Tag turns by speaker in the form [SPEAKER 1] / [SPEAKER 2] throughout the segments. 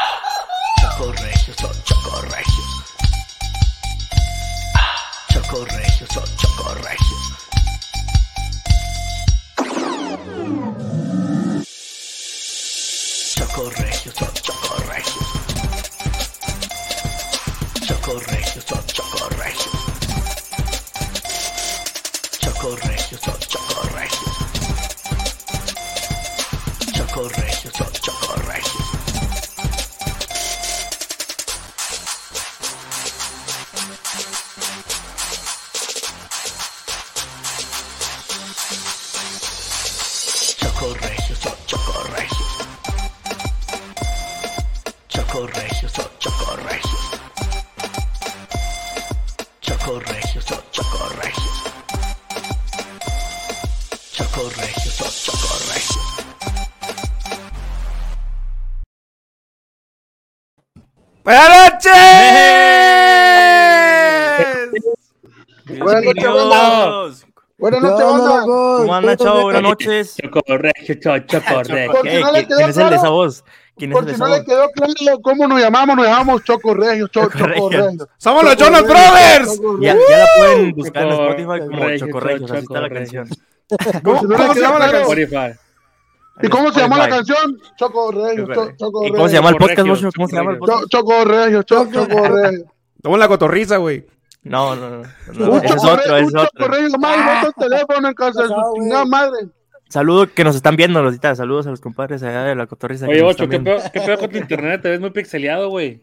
[SPEAKER 1] Ah, chocorregios, son chocorregios. Chocorregios, son chocorregios. Chocorregios, son chocorregios. Chocorregios, son chocorregios. Chocorregios, son chocorregios. Chocorregios, son chocorregios. Chocorregios, son chocorregios. Chocorregios, son chocorregios. Chocorregios, son chocorregios.
[SPEAKER 2] ¡Buenas noches!
[SPEAKER 3] Buenas noches,
[SPEAKER 2] Bienvenidos.
[SPEAKER 3] Buenas noches, banda.
[SPEAKER 2] ¿Cómo anda, chavo? Buenas noches.
[SPEAKER 4] Chocorregio, cho, chocorregio.
[SPEAKER 3] Por si
[SPEAKER 2] ¿Qué?
[SPEAKER 3] no le
[SPEAKER 2] ¿Qui-
[SPEAKER 3] quedó
[SPEAKER 2] ¿Quién es el de esa
[SPEAKER 3] claro,
[SPEAKER 2] voz? ¿Quién es el
[SPEAKER 3] Por
[SPEAKER 2] de
[SPEAKER 3] si
[SPEAKER 2] esa
[SPEAKER 3] no
[SPEAKER 2] voz?
[SPEAKER 3] le quedó claro cómo nos llamamos, nos llamamos Choco Regio, Cho-
[SPEAKER 2] Chocorregios.
[SPEAKER 3] Choco Regio.
[SPEAKER 2] ¡Somos los Jonas
[SPEAKER 3] Choco
[SPEAKER 2] Brothers!
[SPEAKER 3] Regio, Choco
[SPEAKER 2] Ya,
[SPEAKER 3] Regio.
[SPEAKER 2] ya la pueden buscar en
[SPEAKER 4] Chocorregio,
[SPEAKER 2] Spotify como
[SPEAKER 4] Chocorregio,
[SPEAKER 2] Chocorregios, así está la
[SPEAKER 4] Chocorregio.
[SPEAKER 2] canción. ¿Cómo,
[SPEAKER 3] si no le
[SPEAKER 2] cómo se
[SPEAKER 3] queda
[SPEAKER 2] llama la
[SPEAKER 3] claro.
[SPEAKER 2] canción?
[SPEAKER 4] Spotify.
[SPEAKER 3] ¿Y cómo se llama la
[SPEAKER 2] Spotify.
[SPEAKER 3] canción? Choco Regio, Cho- Choco
[SPEAKER 2] ¿Y cómo se llama el podcast,
[SPEAKER 4] Chocorregio,
[SPEAKER 2] Mocho? ¿Cómo se llama el
[SPEAKER 4] Chocorregio.
[SPEAKER 2] podcast?
[SPEAKER 3] Cho- Choco Regio, Cho- Choco Regio.
[SPEAKER 5] Estamos en la cotorriza, güey.
[SPEAKER 2] No, no, no. no,
[SPEAKER 3] Un
[SPEAKER 2] Ese es
[SPEAKER 3] Choco
[SPEAKER 2] otro,
[SPEAKER 3] Regio,
[SPEAKER 2] Ah. ese es
[SPEAKER 3] un Choco
[SPEAKER 2] otro.
[SPEAKER 3] Regio más, y bota el teléfono en casa de su chingada madre.
[SPEAKER 2] Saludos que nos están viendo, Rosita. Saludos a los compadres allá de la cotorriza. que
[SPEAKER 4] Oye,
[SPEAKER 2] nos
[SPEAKER 4] Ocho,
[SPEAKER 2] están
[SPEAKER 4] ¿qué
[SPEAKER 2] viendo.
[SPEAKER 4] pedo, ¿qué pedo con tu internet? Te ves muy pixeleado, güey.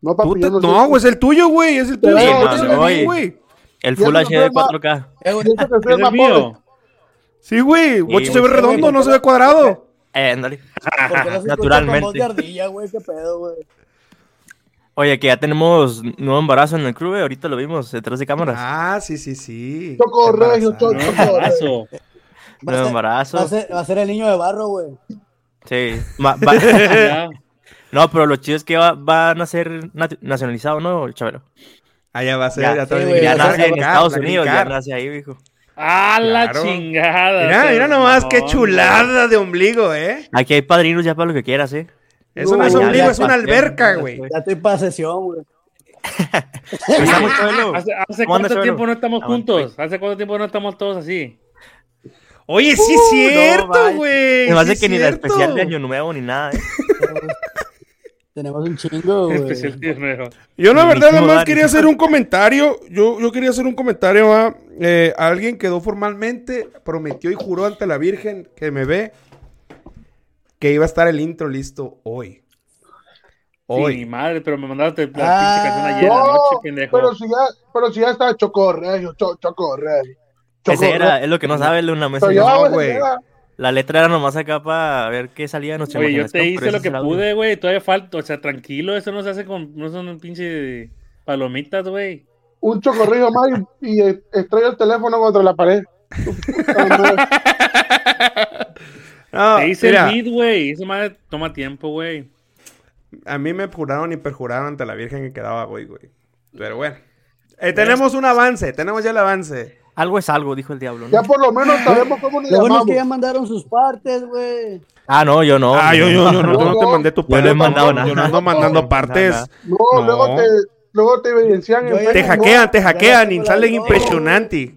[SPEAKER 3] No, papi,
[SPEAKER 5] Puta,
[SPEAKER 3] yo no sé.
[SPEAKER 5] no, güey, es el tuyo, güey. Es el tuyo.
[SPEAKER 3] Sí,
[SPEAKER 5] Yo
[SPEAKER 3] no,
[SPEAKER 5] te
[SPEAKER 3] no,
[SPEAKER 5] lo di,
[SPEAKER 2] oye.
[SPEAKER 5] güey.
[SPEAKER 2] El
[SPEAKER 3] Ya
[SPEAKER 2] Full
[SPEAKER 3] nos
[SPEAKER 2] HD
[SPEAKER 3] vemos. Yo
[SPEAKER 2] 4K.
[SPEAKER 3] sé que
[SPEAKER 4] ¿Es
[SPEAKER 3] soy
[SPEAKER 4] el
[SPEAKER 3] más pobre.
[SPEAKER 4] mío?
[SPEAKER 5] Sí, güey. Ocho se ve
[SPEAKER 2] güey.
[SPEAKER 5] redondo, no se ve cuadrado.
[SPEAKER 2] Eh, ándale.
[SPEAKER 6] Naturalmente. Con voz de
[SPEAKER 2] Naturalmente.
[SPEAKER 6] ardilla, güey, qué pedo, güey.
[SPEAKER 2] Oye, que ya tenemos nuevo embarazo en el club, eh, ahorita lo vimos detrás de cámaras.
[SPEAKER 5] Ah, sí, sí, sí.
[SPEAKER 3] Choco Regio,
[SPEAKER 5] Embarazada.
[SPEAKER 3] Cho-
[SPEAKER 4] No, embarazo.
[SPEAKER 6] Va a ser-
[SPEAKER 2] nuevo
[SPEAKER 6] Va
[SPEAKER 2] embarazo.
[SPEAKER 6] a, ser, va a ser el niño de barro, güey.
[SPEAKER 2] Sí. Ma- va-
[SPEAKER 4] Ah, Ya.
[SPEAKER 2] no, pero lo chido es que va- van a ser nat- nacionalizado, ¿no, Chabelo?
[SPEAKER 5] Allá va a ser.
[SPEAKER 2] Ya,
[SPEAKER 5] Ah, Ya, está
[SPEAKER 6] sí,
[SPEAKER 5] bien.
[SPEAKER 6] güey,
[SPEAKER 2] Ya
[SPEAKER 6] la
[SPEAKER 2] nace
[SPEAKER 6] green
[SPEAKER 2] en
[SPEAKER 5] card,
[SPEAKER 2] Estados
[SPEAKER 5] la green
[SPEAKER 2] Unidos, ya
[SPEAKER 5] card.
[SPEAKER 2] nace ahí, hijo.
[SPEAKER 4] ¡A Ah, la
[SPEAKER 5] Claro.
[SPEAKER 4] chingada!
[SPEAKER 5] Mira,
[SPEAKER 4] Te-
[SPEAKER 5] mira nomás, qué
[SPEAKER 4] no,
[SPEAKER 5] chulada de ombligo, ¿eh?
[SPEAKER 2] Aquí hay padrinos ya para lo que quieras, ¿eh?
[SPEAKER 5] Eso no es
[SPEAKER 6] Ya, ya,
[SPEAKER 5] ombligo,
[SPEAKER 6] ya,
[SPEAKER 5] es una
[SPEAKER 2] ya,
[SPEAKER 5] alberca,
[SPEAKER 2] ya,
[SPEAKER 5] güey.
[SPEAKER 6] Ya estoy para sesión, güey.
[SPEAKER 2] Estamos, Chabelo.
[SPEAKER 4] ¿Hace, hace
[SPEAKER 2] ¿Cómo
[SPEAKER 4] cuánto
[SPEAKER 2] andas,
[SPEAKER 4] tiempo
[SPEAKER 2] Chabelo?
[SPEAKER 4] no estamos
[SPEAKER 2] Ah, bueno,
[SPEAKER 4] juntos?
[SPEAKER 5] pues.
[SPEAKER 4] ¿Hace cuánto tiempo no estamos todos así?
[SPEAKER 5] Oye, sí
[SPEAKER 2] Uh,
[SPEAKER 5] es
[SPEAKER 2] no, vaya.
[SPEAKER 5] cierto, güey.
[SPEAKER 2] Me hace
[SPEAKER 5] sí
[SPEAKER 2] que ni la
[SPEAKER 5] cierto.
[SPEAKER 2] especial de Año Nuevo ni nada, ¿eh?
[SPEAKER 6] Tenemos un chingo, güey.
[SPEAKER 4] Especial tío nuevo.
[SPEAKER 5] Yo la verdad nada
[SPEAKER 2] Buenísimo,
[SPEAKER 5] más
[SPEAKER 2] Dani.
[SPEAKER 5] quería hacer un comentario. Yo, yo quería hacer un comentario a eh, alguien quedó formalmente, prometió y juró ante la Virgen que me ve que iba a estar el intro listo hoy.
[SPEAKER 4] Sí,
[SPEAKER 5] Hoy.
[SPEAKER 4] mi madre, pero me mandaste la
[SPEAKER 6] Ah,
[SPEAKER 4] pinche canción ayer en la
[SPEAKER 3] no,
[SPEAKER 4] noche, pendejo.
[SPEAKER 3] Pero si ya, pero si ya está Choco Regio, Cho- Choco Regio. Choco
[SPEAKER 2] Ese era,
[SPEAKER 3] Regio.
[SPEAKER 2] es lo que no sabe una mesa.
[SPEAKER 3] Pero
[SPEAKER 2] llena.
[SPEAKER 3] ya,
[SPEAKER 5] no,
[SPEAKER 3] güey,
[SPEAKER 5] güey.
[SPEAKER 3] ya.
[SPEAKER 2] La letra era nomás acá para ver qué salía de nuestra
[SPEAKER 4] Oye, yo
[SPEAKER 2] imaginación,
[SPEAKER 4] te
[SPEAKER 2] pero
[SPEAKER 4] hice
[SPEAKER 2] ese
[SPEAKER 4] lo
[SPEAKER 2] es
[SPEAKER 4] que
[SPEAKER 2] el audio.
[SPEAKER 4] pude, güey. Todavía falta, o sea, tranquilo, eso no se hace con, no son pinche palomitas, güey.
[SPEAKER 3] un chocorrillo más y, y estrella el teléfono contra la pared.
[SPEAKER 5] No,
[SPEAKER 4] te hice
[SPEAKER 5] Ah, mira,
[SPEAKER 4] el beat, güey. Esa madre toma tiempo, güey.
[SPEAKER 5] a mí me juraron y perjuraron ante la Virgen que quedaba hoy, güey. Pero bueno. Eh, tenemos un avance, tenemos ya el avance.
[SPEAKER 2] Algo es algo, dijo el diablo. ¿no?
[SPEAKER 3] Ya por lo menos sabemos cómo nos
[SPEAKER 6] Lo bueno es
[SPEAKER 3] llamamos.
[SPEAKER 6] que ya mandaron sus partes, güey.
[SPEAKER 2] Ah, no, yo no.
[SPEAKER 5] Ah, yo, yo, yo no, yo no te
[SPEAKER 3] No,
[SPEAKER 5] mandé tu
[SPEAKER 2] yo no he
[SPEAKER 5] parte,
[SPEAKER 2] mandado
[SPEAKER 5] cabrón. Yo no
[SPEAKER 2] nada.
[SPEAKER 5] ando mandando partes.
[SPEAKER 3] No,
[SPEAKER 5] No.
[SPEAKER 3] luego te, luego te evidencian en
[SPEAKER 6] Yo ya-
[SPEAKER 5] Te
[SPEAKER 3] Facebook.
[SPEAKER 5] hackean, te hackean y
[SPEAKER 6] No.
[SPEAKER 5] salen impresionante.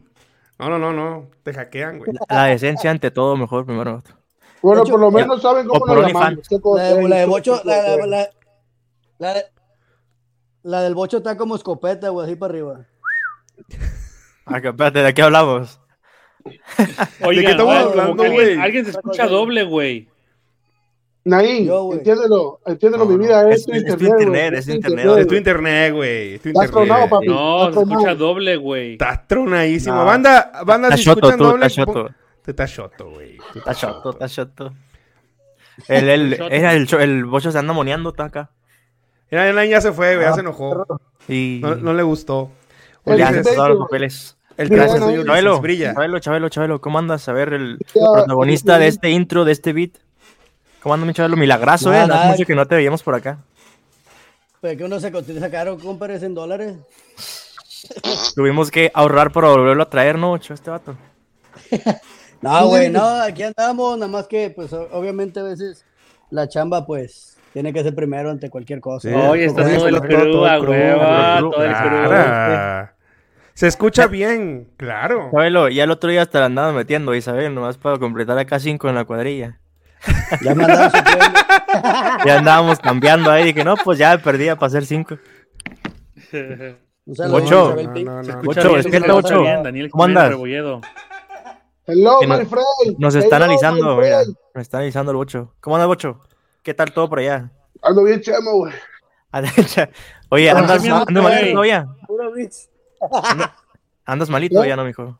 [SPEAKER 5] No, no, no, no. Te hackean, güey.
[SPEAKER 2] La decencia ante todo, mejor primero.
[SPEAKER 3] Bueno,
[SPEAKER 6] De
[SPEAKER 3] por lo
[SPEAKER 2] hecho,
[SPEAKER 3] menos saben
[SPEAKER 2] o
[SPEAKER 3] cómo
[SPEAKER 2] por
[SPEAKER 3] nos
[SPEAKER 2] OnlyFans.
[SPEAKER 3] llamamos. Choco
[SPEAKER 6] La de,
[SPEAKER 3] Regio,
[SPEAKER 6] la de Bocho,
[SPEAKER 3] Choco
[SPEAKER 6] la, la,
[SPEAKER 3] Regio.
[SPEAKER 6] la, la de- la del Bocho está como escopeta, güey, así para arriba.
[SPEAKER 2] Ah, que espérate, ¿de qué hablamos?
[SPEAKER 4] Oigan,
[SPEAKER 5] qué estamos
[SPEAKER 4] ahora, como
[SPEAKER 5] hablando,
[SPEAKER 4] que alguien,
[SPEAKER 5] güey?
[SPEAKER 4] alguien se escucha doble, güey.
[SPEAKER 3] Naí,
[SPEAKER 6] Yo, güey.
[SPEAKER 3] entiéndelo, entiéndelo,
[SPEAKER 2] No,
[SPEAKER 3] mi
[SPEAKER 2] no,
[SPEAKER 3] vida
[SPEAKER 2] es-
[SPEAKER 3] es, tu
[SPEAKER 2] es tu
[SPEAKER 3] internet. güey,
[SPEAKER 2] internet, es tu internet,
[SPEAKER 5] Es tu internet, güey. Es tu
[SPEAKER 3] Estás tronado,
[SPEAKER 5] internet.
[SPEAKER 3] papi.
[SPEAKER 4] No, se
[SPEAKER 3] Otro más.
[SPEAKER 4] escucha doble, güey.
[SPEAKER 5] Estás tronadísimo.
[SPEAKER 2] No.
[SPEAKER 5] Banda, banda,
[SPEAKER 2] Está
[SPEAKER 5] si
[SPEAKER 2] choto,
[SPEAKER 5] escuchan
[SPEAKER 2] tú,
[SPEAKER 5] doble.
[SPEAKER 2] está
[SPEAKER 5] pon-
[SPEAKER 2] choto.
[SPEAKER 5] Te estás choto, güey. Tú
[SPEAKER 2] Está
[SPEAKER 5] estás
[SPEAKER 2] choto, está
[SPEAKER 5] choto.
[SPEAKER 2] choto. El, el,
[SPEAKER 4] Está choto.
[SPEAKER 2] era el, cho- el bocho se anda moneando, está acá.
[SPEAKER 5] Mira, el ya se fue, güey. Ya se enojó.
[SPEAKER 2] Y
[SPEAKER 5] No, no le gustó.
[SPEAKER 3] El
[SPEAKER 2] ya
[SPEAKER 5] Ulises,
[SPEAKER 2] se
[SPEAKER 3] Beto.
[SPEAKER 2] todos los papeles.
[SPEAKER 5] el
[SPEAKER 3] Mira,
[SPEAKER 5] traje
[SPEAKER 3] no,
[SPEAKER 5] de
[SPEAKER 2] Chabelo,
[SPEAKER 5] Ulises brilla.
[SPEAKER 2] Chabelo, Chabelo, Chabelo, ¿cómo andas? A ver, el
[SPEAKER 3] Ya,
[SPEAKER 2] protagonista
[SPEAKER 3] ya,
[SPEAKER 2] de
[SPEAKER 3] ya.
[SPEAKER 2] este intro, de este beat. ¿Cómo andas, mi Chabelo? Milagrazo,
[SPEAKER 6] Nada,
[SPEAKER 2] ¿eh? Hace
[SPEAKER 6] nada.
[SPEAKER 2] mucho que no te veíamos por acá.
[SPEAKER 6] Pero que uno se cotiza caro, compadre, en dólares.
[SPEAKER 2] Tuvimos que ahorrar para volverlo a traer, ¿no, Ocho, este vato?
[SPEAKER 6] No, güey, no, aquí andamos, nada más que, pues, o- obviamente a veces la chamba, pues, tiene que ser primero ante cualquier cosa.
[SPEAKER 5] Sí.
[SPEAKER 4] Oye,
[SPEAKER 5] Oye,
[SPEAKER 4] está todo el
[SPEAKER 5] todo el
[SPEAKER 4] crew, a
[SPEAKER 5] crew,
[SPEAKER 4] hueva,
[SPEAKER 2] todo el crew.
[SPEAKER 4] todo el crew.
[SPEAKER 5] Cara. Se escucha bien, claro.
[SPEAKER 2] Chabelo, ya el otro día hasta la andaban metiendo a Isabel, nomás para completar acá cinco en la cuadrilla.
[SPEAKER 6] Ya mandaron su premio.
[SPEAKER 2] Ya andábamos cambiando ahí, dije, no, pues ya perdía para hacer cinco.
[SPEAKER 6] Un saludo,
[SPEAKER 2] Ocho.
[SPEAKER 6] Isabel Pi.
[SPEAKER 5] No, no, no.
[SPEAKER 2] Ocho, despierta,
[SPEAKER 4] Daniel
[SPEAKER 2] ocho.
[SPEAKER 4] Jiménez, Daniel
[SPEAKER 2] ¿Cómo
[SPEAKER 4] Jiménez
[SPEAKER 2] andas?
[SPEAKER 4] Rebolledo.
[SPEAKER 3] Hello,
[SPEAKER 2] Que no-
[SPEAKER 3] my friend.
[SPEAKER 2] Nos está
[SPEAKER 3] Hello,
[SPEAKER 2] analizando,
[SPEAKER 3] my
[SPEAKER 2] mira.
[SPEAKER 3] friend.
[SPEAKER 2] Nos está analizando el bocho. ¿Cómo anda el bocho? ¿Qué tal todo por allá?
[SPEAKER 3] Ando bien chemo, güey.
[SPEAKER 2] Oye,
[SPEAKER 4] Pero
[SPEAKER 2] andas,
[SPEAKER 4] sí me ando
[SPEAKER 2] andas malito
[SPEAKER 4] ahí.
[SPEAKER 2] todavía.
[SPEAKER 6] Puro Blitz.
[SPEAKER 2] Andas malito todavía, ¿no, mijo?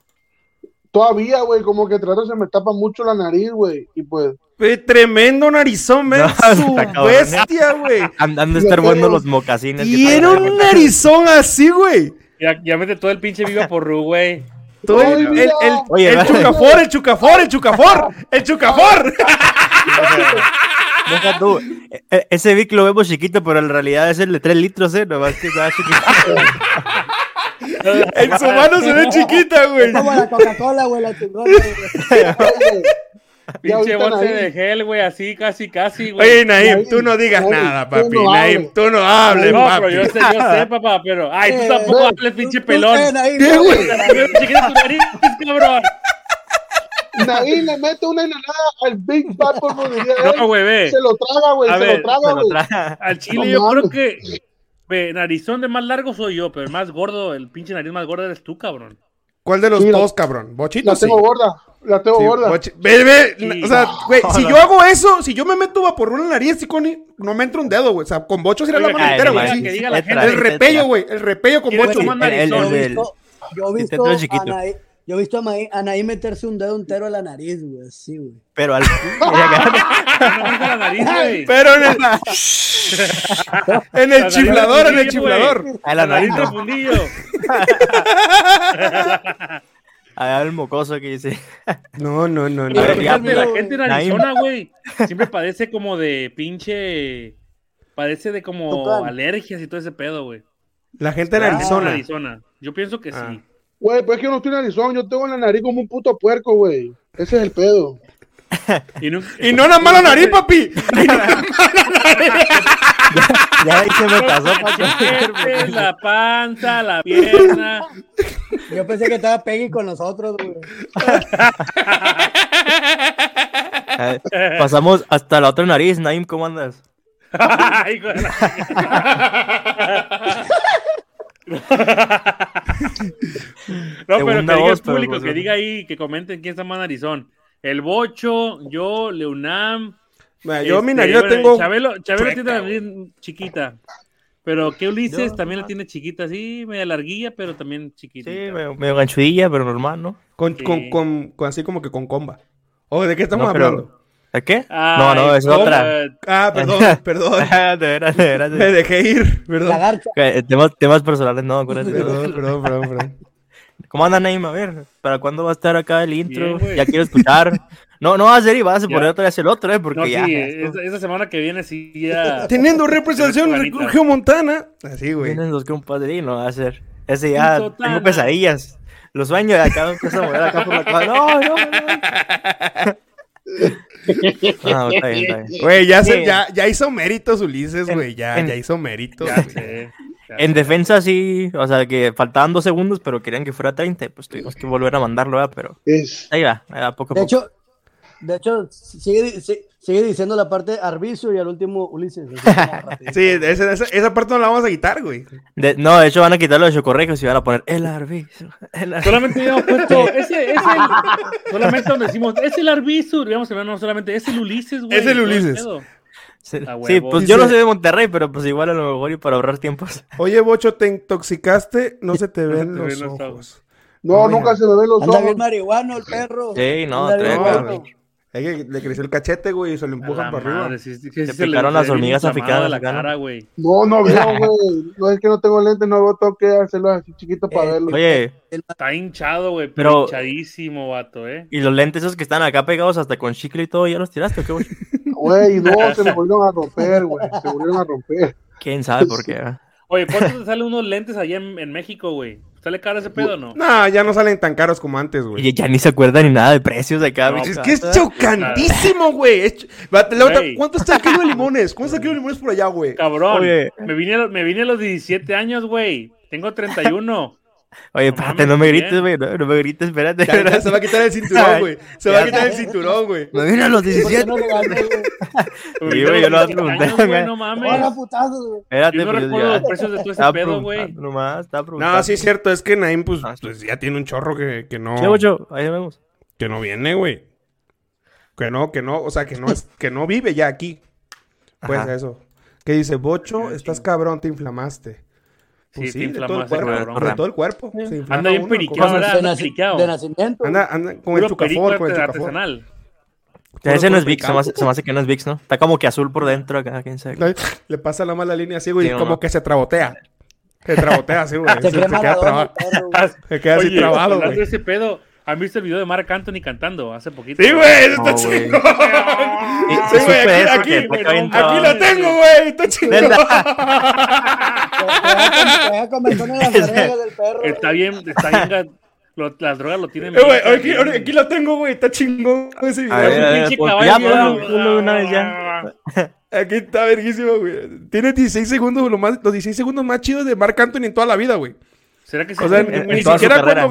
[SPEAKER 3] Todavía, güey, como que trato se me tapa mucho la nariz, güey. Y pues,
[SPEAKER 5] Ve, Eh, tremendo narizón, ve,
[SPEAKER 2] No,
[SPEAKER 5] su
[SPEAKER 2] está cabrón,
[SPEAKER 5] bestia, güey.
[SPEAKER 2] Han, han de estar
[SPEAKER 3] Yo
[SPEAKER 2] buenos
[SPEAKER 3] creo-
[SPEAKER 2] los mocasines. que ¿eh?
[SPEAKER 5] Tiene
[SPEAKER 2] traen.
[SPEAKER 5] un narizón así, güey.
[SPEAKER 4] Ya, ya mete todo el pinche viva por Ru, güey.
[SPEAKER 5] Todo
[SPEAKER 3] Ay,
[SPEAKER 5] el, el,
[SPEAKER 3] mira.
[SPEAKER 5] el-
[SPEAKER 2] Oye,
[SPEAKER 5] el
[SPEAKER 2] vale.
[SPEAKER 5] chucafor, el chucafor, el chucafor, el chucafor.
[SPEAKER 2] Deja tú. E- e- ese Vic lo vemos chiquito, pero en realidad es el de 3 litros, ¿eh? Nomás que está
[SPEAKER 4] Ah,
[SPEAKER 2] chiquito.
[SPEAKER 5] En su mano se ve chiquita, güey.
[SPEAKER 6] Como la Coca-Cola, güey, la chingona. güey.
[SPEAKER 4] Pinche
[SPEAKER 3] ahorita
[SPEAKER 4] bote
[SPEAKER 3] nadie.
[SPEAKER 4] de gel, güey, así, casi, casi,
[SPEAKER 5] Oye,
[SPEAKER 4] güey.
[SPEAKER 5] Naim,
[SPEAKER 3] Naim,
[SPEAKER 5] tú no digas
[SPEAKER 3] Naim,
[SPEAKER 5] nada,
[SPEAKER 3] tú
[SPEAKER 5] papi.
[SPEAKER 3] no
[SPEAKER 5] Naim,
[SPEAKER 3] hables.
[SPEAKER 5] tú no hables,
[SPEAKER 4] No, pero yo sé,
[SPEAKER 5] papi.
[SPEAKER 4] yo sé, papá, pero. Ay, tú
[SPEAKER 6] Eh,
[SPEAKER 4] tampoco
[SPEAKER 3] no.
[SPEAKER 4] hables, pinche
[SPEAKER 6] Tú- tú
[SPEAKER 4] pelón.
[SPEAKER 6] ten ahí,
[SPEAKER 5] ¿Qué,
[SPEAKER 6] güey?
[SPEAKER 5] güey?
[SPEAKER 4] Chiquita tu nariz, pues, cabrón.
[SPEAKER 3] Nain le mete una enanada al Big Bad, como diría él.
[SPEAKER 4] No, güey, ve.
[SPEAKER 3] Se lo traga, güey,
[SPEAKER 4] A
[SPEAKER 3] se
[SPEAKER 4] ver,
[SPEAKER 3] lo traga,
[SPEAKER 2] Se lo
[SPEAKER 3] güey.
[SPEAKER 2] trae.
[SPEAKER 4] Al chile,
[SPEAKER 3] No
[SPEAKER 4] yo creo
[SPEAKER 3] mames.
[SPEAKER 4] que. Ve, narizón de más largo soy yo, pero el más gordo, el pinche nariz más gordo eres tú, cabrón.
[SPEAKER 5] ¿Cuál de los
[SPEAKER 3] Sí, la-
[SPEAKER 5] dos, cabrón? Bochito,
[SPEAKER 3] La
[SPEAKER 5] sí.
[SPEAKER 3] tengo gorda, la tengo
[SPEAKER 5] Sí,
[SPEAKER 3] gorda.
[SPEAKER 5] bochi- Ve, ve,
[SPEAKER 4] Sí.
[SPEAKER 5] o sea, güey, si yo hago eso, si yo me meto vaporru en la nariz, sí, Connie, no me entra un dedo, güey. O sea, con bocho sería la
[SPEAKER 4] Oye,
[SPEAKER 5] mano
[SPEAKER 4] ay,
[SPEAKER 5] entera,
[SPEAKER 4] no
[SPEAKER 5] güey.
[SPEAKER 4] mames,
[SPEAKER 5] sí.
[SPEAKER 4] que diga la
[SPEAKER 2] Letra,
[SPEAKER 4] gente.
[SPEAKER 5] El
[SPEAKER 2] letra.
[SPEAKER 5] repello, güey. El repello con
[SPEAKER 4] Quiero
[SPEAKER 5] bocho.
[SPEAKER 4] decir,
[SPEAKER 5] güey.
[SPEAKER 4] manda-
[SPEAKER 2] El- el-
[SPEAKER 6] Yo
[SPEAKER 2] el
[SPEAKER 6] he
[SPEAKER 2] del-
[SPEAKER 6] visto- Yo he
[SPEAKER 2] te
[SPEAKER 6] visto
[SPEAKER 2] trae
[SPEAKER 6] a
[SPEAKER 2] chiquito.
[SPEAKER 6] Anaí, yo he visto a Anaí, Anaí meterse un dedo entero a la nariz, güey, así, güey.
[SPEAKER 2] Pero al.
[SPEAKER 4] No, no, la nariz, güey.
[SPEAKER 5] Pero en el. en el
[SPEAKER 4] nariz
[SPEAKER 5] chiflador, en el
[SPEAKER 4] del
[SPEAKER 5] chiflador.
[SPEAKER 4] güey.
[SPEAKER 2] A
[SPEAKER 4] La
[SPEAKER 2] la
[SPEAKER 4] nariz
[SPEAKER 2] nariz.
[SPEAKER 4] del fundillo.
[SPEAKER 2] Al mocoso que dice.
[SPEAKER 5] No, no, no,
[SPEAKER 2] A ver, ya,
[SPEAKER 4] Fíjate, la
[SPEAKER 2] pues,
[SPEAKER 4] gente en Arizona, güey, siempre padece como de pinche. Padece de como
[SPEAKER 6] Tucán.
[SPEAKER 4] alergias y todo ese pedo, güey.
[SPEAKER 5] La gente en
[SPEAKER 6] Ah,
[SPEAKER 5] Arizona.
[SPEAKER 4] Arizona. Yo pienso que
[SPEAKER 5] Ah.
[SPEAKER 4] sí.
[SPEAKER 3] Güey, pues es que yo no estoy en narizón, yo tengo la nariz como un puto puerco, güey. Ese es el pedo.
[SPEAKER 4] Y nunca-
[SPEAKER 5] Y no nada más la nariz, papi.
[SPEAKER 2] Ya ahí se me pasó,
[SPEAKER 4] Cachete, la panza, la pierna.
[SPEAKER 6] Yo pensé que estaba Peggy con nosotros, güey.
[SPEAKER 2] Pacho. Pasamos hasta la otra nariz, Naim, ¿cómo andas?
[SPEAKER 4] Ay, güey. no, pero que
[SPEAKER 2] Segunda
[SPEAKER 4] diga el
[SPEAKER 2] voz, pero
[SPEAKER 4] público,
[SPEAKER 2] pues,
[SPEAKER 4] que
[SPEAKER 2] no.
[SPEAKER 4] diga ahí, que comenten quién está más narizón. El Bocho, yo, Leunam.
[SPEAKER 5] Mira, Yo mi
[SPEAKER 4] este,
[SPEAKER 5] nariz la
[SPEAKER 4] bueno,
[SPEAKER 5] tengo.
[SPEAKER 4] Chabelo, Chabelo
[SPEAKER 5] chueca,
[SPEAKER 4] tiene la nariz chiquita. Pero que Ulises también la tiene chiquita, sí, media larguilla, pero también chiquita.
[SPEAKER 2] Sí, medio, medio ganchudilla, pero normal, ¿no?
[SPEAKER 5] Con,
[SPEAKER 4] Sí.
[SPEAKER 5] con, con, con- así como que con comba. Oh, ¿de qué estamos
[SPEAKER 2] No, pero-
[SPEAKER 5] hablando?
[SPEAKER 2] ¿De qué?
[SPEAKER 4] Ay,
[SPEAKER 2] no, no, es
[SPEAKER 4] ¿cómo?
[SPEAKER 2] otra.
[SPEAKER 5] Ah, perdón, perdón.
[SPEAKER 2] de veras, de veras.
[SPEAKER 5] Me dejé ir.
[SPEAKER 6] La
[SPEAKER 5] Perdón.
[SPEAKER 6] garcha.
[SPEAKER 2] Eh, Temas, temas personales, no, acuérdate. no.
[SPEAKER 5] Perdón, perdón, perdón, perdón.
[SPEAKER 2] ¿Cómo anda Naim? A ver, ¿para cuándo va a estar acá el intro?
[SPEAKER 4] Bien, güey.
[SPEAKER 2] ya quiero escuchar. No, no va a ser y vas a
[SPEAKER 4] Ya.
[SPEAKER 2] poner otra vez el otro, ¿eh? Porque
[SPEAKER 4] No,
[SPEAKER 2] ya.
[SPEAKER 4] sí,
[SPEAKER 2] esto-
[SPEAKER 4] esa, esa semana que viene sí ya.
[SPEAKER 5] Teniendo representación de
[SPEAKER 4] Juanita.
[SPEAKER 5] Geo Montana. Así, güey.
[SPEAKER 2] Vienen los compadrinos, no va a ser. Ese ya
[SPEAKER 4] Pinto
[SPEAKER 2] tengo
[SPEAKER 4] Tana.
[SPEAKER 2] pesadillas. Los sueños de acá me empiezo a mover acá por la cama. No, no, no. No, está bien, está bien.
[SPEAKER 5] Güey, ya, se-
[SPEAKER 2] Sí.
[SPEAKER 5] ya, ya hizo méritos Ulises,
[SPEAKER 2] En-
[SPEAKER 5] güey. Ya,
[SPEAKER 2] en-
[SPEAKER 5] ya hizo méritos.
[SPEAKER 4] Ya
[SPEAKER 5] güey.
[SPEAKER 4] sé, ya
[SPEAKER 2] En
[SPEAKER 4] sé.
[SPEAKER 2] defensa sí, o sea que faltaban dos segundos, pero querían que fuera 30, pues tuvimos que volver a mandarlo, ¿verdad? Pero
[SPEAKER 3] Es.
[SPEAKER 2] ahí va, ahí va, poco a
[SPEAKER 6] De
[SPEAKER 2] poco.
[SPEAKER 6] hecho, de hecho, sigue, si- sigue diciendo la parte Arbicio y al último Ulises. así como rapidito.
[SPEAKER 5] Sí, esa, esa, esa parte no la vamos a quitar, güey.
[SPEAKER 2] De- no, de hecho van a quitar los chocorrejos y van a poner el arbitro. El arbitro.
[SPEAKER 4] Solamente habíamos puesto. Ese, es el. Solamente donde decimos. Es el Arbizur. Digamos que no, no, solamente. Es el Ulises, güey.
[SPEAKER 5] Es el
[SPEAKER 4] todo
[SPEAKER 5] Ulises.
[SPEAKER 4] pedo.
[SPEAKER 2] Sí,
[SPEAKER 4] A
[SPEAKER 2] sí,
[SPEAKER 4] huevo.
[SPEAKER 2] pues yo no soy de Monterrey, pero pues igual a lo mejor y para ahorrar tiempos.
[SPEAKER 5] Oye, Bocho, te intoxicaste, no se te ven
[SPEAKER 4] te
[SPEAKER 5] los
[SPEAKER 4] ven los
[SPEAKER 5] ojos.
[SPEAKER 4] ojos.
[SPEAKER 3] No,
[SPEAKER 5] Ay,
[SPEAKER 3] nunca se me ven los
[SPEAKER 6] Anda bien
[SPEAKER 3] ojos.
[SPEAKER 6] marihuano el perro.
[SPEAKER 2] Sí, no,
[SPEAKER 5] No,
[SPEAKER 6] Anda bien
[SPEAKER 2] tremendo.
[SPEAKER 6] marihuano.
[SPEAKER 5] güey. Hay que le creció el cachete, güey, y se lo
[SPEAKER 4] A
[SPEAKER 5] empujan
[SPEAKER 4] la
[SPEAKER 5] para arriba.
[SPEAKER 4] madre, sí, sí, que
[SPEAKER 2] Te
[SPEAKER 4] se le-
[SPEAKER 2] picaron
[SPEAKER 4] se
[SPEAKER 2] las
[SPEAKER 4] le viene
[SPEAKER 2] hormigas
[SPEAKER 4] inflamado
[SPEAKER 2] aficadas
[SPEAKER 4] la
[SPEAKER 2] acá, ¿no?
[SPEAKER 4] cara, güey.
[SPEAKER 3] No, no veo, güey. No es que no tengo lentes, no veo, tengo que hacerlo así chiquito para
[SPEAKER 6] Eh,
[SPEAKER 3] verlo.
[SPEAKER 2] Oye,
[SPEAKER 4] Está hinchado, güey. Pero.
[SPEAKER 2] Pero-
[SPEAKER 4] Hinchadísimo, vato, eh.
[SPEAKER 2] y los lentes esos que están acá pegados hasta con chicle y todo, ¿ya los tiraste? o ¿Qué, güey?
[SPEAKER 3] Güey, no, se me volvieron a romper, güey. Se volvieron a romper.
[SPEAKER 2] ¿Quién sabe por qué? eh?
[SPEAKER 4] Oye, ¿cuánto te salen unos lentes allá en, en México, güey? ¿Sale caro ese pedo o no?
[SPEAKER 5] No, ya no salen tan caros como antes, güey.
[SPEAKER 2] Y ya ni se acuerda ni nada de precios de acá.
[SPEAKER 4] No,
[SPEAKER 2] güey.
[SPEAKER 5] Es que es chocantísimo, güey. Es ch- Va, te- la otra-
[SPEAKER 4] Güey.
[SPEAKER 5] ¿Cuánto está el kilo de limones? ¿Cuánto está el kilo de limones por allá, güey?
[SPEAKER 4] Cabrón.
[SPEAKER 2] Oye.
[SPEAKER 4] Me vine, a los- me vine a los 17 años, güey. Tengo 31.
[SPEAKER 2] Oye,
[SPEAKER 4] No
[SPEAKER 2] espérate,
[SPEAKER 4] mames,
[SPEAKER 2] no me
[SPEAKER 4] bien.
[SPEAKER 2] grites, güey. No, no me grites, espérate.
[SPEAKER 5] Ya- ya se va a quitar el cinturón, güey. Se va a
[SPEAKER 2] Ya.
[SPEAKER 5] quitar el cinturón, güey.
[SPEAKER 2] Me vino a los
[SPEAKER 6] ¿Por qué
[SPEAKER 2] 17.
[SPEAKER 6] no regañas, güey?
[SPEAKER 2] Sí, güey, yo lo voy a preguntar,
[SPEAKER 4] años, güey,
[SPEAKER 2] güey. Oh,
[SPEAKER 4] No
[SPEAKER 6] Te van a
[SPEAKER 4] mames.
[SPEAKER 6] putazos, güey.
[SPEAKER 2] Espérate,
[SPEAKER 4] Yo no
[SPEAKER 2] pues,
[SPEAKER 4] recuerdo
[SPEAKER 2] ya.
[SPEAKER 4] los precios de todo ese
[SPEAKER 2] Estaba
[SPEAKER 4] pedo, güey.
[SPEAKER 2] preguntando nomás, estaba preguntando.
[SPEAKER 5] No, sí es cierto, es que Naim, pues,
[SPEAKER 2] Ah, sí.
[SPEAKER 5] pues, ya tiene un chorro que, que no,
[SPEAKER 2] Sí, mucho, ahí nos vemos.
[SPEAKER 5] que no viene, güey. Que no, que no, o sea, que no, es, que no vive ya aquí. Pues
[SPEAKER 2] Ajá.
[SPEAKER 5] eso. Que dice, Bocho, estás cabrón, te inflamaste. Pues
[SPEAKER 4] Sí, te
[SPEAKER 5] de todo el
[SPEAKER 4] inflamaste,
[SPEAKER 5] cuerpo.
[SPEAKER 2] cabrón.
[SPEAKER 5] De todo el cuerpo. se inflama
[SPEAKER 4] Anda bien
[SPEAKER 5] uno,
[SPEAKER 4] periqueado,
[SPEAKER 5] ¿cómo?
[SPEAKER 6] De
[SPEAKER 4] ahora anda
[SPEAKER 6] naci-
[SPEAKER 4] friqueado.
[SPEAKER 6] de nacimiento.
[SPEAKER 5] Anda, anda con el
[SPEAKER 4] Puro perico
[SPEAKER 5] chucafor, con el
[SPEAKER 4] arte-
[SPEAKER 5] chucafor.
[SPEAKER 4] artesanal.
[SPEAKER 2] Ese no es
[SPEAKER 5] corte
[SPEAKER 2] Vix,
[SPEAKER 5] de
[SPEAKER 2] se me hace- se me hace que no es Vix, ¿no? Está como que azul por dentro acá, quién sabe.
[SPEAKER 5] Le pasa la mala línea así, güey,
[SPEAKER 2] Sí,
[SPEAKER 5] como
[SPEAKER 2] no.
[SPEAKER 5] que se trabotea. Se trabotea así, güey.
[SPEAKER 6] Se
[SPEAKER 5] Se,
[SPEAKER 6] cree
[SPEAKER 5] se queda
[SPEAKER 6] Maradona,
[SPEAKER 5] trabado.
[SPEAKER 6] el perro, güey.
[SPEAKER 5] Se queda Ah, así
[SPEAKER 4] Oye,
[SPEAKER 5] trabado,
[SPEAKER 4] hablando de
[SPEAKER 5] güey.
[SPEAKER 4] ese pedo, ¿han visto el video de Marc Anthony cantando hace poquito?
[SPEAKER 5] Sí, güey, eso está
[SPEAKER 2] No, güey.
[SPEAKER 5] chingón.
[SPEAKER 2] Y- y
[SPEAKER 5] Sí,
[SPEAKER 2] supe
[SPEAKER 5] güey, aquí-
[SPEAKER 2] eso,
[SPEAKER 5] aquí,
[SPEAKER 2] que
[SPEAKER 5] güey,
[SPEAKER 2] está bien
[SPEAKER 5] no, aquí
[SPEAKER 2] trabado.
[SPEAKER 5] lo tengo, güey. Está chingón.
[SPEAKER 6] Te voy a convencer en las orejas del perro. güey.
[SPEAKER 4] Está bien, está bien. ga- lo- las drogas lo tienen.
[SPEAKER 5] Eh, güey,
[SPEAKER 4] bien,
[SPEAKER 5] aquí,
[SPEAKER 4] cabrón.
[SPEAKER 5] aquí lo tengo, güey. Está chingón ese video.
[SPEAKER 2] A ver, a ver,
[SPEAKER 4] pinche
[SPEAKER 2] pues,
[SPEAKER 4] caballo,
[SPEAKER 2] ya,
[SPEAKER 4] güey.
[SPEAKER 2] ponlo en culo de una vez ya.
[SPEAKER 5] Aquí está verguísimo, güey. Tiene 16 segundos, lo más, los 16 segundos más chidos de Marc Anthony en toda la vida, güey.
[SPEAKER 4] ¿Será que se
[SPEAKER 5] O sea,
[SPEAKER 2] en
[SPEAKER 5] ni
[SPEAKER 2] toda su
[SPEAKER 5] siquiera
[SPEAKER 2] carrera.
[SPEAKER 5] cuando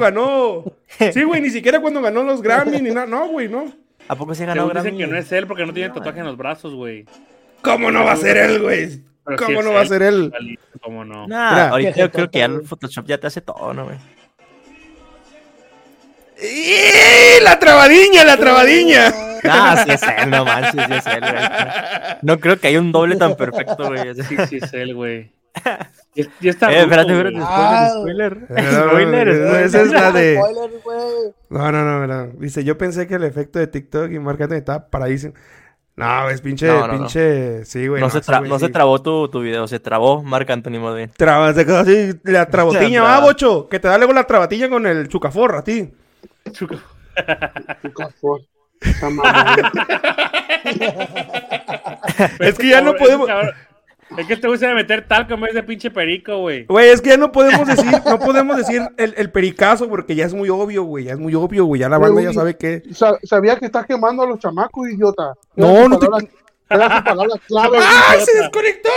[SPEAKER 5] ganó. Sí, güey, ni siquiera cuando ganó los Grammy ni nada. No, güey, no.
[SPEAKER 2] ¿A poco se ganó
[SPEAKER 4] Según
[SPEAKER 2] Grammy?
[SPEAKER 4] dicen que no es él porque no tiene tatuaje en los brazos, güey.
[SPEAKER 5] ¿Cómo no va a ser él, güey?
[SPEAKER 4] Pero sí
[SPEAKER 5] ¿Cómo
[SPEAKER 4] es
[SPEAKER 5] no va a
[SPEAKER 4] él.
[SPEAKER 5] ser él?
[SPEAKER 4] Vale, ¿Cómo no?
[SPEAKER 2] Nah,
[SPEAKER 5] Mira,
[SPEAKER 2] ahorita
[SPEAKER 6] que se
[SPEAKER 2] yo creo que ya
[SPEAKER 6] corta,
[SPEAKER 2] el Photoshop ya te hace todo, ¿no, güey?
[SPEAKER 5] ¡Y la trabadiña, la trabadiña!
[SPEAKER 2] Nah, sí es él, no manches, sí es él, güey. No creo que haya un doble tan perfecto, güey. Eh,
[SPEAKER 4] Sí, sí es él, güey. Y, y está
[SPEAKER 2] espérate,
[SPEAKER 4] ruco,
[SPEAKER 2] espérate,
[SPEAKER 4] güey.
[SPEAKER 6] Ah,
[SPEAKER 2] spoiler,
[SPEAKER 5] güey.
[SPEAKER 2] spoiler. Spoiler,
[SPEAKER 5] No,
[SPEAKER 2] spoiler.
[SPEAKER 5] esa es la de-
[SPEAKER 6] Spoiler, güey.
[SPEAKER 5] No, no, no, no. Dice, yo pensé que el efecto de TikTok y Marc Anthony estaba paradísimo. No, es pinche,
[SPEAKER 2] No, no, no.
[SPEAKER 5] pinche. Sí, güey.
[SPEAKER 2] No se,
[SPEAKER 5] sí,
[SPEAKER 2] tra-
[SPEAKER 5] güey,
[SPEAKER 2] no se
[SPEAKER 5] sí.
[SPEAKER 2] trabó tu, tu video, se trabó Marc Anthony más bien.
[SPEAKER 5] Traba- se quedó así, la trabotiña, va,
[SPEAKER 2] Anda.
[SPEAKER 5] bocho. Que te da luego la trabatilla con el chucaforra, a ti.
[SPEAKER 4] Chuco.
[SPEAKER 3] Esa mamada.
[SPEAKER 5] Es que ya no
[SPEAKER 4] Cabrón,
[SPEAKER 5] podemos.
[SPEAKER 4] ese cabrón- Es que este te gusta meter talco en vez de pinche perico, güey.
[SPEAKER 5] Güey, es que ya no podemos decir, no podemos decir el, el pericazo porque ya es muy obvio, güey. Ya es muy obvio, güey. Ya la banda ya sabe que.
[SPEAKER 3] Sa- Sabía que estás quemando a los chamacos, idiota.
[SPEAKER 5] No,
[SPEAKER 3] Era su
[SPEAKER 5] no te-
[SPEAKER 3] palabra- Era su palabra clave.
[SPEAKER 5] ¡Ah! ¡Se desconectó!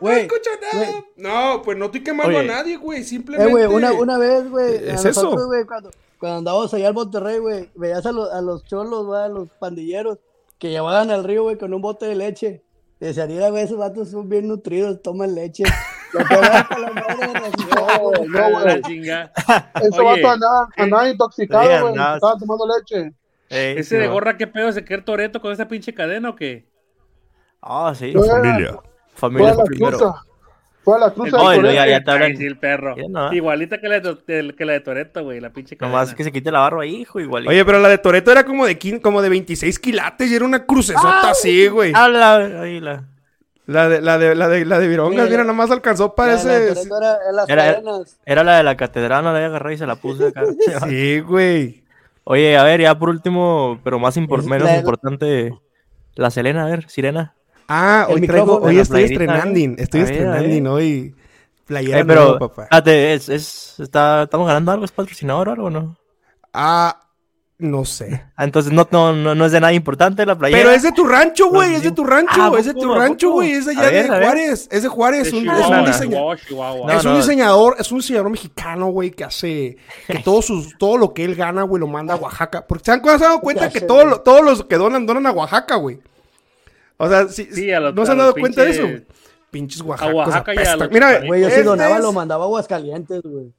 [SPEAKER 6] Güey,
[SPEAKER 5] no escucho nada.
[SPEAKER 6] güey.
[SPEAKER 5] No, pues no estoy quemando
[SPEAKER 2] Oye.
[SPEAKER 5] a nadie, güey.
[SPEAKER 6] Eh,
[SPEAKER 5] Simplemente.
[SPEAKER 6] güey, una, una vez, güey, a
[SPEAKER 5] Es
[SPEAKER 6] nosotros,
[SPEAKER 5] eso.
[SPEAKER 6] güey, cuando, cuando andábamos allá al Monterrey, güey, veías a los, a los cholos, güey, a los pandilleros que llevaban al río, güey, con un bote de leche. Y decían, mira, güey, esos vatos son bien nutridos, toman leche. Y acá, güey, hasta la madre de los
[SPEAKER 3] No,
[SPEAKER 6] cholos,
[SPEAKER 3] güey,
[SPEAKER 6] güey.
[SPEAKER 3] no, güey.
[SPEAKER 4] La Ah, chinga.
[SPEAKER 3] Esos
[SPEAKER 4] Oye,
[SPEAKER 3] vatos andaban, andaban intoxicados,
[SPEAKER 2] Oye,
[SPEAKER 3] güey.
[SPEAKER 2] andabas-
[SPEAKER 3] Estaban tomando leche.
[SPEAKER 2] Ey,
[SPEAKER 4] Ese de
[SPEAKER 2] no.
[SPEAKER 4] gorra, ¿qué pedo? ¿Se cree Toreto con esa pinche cadena o qué?
[SPEAKER 2] Ah, sí.
[SPEAKER 3] Fue a la- Fue
[SPEAKER 2] Familia
[SPEAKER 3] a la
[SPEAKER 2] primero.
[SPEAKER 3] cruza. Fue a la cruza.
[SPEAKER 2] No,
[SPEAKER 3] de
[SPEAKER 2] y luego ya-
[SPEAKER 3] Toledo.
[SPEAKER 2] ya te hablan.
[SPEAKER 4] Ay, sí, el perro.
[SPEAKER 2] Ya no, ¿eh?
[SPEAKER 4] Igualita que la de, del- que la de Toreto, güey, la pinche cadena.
[SPEAKER 2] Nomás que se quite la barba ahí, hijo, igual.
[SPEAKER 5] Oye, pero la de Toreto era como de, quin- como de 26 quilates y era una crucesota así, Ah, güey.
[SPEAKER 2] habla, ahí Ah, la.
[SPEAKER 5] La de, la de, la de, la de Virongas,
[SPEAKER 6] Güey.
[SPEAKER 5] mira, nomás alcanzó para
[SPEAKER 6] La- la
[SPEAKER 5] ese.
[SPEAKER 6] Toretto era en las
[SPEAKER 2] Era-
[SPEAKER 6] cadenas.
[SPEAKER 2] Era la de la catedral, no la había agarrado y se la puse acá.
[SPEAKER 5] Sí, güey.
[SPEAKER 2] Oye, a ver, ya por último, pero más impor-
[SPEAKER 6] Es
[SPEAKER 2] menos
[SPEAKER 6] la-
[SPEAKER 2] importante, la Selena, a ver, Sirena.
[SPEAKER 5] Ah,
[SPEAKER 6] El
[SPEAKER 5] hoy traigo,
[SPEAKER 6] micrófono.
[SPEAKER 5] hoy
[SPEAKER 2] La
[SPEAKER 5] estoy
[SPEAKER 2] playerita,
[SPEAKER 5] estrenando,
[SPEAKER 2] ¿eh?
[SPEAKER 5] estoy
[SPEAKER 2] A ver, a
[SPEAKER 5] estrenando
[SPEAKER 2] ver.
[SPEAKER 5] hoy. Playera
[SPEAKER 2] Eh, pero,
[SPEAKER 5] nueva, papá.
[SPEAKER 2] espérate, es, es, está, ¿estamos ganando algo? ¿Es patrocinador o algo, no?
[SPEAKER 5] Ah, no sé.
[SPEAKER 2] Ah, entonces no, no, no, no es de nada importante la playera.
[SPEAKER 5] Pero es de tu rancho, güey,
[SPEAKER 2] Los
[SPEAKER 5] es de
[SPEAKER 2] digo.
[SPEAKER 5] tu rancho,
[SPEAKER 2] Ah, ¿a
[SPEAKER 5] es de
[SPEAKER 2] poco,
[SPEAKER 5] tu
[SPEAKER 2] a
[SPEAKER 5] rancho,
[SPEAKER 2] poco?
[SPEAKER 5] güey, es de
[SPEAKER 2] A
[SPEAKER 5] allá
[SPEAKER 2] ver,
[SPEAKER 5] de
[SPEAKER 2] a ver.
[SPEAKER 5] Juárez, es de Juárez, un- es
[SPEAKER 2] Chihuahua.
[SPEAKER 5] un
[SPEAKER 4] Chihuahua,
[SPEAKER 5] diseñador.
[SPEAKER 4] Chihuahua, Chihuahua.
[SPEAKER 2] No,
[SPEAKER 5] es un
[SPEAKER 2] no.
[SPEAKER 5] diseñador, es un diseñador mexicano, güey, que hace que todo sus, todo lo que él gana, güey, lo manda a Oaxaca. Porque se han, se han dado cuenta que
[SPEAKER 6] hace,
[SPEAKER 5] todo
[SPEAKER 6] güey?
[SPEAKER 5] lo- todos los que donan, donan a Oaxaca, güey. O sea, si,
[SPEAKER 4] Sí, a los-
[SPEAKER 5] no se
[SPEAKER 4] a
[SPEAKER 5] han
[SPEAKER 4] los
[SPEAKER 5] dado cuenta de eso.
[SPEAKER 4] pinches-
[SPEAKER 5] güey. Pinches Oaxacos.
[SPEAKER 4] Oaxaca y a
[SPEAKER 5] apestan.
[SPEAKER 4] los-
[SPEAKER 5] Mira,
[SPEAKER 6] Güey, yo si
[SPEAKER 5] este
[SPEAKER 6] donaba,
[SPEAKER 5] es
[SPEAKER 6] lo mandaba a Aguascalientes, güey.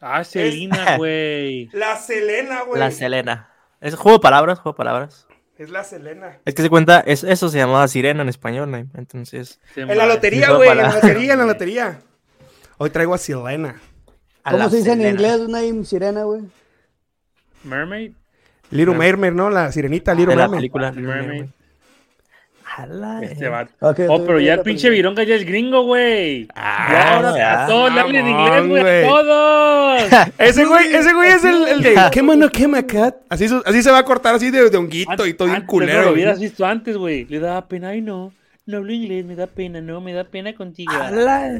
[SPEAKER 4] Ah, Selena, güey.
[SPEAKER 5] La Selena, güey.
[SPEAKER 2] La Selena. Es juego de palabras, juego de palabras.
[SPEAKER 5] Es la Selena.
[SPEAKER 2] Es que se cuenta, es, eso se llamaba Sirena en español, ¿no? Entonces,
[SPEAKER 4] Se
[SPEAKER 5] En la
[SPEAKER 4] ma-
[SPEAKER 5] lotería,
[SPEAKER 2] no,
[SPEAKER 5] güey, en
[SPEAKER 2] para-
[SPEAKER 5] la lotería, en la lotería. Hoy traigo a Selena.
[SPEAKER 2] a
[SPEAKER 6] ¿Cómo
[SPEAKER 2] la
[SPEAKER 6] se dice en
[SPEAKER 2] Selena.
[SPEAKER 6] inglés una im- sirena, güey?
[SPEAKER 4] Mermaid.
[SPEAKER 5] Little Mermaid, ¿no? La sirenita Little
[SPEAKER 2] De la
[SPEAKER 5] Mermaid.
[SPEAKER 2] película. eh.
[SPEAKER 4] Mermaid.
[SPEAKER 2] A la-
[SPEAKER 4] Este vato.
[SPEAKER 6] Ok,
[SPEAKER 4] oh,
[SPEAKER 6] estoy
[SPEAKER 4] pero
[SPEAKER 6] viendo
[SPEAKER 4] ya
[SPEAKER 6] la
[SPEAKER 4] el pinche
[SPEAKER 6] película.
[SPEAKER 4] Vironga ya es gringo, güey.
[SPEAKER 5] Ah,
[SPEAKER 4] Ya ahora
[SPEAKER 2] ya.
[SPEAKER 4] a todos le hablan en
[SPEAKER 5] Mamón,
[SPEAKER 4] inglés, güey.
[SPEAKER 5] güey.
[SPEAKER 4] a Todos.
[SPEAKER 5] Ese güey, ese güey es el, el de quema no quema cat. Así, su- así se va a cortar así de, de honguito y todo bien
[SPEAKER 4] Antes No lo
[SPEAKER 5] culero.
[SPEAKER 4] hubieras
[SPEAKER 5] güey.
[SPEAKER 4] visto antes, güey. Le daba pena. Ay, no. No hablo inglés, me da pena, no, me da pena contigo.
[SPEAKER 2] A la-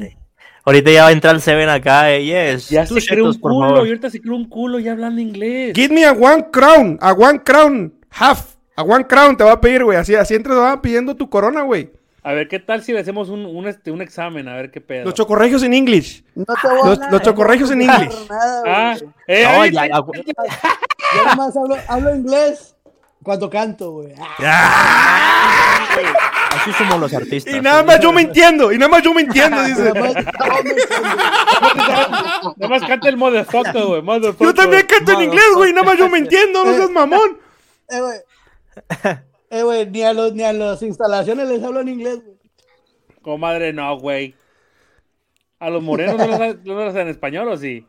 [SPEAKER 2] Ahorita ya va a entrar el Seven acá, eh. Yes.
[SPEAKER 4] Ya
[SPEAKER 2] Tus
[SPEAKER 4] se creó un
[SPEAKER 2] chetos, por
[SPEAKER 4] culo,
[SPEAKER 2] favor.
[SPEAKER 4] y ahorita se creó un culo ya hablando inglés.
[SPEAKER 5] Give me a one crown, a one crown, half, a one crown te va a pedir, güey. Así, así entras, va pidiendo tu corona, güey.
[SPEAKER 4] A ver, ¿qué tal si le hacemos un, un, este, un examen? A ver qué pedo.
[SPEAKER 5] Los chocorregios en English.
[SPEAKER 6] No te voy a
[SPEAKER 5] Los-
[SPEAKER 6] hablar,
[SPEAKER 5] los chocorregios en
[SPEAKER 6] no te voy a
[SPEAKER 5] English.
[SPEAKER 6] hablar nada,
[SPEAKER 4] Ah,
[SPEAKER 6] güey.
[SPEAKER 4] eh,
[SPEAKER 2] No,
[SPEAKER 4] ahí
[SPEAKER 2] ya,
[SPEAKER 4] está.
[SPEAKER 2] ya,
[SPEAKER 6] Yo nomás hablo, hablo inglés cuando canto, güey. Ah,
[SPEAKER 2] Así somos los artistas.
[SPEAKER 5] Y nada más yo me entiendo, y nada más yo me entiendo, dice.
[SPEAKER 6] nomás- no, me entiendo.
[SPEAKER 4] Nomás canta el motherfucker, güey. motherfucker.
[SPEAKER 5] Yo también canto en inglés, güey, nada más yo me entiendo, no seas mamón.
[SPEAKER 6] Eh, güey. Eh, güey, ni a los, ni a las instalaciones les hablo en inglés, güey.
[SPEAKER 4] Comadre, no, güey. ¿A los morenos no los, ha- no los hacen en español o sí?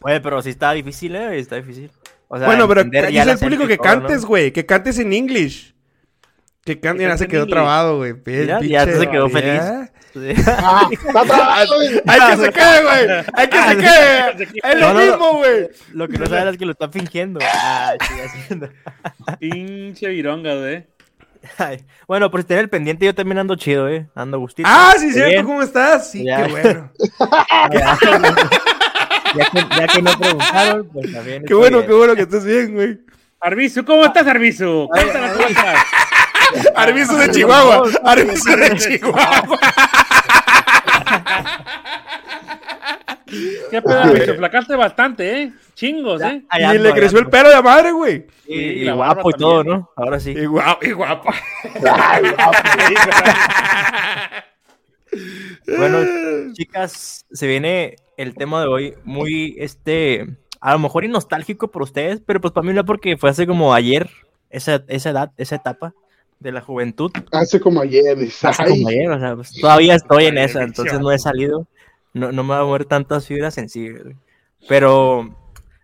[SPEAKER 2] Oye, pero sí está difícil, ¿eh? Está difícil. O sea,
[SPEAKER 5] Bueno, pero
[SPEAKER 2] entender ya
[SPEAKER 5] dice al
[SPEAKER 2] acento y
[SPEAKER 5] público que
[SPEAKER 2] todo, ¿no?
[SPEAKER 5] cantes, güey, que cantes en English. Que cantes,
[SPEAKER 4] Que
[SPEAKER 5] ya se
[SPEAKER 4] cante en
[SPEAKER 5] quedó
[SPEAKER 4] English.
[SPEAKER 5] trabado, güey. Bien,
[SPEAKER 2] Mira,
[SPEAKER 5] pinche-
[SPEAKER 2] ya se quedó feliz.
[SPEAKER 5] Ya.
[SPEAKER 2] Sí.
[SPEAKER 3] Ah, está trabado, güey.
[SPEAKER 5] Hay que se quede, güey. Hay que se quede. Es lo
[SPEAKER 2] Ah, No, no, no.
[SPEAKER 5] mismo, güey.
[SPEAKER 2] Lo que no saben es que lo están fingiendo. Ah, sí, haciendo.
[SPEAKER 4] Pinche vironga, güey.
[SPEAKER 2] Ay, Bueno, por si tener el pendiente, yo también ando chido, ¿eh? Ando a gustito.
[SPEAKER 5] Ah, sí, cierto,
[SPEAKER 2] Bien.
[SPEAKER 5] ¿cómo estás? Sí,
[SPEAKER 2] Ya.
[SPEAKER 5] qué bueno.
[SPEAKER 2] Ya que, ya que no preguntaron, pues también.
[SPEAKER 5] Qué
[SPEAKER 2] está
[SPEAKER 5] bueno,
[SPEAKER 2] bien.
[SPEAKER 5] qué bueno que estés bien, güey.
[SPEAKER 4] Arbizu, ¿cómo estás, Arbizu? Cuéntanos cómo estás.
[SPEAKER 5] Arbizu de Chihuahua. Arbizu de Chihuahua.
[SPEAKER 4] ¿Qué pedo, Arbizu? Flacaste bastante, ¿eh? Chingos, ¿eh?
[SPEAKER 2] Ahí
[SPEAKER 5] Y
[SPEAKER 2] ando,
[SPEAKER 5] le
[SPEAKER 2] ahí
[SPEAKER 5] creció el
[SPEAKER 2] ando.
[SPEAKER 5] pelo de la madre, güey.
[SPEAKER 4] Sí,
[SPEAKER 2] Y, y
[SPEAKER 4] la barba
[SPEAKER 2] guapo y todo,
[SPEAKER 4] también.
[SPEAKER 2] ¿no? Ahora sí.
[SPEAKER 5] Y guapo, y guapo.
[SPEAKER 2] Bueno, chicas, se viene el tema de hoy muy, este, a lo mejor y nostálgico por ustedes, pero pues para mí no porque fue hace como ayer, esa, esa edad, esa etapa de la juventud.
[SPEAKER 3] Hace como ayer, dice.
[SPEAKER 2] Hace
[SPEAKER 3] ay.
[SPEAKER 2] como ayer, o sea, pues, todavía estoy en esa, entonces no he salido, no, no me va a mover tantas fibras sensibles, güey. Pero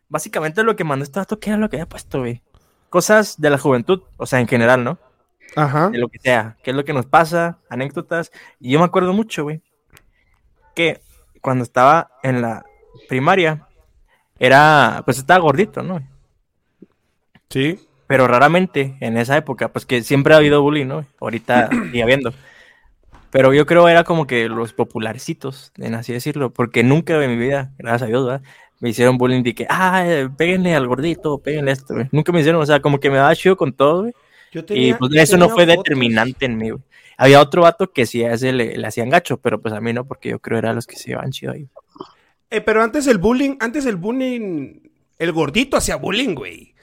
[SPEAKER 2] básicamente lo que mandó este dato, ¿qué era lo que había puesto, güey? Cosas de la juventud, o sea, en general, ¿no?
[SPEAKER 5] Ajá.
[SPEAKER 2] de lo que sea, qué es lo que nos pasa, anécdotas. Y yo me acuerdo mucho, güey, que cuando estaba en la primaria, era, pues estaba gordito, ¿no?
[SPEAKER 5] Sí.
[SPEAKER 2] Pero raramente en esa época, pues que siempre ha habido bullying, ¿no? Ahorita sigue habiendo. Pero yo creo era como que los popularcitos, en así decirlo, porque nunca en mi vida, gracias a Dios, ¿verdad? me hicieron bullying de que, ah, eh, péguenle al gordito, péguenle a esto, güey. Nunca me hicieron, o sea, como que me daba chido con todo, güey.
[SPEAKER 5] Yo
[SPEAKER 2] Y pues eso no fue determinante en mí, güey. Había otro vato que sí a ese le, le hacían gacho, pero pues a mí no, porque yo creo era los que se iban chido ahí.
[SPEAKER 5] Eh, pero antes el bullying, antes el bullying, el gordito hacía bullying, güey.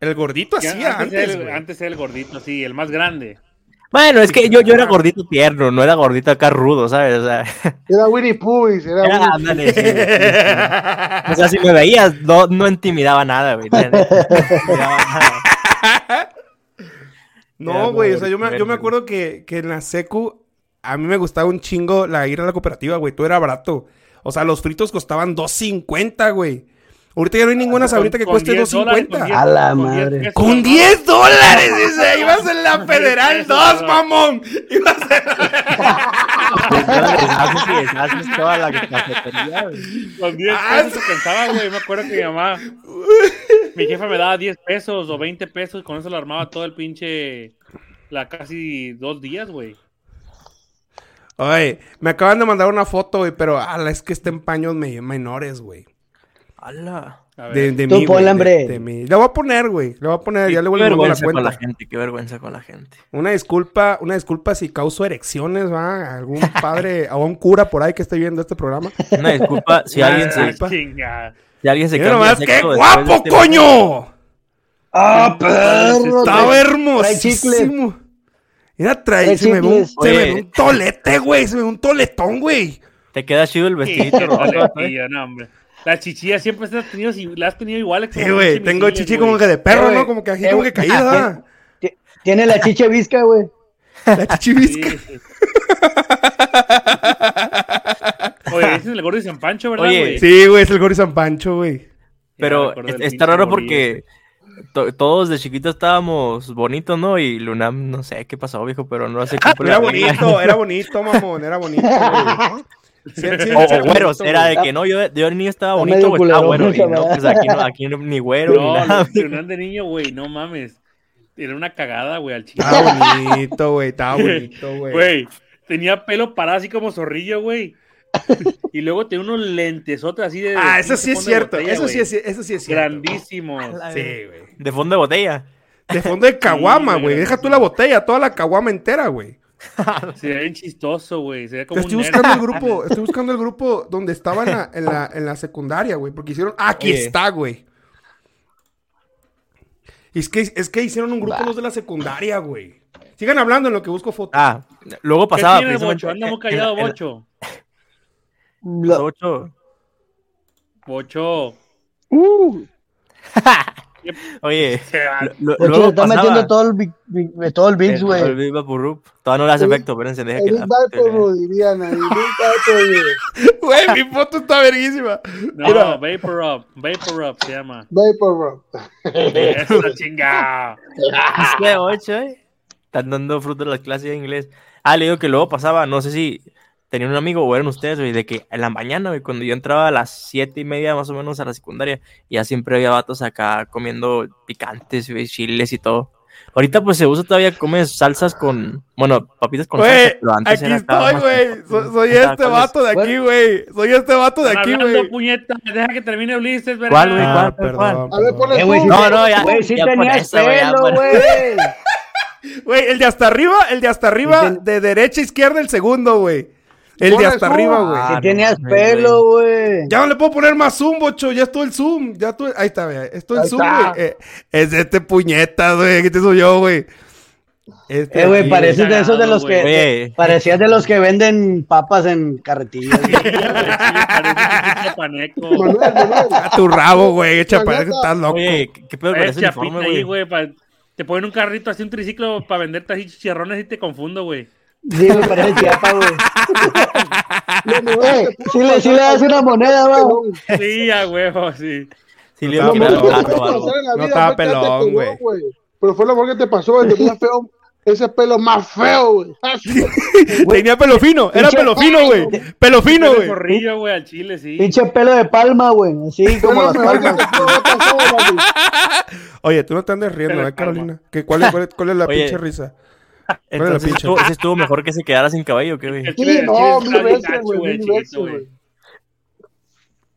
[SPEAKER 5] El gordito
[SPEAKER 4] Que
[SPEAKER 5] hacía
[SPEAKER 4] antes,
[SPEAKER 5] antes,
[SPEAKER 4] era el,
[SPEAKER 5] güey.
[SPEAKER 4] antes era el gordito, sí, el más grande.
[SPEAKER 2] Bueno, es que yo, yo era gordito tierno, no era gordito acá rudo, ¿sabes? O sea,
[SPEAKER 3] Era Winnie Pooh, dice,
[SPEAKER 5] Ah,
[SPEAKER 3] era
[SPEAKER 2] era,
[SPEAKER 3] Winnie
[SPEAKER 2] ándale, sí, güey, sí. O sea, si me veías, no, no intimidaba nada, güey. No intimidaba nada. Era
[SPEAKER 5] No, güey, o sea,
[SPEAKER 2] gordito,
[SPEAKER 5] yo me, yo me
[SPEAKER 2] güey.
[SPEAKER 5] acuerdo que, que en la secu a mí me gustaba un chingo la ir a la cooperativa, güey, todo era barato. O sea, los fritos costaban 2.50, güey. Ahorita ya no hay ninguna sabrita que
[SPEAKER 4] Ah, Con- con
[SPEAKER 5] cueste
[SPEAKER 4] 10 dólares, con 10
[SPEAKER 5] 2.50.
[SPEAKER 6] A la
[SPEAKER 4] con
[SPEAKER 6] madre.
[SPEAKER 4] 10 pesos,
[SPEAKER 5] Con
[SPEAKER 4] ¿no?
[SPEAKER 5] 10 dólares, dice, ibas en la Federal 2, mamón. Ibas en
[SPEAKER 2] Deshaces y deshaces toda la cafetería, güey.
[SPEAKER 4] Con 10
[SPEAKER 5] Ah,
[SPEAKER 4] pesos pensaba, güey. Me acuerdo que mi mamá, mi jefa me daba 10 pesos o 20 pesos, con eso la armaba todo el pinche, la casi dos días, güey.
[SPEAKER 5] Oye, me acaban de mandar una foto, güey, pero ala, es que está en paños me- menores, güey.
[SPEAKER 2] ¡Hala!
[SPEAKER 4] A ver.
[SPEAKER 5] De, de
[SPEAKER 6] Tú
[SPEAKER 5] mí, güey,
[SPEAKER 6] ponla,
[SPEAKER 5] de-
[SPEAKER 6] hombre.
[SPEAKER 5] de mí. La voy a poner, güey. La voy a poner, ya le
[SPEAKER 2] Qué
[SPEAKER 5] voy a mandar la
[SPEAKER 2] vergüenza con
[SPEAKER 5] cuenta.
[SPEAKER 2] la gente, qué vergüenza con la gente.
[SPEAKER 5] Una disculpa, una disculpa si causo erecciones, ¿va? A algún padre, a un cura por ahí que esté viendo este programa.
[SPEAKER 2] Una disculpa si alguien
[SPEAKER 4] Ah,
[SPEAKER 2] se,
[SPEAKER 5] disculpa.
[SPEAKER 4] chinga.
[SPEAKER 2] si alguien se
[SPEAKER 5] Mira
[SPEAKER 2] cambia de
[SPEAKER 5] nomás, ¡qué
[SPEAKER 2] sexo después de
[SPEAKER 5] guapo,
[SPEAKER 2] este-
[SPEAKER 5] coño!
[SPEAKER 6] ¡Ah, perro!
[SPEAKER 5] Estaba
[SPEAKER 6] güey. Trae
[SPEAKER 5] hermosísimo. Era trae,
[SPEAKER 6] Trae
[SPEAKER 5] se me ve un,
[SPEAKER 6] chicles.
[SPEAKER 5] se me ve
[SPEAKER 2] Oye.
[SPEAKER 5] un tolete, güey. Se me ve un toletón, güey.
[SPEAKER 2] Te queda chido el vestidito
[SPEAKER 4] Pinche
[SPEAKER 2] rojo, ¿eh?
[SPEAKER 4] tío, no, hombre. La chichilla siempre has tenido, si- la has tenido igual.
[SPEAKER 5] Sí, güey. Tengo chichi como que de perro,
[SPEAKER 6] güey.
[SPEAKER 5] ¿no? Como que así,
[SPEAKER 6] Eh,
[SPEAKER 5] como que
[SPEAKER 6] güey.
[SPEAKER 5] caída. ¿va?
[SPEAKER 6] Ti- Tiene la chicha visca, güey.
[SPEAKER 5] La chichivisca.
[SPEAKER 4] Oye, ese es el gordo de San Pancho, ¿verdad,
[SPEAKER 2] Oye,
[SPEAKER 4] güey?
[SPEAKER 5] Sí, güey, es el Gori San Pancho, güey.
[SPEAKER 4] Ya me
[SPEAKER 2] Pero
[SPEAKER 4] acuerdo
[SPEAKER 2] es-
[SPEAKER 4] del
[SPEAKER 2] está
[SPEAKER 4] pinche
[SPEAKER 2] raro
[SPEAKER 4] Gordillo.
[SPEAKER 2] porque to- todos de chiquitos estábamos bonitos, ¿no? Y Lunam, no sé qué pasó, viejo, pero no hace culpa.
[SPEAKER 5] Ah, Era bonito, era bonito, mamón. Era bonito, güey. Sí, sí,
[SPEAKER 2] O,
[SPEAKER 5] sí,
[SPEAKER 2] o güeros,
[SPEAKER 5] bonito,
[SPEAKER 2] era
[SPEAKER 5] güey.
[SPEAKER 2] de que no, yo, de- yo de niño estaba
[SPEAKER 6] Está
[SPEAKER 2] bonito,
[SPEAKER 6] medio
[SPEAKER 2] güey, estaba
[SPEAKER 6] culerón,
[SPEAKER 2] güero. Y no,
[SPEAKER 6] cabrón.
[SPEAKER 2] pues aquí no, aquí no- ni güero, ni
[SPEAKER 4] No,
[SPEAKER 2] nada.
[SPEAKER 4] los Leonardo de niño, güey, no mames. Era una cagada, güey, al chico.
[SPEAKER 5] Estaba bonito, güey. Estaba bonito, güey.
[SPEAKER 4] Güey, tenía pelo parado así como zorrillo, güey. y luego tenía unos lentesotes así de.
[SPEAKER 5] Ah, eso
[SPEAKER 4] de
[SPEAKER 5] sí es
[SPEAKER 4] fondo de
[SPEAKER 5] cierto.
[SPEAKER 4] botella,
[SPEAKER 5] Eso sí
[SPEAKER 4] güey.
[SPEAKER 5] es, eso sí es cierto.
[SPEAKER 4] Grandísimo.
[SPEAKER 5] Sí, güey.
[SPEAKER 2] De fondo de botella.
[SPEAKER 5] De fondo de caguama,
[SPEAKER 4] güey.
[SPEAKER 5] güey. Deja tú la botella, toda la caguama entera, güey.
[SPEAKER 4] Sería bien chistoso, güey. Sería como
[SPEAKER 5] Estoy
[SPEAKER 4] un nerd.
[SPEAKER 5] buscando el grupo, estoy buscando el grupo donde estaba en la, en la, en la secundaria, güey. Porque hicieron. ¡Ah, aquí
[SPEAKER 2] Oye.
[SPEAKER 5] está, güey. Y es que, es que hicieron un grupo los de la secundaria, güey. Sigan hablando en lo que busco fotos.
[SPEAKER 2] Ah, luego
[SPEAKER 4] ¿Qué
[SPEAKER 2] pasaba.
[SPEAKER 4] tiene el
[SPEAKER 2] precisamente
[SPEAKER 4] bocho? Anda muy
[SPEAKER 2] en- en-
[SPEAKER 4] callado,
[SPEAKER 2] en-
[SPEAKER 4] bocho.
[SPEAKER 2] en-
[SPEAKER 6] Lo-
[SPEAKER 2] Bocho.
[SPEAKER 4] Bocho.
[SPEAKER 3] Uh,
[SPEAKER 2] Oye,
[SPEAKER 4] Se va.
[SPEAKER 2] lo- lo-
[SPEAKER 6] Ocho, le
[SPEAKER 2] luego
[SPEAKER 6] está
[SPEAKER 2] pasaba eh,
[SPEAKER 6] metiendo todo el, Big- Big- todo el
[SPEAKER 2] el-
[SPEAKER 6] Bix, güey.
[SPEAKER 2] el Big Bang Burrup. Todavía no le hace
[SPEAKER 3] El-
[SPEAKER 2] efecto, pero se deja que
[SPEAKER 3] eres
[SPEAKER 2] la-
[SPEAKER 3] vato, dirían ahí. Eres vato, güey.
[SPEAKER 5] Güey, mi foto está verguísima.
[SPEAKER 4] No,
[SPEAKER 5] Mira.
[SPEAKER 4] Vapor Up. Vapor Up se llama.
[SPEAKER 3] Vapor, bro.
[SPEAKER 4] Eso, chingada.
[SPEAKER 2] Es que, ocho, eh. Están dando fruto de las clases de inglés. Ah, le digo que luego pasaba, no sé si tenía un amigo o eran ustedes, güey, de que en la mañana, güey, cuando yo entraba a las siete y media más o menos a la secundaria, ya siempre había vatos acá comiendo picantes, güey, chiles y todo. Ahorita pues se usa todavía, comes salsas con, bueno, papitas con salsas,
[SPEAKER 5] Güey,
[SPEAKER 2] pero antes
[SPEAKER 5] aquí
[SPEAKER 2] era cada
[SPEAKER 5] estoy,
[SPEAKER 2] más-
[SPEAKER 5] güey. So- Soy
[SPEAKER 2] Cada
[SPEAKER 5] este
[SPEAKER 2] cual es-
[SPEAKER 5] vato de aquí, güey. Soy este vato de
[SPEAKER 4] Están
[SPEAKER 5] aquí,
[SPEAKER 4] hablando,
[SPEAKER 5] güey.
[SPEAKER 4] puñeta. Deja que termine Ulises, ¿verdad? Ah.
[SPEAKER 2] ¿Cuál, güey? ¿Cuál, cuál, cuál?
[SPEAKER 3] A ver, ponle
[SPEAKER 6] Eh, güey,
[SPEAKER 3] tú.
[SPEAKER 6] sí
[SPEAKER 2] No, no, ya.
[SPEAKER 6] Güey, sí
[SPEAKER 2] ya con
[SPEAKER 6] tenías
[SPEAKER 2] eso, güey, ya
[SPEAKER 6] pelo,
[SPEAKER 2] con-
[SPEAKER 6] güey.
[SPEAKER 5] Güey, el de hasta arriba, el de hasta arriba,
[SPEAKER 6] Dicen-
[SPEAKER 5] de derecha a izquierda, el segundo, güey. El de
[SPEAKER 3] Ponle
[SPEAKER 5] hasta
[SPEAKER 3] zoom.
[SPEAKER 5] arriba, güey.
[SPEAKER 2] Ah,
[SPEAKER 6] Sí
[SPEAKER 2] no
[SPEAKER 6] tenías
[SPEAKER 2] mames,
[SPEAKER 6] pelo, güey.
[SPEAKER 5] Ya no le puedo poner más zoom, bocho. Ya estuvo el zoom. Ya estuvo... Ahí está, güey. Estuvo el
[SPEAKER 3] Ahí
[SPEAKER 5] zoom,
[SPEAKER 3] está.
[SPEAKER 5] güey. Eh, es de este puñeta, güey. Aquí te soy yo, güey. Este
[SPEAKER 6] Eh,
[SPEAKER 5] aquí,
[SPEAKER 6] güey, pareces de esos de
[SPEAKER 4] cagado,
[SPEAKER 6] los que.
[SPEAKER 2] güey.
[SPEAKER 6] de- Parecías de los que venden papas en carretillas. güey.
[SPEAKER 4] Sí, güey, sí, parece un pinche paneco.
[SPEAKER 3] Manuel, Manuel.
[SPEAKER 5] A tu rabo, güey. Echa,
[SPEAKER 3] La
[SPEAKER 5] parece que
[SPEAKER 3] neta.
[SPEAKER 5] estás loco.
[SPEAKER 2] Oye, ¿qué qué pedo con
[SPEAKER 4] Es
[SPEAKER 2] ese
[SPEAKER 4] chapita
[SPEAKER 2] uniforme,
[SPEAKER 4] ahí,
[SPEAKER 2] güey?
[SPEAKER 4] güey. pa- Te ponen un carrito así, un triciclo para venderte así chicharrones y te confundo, güey.
[SPEAKER 6] Sí, me parece chiapa, güey.
[SPEAKER 3] Lo
[SPEAKER 6] Güey,
[SPEAKER 2] Eh,
[SPEAKER 3] mejor que
[SPEAKER 6] sí le, sí le das una moneda, güey.
[SPEAKER 3] pudo-
[SPEAKER 4] Sí, a huevo, sí.
[SPEAKER 2] Sí, le iba a
[SPEAKER 5] No,
[SPEAKER 3] Lo
[SPEAKER 5] Mira,
[SPEAKER 2] tirar
[SPEAKER 3] mejor
[SPEAKER 2] el
[SPEAKER 3] que te
[SPEAKER 2] plato o
[SPEAKER 3] pudo
[SPEAKER 2] algo.
[SPEAKER 3] pasar en la
[SPEAKER 5] No
[SPEAKER 3] vida
[SPEAKER 5] estaba
[SPEAKER 3] fue que te
[SPEAKER 5] pelón,
[SPEAKER 3] quedó,
[SPEAKER 5] güey.
[SPEAKER 3] Pero fue lo mejor que te pasó, el más feo, ese pelo más feo, güey.
[SPEAKER 5] Tenía pelo fino. Era
[SPEAKER 6] Pinche-
[SPEAKER 5] pelo fino, güey. Pelo fino,
[SPEAKER 4] Ese
[SPEAKER 5] güey.
[SPEAKER 4] Corrillo, güey, al chile, sí.
[SPEAKER 6] Pinche pelo de palma, güey. Así
[SPEAKER 3] Fue
[SPEAKER 6] como
[SPEAKER 3] lo
[SPEAKER 6] las
[SPEAKER 3] mejor que
[SPEAKER 6] palmas.
[SPEAKER 3] te pudo haber pasado, Manuel.
[SPEAKER 5] Oye, tú no te andes riendo,
[SPEAKER 4] Pero
[SPEAKER 5] ¿eh,
[SPEAKER 4] calma.
[SPEAKER 5] Carolina? ¿Qué, cuál, es, cuál, es- cuál es la
[SPEAKER 2] Oye.
[SPEAKER 5] pinche risa? Bueno, la
[SPEAKER 2] Entonces,
[SPEAKER 5] pinche.
[SPEAKER 2] estuvo- ese estuvo mejor que se quedara sin cabello, ¿qué, güey?
[SPEAKER 4] El chile-
[SPEAKER 3] Sí,
[SPEAKER 4] el
[SPEAKER 3] no,
[SPEAKER 4] chile
[SPEAKER 3] mil
[SPEAKER 4] está bien
[SPEAKER 3] veces,
[SPEAKER 4] gacho,
[SPEAKER 3] güey, mil
[SPEAKER 4] chiquito,
[SPEAKER 3] veces,
[SPEAKER 4] güey.
[SPEAKER 3] güey.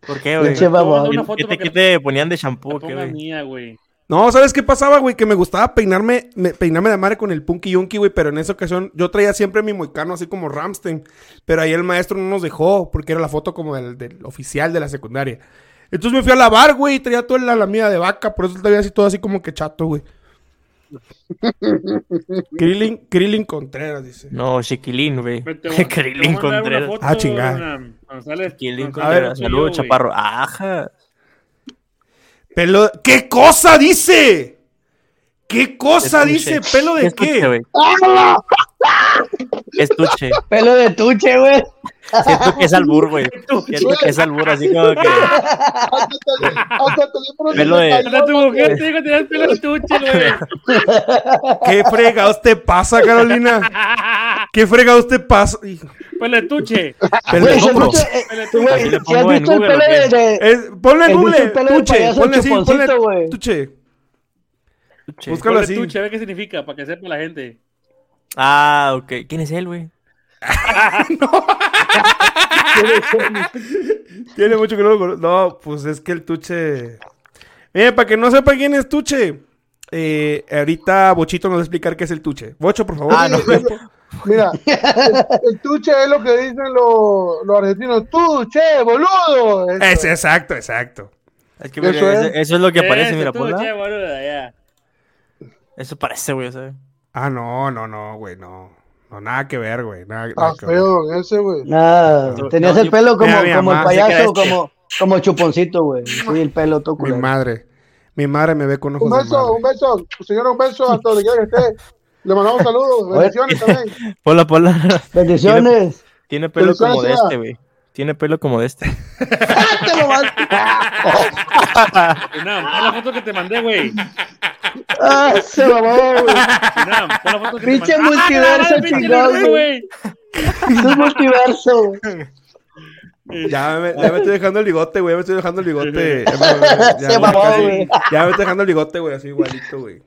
[SPEAKER 2] ¿Por qué, güey?
[SPEAKER 6] Pinche babón.
[SPEAKER 4] Una
[SPEAKER 2] ¿Qué-
[SPEAKER 4] foto
[SPEAKER 2] ¿Qué,
[SPEAKER 4] para
[SPEAKER 2] te,
[SPEAKER 4] que
[SPEAKER 2] qué
[SPEAKER 4] la-
[SPEAKER 2] te ponían de shampoo?
[SPEAKER 4] La
[SPEAKER 2] ¿Qué,
[SPEAKER 4] ponga
[SPEAKER 2] güey?
[SPEAKER 4] mía, güey.
[SPEAKER 5] No, ¿sabes qué pasaba, güey? Que me gustaba peinarme, me- peinarme la madre con el punky yunky, güey, pero en esa ocasión yo traía siempre mi moicano así como Ramstein, pero ahí el maestro no nos dejó porque era la foto como del, del oficial de la secundaria. Entonces me fui a lavar, güey, y traía toda la lamida de vaca, por eso traía así todo así como que chato, güey. Krillin, Krillin Contreras, dice.
[SPEAKER 2] No, Chiquilín, güey.
[SPEAKER 4] Me te voy- te voy a
[SPEAKER 2] Chiquilín
[SPEAKER 4] mandar una
[SPEAKER 2] Contreras.
[SPEAKER 4] foto,
[SPEAKER 5] Ah, chingada.
[SPEAKER 4] Hernán González.
[SPEAKER 2] Chiquilín
[SPEAKER 4] González,
[SPEAKER 2] Contreras.
[SPEAKER 4] soy
[SPEAKER 2] Saludos,
[SPEAKER 4] yo, güey.
[SPEAKER 2] chaparro. Ajá.
[SPEAKER 5] Pelo... ¿Qué cosa dice? ¿Qué cosa
[SPEAKER 2] Estuche.
[SPEAKER 5] dice? ¿Pelo de
[SPEAKER 2] Estuche,
[SPEAKER 5] qué?
[SPEAKER 2] güey. Estuche.
[SPEAKER 6] Pelo de tuche, güey.
[SPEAKER 2] Siento que es albur, güey. Siento que es albur, así como que.
[SPEAKER 3] Hasta te- hasta teléfono se
[SPEAKER 2] Pelo
[SPEAKER 3] me
[SPEAKER 2] de-
[SPEAKER 3] cayó,
[SPEAKER 4] Hasta tu
[SPEAKER 3] güey.
[SPEAKER 4] mujer te dijo que tenías pelo de tuche, güey.
[SPEAKER 5] ¿Qué fregados te pasa, Carolina? ¿Qué fregados te pasa? Hijo,
[SPEAKER 4] Pelo de Pues tuche.
[SPEAKER 5] pelo
[SPEAKER 6] Güey,
[SPEAKER 5] de
[SPEAKER 6] se
[SPEAKER 5] hombro.
[SPEAKER 6] tuche, eh,
[SPEAKER 4] Pelo de tuche.
[SPEAKER 6] güey,
[SPEAKER 2] Así le
[SPEAKER 6] si has
[SPEAKER 2] pongo en
[SPEAKER 6] visto el
[SPEAKER 2] Google,
[SPEAKER 6] pelo
[SPEAKER 2] ¿o qué?
[SPEAKER 6] de- de.
[SPEAKER 5] Es- ponle en
[SPEAKER 6] El
[SPEAKER 5] Google,
[SPEAKER 6] bicho pelo de
[SPEAKER 5] tuche,
[SPEAKER 6] payaso
[SPEAKER 5] ponle así,
[SPEAKER 6] chuponcito,
[SPEAKER 5] ponle
[SPEAKER 6] güey.
[SPEAKER 5] tuche.
[SPEAKER 2] Estuche.
[SPEAKER 5] Búscalo
[SPEAKER 4] Pelo de
[SPEAKER 5] así.
[SPEAKER 4] tuche, a ver qué significa, para que sepa la gente.
[SPEAKER 2] Ah, ok. ¿Quién es él, güey?
[SPEAKER 5] Tiene mucho que no lo cono- No, pues es que el tuche. Eh, para que no sepa quién es tuche. eh, ahorita Bochito nos va a explicar qué es el tuche. Bocho, por favor.
[SPEAKER 2] Ah, no.
[SPEAKER 3] Mira, el, el tuche es lo que dicen los, los argentinos, tuche, boludo.
[SPEAKER 6] Eh,
[SPEAKER 5] Es
[SPEAKER 3] Eso.
[SPEAKER 5] exacto, exacto.
[SPEAKER 2] Es que, mira,
[SPEAKER 3] Eso
[SPEAKER 2] eso,
[SPEAKER 3] es.
[SPEAKER 2] eso es lo que
[SPEAKER 4] Eh,
[SPEAKER 2] aparece,
[SPEAKER 4] Ese
[SPEAKER 2] mira,
[SPEAKER 4] tuche,
[SPEAKER 2] ponla.
[SPEAKER 4] boluda, ya.
[SPEAKER 2] Eso parece, güey, ¿sabes?
[SPEAKER 5] Ah, no, no, no, güey, no. No, nada que ver, güey. Nada, nada
[SPEAKER 3] Ah,
[SPEAKER 5] que ver.
[SPEAKER 3] feo ese, güey.
[SPEAKER 6] Ah, tenías
[SPEAKER 2] No,
[SPEAKER 6] el
[SPEAKER 2] yo-
[SPEAKER 6] pelo como,
[SPEAKER 5] Mira, mi
[SPEAKER 6] como el
[SPEAKER 5] mamá se
[SPEAKER 6] payaso,
[SPEAKER 5] crece.
[SPEAKER 6] como, como chuponcito, güey. Sí, el pelo todo
[SPEAKER 5] Mi
[SPEAKER 6] culero.
[SPEAKER 5] madre. Mi madre me ve con ojos
[SPEAKER 3] Un
[SPEAKER 5] de
[SPEAKER 3] beso, un
[SPEAKER 5] madre.
[SPEAKER 3] beso, señor, un beso hasta donde quiera que esté. Le mandamos saludos, bendiciones también.
[SPEAKER 2] Ponla, ponla.
[SPEAKER 6] Bendiciones.
[SPEAKER 2] Tiene pelo
[SPEAKER 3] Pero, ¿cuál
[SPEAKER 2] como de
[SPEAKER 3] sea?
[SPEAKER 2] este, güey. Tiene pelo como de este.
[SPEAKER 6] Te lo vas-
[SPEAKER 4] Hernán, pon la foto que te mandé, güey.
[SPEAKER 6] Ah, se mamó, güey.
[SPEAKER 4] Hernán, pon la foto que
[SPEAKER 6] Pinche
[SPEAKER 4] te mandé.
[SPEAKER 6] multiverso
[SPEAKER 4] Ah, pinche
[SPEAKER 6] chingado,
[SPEAKER 4] multiverso,
[SPEAKER 6] güey. Es un multiverso, güey.
[SPEAKER 5] Ya me, ya me estoy dejando el bigote, güey. Ya me estoy dejando el bigote. Ya me, ya
[SPEAKER 6] Se
[SPEAKER 5] me-
[SPEAKER 6] mamó,
[SPEAKER 5] casi-
[SPEAKER 6] güey.
[SPEAKER 5] ya me estoy dejando el bigote, güey. Así igualito, güey.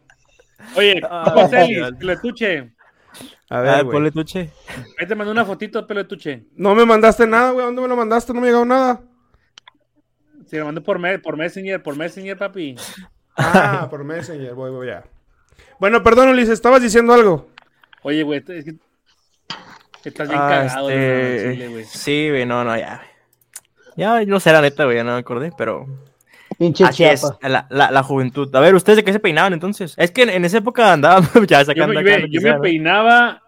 [SPEAKER 4] Oye,
[SPEAKER 2] Ah,
[SPEAKER 4] José Celis,
[SPEAKER 2] Dios.
[SPEAKER 4] pelo de tuche.
[SPEAKER 5] A
[SPEAKER 2] Ah,
[SPEAKER 5] ver, güey.
[SPEAKER 2] ponle tuche.
[SPEAKER 4] Ahí te mandé una fotito de pelo de tuche.
[SPEAKER 5] No me mandaste nada, güey. ¿Dónde me lo mandaste? No me ha llegado nada.
[SPEAKER 4] Se lo mandé por, me- por Messenger, por Messenger, papi.
[SPEAKER 5] Ah, por Messenger. Voy, voy, ya. Bueno, perdón, Ulises, estabas diciendo algo.
[SPEAKER 4] Oye, güey, es que estás bien
[SPEAKER 2] Ah,
[SPEAKER 4] cagado,
[SPEAKER 2] este,
[SPEAKER 4] güey, al chile, güey.
[SPEAKER 2] Sí, güey, no, no, ya. Ya no será neta, güey, ya no me acordé, pero
[SPEAKER 6] Pinche
[SPEAKER 2] así es,
[SPEAKER 6] chapa.
[SPEAKER 2] la, la, la juventud. A ver, ¿ustedes de qué se peinaban entonces? Es que en, en esa época andaba ya
[SPEAKER 4] Yo
[SPEAKER 2] sacando
[SPEAKER 4] me,
[SPEAKER 2] acá
[SPEAKER 4] yo
[SPEAKER 2] lo
[SPEAKER 4] me-
[SPEAKER 2] que
[SPEAKER 4] yo
[SPEAKER 2] sea,
[SPEAKER 4] me
[SPEAKER 2] ¿no?
[SPEAKER 4] peinaba.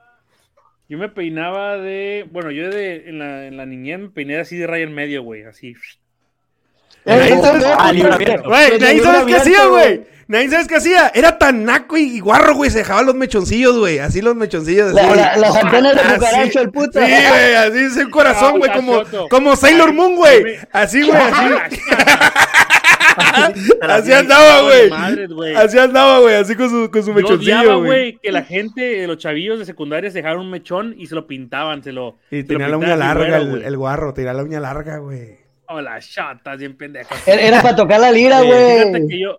[SPEAKER 4] Yo me peinaba de. Bueno, yo de, en, la, en la niñez me peiné así de raya en medio, güey. Así.
[SPEAKER 5] Nadie
[SPEAKER 6] Eh,
[SPEAKER 5] sabe-
[SPEAKER 2] Ah, libramiento.
[SPEAKER 5] Güey,
[SPEAKER 6] Pero pues,
[SPEAKER 5] nadie
[SPEAKER 6] yo
[SPEAKER 5] sabes
[SPEAKER 6] lo
[SPEAKER 5] qué hacía,
[SPEAKER 6] abierto,
[SPEAKER 5] güey. Nadie sabes qué hacía. Era tan naco y y guarro, güey. Se dejaba los mechoncillos, güey. Así los mechoncillos.
[SPEAKER 6] La-
[SPEAKER 5] así.
[SPEAKER 6] la- las antenas de
[SPEAKER 5] Así.
[SPEAKER 6] cucaracho, el puto.
[SPEAKER 5] Sí, güey. Así es el
[SPEAKER 6] Ah,
[SPEAKER 5] corazón, güey. Como,
[SPEAKER 4] Cachoto.
[SPEAKER 5] como Sailor Moon, güey. Así, güey. Así, así andaba,
[SPEAKER 4] Madres,
[SPEAKER 5] güey.
[SPEAKER 4] güey.
[SPEAKER 5] Así andaba, güey. Así con su, con su
[SPEAKER 4] Yo odiaba,
[SPEAKER 5] mechoncillo, güey.
[SPEAKER 4] güey, que la gente, de los chavillos de secundaria, se dejaron un mechón y se lo pintaban, se lo.
[SPEAKER 5] Y
[SPEAKER 4] se lo
[SPEAKER 5] tenía la
[SPEAKER 4] pintaban
[SPEAKER 5] uña
[SPEAKER 4] de
[SPEAKER 5] larga,
[SPEAKER 4] güero,
[SPEAKER 5] el,
[SPEAKER 4] güey.
[SPEAKER 5] el guarro. Tenía la uña larga, güey.
[SPEAKER 4] Oh, las chatas, bien pendejas.
[SPEAKER 2] Eh,
[SPEAKER 6] Era, era para tocar la lira,
[SPEAKER 4] Eh, fíjate
[SPEAKER 6] güey.
[SPEAKER 4] que yo.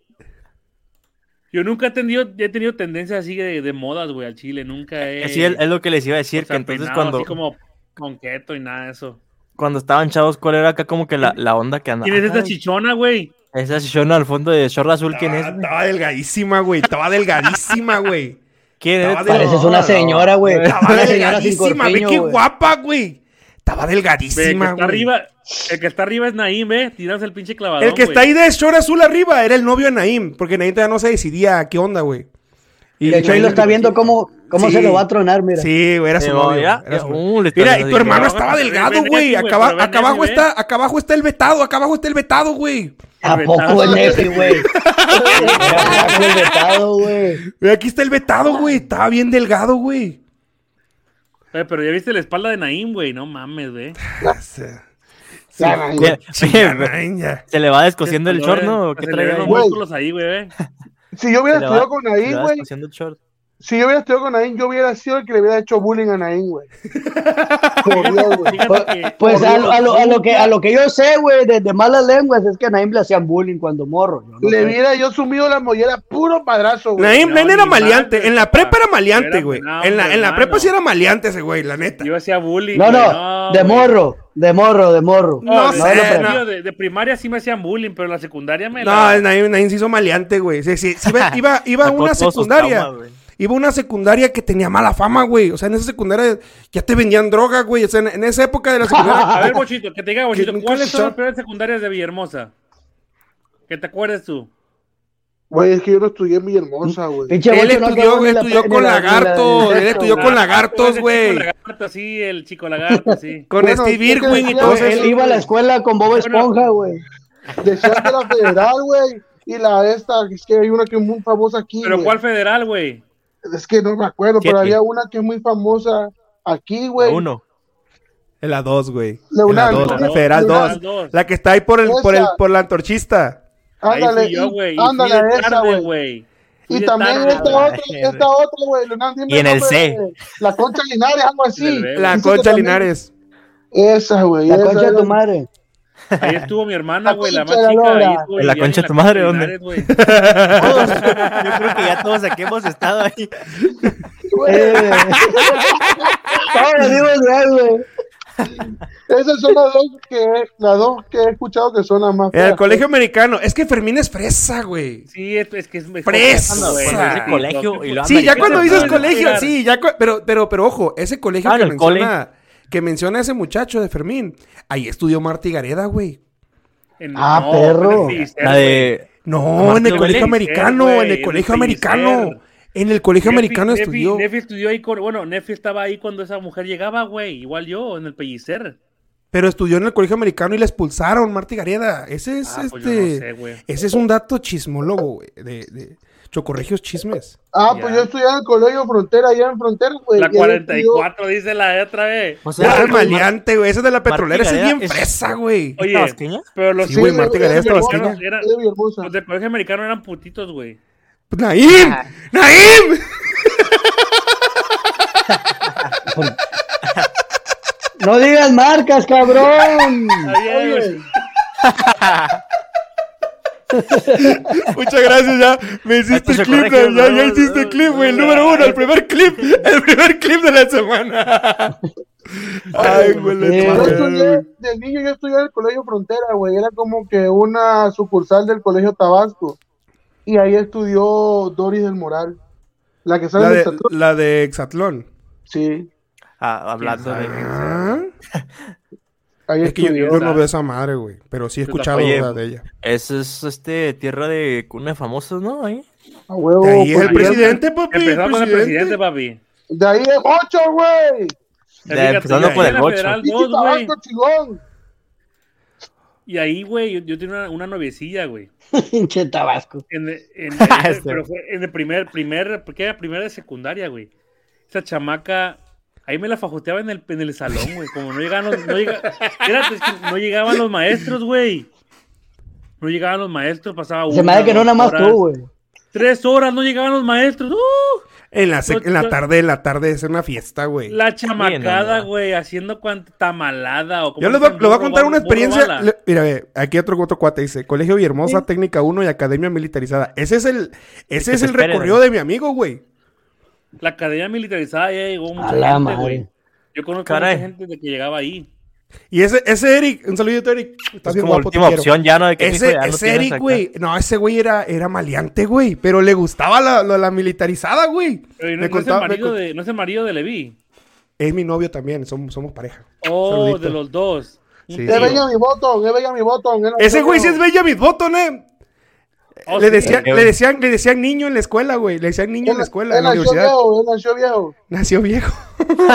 [SPEAKER 4] Yo nunca he tenido, he tenido tendencias así de, de modas, güey, al Chile. Nunca he.
[SPEAKER 2] Eh, Así es, es lo que les iba a decir,
[SPEAKER 4] o sea,
[SPEAKER 2] que entonces
[SPEAKER 4] peinado
[SPEAKER 2] cuando,
[SPEAKER 4] Así como conqueto y nada de eso.
[SPEAKER 2] cuando estaban chavos, ¿cuál era acá como que la, la onda que andaba?
[SPEAKER 4] ¿Quién es esta
[SPEAKER 2] Ay,
[SPEAKER 4] chichona, güey?
[SPEAKER 2] Esa chichona al fondo de short azul, ¿quién es?
[SPEAKER 5] Estaba-
[SPEAKER 2] güey?
[SPEAKER 5] Ah, Estaba delgadísima, güey. Estaba delgadísima, güey.
[SPEAKER 2] ¿Quién
[SPEAKER 5] estaba
[SPEAKER 2] es?
[SPEAKER 5] de-
[SPEAKER 6] Pareces una señora, güey.
[SPEAKER 5] Estaba
[SPEAKER 6] Una señora sin
[SPEAKER 5] delgadísima. Ve
[SPEAKER 6] corpiño,
[SPEAKER 5] qué
[SPEAKER 6] güey.
[SPEAKER 5] guapa, güey. Estaba
[SPEAKER 4] Ve, el que
[SPEAKER 5] delgadísima,
[SPEAKER 4] está
[SPEAKER 5] güey.
[SPEAKER 4] arriba, el que está arriba es Naim, eh. Tiras el pinche clavadón.
[SPEAKER 5] El que está
[SPEAKER 4] güey.
[SPEAKER 5] ahí de short azul arriba era el novio de Naim, porque Naim todavía no se decidía a qué onda, güey.
[SPEAKER 6] De hecho, ahí lo está viendo cómo, cómo
[SPEAKER 5] Sí.
[SPEAKER 6] se lo va a tronar, mira.
[SPEAKER 5] Sí, güey, era su
[SPEAKER 2] Eh,
[SPEAKER 5] novio.
[SPEAKER 2] ya,
[SPEAKER 5] era
[SPEAKER 2] ya,
[SPEAKER 5] su
[SPEAKER 2] uh,
[SPEAKER 5] novio.
[SPEAKER 2] le está
[SPEAKER 5] Mira, y
[SPEAKER 2] dando
[SPEAKER 5] tu hermano
[SPEAKER 4] dinero.
[SPEAKER 5] estaba
[SPEAKER 4] Ven,
[SPEAKER 5] delgado,
[SPEAKER 4] ven,
[SPEAKER 5] güey.
[SPEAKER 4] ven, güey,
[SPEAKER 5] Acá, aba-
[SPEAKER 4] pero ven,
[SPEAKER 5] acá abajo
[SPEAKER 4] ven.
[SPEAKER 5] está, acá abajo está el vetado, acá abajo está el vetado, güey.
[SPEAKER 6] ¿A
[SPEAKER 4] El
[SPEAKER 6] poco
[SPEAKER 4] vetado.
[SPEAKER 6] el Nefi, güey? Era flaco el vetado, güey.
[SPEAKER 5] Mira, aquí está el vetado,
[SPEAKER 4] Ah.
[SPEAKER 5] güey. Estaba bien delgado, güey.
[SPEAKER 4] Güey, pero ya viste la espalda de Naim, güey. No mames, güey.
[SPEAKER 5] O sea, sí,
[SPEAKER 3] Ya, man,
[SPEAKER 2] Mira,
[SPEAKER 5] chinga,
[SPEAKER 2] oye,
[SPEAKER 5] man, ya.
[SPEAKER 2] ¿Se le va descosiendo el
[SPEAKER 4] Se
[SPEAKER 2] short,
[SPEAKER 4] le-
[SPEAKER 2] no? ¿Qué
[SPEAKER 4] se le
[SPEAKER 2] trae
[SPEAKER 4] ven
[SPEAKER 2] ahí?
[SPEAKER 4] los
[SPEAKER 3] Güey.
[SPEAKER 4] músculos ahí, güey.
[SPEAKER 3] Si yo
[SPEAKER 2] Se
[SPEAKER 3] hubiera
[SPEAKER 2] le va-
[SPEAKER 3] estudiado con
[SPEAKER 2] se le
[SPEAKER 3] Naín,
[SPEAKER 2] va
[SPEAKER 3] güey,
[SPEAKER 2] descosiendo el short.
[SPEAKER 3] si yo hubiera estudiado con Naín, yo hubiera sido el que le hubiera hecho bullying a Naín, güey. Por Dios, güey.
[SPEAKER 4] Fíjate que.
[SPEAKER 6] Pues
[SPEAKER 3] Por
[SPEAKER 6] a,
[SPEAKER 3] Dios,
[SPEAKER 6] lo- a lo, a, lo que, a lo que yo sé, güey, de, de malas lenguas, es que a Naim le hacían bullying cuando morro. yo no
[SPEAKER 3] Le
[SPEAKER 6] sé.
[SPEAKER 3] hubiera yo sumido la mollera puro padrazo, güey.
[SPEAKER 5] Naim,
[SPEAKER 4] No,
[SPEAKER 5] Naim era
[SPEAKER 4] ni
[SPEAKER 5] maleante.
[SPEAKER 4] madre,
[SPEAKER 5] En la prepa era
[SPEAKER 4] papá.
[SPEAKER 5] maleante,
[SPEAKER 4] Era
[SPEAKER 5] güey.
[SPEAKER 4] penado,
[SPEAKER 5] En la, en la
[SPEAKER 4] hermano.
[SPEAKER 5] prepa sí era maleante ese güey, la neta.
[SPEAKER 4] Yo hacía bullying.
[SPEAKER 6] No,
[SPEAKER 4] güey,
[SPEAKER 6] no, de
[SPEAKER 4] güey.
[SPEAKER 6] morro, de morro, de morro.
[SPEAKER 5] No
[SPEAKER 4] de-
[SPEAKER 5] sé,
[SPEAKER 6] lo
[SPEAKER 4] de-
[SPEAKER 6] pre-
[SPEAKER 5] no.
[SPEAKER 4] de, de primaria sí me hacían bullying, pero en la secundaria me
[SPEAKER 5] No,
[SPEAKER 4] la-
[SPEAKER 5] Naim, Naim se hizo maleante, güey. Sí, sí, sí, iba, iba, iba a
[SPEAKER 2] Sacó
[SPEAKER 5] una
[SPEAKER 2] todos sus
[SPEAKER 5] secundaria.
[SPEAKER 2] traumas, güey.
[SPEAKER 5] Iba a una secundaria que tenía mala fama, güey. O sea, en esa secundaria ya te vendían droga, güey. O sea, en, en esa época de la secundaria.
[SPEAKER 4] A ver, Bochito, que te diga, Bochito,
[SPEAKER 5] Que nunca
[SPEAKER 4] ¿cuáles son
[SPEAKER 5] escuchaba.
[SPEAKER 4] las peores secundarias de Villahermosa? Que te acuerdes tú.
[SPEAKER 3] Güey, es que yo no estudié en Villahermosa, güey.
[SPEAKER 6] Pinche
[SPEAKER 5] él
[SPEAKER 6] bocho no
[SPEAKER 5] estudió,
[SPEAKER 6] acabó ni
[SPEAKER 5] él
[SPEAKER 6] la
[SPEAKER 5] estudió
[SPEAKER 6] pre- ni
[SPEAKER 5] con
[SPEAKER 6] la- ni la-
[SPEAKER 5] lagartos.
[SPEAKER 6] ni la-
[SPEAKER 5] Él estudió con lagartos,
[SPEAKER 4] Ese chico
[SPEAKER 5] güey.
[SPEAKER 4] lagarto, sí, el chico lagarto, sí.
[SPEAKER 5] Con
[SPEAKER 3] Bueno,
[SPEAKER 5] Steve
[SPEAKER 3] yo te
[SPEAKER 5] Irwin y
[SPEAKER 3] decía,
[SPEAKER 5] todos
[SPEAKER 3] güey,
[SPEAKER 6] Él
[SPEAKER 5] esos.
[SPEAKER 6] iba a la escuela con Bob Esponja, güey.
[SPEAKER 3] Decías de la federal, güey. Y la de esta, es que hay una que es muy famosa aquí.
[SPEAKER 4] Pero
[SPEAKER 3] güey.
[SPEAKER 4] ¿cuál federal, güey?
[SPEAKER 3] Es que no me acuerdo, pero
[SPEAKER 2] Siete.
[SPEAKER 3] había una que es muy famosa aquí,
[SPEAKER 2] A
[SPEAKER 3] güey.
[SPEAKER 2] Uno.
[SPEAKER 5] En la 2, güey.
[SPEAKER 3] La
[SPEAKER 5] En la
[SPEAKER 3] UNAM,
[SPEAKER 5] 2,
[SPEAKER 3] ¿no?
[SPEAKER 5] la Federal
[SPEAKER 3] La
[SPEAKER 5] 2. La que está ahí por el, por el, por la antorchista.
[SPEAKER 4] Ahí
[SPEAKER 3] Ándale,
[SPEAKER 4] fui yo,
[SPEAKER 3] y-
[SPEAKER 4] güey. y fui
[SPEAKER 3] ándale
[SPEAKER 4] de
[SPEAKER 3] a esa,
[SPEAKER 4] tarde,
[SPEAKER 3] güey.
[SPEAKER 4] güey. Fui
[SPEAKER 3] Y
[SPEAKER 4] de
[SPEAKER 3] también
[SPEAKER 4] tarde,
[SPEAKER 3] esta
[SPEAKER 4] güey.
[SPEAKER 3] otra, esta otra, güey. Leonardo, dime
[SPEAKER 2] Y en el
[SPEAKER 3] nombre,
[SPEAKER 2] C.
[SPEAKER 3] güey. La Concha Linares, algo así.
[SPEAKER 4] Del B.
[SPEAKER 5] La
[SPEAKER 3] Dice que
[SPEAKER 5] Concha
[SPEAKER 3] también-
[SPEAKER 5] Linares.
[SPEAKER 3] Esa, güey.
[SPEAKER 6] La
[SPEAKER 3] esa
[SPEAKER 6] concha de
[SPEAKER 3] era-
[SPEAKER 6] tu madre.
[SPEAKER 4] Ahí estuvo mi hermana,
[SPEAKER 3] La
[SPEAKER 4] güey, la más
[SPEAKER 3] concha de la
[SPEAKER 4] chica.
[SPEAKER 3] lora.
[SPEAKER 4] ahí estuvo
[SPEAKER 2] En la
[SPEAKER 4] Liliana
[SPEAKER 2] concha de
[SPEAKER 4] y
[SPEAKER 2] tu
[SPEAKER 4] la
[SPEAKER 2] madre,
[SPEAKER 4] concha
[SPEAKER 2] ¿dónde?
[SPEAKER 4] de Linares, güey.
[SPEAKER 2] Todos. Yo creo que ya todos aquí hemos estado ahí.
[SPEAKER 6] Eh,
[SPEAKER 5] Ah,
[SPEAKER 6] Todos los dimos real, güey.
[SPEAKER 3] Esas son las dos que, las dos que he escuchado que son las más.
[SPEAKER 5] En el
[SPEAKER 3] feas.
[SPEAKER 5] colegio americano. Es que Fermín es fresa, güey.
[SPEAKER 4] Sí, es, es que es mejor.
[SPEAKER 5] Fresa,
[SPEAKER 4] Cuando
[SPEAKER 5] güey.
[SPEAKER 4] dice
[SPEAKER 5] Ah,
[SPEAKER 2] colegio y lo
[SPEAKER 5] Sí, ya
[SPEAKER 2] Americano,
[SPEAKER 5] cuando
[SPEAKER 2] ¿no?
[SPEAKER 5] dices
[SPEAKER 2] No,
[SPEAKER 5] colegio,
[SPEAKER 4] Claro.
[SPEAKER 5] sí, ya cu- pero, pero, pero ojo, ese colegio
[SPEAKER 2] Ah,
[SPEAKER 5] que,
[SPEAKER 2] en el cole.
[SPEAKER 5] menciona, que menciona ese muchacho de Fermín, ahí estudió Marti Gareda, güey.
[SPEAKER 4] En-
[SPEAKER 6] Ah,
[SPEAKER 4] no,
[SPEAKER 6] perro.
[SPEAKER 4] en el Cister,
[SPEAKER 2] La de.
[SPEAKER 5] No, en el
[SPEAKER 2] Martí
[SPEAKER 5] colegio
[SPEAKER 2] Gareda.
[SPEAKER 5] americano,
[SPEAKER 4] Güey,
[SPEAKER 5] en el
[SPEAKER 4] en
[SPEAKER 5] colegio
[SPEAKER 4] el
[SPEAKER 5] americano.
[SPEAKER 4] Pfizer.
[SPEAKER 5] En el colegio
[SPEAKER 4] Nefi-
[SPEAKER 5] americano
[SPEAKER 4] Nefi-
[SPEAKER 5] estudió.
[SPEAKER 4] Nefi estudió ahí con. Bueno, Nefi estaba ahí cuando esa mujer llegaba, güey. Igual yo, en el pellicer.
[SPEAKER 5] Pero estudió en el colegio americano y la expulsaron, Marti Gareda. Ese es
[SPEAKER 4] Ah, pues yo
[SPEAKER 5] este.
[SPEAKER 4] no sé, güey.
[SPEAKER 5] ese es un dato chismólogo, güey. De, de Chocorregios Chismes.
[SPEAKER 3] Ah, pues yo estudié en el colegio Frontera, allá en Frontera, güey.
[SPEAKER 4] La
[SPEAKER 3] y ahí
[SPEAKER 4] 44, dice la de otra vez.
[SPEAKER 2] O sea,
[SPEAKER 5] Ese es
[SPEAKER 2] Mar-
[SPEAKER 5] maleante, güey. Ese es de la petrolera, ese es
[SPEAKER 2] Gareda
[SPEAKER 5] bien
[SPEAKER 2] es-
[SPEAKER 5] fresa, güey.
[SPEAKER 4] Oye,
[SPEAKER 2] ¿Tabasqueña?
[SPEAKER 4] pero los,
[SPEAKER 5] Sí, güey,
[SPEAKER 3] Sí,
[SPEAKER 5] Marti
[SPEAKER 3] güey,
[SPEAKER 5] Gareda es
[SPEAKER 3] es hermosa.
[SPEAKER 5] tabasqueña.
[SPEAKER 4] eran-
[SPEAKER 3] estudió- es hermosa.
[SPEAKER 4] los del colegio americano eran putitos, güey.
[SPEAKER 5] Pues, ¡Naim! ¡Naim!
[SPEAKER 6] No digas marcas, cabrón.
[SPEAKER 4] Oye, güey.
[SPEAKER 5] Muchas gracias, ya me hiciste
[SPEAKER 2] Esto se
[SPEAKER 5] clip,
[SPEAKER 2] corrige,
[SPEAKER 5] ya,
[SPEAKER 2] ¿no?
[SPEAKER 5] ya hiciste clip, güey, el número uno, el primer clip, el primer clip de la semana. Ay, güey, la
[SPEAKER 6] Eh,
[SPEAKER 5] chingada, güey.
[SPEAKER 3] Yo Pues estudié, de niño yo estudié en el colegio Frontera, güey. Era como que una sucursal del colegio Tabasco. Y ahí estudió Doris del Moral. La que sale
[SPEAKER 5] La
[SPEAKER 3] en
[SPEAKER 5] de,
[SPEAKER 3] el tatu-
[SPEAKER 5] la de Hexatlón.
[SPEAKER 3] Sí,
[SPEAKER 2] Ah, hablando de...
[SPEAKER 5] Ah,
[SPEAKER 3] ahí
[SPEAKER 5] es que yo,
[SPEAKER 3] estudió.
[SPEAKER 5] yo no veo esa madre, güey. Pero sí he escuchado
[SPEAKER 2] Oye,
[SPEAKER 5] o sea, de ella.
[SPEAKER 2] Ese es este, tierra de cuna de famosos, ¿no? Ahí.
[SPEAKER 3] A huevo,
[SPEAKER 5] De ahí es el
[SPEAKER 3] porque-
[SPEAKER 5] presidente, papi.
[SPEAKER 4] Empezamos con el presidente,
[SPEAKER 5] papi.
[SPEAKER 4] papi.
[SPEAKER 3] De ahí es ocho, güey.
[SPEAKER 2] De-
[SPEAKER 4] Fíjate,
[SPEAKER 2] empezando
[SPEAKER 4] ahí
[SPEAKER 2] por
[SPEAKER 4] en
[SPEAKER 2] el
[SPEAKER 4] la
[SPEAKER 2] ocho.
[SPEAKER 4] Federal
[SPEAKER 3] Pinche
[SPEAKER 4] 2, güey.
[SPEAKER 3] tabaco chingón.
[SPEAKER 4] Y ahí, güey, yo, yo tenía una, una noviecilla, güey.
[SPEAKER 6] Pinche Tabasco.
[SPEAKER 4] En, el- en- eh,
[SPEAKER 2] Ese.
[SPEAKER 4] pero fue en el primer, primer, ¿qué era? Primera de secundaria, güey. Esa chamaca, ahí me la fajoteaba en el, en el salón, güey. Como no llegaban los, no llega- espérate, es que no llegaban los maestros, güey. No llegaban los maestros, pasaba
[SPEAKER 6] Se me
[SPEAKER 4] una,
[SPEAKER 6] hace que no
[SPEAKER 4] dos
[SPEAKER 6] nada más
[SPEAKER 4] horas.
[SPEAKER 6] tú, güey.
[SPEAKER 4] Tres horas no llegaban los maestros. ¡Uh!
[SPEAKER 5] En la, sec-
[SPEAKER 4] No,
[SPEAKER 5] en la
[SPEAKER 4] no.
[SPEAKER 5] tarde, en la tarde es una fiesta, güey.
[SPEAKER 4] La chamacada,
[SPEAKER 2] no.
[SPEAKER 4] güey, haciendo cuanta tamalada. O como
[SPEAKER 5] Yo les voy,
[SPEAKER 4] dicen,
[SPEAKER 5] les voy a
[SPEAKER 4] burro
[SPEAKER 5] contar
[SPEAKER 4] bala,
[SPEAKER 5] una
[SPEAKER 4] burro bala.
[SPEAKER 5] experiencia. le- mira, ve, aquí otro, otro cuate dice: Colegio Villahermosa, Técnica 1 y Academia Militarizada. Ese es el, ese
[SPEAKER 2] que
[SPEAKER 5] es
[SPEAKER 2] te
[SPEAKER 5] el
[SPEAKER 2] esperen.
[SPEAKER 5] recorrido de mi amigo, güey.
[SPEAKER 4] La academia militarizada ya llegó mucha
[SPEAKER 6] A la
[SPEAKER 4] gente, güey.
[SPEAKER 6] madre.
[SPEAKER 4] Yo conozco
[SPEAKER 2] Caray.
[SPEAKER 4] mucha gente de que llegaba ahí.
[SPEAKER 5] Y ese, ese Eric, un saludito, Eric. Estás
[SPEAKER 2] Es
[SPEAKER 5] bien
[SPEAKER 2] como
[SPEAKER 5] guapo, te
[SPEAKER 2] última
[SPEAKER 5] quiero.
[SPEAKER 2] opción ya, ¿no? De que
[SPEAKER 5] Ese,
[SPEAKER 2] hijo, ya lo
[SPEAKER 5] ese
[SPEAKER 2] tienes
[SPEAKER 5] Eric,
[SPEAKER 2] acá.
[SPEAKER 5] güey. No, ese güey era, era maleante, güey. Pero le gustaba la, la, la militarizada, güey.
[SPEAKER 4] Pero no,
[SPEAKER 5] Me
[SPEAKER 4] no
[SPEAKER 5] contaba-
[SPEAKER 4] es el
[SPEAKER 5] me
[SPEAKER 4] marido
[SPEAKER 5] con-
[SPEAKER 4] de, no es el marido de Levi.
[SPEAKER 5] Es mi novio también, somos, somos pareja.
[SPEAKER 4] Oh,
[SPEAKER 5] Saludito.
[SPEAKER 4] de los dos. Mm.
[SPEAKER 5] Sí.
[SPEAKER 3] Es bella mi botón, es bella mi botón.
[SPEAKER 4] Ah,
[SPEAKER 3] es la
[SPEAKER 5] Ese
[SPEAKER 3] mejor.
[SPEAKER 5] güey sí es Benjamin Button, eh.
[SPEAKER 4] Oh,
[SPEAKER 5] le,
[SPEAKER 4] sí.
[SPEAKER 5] decían,
[SPEAKER 2] Eh,
[SPEAKER 5] le, decían, le decían niño en la escuela, güey. Le decían niño en la escuela, en la
[SPEAKER 3] Él nació
[SPEAKER 5] universidad.
[SPEAKER 3] viejo, él nació viejo.
[SPEAKER 5] Nació viejo.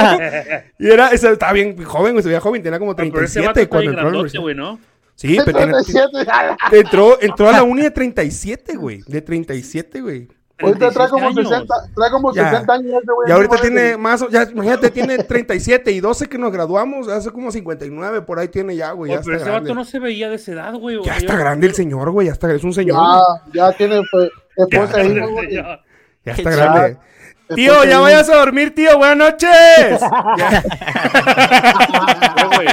[SPEAKER 5] y era, ese- estaba bien joven, güey. Estaba joven, tenía como
[SPEAKER 4] Ah, Pero ese
[SPEAKER 5] 37
[SPEAKER 4] vato está
[SPEAKER 5] cuando
[SPEAKER 4] bien
[SPEAKER 5] entró a la
[SPEAKER 4] grandote,
[SPEAKER 5] universidad.
[SPEAKER 4] güey, ¿no?
[SPEAKER 5] Sí, pero tiene-
[SPEAKER 3] 37, jala.
[SPEAKER 5] entró, entró a la uni de 37, güey. De 37, güey.
[SPEAKER 3] Ahorita trae como
[SPEAKER 4] 37 años.
[SPEAKER 3] 60, trae como
[SPEAKER 5] Ya.
[SPEAKER 3] 60 años ese güey.
[SPEAKER 5] Y ahorita
[SPEAKER 3] No
[SPEAKER 5] tiene
[SPEAKER 3] mames.
[SPEAKER 5] más, o- ya, imagínate, tiene 37 y 12 que nos graduamos, hace como 59, por ahí tiene ya, güey.
[SPEAKER 4] Oh,
[SPEAKER 5] Ya,
[SPEAKER 4] pero
[SPEAKER 5] está
[SPEAKER 4] ese vato
[SPEAKER 5] grande.
[SPEAKER 4] no se veía de esa edad, güey.
[SPEAKER 5] ya
[SPEAKER 4] Yo-
[SPEAKER 5] está grande el señor, güey, ya está, es un señor. güey.
[SPEAKER 3] Ya, ya tiene pues, esposa ahí, güey.
[SPEAKER 4] Ya.
[SPEAKER 5] Ya está
[SPEAKER 2] Ya.
[SPEAKER 5] grande. Tío,
[SPEAKER 3] Esposa e
[SPEAKER 5] ya
[SPEAKER 3] ahí.
[SPEAKER 5] vayas a dormir, tío, buenas noches.
[SPEAKER 4] No, güey.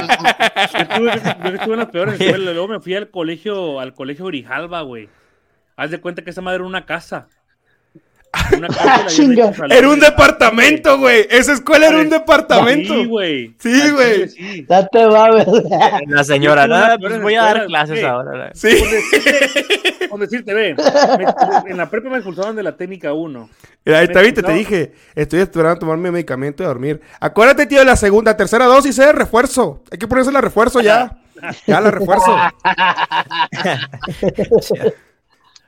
[SPEAKER 4] Yo tuve- yo estuve en las peores escuelas. Luego me fui al colegio, al colegio Grijalva, güey. Haz de cuenta que esa madre era una casa. Una casa. la habían
[SPEAKER 6] Chinga.
[SPEAKER 4] hecho salón
[SPEAKER 5] Era un
[SPEAKER 4] de-
[SPEAKER 5] departamento, güey. Esa escuela era un
[SPEAKER 4] Sí,
[SPEAKER 5] departamento.
[SPEAKER 4] Sí, güey.
[SPEAKER 5] Sí,
[SPEAKER 4] Al
[SPEAKER 5] güey.
[SPEAKER 4] chile, sí.
[SPEAKER 6] Ya te va, güey.
[SPEAKER 2] La señora,
[SPEAKER 4] Yo tuve
[SPEAKER 2] nada,
[SPEAKER 4] las
[SPEAKER 2] pues
[SPEAKER 4] peores
[SPEAKER 2] voy a dar
[SPEAKER 4] escuelas,
[SPEAKER 2] clases
[SPEAKER 4] güey.
[SPEAKER 2] ahora. la-
[SPEAKER 5] Sí.
[SPEAKER 4] Con decirte, ve, me- en la prepa me expulsaron de la técnica 1.
[SPEAKER 5] Mira, ahí está, viste, te
[SPEAKER 4] No.
[SPEAKER 5] dije, estoy esperando tomarme medicamento y dormir. Acuérdate, tío, de la segunda, tercera dosis es refuerzo. Hay que ponerse la refuerzo ya. Ya la refuerzo.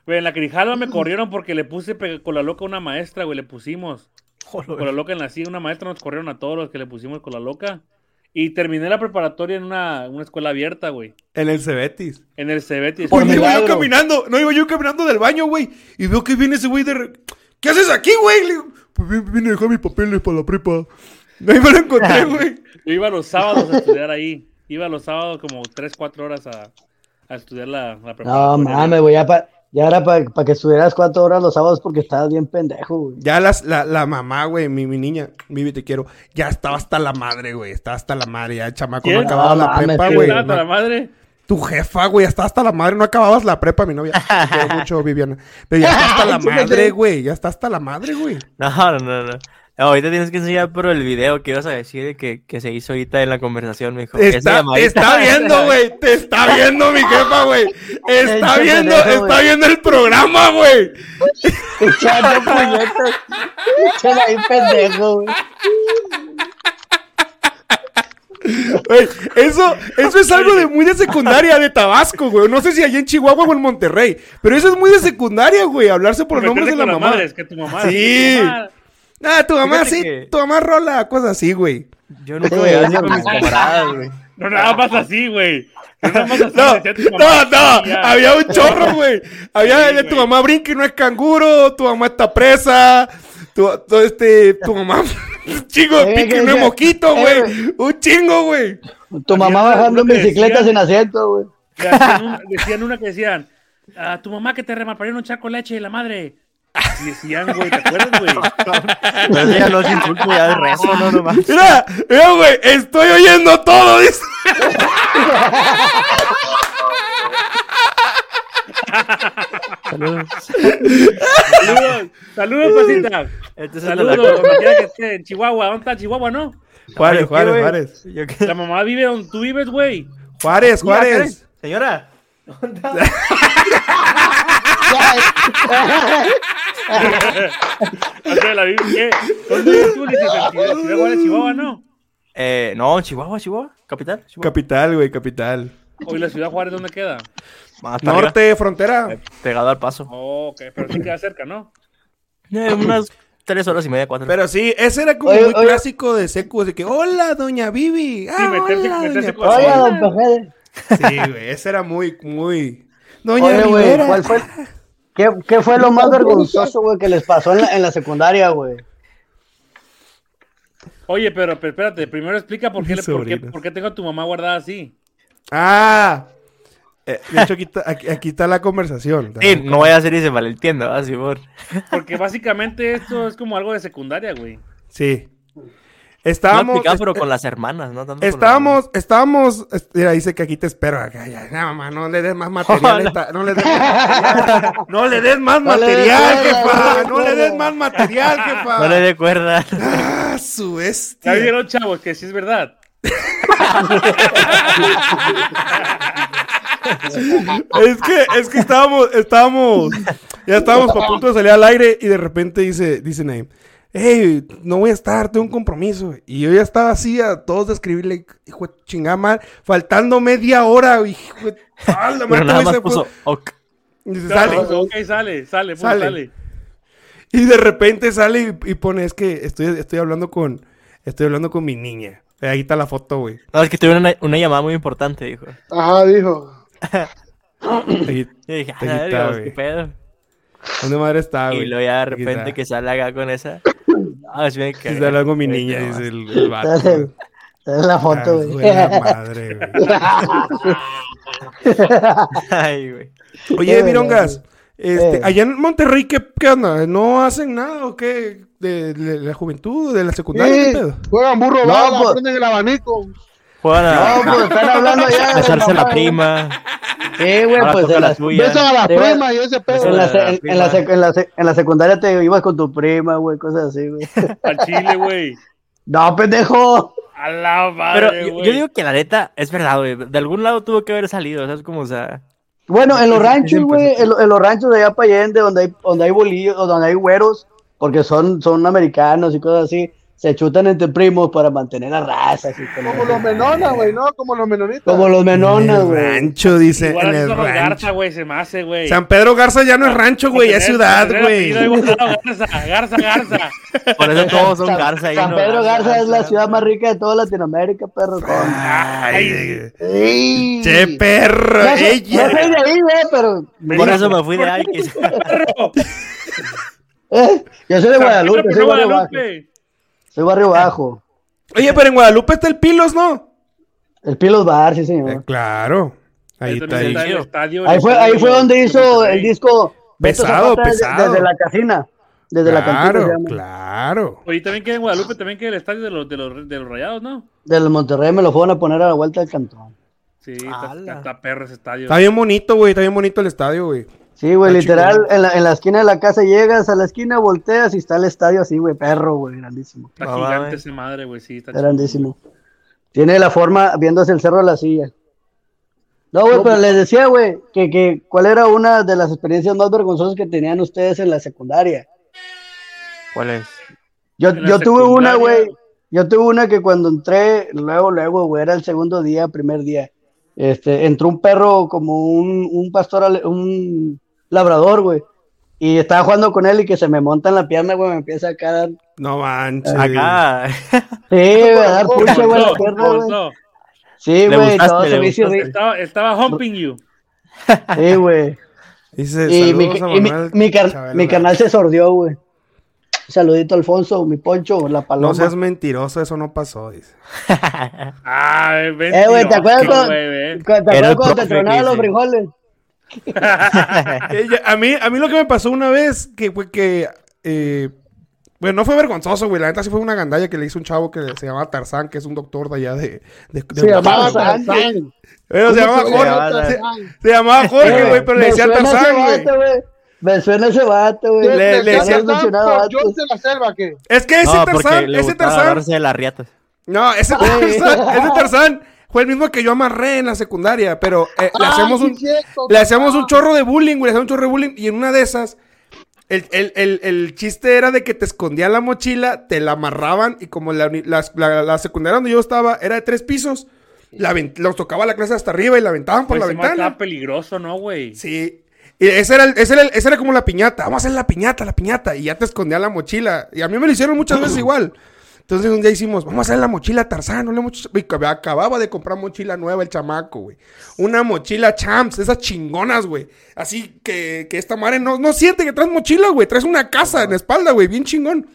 [SPEAKER 4] Güey, en la Grijalva me corrieron porque le puse pe- con la loca a una maestra, güey, le pusimos. Con la loca en la silla, una maestra nos corrieron a todos los que le pusimos con la loca. Y terminé la preparatoria en una, una escuela abierta, güey.
[SPEAKER 5] En el Cebetis.
[SPEAKER 4] En el Cebetis.
[SPEAKER 5] Porque iba yo
[SPEAKER 6] milagro.
[SPEAKER 5] caminando, no iba yo caminando del baño, güey. Y veo que viene ese güey de. re- ¿Qué haces aquí, güey? Le digo, pues vine- vine a dejar mis papeles para la prepa. Ahí me lo encontré, güey.
[SPEAKER 4] Yo iba los sábados a estudiar ahí. Iba los sábados como 3, 4 horas a, a estudiar la, la
[SPEAKER 6] No
[SPEAKER 4] preparatoria.
[SPEAKER 6] mames, güey. Ya, pa- ya era para que estuvieras cuatro horas los sábados porque estabas bien pendejo, güey.
[SPEAKER 5] Ya las, la, la mamá, güey, mi, mi niña, Vivi, te quiero. Ya estaba hasta la madre, güey. Estaba hasta la madre. Ya el chamaco no
[SPEAKER 4] ¿Quién?
[SPEAKER 5] acababa
[SPEAKER 6] No
[SPEAKER 5] la
[SPEAKER 6] mames,
[SPEAKER 5] prepa,
[SPEAKER 6] ¿quién
[SPEAKER 5] güey.
[SPEAKER 4] Estaba hasta
[SPEAKER 5] No-
[SPEAKER 4] la madre?
[SPEAKER 5] Tu jefa, güey, está hasta la madre. No acababas la prepa, mi novia. Te quiero mucho, Viviana. Pero ya está hasta la madre, güey. Ya está hasta la madre, güey.
[SPEAKER 2] No, no, no, no. Ahorita tienes que enseñar por el video que ibas a decir que, que se hizo ahorita en la conversación, mijo.
[SPEAKER 5] Te
[SPEAKER 2] Esa
[SPEAKER 5] está, te
[SPEAKER 2] llamadita.
[SPEAKER 5] está viendo, güey. Te está viendo, mi jefa, güey. Está
[SPEAKER 6] Pinche
[SPEAKER 5] viendo,
[SPEAKER 6] pendejo,
[SPEAKER 5] está
[SPEAKER 6] güey.
[SPEAKER 5] viendo el programa, güey.
[SPEAKER 6] Echando puñetas. Echando ahí pendejo, güey.
[SPEAKER 5] Güey, Eso, eso es algo de muy de secundaria de Tabasco, güey. No sé si allá en Chihuahua o en Monterrey, pero eso es muy de secundaria, güey. Hablarse por los nombres
[SPEAKER 4] Meterte
[SPEAKER 5] de la
[SPEAKER 4] con las
[SPEAKER 5] mamá.
[SPEAKER 4] madres, que tu mamá.
[SPEAKER 5] Sí.
[SPEAKER 4] que tu mamá.
[SPEAKER 5] Ah, tu mamá
[SPEAKER 2] Fíjate
[SPEAKER 5] sí,
[SPEAKER 2] que-
[SPEAKER 5] tu mamá rola, cosas así, güey.
[SPEAKER 2] Yo nunca
[SPEAKER 6] Sí,
[SPEAKER 2] voy a
[SPEAKER 6] es
[SPEAKER 2] decir con mis
[SPEAKER 6] normal.
[SPEAKER 2] camaradas, güey.
[SPEAKER 4] No, nada más así, güey. No, nada más así,
[SPEAKER 5] Ah. No,
[SPEAKER 4] decía tu
[SPEAKER 5] no,
[SPEAKER 4] mamá.
[SPEAKER 5] no,
[SPEAKER 4] Sí, ya.
[SPEAKER 5] había un chorro, güey. Había
[SPEAKER 4] Sí,
[SPEAKER 5] de tu
[SPEAKER 4] güey.
[SPEAKER 5] mamá brinque, no es canguro, tu mamá está presa, tu, tu, este, tu mamá, un chingo de
[SPEAKER 6] Eh,
[SPEAKER 5] pique,
[SPEAKER 6] que-
[SPEAKER 5] no es
[SPEAKER 6] que-
[SPEAKER 5] moquito,
[SPEAKER 6] eh,
[SPEAKER 5] güey. Un chingo, güey.
[SPEAKER 6] Tu mamá
[SPEAKER 4] Había
[SPEAKER 6] bajando en
[SPEAKER 4] uno que
[SPEAKER 6] bicicleta
[SPEAKER 4] decía-
[SPEAKER 6] sin asiento, güey.
[SPEAKER 4] Decían una, decían una que decían, a tu mamá que te remalparió en un chaco de leche de la madre. Y decían, güey, ¿te acuerdas, güey?
[SPEAKER 2] Pero eso ya no es insulto, ya es rezo, no, nomás.
[SPEAKER 5] Mira, mira, güey, estoy oyendo todo, dice.
[SPEAKER 2] Saludos.
[SPEAKER 4] Saludos, saludos, pasita.
[SPEAKER 2] Este es el de la-
[SPEAKER 4] Saludos, donde quiera que esté, en Chihuahua. ¿Dónde está Chihuahua, no?
[SPEAKER 5] Juárez,
[SPEAKER 2] Ay,
[SPEAKER 5] Juárez,
[SPEAKER 2] güey.
[SPEAKER 5] Juárez.
[SPEAKER 2] Yo qué-
[SPEAKER 4] La mamá vive donde tú vives, güey.
[SPEAKER 5] Juárez, Juárez.
[SPEAKER 2] Señora.
[SPEAKER 6] Ya,
[SPEAKER 4] O sea, la vi- ¿qué? ¿Dónde vives tú? Dice, "En Ciudad- Ciudad Juárez, Chihuahua, ¿no?
[SPEAKER 2] Eh, no, Chihuahua, Chihuahua, capital. Chihuahua.
[SPEAKER 5] Capital, güey, capital.
[SPEAKER 4] Oye, la Ciudad Juárez, ¿dónde queda?
[SPEAKER 2] Más para
[SPEAKER 5] Norte, frontera.
[SPEAKER 2] arriba, eh, pegado al paso.
[SPEAKER 4] Oh, ok, pero sí queda cerca, ¿no?
[SPEAKER 2] Eh, unas tres horas y media, cuatro.
[SPEAKER 5] Pero sí, ese era como
[SPEAKER 6] Oye,
[SPEAKER 5] muy
[SPEAKER 6] oye.
[SPEAKER 5] clásico de secu, de que, hola, doña Vivi. Ah,
[SPEAKER 4] meterse-
[SPEAKER 5] hola,
[SPEAKER 4] meterse
[SPEAKER 5] doña
[SPEAKER 4] con-
[SPEAKER 5] Pati".
[SPEAKER 6] Oiga, don Pajede.
[SPEAKER 5] Sí, güey, ese era muy, muy... Doña
[SPEAKER 6] Oye, güey,
[SPEAKER 5] Rivera.
[SPEAKER 6] ¿cuál fue? ¿Qué, qué fue lo más vergonzoso, güey, que les pasó en la, en la secundaria, güey?
[SPEAKER 4] Oye, pero, pero espérate, primero explica por qué,
[SPEAKER 5] Mis
[SPEAKER 4] por qué,
[SPEAKER 5] sobrinos.
[SPEAKER 4] por qué tengo a tu mamá guardada así.
[SPEAKER 5] Ah. Eh, de hecho, aquí está, aquí- aquí está la conversación.
[SPEAKER 2] Sí, no voy a hacer y se malentienda, ¿verdad, Simón?
[SPEAKER 4] Porque básicamente esto es como algo de secundaria, güey.
[SPEAKER 5] Sí.
[SPEAKER 2] No
[SPEAKER 5] Estábamos... eh,
[SPEAKER 2] aplicaba, pero con las hermanas, ¿no? Tanto con la-
[SPEAKER 5] Estábamos, estábamos, est- mira, dice que aquí te espero. Acá, ya, no, mamá, no le des más material. a esta- no le des no le des más
[SPEAKER 6] No le des
[SPEAKER 5] material,
[SPEAKER 6] cuerda,
[SPEAKER 5] jefa.
[SPEAKER 6] no le des
[SPEAKER 5] No le des
[SPEAKER 6] cuerda.
[SPEAKER 5] más material, jefa.
[SPEAKER 2] No le dé cuerda.
[SPEAKER 5] Ah, su
[SPEAKER 4] Ya
[SPEAKER 5] bestia.
[SPEAKER 4] vieron, chavos, que sí es verdad.
[SPEAKER 5] Es que, es que estábamos, estábamos, ya estábamos a punto de salir al aire y de repente dice, dice Naim, hey, no voy a estar, tengo un compromiso. Y yo ya estaba así a todos de escribirle, hijo de chingada mal, faltando media hora, hijo de... ¡Ah, la madre,
[SPEAKER 2] Pero nada
[SPEAKER 5] todo
[SPEAKER 2] más
[SPEAKER 5] ese fue-
[SPEAKER 2] puso ok.
[SPEAKER 5] Y dice, "Sale".
[SPEAKER 4] Ok, sale, sale, pues,
[SPEAKER 5] Sale.
[SPEAKER 4] sale.
[SPEAKER 5] Y de repente sale y, y pone, es que estoy, estoy hablando con, estoy hablando con mi niña. Eh, Ahí está la foto, güey.
[SPEAKER 2] No, es que tuve una, una llamada muy importante, dijo.
[SPEAKER 3] Ajá, dijo.
[SPEAKER 5] Ahí-
[SPEAKER 2] Yo dije, ah,
[SPEAKER 5] Ahí está,
[SPEAKER 2] verga,
[SPEAKER 5] güey.
[SPEAKER 2] qué pedo.
[SPEAKER 5] ¿Dónde madre está, güey?
[SPEAKER 2] y luego ya de
[SPEAKER 5] Aquí
[SPEAKER 2] repente
[SPEAKER 5] está.
[SPEAKER 2] que sale acá con esa. Ah, sí me
[SPEAKER 5] Sí,
[SPEAKER 2] cagué.
[SPEAKER 5] está hablando con mi
[SPEAKER 2] Güey,
[SPEAKER 5] niña,
[SPEAKER 2] no,
[SPEAKER 5] dice el, el vato,
[SPEAKER 6] Esa
[SPEAKER 5] güey.
[SPEAKER 6] es esa es la
[SPEAKER 5] Ah,
[SPEAKER 6] foto, güey.
[SPEAKER 5] buena madre, güey.
[SPEAKER 2] Ay, güey.
[SPEAKER 5] Oye, Virongas, este,
[SPEAKER 6] Eh.
[SPEAKER 5] allá en Monterrey, ¿qué, qué onda? ¿No hacen nada o qué? ¿De, de la juventud, de la secundaria?
[SPEAKER 3] Sí,
[SPEAKER 5] Pues ¿Qué pedo?
[SPEAKER 3] juegan burro,
[SPEAKER 6] No,
[SPEAKER 3] bala,
[SPEAKER 6] pues.
[SPEAKER 3] prenden el abanico.
[SPEAKER 2] Juegan
[SPEAKER 6] No,
[SPEAKER 2] a
[SPEAKER 6] pues están hablando ya. de-
[SPEAKER 2] besarse la prima.
[SPEAKER 6] Sí, güey,
[SPEAKER 2] Ahora
[SPEAKER 6] pues
[SPEAKER 2] toca
[SPEAKER 6] en
[SPEAKER 2] la
[SPEAKER 6] la,
[SPEAKER 2] tuya.
[SPEAKER 3] Besan a las
[SPEAKER 6] Te va-
[SPEAKER 3] primas y ese pedo.
[SPEAKER 6] en, la,
[SPEAKER 2] la
[SPEAKER 6] en- en la sec- en la sec- en la secundaria te ibas con tu prima, güey, cosas así, güey.
[SPEAKER 4] Al chile, güey.
[SPEAKER 6] No, pendejo.
[SPEAKER 4] A la
[SPEAKER 2] Pero
[SPEAKER 4] madre,
[SPEAKER 2] yo,
[SPEAKER 4] güey.
[SPEAKER 2] yo digo que la neta es verdad, güey. De algún lado tuvo que haber salido, ¿sabes? Como, o sea.
[SPEAKER 6] Bueno, en los
[SPEAKER 2] Siempre,
[SPEAKER 6] ranchos,
[SPEAKER 5] pues,
[SPEAKER 6] güey, en, lo- en los ranchos de allá para Allende, donde hay, donde hay bolillos, o donde hay güeros, porque son, son americanos y cosas así, se chutan entre primos para mantener la raza. Así, como,
[SPEAKER 3] Como los menonas, güey, ¿no? Como los menonitas.
[SPEAKER 6] como los
[SPEAKER 5] en
[SPEAKER 6] menonas,
[SPEAKER 5] el
[SPEAKER 6] güey.
[SPEAKER 5] rancho, dice.
[SPEAKER 4] Igual
[SPEAKER 5] en
[SPEAKER 4] así
[SPEAKER 5] el
[SPEAKER 4] somos
[SPEAKER 5] rancho.
[SPEAKER 4] Garza, güey, se me hace, güey.
[SPEAKER 5] San Pedro Garza ya no es rancho, güey, ya es
[SPEAKER 4] Tener-
[SPEAKER 5] ciudad,
[SPEAKER 4] tener
[SPEAKER 5] güey.
[SPEAKER 4] apellido igualado, Garza, Garza, Garza.
[SPEAKER 2] Por eso todos son
[SPEAKER 6] San,
[SPEAKER 2] Garza ahí,
[SPEAKER 6] San
[SPEAKER 2] ¿no?
[SPEAKER 6] Pedro Garza es la ciudad más rica de toda Latinoamérica, perro. con-
[SPEAKER 5] Ay,
[SPEAKER 3] Sí.
[SPEAKER 5] che perro,
[SPEAKER 6] No soy, no
[SPEAKER 5] ella.
[SPEAKER 6] soy de ahí, güey, pero.
[SPEAKER 2] Por eso me fui de ahí. que-
[SPEAKER 6] Eh, yo soy de Guadalupe, soy
[SPEAKER 4] Pero
[SPEAKER 6] barrio bajo.
[SPEAKER 4] Guadalupe.
[SPEAKER 6] Soy barrio bajo.
[SPEAKER 5] Oye, pero en Guadalupe está el Pilos, ¿no?
[SPEAKER 6] El Pilos Bar, sí,
[SPEAKER 5] Eh,
[SPEAKER 6] señor.
[SPEAKER 5] claro. Ahí está.
[SPEAKER 4] Entonces
[SPEAKER 5] Ahí.
[SPEAKER 4] el estadio, el
[SPEAKER 6] Ahí fue,
[SPEAKER 4] estadio
[SPEAKER 6] ahí fue donde
[SPEAKER 4] de
[SPEAKER 6] hizo
[SPEAKER 4] Monterrey.
[SPEAKER 6] el disco. Beto
[SPEAKER 5] Pesado,
[SPEAKER 6] Zapata desde-
[SPEAKER 5] pesado.
[SPEAKER 6] Desde la casina. Desde la cantina, se
[SPEAKER 5] Claro,
[SPEAKER 6] llama.
[SPEAKER 5] claro.
[SPEAKER 4] Oye, también queda en Guadalupe, también queda el estadio de los, de los, de los rayados, ¿no?
[SPEAKER 6] Del Monterrey me lo fueron a poner a la vuelta del cantón.
[SPEAKER 4] Sí, está,
[SPEAKER 2] Ala.
[SPEAKER 4] está perro ese estadio.
[SPEAKER 5] Está bien bonito, güey. Está bien bonito el estadio, güey.
[SPEAKER 6] Sí, güey,
[SPEAKER 5] Ah,
[SPEAKER 6] literal, en la, en la esquina de la casa llegas, a la esquina volteas y está el estadio así, güey, perro, güey, grandísimo.
[SPEAKER 4] Está
[SPEAKER 2] No mames.
[SPEAKER 4] gigante ese madre, güey, sí, está chido.
[SPEAKER 6] Grandísimo. Tiene la forma viendo hacia el cerro de la silla. No, güey,
[SPEAKER 5] pues.
[SPEAKER 6] pero les decía, güey, que, que cuál era una de las experiencias más vergonzosas que tenían ustedes en la secundaria.
[SPEAKER 2] ¿Cuál es?
[SPEAKER 6] Yo,
[SPEAKER 4] En la
[SPEAKER 6] yo tuve una,
[SPEAKER 4] secundaria.
[SPEAKER 6] güey. Yo tuve una que cuando entré, luego, luego, güey, era el segundo día, primer día. Este, entró un perro como un, un pastor, ale- un labrador, güey. Y estaba jugando con él y que se me monta en la pierna, güey, me empieza a caer. Sí,
[SPEAKER 5] No manches.
[SPEAKER 2] Acá.
[SPEAKER 6] güey, a dar
[SPEAKER 3] Voltó,
[SPEAKER 6] pucha, güey, la
[SPEAKER 4] Voltó,
[SPEAKER 6] pierna, güey.
[SPEAKER 4] voltó.
[SPEAKER 6] Sí,
[SPEAKER 2] Le
[SPEAKER 6] güey,
[SPEAKER 2] gustaste,
[SPEAKER 6] todo
[SPEAKER 2] le
[SPEAKER 6] se me hizo
[SPEAKER 2] gustaste.
[SPEAKER 6] ri-
[SPEAKER 4] Estaba, estaba humping you.
[SPEAKER 6] Sí, güey.
[SPEAKER 5] Dice,
[SPEAKER 6] Y mi,
[SPEAKER 5] Pues saludos a
[SPEAKER 6] y mi-
[SPEAKER 5] Manuel
[SPEAKER 6] mi car-
[SPEAKER 5] Chabelo.
[SPEAKER 6] mi carnal se sordió, güey. Saludito, Alfonso, mi poncho, la paloma.
[SPEAKER 5] No seas mentiroso, eso no pasó. Dice.
[SPEAKER 4] Ah, ven.
[SPEAKER 6] Eh, güey, ¿te acuerdas
[SPEAKER 4] tío,
[SPEAKER 6] cuando-
[SPEAKER 4] güey, ven.
[SPEAKER 6] ¿Te acuerdas
[SPEAKER 2] Era el
[SPEAKER 6] cuando te
[SPEAKER 2] profe que
[SPEAKER 6] tronaban los
[SPEAKER 2] hice.
[SPEAKER 6] frijoles?
[SPEAKER 5] Eh, ya- a, mí, a mí lo que me pasó una vez que fue que. eh, bueno, no fue vergonzoso, güey. La neta sí fue una gandalla que le hizo un chavo que se llamaba Tarzán, que es un doctor de allá de. de, de
[SPEAKER 3] Se llamaba
[SPEAKER 5] Guadalajara.
[SPEAKER 3] Tarzán.
[SPEAKER 5] Bueno, se llamaba
[SPEAKER 3] ¿Cómo se llama
[SPEAKER 5] Jorge. Se,
[SPEAKER 3] Tarzán?
[SPEAKER 5] se llamaba Jorge,
[SPEAKER 6] Eh,
[SPEAKER 5] güey, pero le
[SPEAKER 6] me
[SPEAKER 5] decían
[SPEAKER 6] suena ese
[SPEAKER 5] Tarzán, güey.
[SPEAKER 6] vato, güey. Me suena ese vato, güey.
[SPEAKER 5] Le- le
[SPEAKER 6] No habías
[SPEAKER 5] decía
[SPEAKER 3] decía
[SPEAKER 6] mencionado
[SPEAKER 3] tanto
[SPEAKER 6] vatos.
[SPEAKER 3] George de la selva que
[SPEAKER 5] Es que ese
[SPEAKER 2] No, porque
[SPEAKER 5] Tarzán,
[SPEAKER 2] le
[SPEAKER 5] ese
[SPEAKER 2] gustaba
[SPEAKER 5] Tarzán.
[SPEAKER 2] agarrarse de las riatas.
[SPEAKER 5] No, ese Tarzán, ese Tarzán fue el mismo que yo amarré en la secundaria, pero eh, le
[SPEAKER 3] Ah,
[SPEAKER 5] hacemos
[SPEAKER 3] sí,
[SPEAKER 5] un
[SPEAKER 3] cierto,
[SPEAKER 5] le hacíamos un chorro de bullying, güey, le hacíamos un chorro de bullying y en una de esas El, el- el- el chiste era de que te escondían la mochila, te la amarraban y como la, uni- las- la- la secundaria donde yo estaba era de tres pisos, la ven- los tocaba la clase hasta arriba y la aventaban por
[SPEAKER 4] Pues
[SPEAKER 5] la
[SPEAKER 4] se me
[SPEAKER 5] ventana.
[SPEAKER 4] acaba peligroso, ¿no, güey?
[SPEAKER 5] Sí. Y ese era, el- ese, era el- ese era como la piñata. Vamos a hacer la piñata, la piñata. Y ya te escondía la mochila. Y a mí me lo hicieron muchas veces igual. Entonces un día hicimos, vamos a hacer la mochila Tarzán. Una mochila... Y que me acababa de comprar mochila nueva el chamaco, güey. Una mochila Champs, esas chingonas, güey. Así que, que esta madre no, no siente que traes mochila, güey. Traes una casa en la espalda, güey. Bien chingón.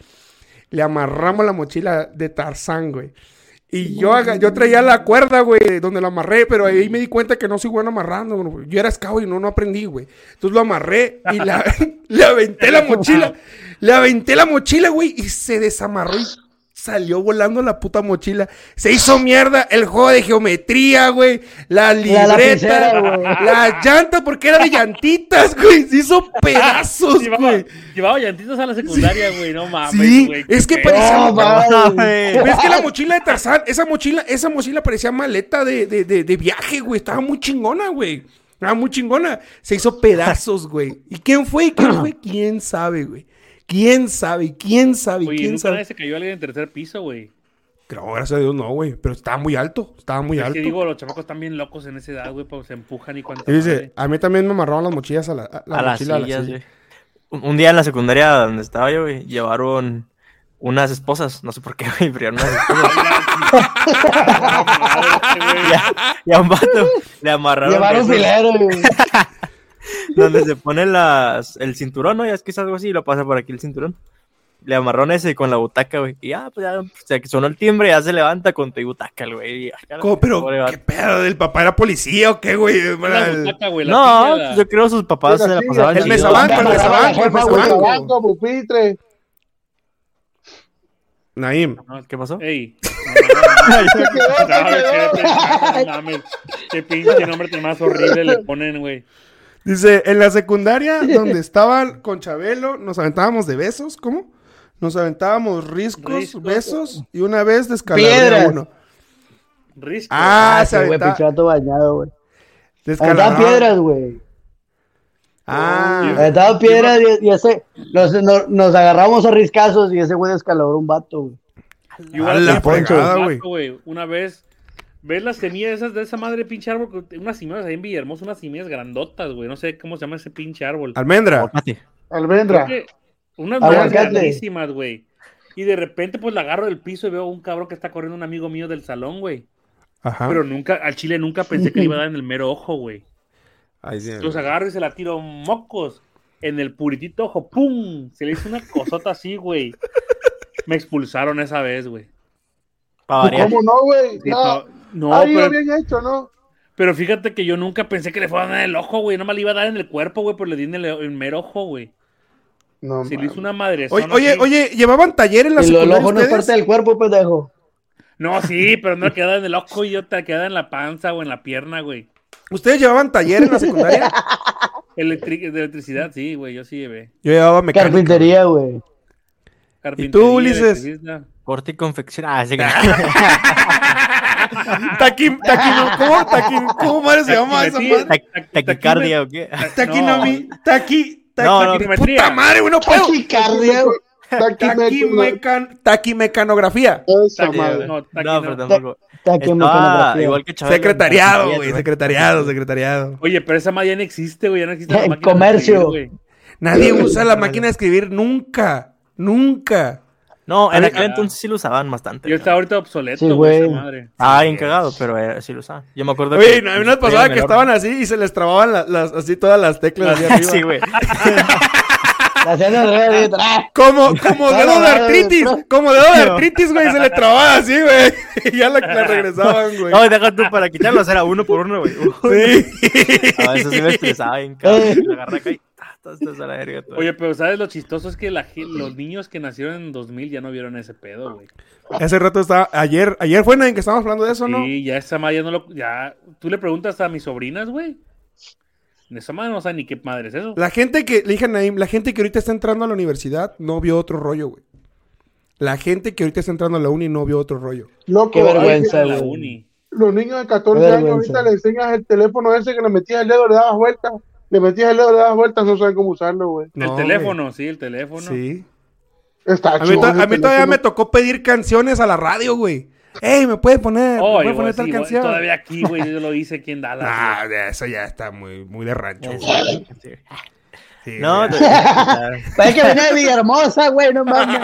[SPEAKER 5] Le amarramos la mochila de Tarzán, güey. Y yo, haga- yo traía la cuerda, güey, donde lo amarré, pero ahí me di cuenta que no soy bueno amarrando, güey. Yo era escabo y no, no aprendí, güey. Entonces lo amarré y la, le aventé la mochila. Le aventé la mochila, güey, y se desamarró y salió volando la puta mochila. Se hizo mierda el juego de geometría, güey. La libreta,
[SPEAKER 6] lapicera,
[SPEAKER 5] las
[SPEAKER 6] güey.
[SPEAKER 5] llantas, porque era de llantitas, güey. Se hizo pedazos,
[SPEAKER 4] Llevaba,
[SPEAKER 5] güey.
[SPEAKER 4] llevaba llantitos a la secundaria, güey, no mames,
[SPEAKER 5] Sí,
[SPEAKER 4] güey. qué
[SPEAKER 5] es que
[SPEAKER 4] feo.
[SPEAKER 5] parecía...
[SPEAKER 6] No, madre.
[SPEAKER 5] ¿Ves que la mochila de Tarzán, esa mochila, esa mochila parecía maleta de, de, de, de viaje, güey? Estaba muy chingona, güey. Estaba muy chingona. Se hizo pedazos, güey. ¿Y quién fue? ¿Y quién fue? ¿Quién sabe, güey? ¿Quién sabe? ¿Quién sabe?
[SPEAKER 4] Oye,
[SPEAKER 5] ¿Quién
[SPEAKER 4] nunca
[SPEAKER 5] sabe?
[SPEAKER 4] nadie se cayó alguien en tercer piso, güey.
[SPEAKER 5] No, gracias a Dios no, güey. Pero estaba muy alto. Estaba muy
[SPEAKER 4] Es
[SPEAKER 5] alto.
[SPEAKER 4] que digo, los chamacos están bien locos en esa edad, güey, pues se empujan y cuánto.
[SPEAKER 5] Y dice, a mí también me amarraron las mochilas a la, a la
[SPEAKER 2] a las
[SPEAKER 5] mochila. a la
[SPEAKER 2] sillas,
[SPEAKER 5] silla.
[SPEAKER 2] güey. Un un día en la secundaria donde estaba yo, güey, llevaron unas esposas, no sé por qué, güey, pero eran unas esposas. y, a, y a un vato le amarraron
[SPEAKER 6] Llevaron
[SPEAKER 2] de esos
[SPEAKER 6] filero, güey.
[SPEAKER 2] donde se pone las, el cinturón, ¿no? Ya es que es algo así, y lo pasa por aquí el cinturón. Le amarraron ese con la butaca, güey. Y ya, pues ya, o sea, que sonó el timbre, ya se levanta con tu butaca, el güey. y ya, ya,
[SPEAKER 5] ¿Cómo? Pero,
[SPEAKER 2] pobre
[SPEAKER 5] ¿qué
[SPEAKER 2] vato.
[SPEAKER 5] pedo? ¿El papá era policía o qué, güey?
[SPEAKER 4] La butaca, güey, la
[SPEAKER 2] No, pues,
[SPEAKER 4] silla, la-
[SPEAKER 2] yo creo sus papás
[SPEAKER 3] Pero
[SPEAKER 2] se la
[SPEAKER 3] sí,
[SPEAKER 2] pasaban.
[SPEAKER 5] el
[SPEAKER 2] chido.
[SPEAKER 5] mesabanco, el
[SPEAKER 6] Amarraba la
[SPEAKER 5] mesabanco, el
[SPEAKER 6] jefa, güey,
[SPEAKER 5] mesabanco.
[SPEAKER 3] Banco, pupitre.
[SPEAKER 5] Naim,
[SPEAKER 4] No,
[SPEAKER 2] ¿Qué pasó?
[SPEAKER 4] Ey. No, no, no.
[SPEAKER 3] quedó, te quedó.
[SPEAKER 4] No, güey, qué pendejo, no mames. Qué pinche nombre tan más horrible le ponen, güey.
[SPEAKER 5] Dice, en la secundaria donde estaban con Chabelo, nos aventábamos de besos, ¿cómo? Nos aventábamos riscos,
[SPEAKER 4] Riscos.
[SPEAKER 5] besos, y una vez descalabré a
[SPEAKER 6] Piedras.
[SPEAKER 5] uno.
[SPEAKER 4] Risco.
[SPEAKER 5] Ah, se
[SPEAKER 6] güey,
[SPEAKER 5] aventaba.
[SPEAKER 6] pinche vato bañado, güey. Aventaban
[SPEAKER 5] descalabraba.
[SPEAKER 6] piedras, güey.
[SPEAKER 5] Ah,
[SPEAKER 6] Aventaban piedras y, y ese. Nos, nos, nos agarramos a riscazos y ese güey descalabró un vato, güey.
[SPEAKER 4] Yo
[SPEAKER 5] A
[SPEAKER 4] era
[SPEAKER 5] la
[SPEAKER 4] bien pendejo,
[SPEAKER 5] fregada,
[SPEAKER 4] vato,
[SPEAKER 5] güey.
[SPEAKER 4] güey. Una vez, ¿ves las semillas esas de esa madre pinche árbol? Unas semillas ahí en Villahermosa, unas semillas grandotas, güey. No sé cómo se llama ese pinche árbol.
[SPEAKER 5] almendra.
[SPEAKER 2] Mati.
[SPEAKER 3] Almendra.
[SPEAKER 4] Creo que Unas
[SPEAKER 6] Aguacate.
[SPEAKER 4] madres grandísimas, güey. Y de repente, pues la agarro del piso y veo un cabrón que está corriendo un amigo mío del salón, güey.
[SPEAKER 5] Ajá.
[SPEAKER 4] Pero nunca, al chile nunca pensé que le iba a dar en el mero ojo, güey.
[SPEAKER 5] Ahí sí.
[SPEAKER 4] Los agarro y se la tiro mocos. En el puritito ojo, ¡pum! Se le hizo una cosota así, güey. Me expulsaron esa vez, güey.
[SPEAKER 2] Para variar.
[SPEAKER 3] ¿Cómo no, güey? No,
[SPEAKER 4] no,
[SPEAKER 3] ha ido
[SPEAKER 4] pero,
[SPEAKER 3] bien hecho, ¿no?
[SPEAKER 4] pero fíjate que yo nunca pensé que le fuera a dar en el ojo, güey. No me le iba a dar en el cuerpo, güey, pero le di en el, el mero ojo, güey.
[SPEAKER 3] No,
[SPEAKER 4] Se le
[SPEAKER 3] mames.
[SPEAKER 4] hizo una madre.
[SPEAKER 5] Oye, oye, oye, ¿llevaban taller en la
[SPEAKER 6] Y lo- el
[SPEAKER 5] secundaria
[SPEAKER 6] ojo no es
[SPEAKER 5] ustedes?
[SPEAKER 6] parte del cuerpo, pendejo.
[SPEAKER 4] No, sí, pero no le quedaba en el ojo, idiota. Quedaba en la panza o en la pierna, güey.
[SPEAKER 5] ¿Ustedes llevaban taller en la secundaria?
[SPEAKER 4] Electri- de electricidad, sí, güey. Yo sí llevé.
[SPEAKER 5] Yo llevaba mecánica.
[SPEAKER 6] Carpintería, güey.
[SPEAKER 4] Carpintería,
[SPEAKER 5] Ulises?
[SPEAKER 4] electricista.
[SPEAKER 2] Corte y confección. Ah, ese que-
[SPEAKER 5] Taquim, taquino, ¿cómo? Taquim, ¿cómo madre se llama esa
[SPEAKER 4] Taquimetría.
[SPEAKER 5] madre?
[SPEAKER 2] Ta- ta- Taquicardia o qué?
[SPEAKER 5] Taquinomi, taqui, taqui.
[SPEAKER 2] No, no.
[SPEAKER 5] Puta madre, güey, no puedo.
[SPEAKER 6] Taquicardia, güey.
[SPEAKER 3] Taquimeco.
[SPEAKER 5] Taquimecan- Taquimecanografía.
[SPEAKER 3] Esa
[SPEAKER 4] Taqui-
[SPEAKER 3] madre.
[SPEAKER 4] no, taqui-
[SPEAKER 2] No,
[SPEAKER 4] no.
[SPEAKER 2] pero tampoco. Estaba
[SPEAKER 6] Taquimecanografía.
[SPEAKER 2] igual que Chabelo.
[SPEAKER 5] Secretariado, güey,
[SPEAKER 2] Taquillas,
[SPEAKER 5] secretariado, secretariado.
[SPEAKER 4] Oye, pero esa madre ya no existe, güey. Ya no existe la
[SPEAKER 6] En
[SPEAKER 4] máquina de
[SPEAKER 6] comercio.
[SPEAKER 4] escribir, güey.
[SPEAKER 5] Nadie usa la máquina de escribir nunca, nunca.
[SPEAKER 2] No, en
[SPEAKER 5] Había-
[SPEAKER 2] aquel entonces sí lo usaban bastante.
[SPEAKER 4] Yo está ahorita obsoleto,
[SPEAKER 6] Sí,
[SPEAKER 4] güey, esa
[SPEAKER 6] güey.
[SPEAKER 4] madre.
[SPEAKER 2] Ah, bien cagado, pero eh, sí lo usaban. Yo me acuerdo
[SPEAKER 5] Oye,
[SPEAKER 2] que.
[SPEAKER 5] a mí una pasada que
[SPEAKER 2] Menor.
[SPEAKER 5] estaban así y se les trababan la- las, así todas las teclas hacia arriba.
[SPEAKER 2] Ah, sí, güey.
[SPEAKER 6] La hacían al revés, güey. ¡Ah!
[SPEAKER 5] Como, como dedo de
[SPEAKER 6] no,
[SPEAKER 5] artritis,
[SPEAKER 6] no.
[SPEAKER 5] como dedo de artritis, güey, se le trababa así, güey. Y ya la, la regresaban, güey.
[SPEAKER 2] No, deja tú para quitarlos, era uno por uno, güey.
[SPEAKER 5] Sí.
[SPEAKER 2] A veces sí me estresaba bien cagado. La agarré acá y. ta, ta, ta, ta, la verga, todo.
[SPEAKER 4] Oye, pero ¿sabes lo chistoso? Es que la gen- los niños que nacieron en 2000 ya no vieron ese pedo, güey.
[SPEAKER 5] Hace rato estaba, ayer, ayer fue en que estábamos hablando de eso, ¿no?
[SPEAKER 4] Sí, ya esa madre ya no lo... Ya... Tú le preguntas a mis sobrinas, güey. Esa madre no sabe ni qué madre es eso.
[SPEAKER 5] La gente que, le dije a Naim, la gente que ahorita está entrando a la universidad no vio otro rollo, güey. La gente que ahorita está entrando a la uni no vio otro rollo.
[SPEAKER 3] Loco,
[SPEAKER 6] Qué vergüenza,
[SPEAKER 3] ay,
[SPEAKER 4] La
[SPEAKER 6] güey.
[SPEAKER 4] uni.
[SPEAKER 3] Los niños de
[SPEAKER 6] Qué
[SPEAKER 3] 14 años
[SPEAKER 6] vergüenza.
[SPEAKER 3] ahorita le enseñas el teléfono ese que le metías el dedo, le dabas vuelta Le metías el dedo, le das vueltas, no saben cómo usarlo, güey.
[SPEAKER 4] El
[SPEAKER 5] No,
[SPEAKER 4] teléfono, sí, el teléfono.
[SPEAKER 5] güey. Sí.
[SPEAKER 3] Está
[SPEAKER 5] A mí,
[SPEAKER 3] chido
[SPEAKER 5] to-
[SPEAKER 3] ese
[SPEAKER 5] a mí todavía me
[SPEAKER 3] teléfono.
[SPEAKER 5] tocó pedir canciones a la radio, güey. Ey, ¿me puedes poner,
[SPEAKER 4] Oh,
[SPEAKER 5] ¿me puedes
[SPEAKER 4] yo,
[SPEAKER 5] poner
[SPEAKER 4] sí,
[SPEAKER 5] tal
[SPEAKER 4] güey,
[SPEAKER 5] canción?
[SPEAKER 4] Todavía aquí, güey, yo lo hice aquí en Dallas.
[SPEAKER 5] Ah, ya, eso ya está muy, muy de rancho. güey. Sí,
[SPEAKER 2] No,
[SPEAKER 5] güey.
[SPEAKER 6] Parece Pues que venía de Villahermosa, güey, no mames.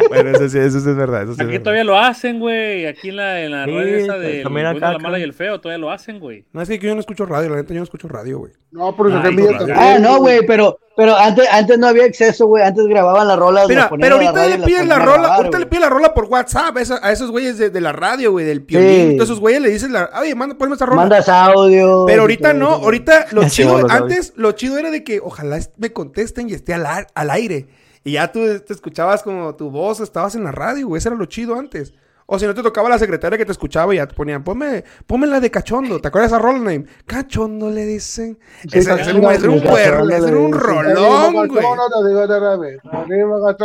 [SPEAKER 5] Bueno, eso sí, eso sí es verdad. Eso sí es
[SPEAKER 4] Aquí
[SPEAKER 5] verdad.
[SPEAKER 4] todavía lo hacen, güey. Aquí en la, en la
[SPEAKER 2] Sí,
[SPEAKER 4] red esa
[SPEAKER 2] pues,
[SPEAKER 4] de
[SPEAKER 2] también acá,
[SPEAKER 4] la mala
[SPEAKER 2] acá.
[SPEAKER 4] y el feo, todavía lo hacen, güey.
[SPEAKER 5] No, es que yo no escucho radio, la neta yo no escucho radio, güey.
[SPEAKER 3] No, pero se
[SPEAKER 4] Ay,
[SPEAKER 3] te pilla
[SPEAKER 5] no,
[SPEAKER 3] también.
[SPEAKER 6] Ah, no, güey, pero, pero antes, antes no había acceso, güey. Antes grababan las rolas.
[SPEAKER 5] Mira,
[SPEAKER 6] las ponían
[SPEAKER 5] pero
[SPEAKER 6] en la
[SPEAKER 5] ahorita
[SPEAKER 6] radio y
[SPEAKER 5] le
[SPEAKER 6] las
[SPEAKER 5] piden la
[SPEAKER 6] ponían a
[SPEAKER 5] rola,
[SPEAKER 6] grabar,
[SPEAKER 5] ahorita le
[SPEAKER 6] güey.
[SPEAKER 5] piden la rola por WhatsApp a, esa- a esos güeyes de, de la radio, güey, del piolín.
[SPEAKER 6] Sí.
[SPEAKER 5] Todos esos güeyes le dices, la, oye, manda, ponme esa rola.
[SPEAKER 6] Mandas audio.
[SPEAKER 5] Pero ahorita no, ahorita lo
[SPEAKER 2] Sí,
[SPEAKER 5] chido,
[SPEAKER 2] vos lo sabes.
[SPEAKER 5] antes lo chido era de que ojalá est- me contesten y esté al, ar- al aire. Y ya tú te escuchabas como tu voz, estabas en la radio, güey, eso era lo chido antes. O si no te tocaba la secretaria que te escuchaba y ya te ponían, ponme, ponme la de cachondo, ¿te acuerdas de esa roll name? Cachondo le dicen.
[SPEAKER 3] Sí,
[SPEAKER 5] Ese- ese
[SPEAKER 3] Cachondo,
[SPEAKER 5] güey, ese era un
[SPEAKER 6] Cachondo
[SPEAKER 5] cuerno,
[SPEAKER 6] le
[SPEAKER 5] ese era un
[SPEAKER 6] dicen.
[SPEAKER 5] rolón, güey. Ese ese era un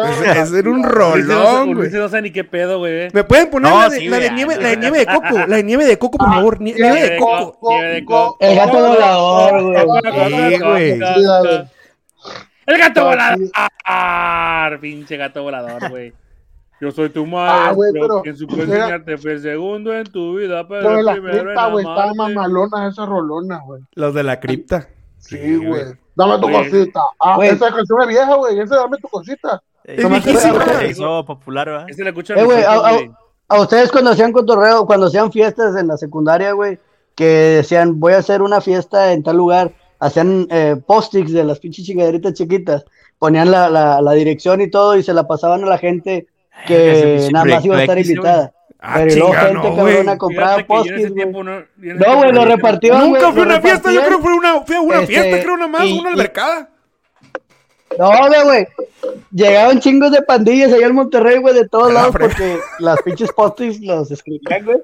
[SPEAKER 4] Ulises no sé-
[SPEAKER 5] rolón, güey.
[SPEAKER 4] Ulises no sé ni qué pedo, güey.
[SPEAKER 5] ¿Me pueden poner
[SPEAKER 2] No,
[SPEAKER 5] la, de,
[SPEAKER 2] sí,
[SPEAKER 5] la de
[SPEAKER 2] güey,
[SPEAKER 5] nieve,
[SPEAKER 2] ya, Ah,
[SPEAKER 5] la de
[SPEAKER 2] ya.
[SPEAKER 5] nieve de coco? La de nieve de coco, por favor. nie- nieve de coco.
[SPEAKER 4] Nieve de coco.
[SPEAKER 6] El gato volador, güey.
[SPEAKER 5] Sí, güey.
[SPEAKER 4] El gato
[SPEAKER 3] No,
[SPEAKER 4] volador.
[SPEAKER 3] sí.
[SPEAKER 4] Ah, Pinche gato volador, güey. Yo soy tu madre.
[SPEAKER 3] Ah, güey, pero-
[SPEAKER 4] quien supo enseñarte fue el segundo en tu vida, pero
[SPEAKER 3] Pero
[SPEAKER 4] el
[SPEAKER 3] la
[SPEAKER 4] primero en
[SPEAKER 3] cripta, güey,
[SPEAKER 4] amarte.
[SPEAKER 3] estaban mamalonas esas rolonas, güey.
[SPEAKER 5] Los de la cripta.
[SPEAKER 3] Sí, güey. Dame tu
[SPEAKER 4] Güey.
[SPEAKER 3] cosita. Ah,
[SPEAKER 6] Güey.
[SPEAKER 3] esa canción es vieja, güey. Esa dame tu cosita.
[SPEAKER 5] Es viejísima.
[SPEAKER 2] Se hizo popular, ¿verdad?
[SPEAKER 4] Ese le escucha
[SPEAKER 6] Eh, güey,
[SPEAKER 4] Luisito,
[SPEAKER 6] au- au-
[SPEAKER 4] güey.
[SPEAKER 6] A ustedes cuando hacían cotorreo, cuando hacían fiestas en la secundaria, güey, que decían, voy a hacer una fiesta en tal lugar, hacían eh, post-its de las pinches chingaderitas chiquitas, ponían la, la, la dirección y todo y se la pasaban a la gente
[SPEAKER 2] Ese
[SPEAKER 6] que
[SPEAKER 2] pinche
[SPEAKER 6] nada más iba a estar
[SPEAKER 2] proyecto X,
[SPEAKER 6] invitada.
[SPEAKER 5] Ah,
[SPEAKER 6] Pero y luego
[SPEAKER 5] chinga,
[SPEAKER 6] gente
[SPEAKER 5] no, güey.
[SPEAKER 6] cabrona compraba
[SPEAKER 4] Fíjate que yo en ese
[SPEAKER 6] post-its, güey.
[SPEAKER 4] tiempo no- yo en ese
[SPEAKER 6] No, güey,
[SPEAKER 4] tiempo
[SPEAKER 6] lo
[SPEAKER 4] no-
[SPEAKER 6] repartían, güey.
[SPEAKER 5] Nunca
[SPEAKER 6] lo
[SPEAKER 5] fue una fiesta, yo
[SPEAKER 6] repartían.
[SPEAKER 5] creo que fue una, fue una
[SPEAKER 6] Este,
[SPEAKER 5] fiesta, creo una más,
[SPEAKER 6] y-
[SPEAKER 5] una
[SPEAKER 6] y-
[SPEAKER 5] albercada.
[SPEAKER 6] No, hombre, güey. Llegaban chingos de pandillas allá en Monterrey, güey, de todos
[SPEAKER 5] Ah,
[SPEAKER 6] lados,
[SPEAKER 5] hombre.
[SPEAKER 6] porque las pinches postis los escribían, güey.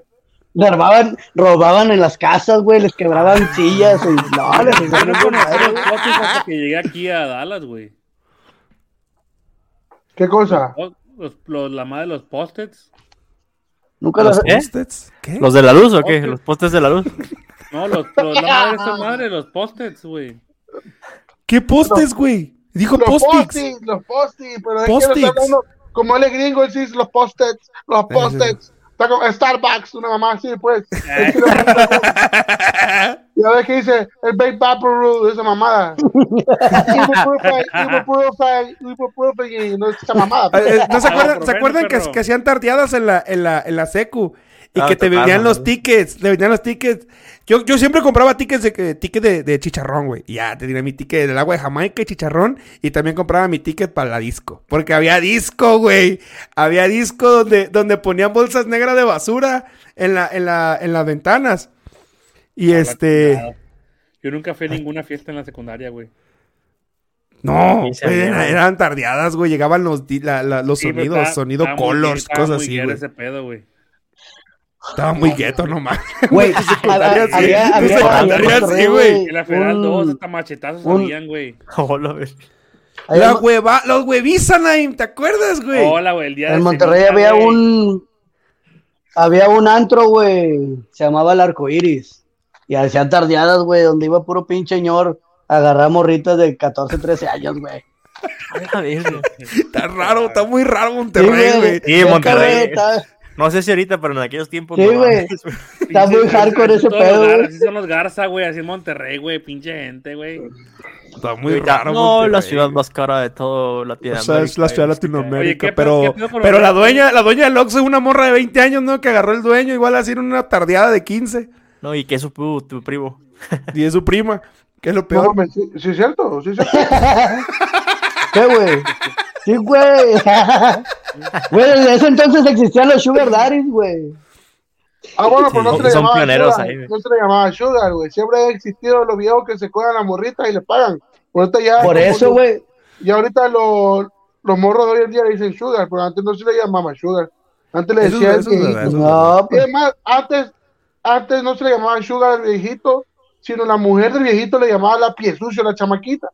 [SPEAKER 6] Le armaban- robaban en las casas, güey, les quebraban sillas y no,
[SPEAKER 5] Ah,
[SPEAKER 6] les
[SPEAKER 4] Yo
[SPEAKER 6] hacían
[SPEAKER 4] no
[SPEAKER 6] un
[SPEAKER 4] conocí
[SPEAKER 6] desmadre,
[SPEAKER 4] los
[SPEAKER 6] güey.
[SPEAKER 4] potes hasta que llegué aquí a Dallas, güey.
[SPEAKER 3] ¿Qué cosa?
[SPEAKER 4] Oh, Los, los- la madre de los post-its.
[SPEAKER 6] Nunca
[SPEAKER 5] Ah,
[SPEAKER 6] los
[SPEAKER 2] ¿Eh?
[SPEAKER 5] Post-its. ¿Qué?
[SPEAKER 2] ¿Los de la luz o qué?
[SPEAKER 4] Ok.
[SPEAKER 2] ¿Los postes de la luz?
[SPEAKER 4] No, los, los- la madre de esta madre, los post-its, güey.
[SPEAKER 5] ¿Qué postes, güey? Dijo
[SPEAKER 3] Los
[SPEAKER 5] post-its.
[SPEAKER 3] postis, los postis, pero es que no
[SPEAKER 5] Post-its.
[SPEAKER 3] está hablando como el gringo, él sí dice los post-its, los post-its. Está como Starbucks, una mamá así, pues. Él sí lo pone como- Ya ves que dice el Big Papo Rule, esa mamada. Ibuprofen, ibuprofen, ibuprofen, y no es esa mamada.
[SPEAKER 5] Ah,
[SPEAKER 3] pues.
[SPEAKER 5] eh, ¿No se
[SPEAKER 4] Ah,
[SPEAKER 5] acuerdan,
[SPEAKER 4] por
[SPEAKER 5] ¿se
[SPEAKER 4] menos,
[SPEAKER 5] acuerdan que,
[SPEAKER 4] perro.
[SPEAKER 5] que hacían tardeadas en la, en la, en la secu? Y
[SPEAKER 2] Ah,
[SPEAKER 5] que te
[SPEAKER 2] te
[SPEAKER 5] vendían
[SPEAKER 2] pagan,
[SPEAKER 5] los
[SPEAKER 2] ¿no?
[SPEAKER 5] tickets, te vendían los tickets. Yo, yo siempre compraba tickets de, que- ticket de, de chicharrón, güey. Y Ya, te tenía mi ticket del agua de Jamaica y chicharrón. Y también compraba mi ticket para la disco. Porque había disco, güey. Había disco donde, donde ponían bolsas negras de basura en, la, en, la, en las ventanas. Y este...
[SPEAKER 4] Yo nunca fui a ninguna fiesta en la secundaria, güey.
[SPEAKER 5] No,
[SPEAKER 2] Sí, se
[SPEAKER 5] güey,
[SPEAKER 2] veía, güey.
[SPEAKER 5] eran tardeadas, güey. Llegaban los, di- la- la- los
[SPEAKER 4] Sí, pero
[SPEAKER 5] sonidos,
[SPEAKER 4] estaba-
[SPEAKER 5] sonido
[SPEAKER 4] estaba muy
[SPEAKER 5] colors,
[SPEAKER 4] bien, estaba
[SPEAKER 5] cosas
[SPEAKER 4] muy
[SPEAKER 5] así,
[SPEAKER 4] bien
[SPEAKER 5] güey.
[SPEAKER 4] ese pedo, güey.
[SPEAKER 5] Estaba muy gueto nomás.
[SPEAKER 6] Güey, a- a-
[SPEAKER 5] secundaria, sí.
[SPEAKER 6] había,
[SPEAKER 5] Tu
[SPEAKER 6] había, había en
[SPEAKER 5] secundaria, sí,
[SPEAKER 6] Monterrey,
[SPEAKER 5] güey.
[SPEAKER 6] güey,
[SPEAKER 4] En la Federal
[SPEAKER 6] un-
[SPEAKER 4] 2 hasta machetazos
[SPEAKER 6] un-
[SPEAKER 4] habían, güey.
[SPEAKER 2] Hola, güey.
[SPEAKER 6] había
[SPEAKER 5] La
[SPEAKER 6] en-
[SPEAKER 5] hueva, los huevizanaim, ¿te acuerdas, güey?
[SPEAKER 4] Hola, güey, el día
[SPEAKER 6] En
[SPEAKER 4] de
[SPEAKER 6] Monterrey
[SPEAKER 4] ceniza,
[SPEAKER 6] había
[SPEAKER 4] güey.
[SPEAKER 6] un había un antro, güey, se llamaba el arco iris. Y hacían tardeadas, güey, donde iba puro pinche señor a agarrar morritas de 14, 13 años, güey.
[SPEAKER 2] Hola, verga.
[SPEAKER 5] Está raro, está muy raro Monterrey, güey.
[SPEAKER 2] Sí,
[SPEAKER 6] Neta,
[SPEAKER 2] Monterrey.
[SPEAKER 6] güey, Está,
[SPEAKER 2] No sé si ahorita, pero en aquellos tiempos.
[SPEAKER 6] Sí,
[SPEAKER 2] no
[SPEAKER 6] güey.
[SPEAKER 2] mames, güey.
[SPEAKER 6] está muy
[SPEAKER 4] Pinche-
[SPEAKER 6] hardcore
[SPEAKER 4] así
[SPEAKER 6] ese
[SPEAKER 4] son todos los
[SPEAKER 6] pedo,
[SPEAKER 4] gar-
[SPEAKER 6] güey.
[SPEAKER 4] Así son los Garza, güey, así en Monterrey, güey, pinche gente, güey.
[SPEAKER 5] Está muy
[SPEAKER 2] Ya,
[SPEAKER 5] raro.
[SPEAKER 2] No, la
[SPEAKER 5] Monterrey.
[SPEAKER 2] ciudad más cara de todo
[SPEAKER 5] O
[SPEAKER 2] Latinoamérica.
[SPEAKER 5] sea, es la ciudad
[SPEAKER 2] güey.
[SPEAKER 4] Oye,
[SPEAKER 5] latinoamérica,
[SPEAKER 4] ¿qué
[SPEAKER 5] pero,
[SPEAKER 4] pedo- qué pedo con los
[SPEAKER 5] pero la
[SPEAKER 4] Lakers?
[SPEAKER 5] dueña, la dueña del Oxxo es una morra de 20 años, ¿no? Que agarró el dueño, igual a hacer una tardeada de 15.
[SPEAKER 2] No, y que es tu, tu primo.
[SPEAKER 5] Y es su prima, que es lo
[SPEAKER 3] No,
[SPEAKER 5] peor.
[SPEAKER 3] hombre, sí, sí es cierto, sí es cierto.
[SPEAKER 6] ¿Qué, güey? Sí, güey. Güey, desde ese entonces existían los sugar daddies, güey.
[SPEAKER 3] Ah, bueno, pero no
[SPEAKER 2] Sí,
[SPEAKER 3] se le
[SPEAKER 2] son
[SPEAKER 3] llamaba
[SPEAKER 2] pioneros
[SPEAKER 3] sugar,
[SPEAKER 2] ahí, güey.
[SPEAKER 3] no se le llamaba sugar, güey. Siempre han existido los viejos que se cojan las morritas y les pagan. Por, ahorita ya,
[SPEAKER 6] Por eso, güey.
[SPEAKER 3] Y ahorita los, los morros de hoy en día le dicen sugar, pero antes no se le llamaba sugar. Antes le
[SPEAKER 5] Eso es-
[SPEAKER 3] decían
[SPEAKER 5] eso es verdad, eso es verdad.
[SPEAKER 6] No,
[SPEAKER 3] Y
[SPEAKER 6] pues,
[SPEAKER 3] además, antes, antes no se le llamaba sugar al viejito, sino la mujer del viejito le llamaba la pie sucia, la chamaquita.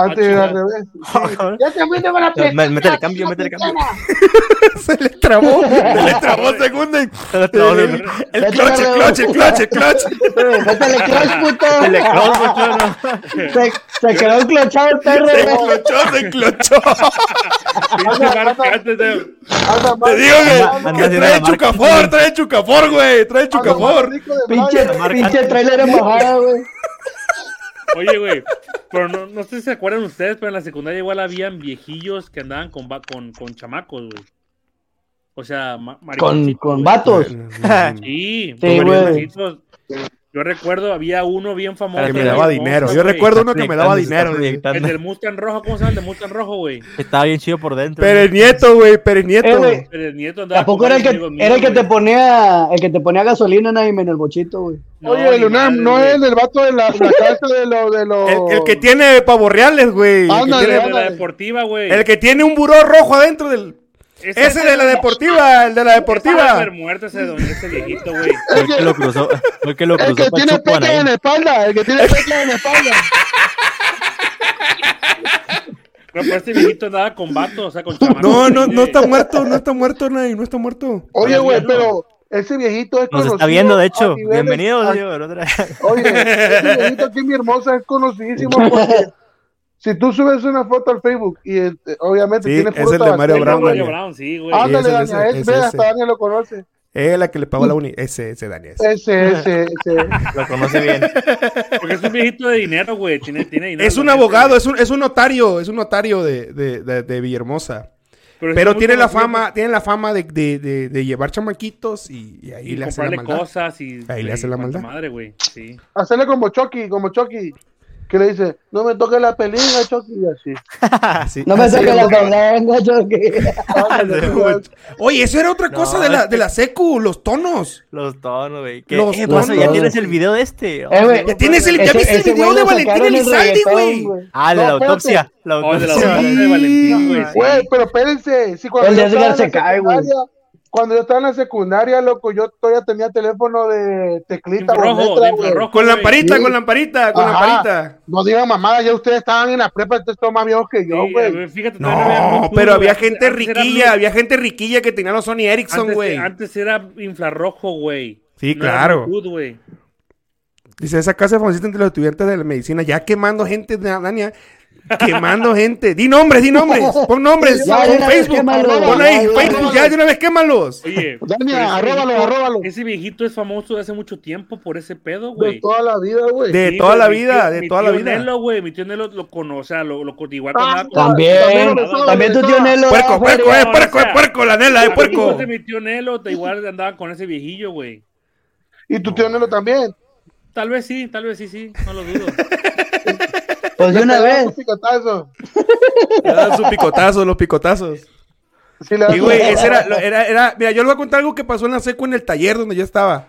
[SPEAKER 3] Antes
[SPEAKER 4] Ah,
[SPEAKER 3] era al
[SPEAKER 4] chinga.
[SPEAKER 3] revés. Sí. Ya también te van a
[SPEAKER 2] Me-
[SPEAKER 3] prestar
[SPEAKER 2] métele
[SPEAKER 3] la
[SPEAKER 2] cambio, métele cambio.
[SPEAKER 3] chingada.
[SPEAKER 5] Se le trabó. Se le trabó segunda. y-
[SPEAKER 2] trabó,
[SPEAKER 5] El,
[SPEAKER 2] güey.
[SPEAKER 5] el clutch, el clutch, el clutch, el clutch.
[SPEAKER 6] Métele clutch, puto. Se, se quedó enclochado el perro,
[SPEAKER 5] Se
[SPEAKER 6] güey.
[SPEAKER 5] clochó, se clochó.
[SPEAKER 4] Pinche marca, antes de-
[SPEAKER 3] Anda,
[SPEAKER 5] Te
[SPEAKER 3] más-
[SPEAKER 5] digo
[SPEAKER 2] Manda
[SPEAKER 5] que, que
[SPEAKER 2] haciendo
[SPEAKER 5] trae
[SPEAKER 2] la marca.
[SPEAKER 5] chucafor, trae chucafor, güey. Trae
[SPEAKER 3] anda más
[SPEAKER 5] chucafor.
[SPEAKER 3] rico de
[SPEAKER 6] Pinche,
[SPEAKER 3] Brian.
[SPEAKER 6] pinche trailer embajada, güey.
[SPEAKER 4] Oye, güey, pero no, no sé si se acuerdan ustedes, pero en la secundaria igual habían viejillos que andaban con, va- con, con chamacos, güey. O sea, ma-
[SPEAKER 6] Con,
[SPEAKER 4] mariconcitos,
[SPEAKER 6] con
[SPEAKER 4] güey.
[SPEAKER 6] vatos.
[SPEAKER 4] Sí,
[SPEAKER 6] Sí, güey.
[SPEAKER 4] mariconcitos. Yo recuerdo, había uno bien famoso.
[SPEAKER 5] Que me
[SPEAKER 4] bien
[SPEAKER 5] daba
[SPEAKER 4] famoso,
[SPEAKER 5] dinero.
[SPEAKER 4] güey.
[SPEAKER 5] Yo recuerdo uno que me daba dinero. güey.
[SPEAKER 4] El del Mustang rojo, ¿cómo se llama? El del Mustang rojo, güey.
[SPEAKER 2] Estaba bien chido por dentro.
[SPEAKER 5] Pérez Nieto, güey. Pérez
[SPEAKER 6] Eh,
[SPEAKER 5] Nieto.
[SPEAKER 6] güey.
[SPEAKER 4] Pero el nieto andaba.
[SPEAKER 6] Tampoco
[SPEAKER 4] con
[SPEAKER 6] era el que,
[SPEAKER 4] amigos míos,
[SPEAKER 6] era el que te
[SPEAKER 4] güey.
[SPEAKER 6] ponía, el que te ponía gasolina Naime, en el bochito, güey.
[SPEAKER 4] No,
[SPEAKER 3] Oye, el
[SPEAKER 4] ni
[SPEAKER 3] UNAM
[SPEAKER 4] madre,
[SPEAKER 3] no
[SPEAKER 4] güey.
[SPEAKER 3] es el vato de la, la cárcel de los. De los...
[SPEAKER 5] El, el que
[SPEAKER 6] oh.
[SPEAKER 5] tiene pavorreales, güey. El que
[SPEAKER 3] Ándale,
[SPEAKER 5] tiene-
[SPEAKER 4] De la
[SPEAKER 3] ándale.
[SPEAKER 4] deportiva, güey.
[SPEAKER 5] El que tiene un buró rojo adentro del.
[SPEAKER 4] Ese-
[SPEAKER 5] Ese de la deportiva, el de la
[SPEAKER 4] Ese debe
[SPEAKER 5] deportiva.
[SPEAKER 4] haber muerto ese, don- ese viejito, güey.
[SPEAKER 2] Fue el que lo cruzó. Fue el que lo
[SPEAKER 3] El
[SPEAKER 2] cruzó.
[SPEAKER 3] que
[SPEAKER 2] pa'
[SPEAKER 3] tiene
[SPEAKER 2] Chupo,
[SPEAKER 3] pecas en
[SPEAKER 2] Anaí.
[SPEAKER 3] la espalda, el que tiene pecas en la espalda.
[SPEAKER 4] No, pero este viejito andaba con vato, o sea, con chamacos.
[SPEAKER 5] No, no,
[SPEAKER 4] güey.
[SPEAKER 5] no está muerto, no está muerto, Nay, no está muerto.
[SPEAKER 3] Oye, güey,
[SPEAKER 4] Bueno.
[SPEAKER 3] pero ese viejito es
[SPEAKER 2] Nos
[SPEAKER 3] conocido.
[SPEAKER 2] está viendo, de
[SPEAKER 3] a
[SPEAKER 2] hecho.
[SPEAKER 3] niveles-
[SPEAKER 2] Bienvenidos,
[SPEAKER 3] a-
[SPEAKER 2] señor, otra vez.
[SPEAKER 3] Oye, ese viejito aquí, mi hermosa, es conocidísimo porque si tú subes una foto al Facebook y eh, obviamente
[SPEAKER 5] Sí,
[SPEAKER 3] tiene
[SPEAKER 5] es el de Mario
[SPEAKER 3] tabacero,
[SPEAKER 4] Sí,
[SPEAKER 5] Brown,
[SPEAKER 4] Mario
[SPEAKER 5] Daniel.
[SPEAKER 4] Brown, sí, güey.
[SPEAKER 5] Ah,
[SPEAKER 3] Ándale,
[SPEAKER 5] ese,
[SPEAKER 3] Daniel,
[SPEAKER 5] ese,
[SPEAKER 3] es,
[SPEAKER 5] ese,
[SPEAKER 3] ve,
[SPEAKER 5] ese.
[SPEAKER 3] hasta Daniel lo conoce.
[SPEAKER 5] Eh, la que le pagó la uni. Ese, ese, Daniel. ese.
[SPEAKER 3] Ese, ese, ese.
[SPEAKER 2] Lo conoce bien.
[SPEAKER 4] Porque es un viejito de dinero, güey. Tiene, tiene dinero.
[SPEAKER 5] Es un
[SPEAKER 4] la neta,
[SPEAKER 5] abogado,
[SPEAKER 4] güey.
[SPEAKER 5] es un, es un notario, es un notario de, de, de- de Villahermosa.
[SPEAKER 4] es
[SPEAKER 5] Pero
[SPEAKER 4] muy
[SPEAKER 5] tiene la
[SPEAKER 4] conocido
[SPEAKER 5] fama, tiene la fama de, de- de- de llevar chamaquitos y, y ahí
[SPEAKER 4] Y
[SPEAKER 5] le hace la
[SPEAKER 4] comprarle
[SPEAKER 5] maldad.
[SPEAKER 4] cosas y.
[SPEAKER 5] Ahí le
[SPEAKER 4] y
[SPEAKER 5] hace la
[SPEAKER 4] cuanta
[SPEAKER 5] maldad.
[SPEAKER 4] Madre, güey. Sí.
[SPEAKER 3] Hacerle como Chucky, como Chucky. Que le dice, no me toques la pelinga, Chucky, y así.
[SPEAKER 5] Así-
[SPEAKER 6] No me
[SPEAKER 5] así
[SPEAKER 6] saques
[SPEAKER 5] le-
[SPEAKER 6] la pelanga, choque.
[SPEAKER 3] Ándale, güey.
[SPEAKER 5] Oye, eso era otra cosa
[SPEAKER 2] No,
[SPEAKER 5] de, la,
[SPEAKER 2] es
[SPEAKER 5] de la secu, los tonos.
[SPEAKER 2] Los tonos, güey. ¿Qué?
[SPEAKER 5] Los
[SPEAKER 2] eh, vaso, ya
[SPEAKER 5] tonos.
[SPEAKER 2] tienes el video de este.
[SPEAKER 6] Eh, güey.
[SPEAKER 5] Ya tienes el, ya
[SPEAKER 6] Ese-
[SPEAKER 5] viste el
[SPEAKER 6] ese
[SPEAKER 5] video
[SPEAKER 6] güey
[SPEAKER 5] de
[SPEAKER 6] lo
[SPEAKER 5] Valentín
[SPEAKER 6] sacaron en
[SPEAKER 5] Elizalde,
[SPEAKER 6] reggaetón,
[SPEAKER 5] güey.
[SPEAKER 2] Ah, de
[SPEAKER 3] No,
[SPEAKER 2] la
[SPEAKER 3] espérate.
[SPEAKER 2] autopsia. La
[SPEAKER 4] Oh, de la
[SPEAKER 2] autopsia.
[SPEAKER 4] autopsia de Valentín, güey. sí.
[SPEAKER 3] Güey, pero espérense. Si cuando
[SPEAKER 6] El
[SPEAKER 3] yo
[SPEAKER 6] de Edgar
[SPEAKER 3] estaba en la
[SPEAKER 6] se cae, güey.
[SPEAKER 3] secundaria, Cuando yo estaba en la secundaria, loco, yo todavía tenía teléfono de teclita. con
[SPEAKER 4] Infrarrojo, de
[SPEAKER 3] letra, güey.
[SPEAKER 4] infrarrojo,
[SPEAKER 5] Con
[SPEAKER 4] güey.
[SPEAKER 5] lamparita,
[SPEAKER 3] Sí.
[SPEAKER 5] con lamparita, con
[SPEAKER 3] Ajá.
[SPEAKER 5] lamparita.
[SPEAKER 3] No digan mamada, ya ustedes estaban en la prepa, ustedes son más viejos que
[SPEAKER 4] Sí,
[SPEAKER 3] yo, güey.
[SPEAKER 4] güey, Fíjate, todavía había
[SPEAKER 5] No,
[SPEAKER 4] Bluetooth,
[SPEAKER 5] pero había
[SPEAKER 4] güey.
[SPEAKER 5] gente
[SPEAKER 4] Antes era
[SPEAKER 5] riquilla,
[SPEAKER 4] Bluetooth.
[SPEAKER 5] había gente riquilla que tenía los Sony Ericsson,
[SPEAKER 4] Antes-
[SPEAKER 5] güey.
[SPEAKER 4] Antes era infrarrojo, güey.
[SPEAKER 5] Sí,
[SPEAKER 4] No era
[SPEAKER 5] claro.
[SPEAKER 4] Bluetooth, güey.
[SPEAKER 5] Dice, esa casa famosita entre los estudiantes de la medicina, ya quemando gente, Da- Dania. Quemando gente. Di nombres, di nombres. Pon nombres.
[SPEAKER 6] Ya,
[SPEAKER 5] pon
[SPEAKER 6] ya, ya,
[SPEAKER 5] Facebook.
[SPEAKER 6] quémalo.
[SPEAKER 5] pon ahí,
[SPEAKER 6] Ya, ya,
[SPEAKER 5] Facebook.
[SPEAKER 3] ya.
[SPEAKER 5] Ya, de una vez quémalos.
[SPEAKER 4] Oye.
[SPEAKER 3] Dani,
[SPEAKER 4] pero ese
[SPEAKER 3] arróbalo,
[SPEAKER 4] viejito-
[SPEAKER 3] arróbalo.
[SPEAKER 4] Ese viejito es famoso de hace mucho tiempo por ese pedo,
[SPEAKER 3] De
[SPEAKER 4] güey.
[SPEAKER 3] toda la vida, güey.
[SPEAKER 5] De
[SPEAKER 4] Sí,
[SPEAKER 5] toda
[SPEAKER 4] güey,
[SPEAKER 5] la
[SPEAKER 4] mi
[SPEAKER 5] vida,
[SPEAKER 4] tío-
[SPEAKER 5] de
[SPEAKER 4] mi
[SPEAKER 5] toda la
[SPEAKER 4] tío
[SPEAKER 5] vida.
[SPEAKER 4] Nelo, güey, mi tío Nelo lo conoce, o sea, lo, lo, igual
[SPEAKER 3] Ah,
[SPEAKER 4] andaba con-
[SPEAKER 6] También,
[SPEAKER 4] andaba-
[SPEAKER 6] también tú tienes el
[SPEAKER 5] Puerco, puerco, eh,
[SPEAKER 4] no,
[SPEAKER 5] puerco,
[SPEAKER 4] o
[SPEAKER 5] eh,
[SPEAKER 4] sea,
[SPEAKER 5] puerco, la nela, eh,
[SPEAKER 4] Amigos
[SPEAKER 5] puerco.
[SPEAKER 4] de mi tío Nelo, de igual andaba con ese viejillo, güey.
[SPEAKER 3] Y tu tío Nelo también.
[SPEAKER 4] Tal vez sí, tal vez sí, sí, no lo dudo.
[SPEAKER 6] Pues de
[SPEAKER 3] Le
[SPEAKER 6] una
[SPEAKER 3] pegaba
[SPEAKER 6] vez.
[SPEAKER 3] un picatazo.
[SPEAKER 5] Le dan sus picotazos, los picotazos.
[SPEAKER 3] Sí, le
[SPEAKER 5] Y, güey, ese era, lo- era, era- Mira, yo le voy a contar algo que pasó en la secu en el taller donde yo estaba.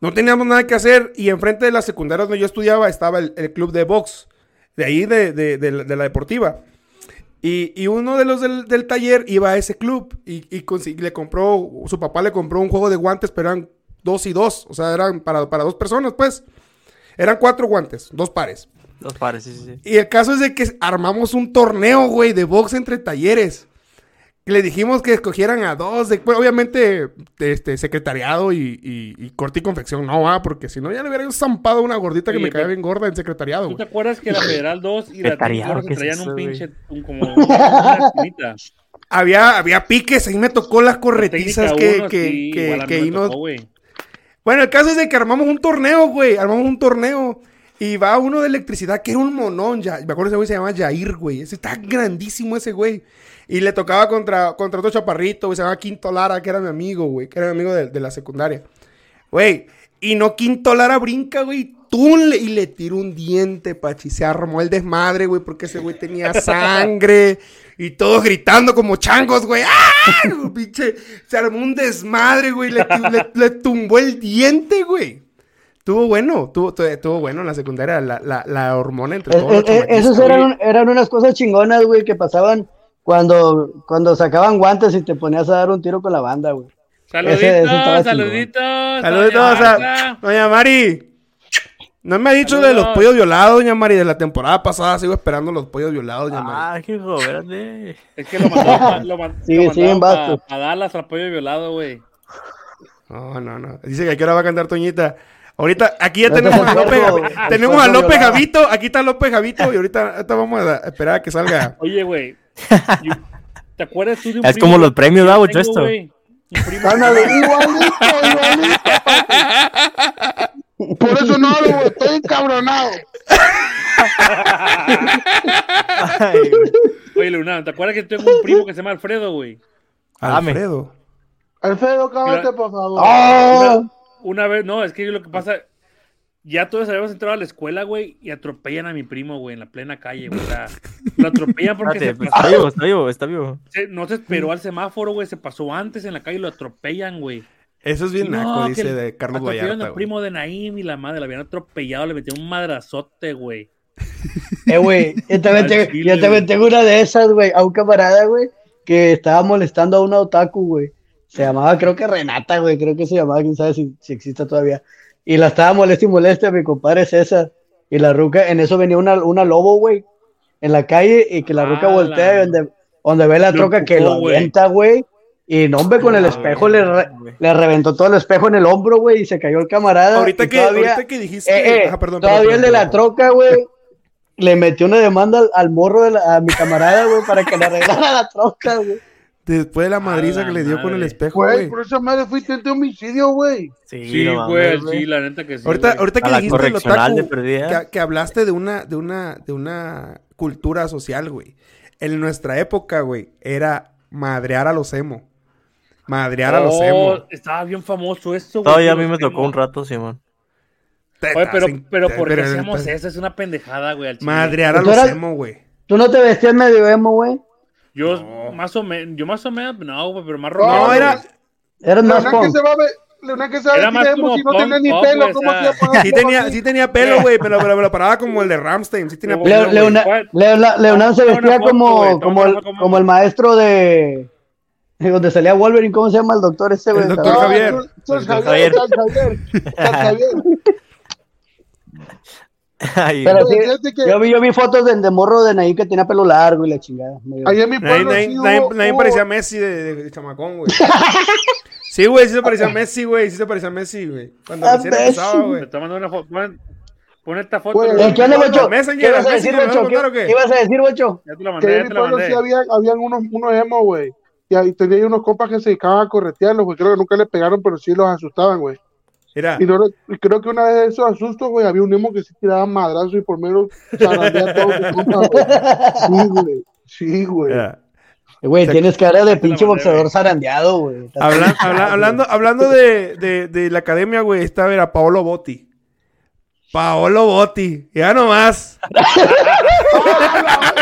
[SPEAKER 5] No teníamos nada que hacer y enfrente de la secundaria donde yo estudiaba estaba el, el club de box. De ahí, de, de- de la- de la deportiva. Y, y uno de los del, del taller iba a ese club y, y consi- le compró, su papá le compró un juego de guantes, pero eran dos y dos. O sea, eran para, para dos personas, pues. Eran cuatro guantes, dos pares.
[SPEAKER 2] Los pares, sí, sí, sí.
[SPEAKER 5] Y el caso es de que armamos un torneo, güey, de box entre talleres. Que Le dijimos que escogieran a dos, de- bueno, obviamente, este, secretariado y, y, y corte y confección, no va, porque si no ya le hubiera zampado una gordita que
[SPEAKER 4] Oye,
[SPEAKER 5] me caía
[SPEAKER 4] pero-
[SPEAKER 5] bien gorda en secretariado,
[SPEAKER 4] ¿Tú te
[SPEAKER 5] Ah, güey.
[SPEAKER 4] acuerdas que la Federal 2 y la
[SPEAKER 2] Petariado,
[SPEAKER 4] Tricolor
[SPEAKER 2] ¿qué
[SPEAKER 4] se traían
[SPEAKER 2] es
[SPEAKER 4] un
[SPEAKER 2] eso, güey?
[SPEAKER 4] pinche, un, como una esquinita?
[SPEAKER 5] Había, había piques, ahí me tocó las corretizas
[SPEAKER 4] Técnica
[SPEAKER 5] que,
[SPEAKER 4] uno,
[SPEAKER 5] que,
[SPEAKER 4] sí,
[SPEAKER 5] que,
[SPEAKER 4] igual a mí
[SPEAKER 5] que
[SPEAKER 4] me
[SPEAKER 5] ahí nos-
[SPEAKER 4] tocó, güey.
[SPEAKER 5] Bueno, el caso es de que armamos un torneo, güey. Armamos un torneo. Y va uno de electricidad, que era un monón. Ya, me acuerdo ese güey se llamaba Jair, güey. Ese está grandísimo ese güey. Y le tocaba contra, contra otro chaparrito, güey. Se llamaba Quinto Lara, que era mi amigo, güey. Que era mi amigo de, de la secundaria. Güey. Y no Quinto Lara brinca, güey. ¡tum! Le- Y le tiró un diente, pachi. Se armó el desmadre, güey, porque ese güey tenía sangre. Y todos gritando como changos, güey. ¡Ah! Güey, Pinche. Se armó un desmadre, güey. Le, tu- le- le tumbó el diente, güey. Tuvo bueno, tuvo, tu- tuvo bueno en la secundaria, la, la, la hormona entre
[SPEAKER 6] Es-
[SPEAKER 5] todos. los
[SPEAKER 6] es- Eh, es-
[SPEAKER 5] chamaquitos,
[SPEAKER 6] Esas
[SPEAKER 5] güey.
[SPEAKER 6] eran, eran unas cosas chingonas, güey, que pasaban cuando, cuando sacaban guantes y te ponías a dar un tiro con la banda, güey.
[SPEAKER 4] Saluditos,
[SPEAKER 6] ese estaba chingón.
[SPEAKER 4] saluditos. doña
[SPEAKER 5] Saludos a
[SPEAKER 4] Marta.
[SPEAKER 5] Doña Mari. No me ha dicho de los pollos violados, doña Mari. De la temporada pasada sigo esperando los pollos violados, doña Mari.
[SPEAKER 2] Ah, qué joder, de-
[SPEAKER 4] Es que lo mandaron, lo man-
[SPEAKER 6] Sí,
[SPEAKER 4] lo
[SPEAKER 6] sí, en
[SPEAKER 4] mandaron pa-
[SPEAKER 6] vasto.
[SPEAKER 4] a Dallas al pollo violado, güey.
[SPEAKER 5] No, no, no. Dice que a qué hora va a cantar Toñita. Ahorita, aquí ya
[SPEAKER 6] No
[SPEAKER 5] tenemos
[SPEAKER 6] te
[SPEAKER 5] a López,
[SPEAKER 6] acuerdo,
[SPEAKER 5] Gavi-
[SPEAKER 6] güey.
[SPEAKER 5] tenemos
[SPEAKER 6] Los
[SPEAKER 5] a
[SPEAKER 6] pollos
[SPEAKER 5] López
[SPEAKER 6] violados.
[SPEAKER 5] Gavito. Aquí está López Gavito. Y ahorita, ahorita vamos a esperar a que salga.
[SPEAKER 4] Oye, güey. yo- ¿Te acuerdas tú de un
[SPEAKER 2] Es como los premios, ¿verdad,
[SPEAKER 4] que
[SPEAKER 2] Bocho,
[SPEAKER 4] tengo,
[SPEAKER 2] esto?
[SPEAKER 4] güey? Un primo-
[SPEAKER 3] Ándale, igualito, igualito, papi. Por eso no hablo, güey, estoy encabronado.
[SPEAKER 2] Ay, güey.
[SPEAKER 4] Oye, Leonardo, ¿te acuerdas que tengo un primo que se llama Alfredo, güey?
[SPEAKER 5] Ah,
[SPEAKER 2] Dame.
[SPEAKER 5] Alfredo.
[SPEAKER 3] Alfredo, cállate, por favor.
[SPEAKER 6] Ah.
[SPEAKER 5] ¡Oh!
[SPEAKER 4] Una vez, no, es que lo que pasa, ya todos habíamos entrado a la escuela, güey, y atropellan a mi primo, güey, en la plena calle, güey. o sea, lo atropellan porque se
[SPEAKER 2] Espérate, pues, está
[SPEAKER 4] pasó,
[SPEAKER 2] vivo, está vivo, está vivo.
[SPEAKER 4] se- no se esperó al semáforo, güey, se pasó antes en la calle y lo atropellan, güey.
[SPEAKER 5] Eso es bien
[SPEAKER 4] No,
[SPEAKER 5] naco,
[SPEAKER 4] que
[SPEAKER 5] dice
[SPEAKER 4] el-
[SPEAKER 5] de Carlos
[SPEAKER 4] Atropellan
[SPEAKER 5] Vallarta.
[SPEAKER 4] al
[SPEAKER 5] güey.
[SPEAKER 4] primo de Naim y la madre, la habían atropellado, le metieron un madrazote, güey.
[SPEAKER 6] Eh, güey, yo también,
[SPEAKER 4] Al
[SPEAKER 6] tengo,
[SPEAKER 4] chile,
[SPEAKER 6] yo también
[SPEAKER 4] güey.
[SPEAKER 6] tengo una de esas, güey, a un camarada, güey, que estaba molestando a una otaku, güey. Se llamaba, creo que Renata, güey, creo que se llamaba, quién sabe si, si existe todavía. Y la estaba molesta y molesta, mi compadre César. Y la ruca, en eso venía una, una lobo, güey, en la calle, y que la ruca
[SPEAKER 4] Ah,
[SPEAKER 6] voltea,
[SPEAKER 4] la-
[SPEAKER 6] donde, donde ve la
[SPEAKER 4] Lo
[SPEAKER 6] troca que lo
[SPEAKER 4] empujó, güey.
[SPEAKER 6] avienta, güey. Y no, hombre, con el
[SPEAKER 2] Ah,
[SPEAKER 6] espejo
[SPEAKER 2] güey,
[SPEAKER 6] le, re-
[SPEAKER 2] güey.
[SPEAKER 6] le reventó todo el espejo en el hombro, güey, y se cayó el camarada.
[SPEAKER 5] Ahorita
[SPEAKER 6] y
[SPEAKER 5] que,
[SPEAKER 6] todavía-
[SPEAKER 5] ahorita que dijiste.
[SPEAKER 6] eh, eh,
[SPEAKER 5] Ajá, perdón,
[SPEAKER 6] todavía
[SPEAKER 5] perdón,
[SPEAKER 6] el de la
[SPEAKER 5] perdón.
[SPEAKER 6] troca, güey, le metió una demanda al, al morro de la- a mi camarada, güey, para que le arreglara la troca, güey.
[SPEAKER 5] Después de la madriza
[SPEAKER 4] Ah, la
[SPEAKER 5] que le dio con el
[SPEAKER 4] madre.
[SPEAKER 5] espejo,
[SPEAKER 3] Güey,
[SPEAKER 5] güey.
[SPEAKER 3] por esa madre fui intento de homicidio, güey.
[SPEAKER 2] Sí,
[SPEAKER 4] Sí,
[SPEAKER 2] no
[SPEAKER 4] güey,
[SPEAKER 2] mames,
[SPEAKER 4] sí, la neta que sí.
[SPEAKER 5] Ahorita,
[SPEAKER 4] güey.
[SPEAKER 5] ahorita que
[SPEAKER 2] A la
[SPEAKER 5] dijiste el
[SPEAKER 2] correccional
[SPEAKER 5] otaku,
[SPEAKER 2] de perdida.
[SPEAKER 5] que, que hablaste de una, de una, de una cultura social, güey. En nuestra época, güey, era madrear a los emo. Madrear a los
[SPEAKER 4] Oh,
[SPEAKER 5] emo.
[SPEAKER 4] estaba bien famoso esto, güey.
[SPEAKER 2] Todavía a
[SPEAKER 4] los
[SPEAKER 2] mí me
[SPEAKER 4] primos.
[SPEAKER 2] tocó un rato, Simón.
[SPEAKER 4] Oye, pero,
[SPEAKER 5] Tetas,
[SPEAKER 4] pero
[SPEAKER 5] te-
[SPEAKER 4] ¿por qué
[SPEAKER 5] Ah, pero-
[SPEAKER 4] hacíamos
[SPEAKER 5] pero-
[SPEAKER 4] eso? Es una pendejada, güey. al chile.
[SPEAKER 5] Madrear a
[SPEAKER 6] ¿Tú
[SPEAKER 5] los
[SPEAKER 6] eras-
[SPEAKER 5] emo, güey.
[SPEAKER 6] ¿Tú no te vestías medio emo, güey?
[SPEAKER 4] Yo
[SPEAKER 5] No.
[SPEAKER 4] más o menos, yo más o menos, no, güey, pero más
[SPEAKER 3] No,
[SPEAKER 4] rockero,
[SPEAKER 5] No,
[SPEAKER 4] güey.
[SPEAKER 5] era.
[SPEAKER 6] Eras más
[SPEAKER 3] Leonel que
[SPEAKER 6] punk.
[SPEAKER 3] se va a ver, Leonel que se va
[SPEAKER 4] Era
[SPEAKER 3] a ver
[SPEAKER 4] más
[SPEAKER 3] si tenemos
[SPEAKER 4] como
[SPEAKER 3] si no
[SPEAKER 4] punk
[SPEAKER 3] tenía ni
[SPEAKER 4] pop,
[SPEAKER 3] pelo,
[SPEAKER 4] güey,
[SPEAKER 3] ¿cómo
[SPEAKER 4] o sea.
[SPEAKER 3] se llama?
[SPEAKER 5] Sí tenía, sí tenía pelo, güey, pero, pero me lo paraba como el de Ramstein. Sí tenía
[SPEAKER 4] Leo-
[SPEAKER 5] pelo.
[SPEAKER 6] Leo-
[SPEAKER 5] güey.
[SPEAKER 6] Leona-
[SPEAKER 4] güey.
[SPEAKER 6] Leona- Leonardo se
[SPEAKER 4] Toma una
[SPEAKER 6] vestía
[SPEAKER 4] foto, güey,
[SPEAKER 6] como,
[SPEAKER 4] toma
[SPEAKER 6] como,
[SPEAKER 4] una
[SPEAKER 6] el,
[SPEAKER 4] foto,
[SPEAKER 6] como el maestro de... de Donde salía Wolverine, ¿cómo se llama el doctor ese, güey?
[SPEAKER 5] El
[SPEAKER 3] Ah,
[SPEAKER 5] doctor
[SPEAKER 6] Ah,
[SPEAKER 5] Javier.
[SPEAKER 3] tú- tú eres
[SPEAKER 2] Doctor
[SPEAKER 3] Javier, tú eres Javier, tú eres Javier.
[SPEAKER 2] Ay,
[SPEAKER 6] Pero sí,
[SPEAKER 3] Fíjate que-
[SPEAKER 6] yo, vi, yo vi fotos del de morro de Naí que tenía pelo largo y la chingada. medio-
[SPEAKER 3] Ahí en mi
[SPEAKER 5] Nadie,
[SPEAKER 3] pueblo
[SPEAKER 5] nadie-
[SPEAKER 3] sí
[SPEAKER 5] nadie-
[SPEAKER 3] hubo-
[SPEAKER 5] nadie
[SPEAKER 3] hubo-
[SPEAKER 5] parecía a Messi de, de- de chamacón, güey. Sí, güey, sí se parecía a Messi, güey. Sí se parecía a Messi, güey. Cuando
[SPEAKER 6] A
[SPEAKER 5] recién empezaba,
[SPEAKER 6] Messi.
[SPEAKER 5] güey.
[SPEAKER 4] Te está mandando una foto. Pon, pon esta foto.
[SPEAKER 3] Güey,
[SPEAKER 4] güey.
[SPEAKER 6] Eh, ¿Qué onda,
[SPEAKER 5] Bueno,
[SPEAKER 6] Bocho?
[SPEAKER 5] Messenger,
[SPEAKER 6] ¿Qué ibas a
[SPEAKER 5] Messenger,
[SPEAKER 6] decir,
[SPEAKER 5] ¿me vas a
[SPEAKER 6] Bocho?
[SPEAKER 5] contar o
[SPEAKER 6] ¿Qué
[SPEAKER 5] qué?
[SPEAKER 6] ¿Qué ibas a decir, Bocho?
[SPEAKER 4] Ya te la
[SPEAKER 3] que
[SPEAKER 4] mandé,
[SPEAKER 3] en
[SPEAKER 4] ya
[SPEAKER 3] mi
[SPEAKER 4] te la
[SPEAKER 3] pueblo sí
[SPEAKER 4] mandé.
[SPEAKER 3] había, habían unos, unos emo, güey. Y ahí tenía unos compas que se dedicaban a corretearlos, güey. Creo que nunca les pegaron, pero sí los asustaban, güey.
[SPEAKER 5] Mira,
[SPEAKER 3] Y, no- y creo que una vez de esos asustos, güey, había un emo que se tiraba madrazo y por menos zarandea todo su compa, güey. Sí, güey. Sí, güey.
[SPEAKER 5] mira.
[SPEAKER 6] Güey, tienes cara de pinche
[SPEAKER 4] la mandé,
[SPEAKER 6] boxeador zarandeado, güey.
[SPEAKER 5] Habla- habla- hablando, hablando de, de- de la academia, güey, está a ver a Paolo Botti. Paolo Botti, ya nomás.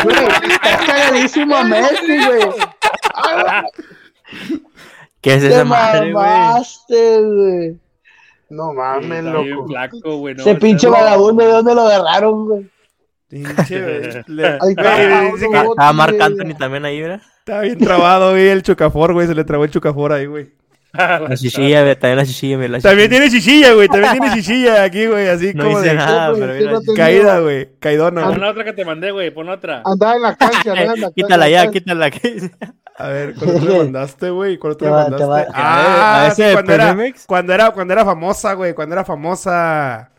[SPEAKER 6] Güey, está cagadísimo a Messi, güey.
[SPEAKER 2] ¿Qué es
[SPEAKER 6] Te
[SPEAKER 2] esa madre, güey?
[SPEAKER 6] mamaste, güey.
[SPEAKER 3] No mames,
[SPEAKER 4] Está bien
[SPEAKER 3] loco.
[SPEAKER 4] flaco, güey. no,
[SPEAKER 6] Ese
[SPEAKER 4] está
[SPEAKER 6] pinche
[SPEAKER 4] bien-
[SPEAKER 6] vagabundo, ¿de dónde lo agarraron, güey?
[SPEAKER 5] Pinche, güey. Le-
[SPEAKER 3] Ahí está,
[SPEAKER 5] güey,
[SPEAKER 2] Ah,
[SPEAKER 3] Paolo
[SPEAKER 5] dice que
[SPEAKER 3] Botti.
[SPEAKER 2] Estaba Marc Anthony también ahí, ¿verdad?
[SPEAKER 5] está bien trabado, güey, el chocafor, güey. Se le trabó el chocafor ahí, güey.
[SPEAKER 4] Ah,
[SPEAKER 2] La chichilla, ve, también la chichilla, ve, la
[SPEAKER 5] También
[SPEAKER 2] chichilla.
[SPEAKER 5] tiene chichilla, güey. También tiene chichilla aquí, güey. Así
[SPEAKER 2] No
[SPEAKER 5] como
[SPEAKER 2] hice
[SPEAKER 5] de
[SPEAKER 2] nada,
[SPEAKER 3] güey,
[SPEAKER 2] pero
[SPEAKER 3] sí,
[SPEAKER 2] mira,
[SPEAKER 3] no te-
[SPEAKER 5] caída, güey. Caidona,
[SPEAKER 4] Pon
[SPEAKER 5] güey.
[SPEAKER 4] la otra que te mandé, güey. Pon otra.
[SPEAKER 3] Andaba en la cancha, andaba en la
[SPEAKER 2] Quítala
[SPEAKER 3] cancha.
[SPEAKER 2] ya, quítala. que-
[SPEAKER 5] A ver, ¿cuál otro le mandaste, güey? ¿Cuál otro
[SPEAKER 6] Te
[SPEAKER 5] le
[SPEAKER 6] va- te
[SPEAKER 5] mandaste?
[SPEAKER 6] va-
[SPEAKER 5] Ah,
[SPEAKER 2] A ese
[SPEAKER 5] sí,
[SPEAKER 2] de
[SPEAKER 5] cuando, era,
[SPEAKER 2] Pememex.
[SPEAKER 5] cuando era cuando era famosa, güey. Cuando era famosa.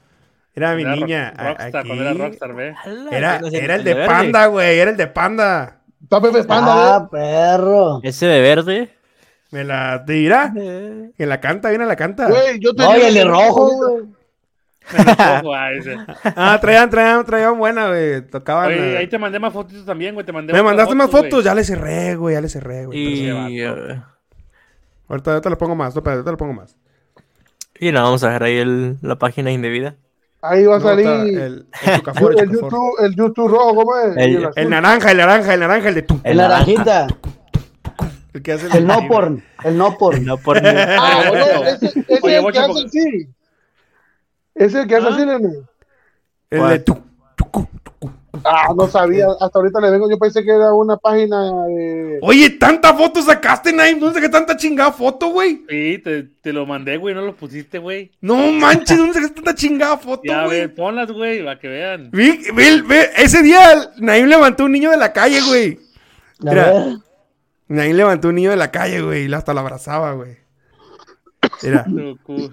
[SPEAKER 5] Era mi
[SPEAKER 4] Cuando era
[SPEAKER 5] niña.
[SPEAKER 4] rock-
[SPEAKER 5] A-
[SPEAKER 4] Rockstar,
[SPEAKER 5] aquí.
[SPEAKER 4] cuando era Rockstar, ve.
[SPEAKER 5] Era,
[SPEAKER 2] Ala,
[SPEAKER 5] era el de
[SPEAKER 2] verde.
[SPEAKER 5] panda, güey. Era el de panda.
[SPEAKER 3] Está Pepe Panda,
[SPEAKER 6] Ah, perro.
[SPEAKER 2] Ese de verde.
[SPEAKER 5] Me la tira.
[SPEAKER 2] Eh,
[SPEAKER 5] Que la canta, viene la canta.
[SPEAKER 3] güey. Güey, yo
[SPEAKER 6] No, y
[SPEAKER 3] tenía-
[SPEAKER 6] el de rojo, güey.
[SPEAKER 4] Ojo, ah, ese.
[SPEAKER 5] Ah, traían, traían, traían buena, güey. Tocaban.
[SPEAKER 4] Oye,
[SPEAKER 5] la-
[SPEAKER 4] ahí te mandé más fotitos también, güey. Te mandé
[SPEAKER 5] Me
[SPEAKER 4] otras
[SPEAKER 5] mandaste más
[SPEAKER 4] güey.
[SPEAKER 5] fotos. Ya le cerré, güey. Ya le cerré, güey.
[SPEAKER 2] Y,
[SPEAKER 5] Pero sí,
[SPEAKER 2] eh,
[SPEAKER 5] Ahorita yo te lo pongo más. No, yo te lo pongo más.
[SPEAKER 2] y no, vamos a dejar ahí el- la página indebida.
[SPEAKER 3] Ahí va a
[SPEAKER 5] No,
[SPEAKER 3] salir
[SPEAKER 5] está el,
[SPEAKER 3] el,
[SPEAKER 5] el chucafor, el chucafor.
[SPEAKER 3] YouTube, el YouTube rojo, ¿cómo es?
[SPEAKER 2] El-
[SPEAKER 3] Y azul.
[SPEAKER 5] El naranja, el naranja, el naranja, el de tu.
[SPEAKER 6] El naranjita.
[SPEAKER 5] El que hace
[SPEAKER 6] El no porn. El no porn.
[SPEAKER 2] No por
[SPEAKER 3] Ah,
[SPEAKER 4] Oye,
[SPEAKER 3] bueno,
[SPEAKER 4] Bocho.
[SPEAKER 3] ese, ese
[SPEAKER 4] Oye,
[SPEAKER 3] es el que
[SPEAKER 4] Bocho,
[SPEAKER 3] hace
[SPEAKER 4] porque-
[SPEAKER 6] pues.
[SPEAKER 3] así. Ese es el que hace
[SPEAKER 4] ¿Ah?
[SPEAKER 3] así, Leonel.
[SPEAKER 5] El de tu. tu, cu, tu, cu, tu,
[SPEAKER 3] Ah, no sabía. Hasta ahorita le vengo. Yo pensé que era una página de.
[SPEAKER 5] Oye, tanta foto sacaste, Naim. ¿Dónde sacaste tanta chingada foto, güey?
[SPEAKER 4] Sí, te, te lo mandé, güey, no lo pusiste, güey.
[SPEAKER 5] No manches, ¿dónde sacaste tanta chingada foto,
[SPEAKER 4] Ya, a
[SPEAKER 5] güey?
[SPEAKER 4] ver, ponlas, güey, para que vean.
[SPEAKER 5] Vi- vi- vi- Ese día Naim levantó un niño de la calle, güey.
[SPEAKER 6] La
[SPEAKER 5] Mira.
[SPEAKER 6] verdad,
[SPEAKER 5] Naim levantó un niño de la calle, güey. Y hasta lo abrazaba, güey. Mira.
[SPEAKER 4] Tu cu-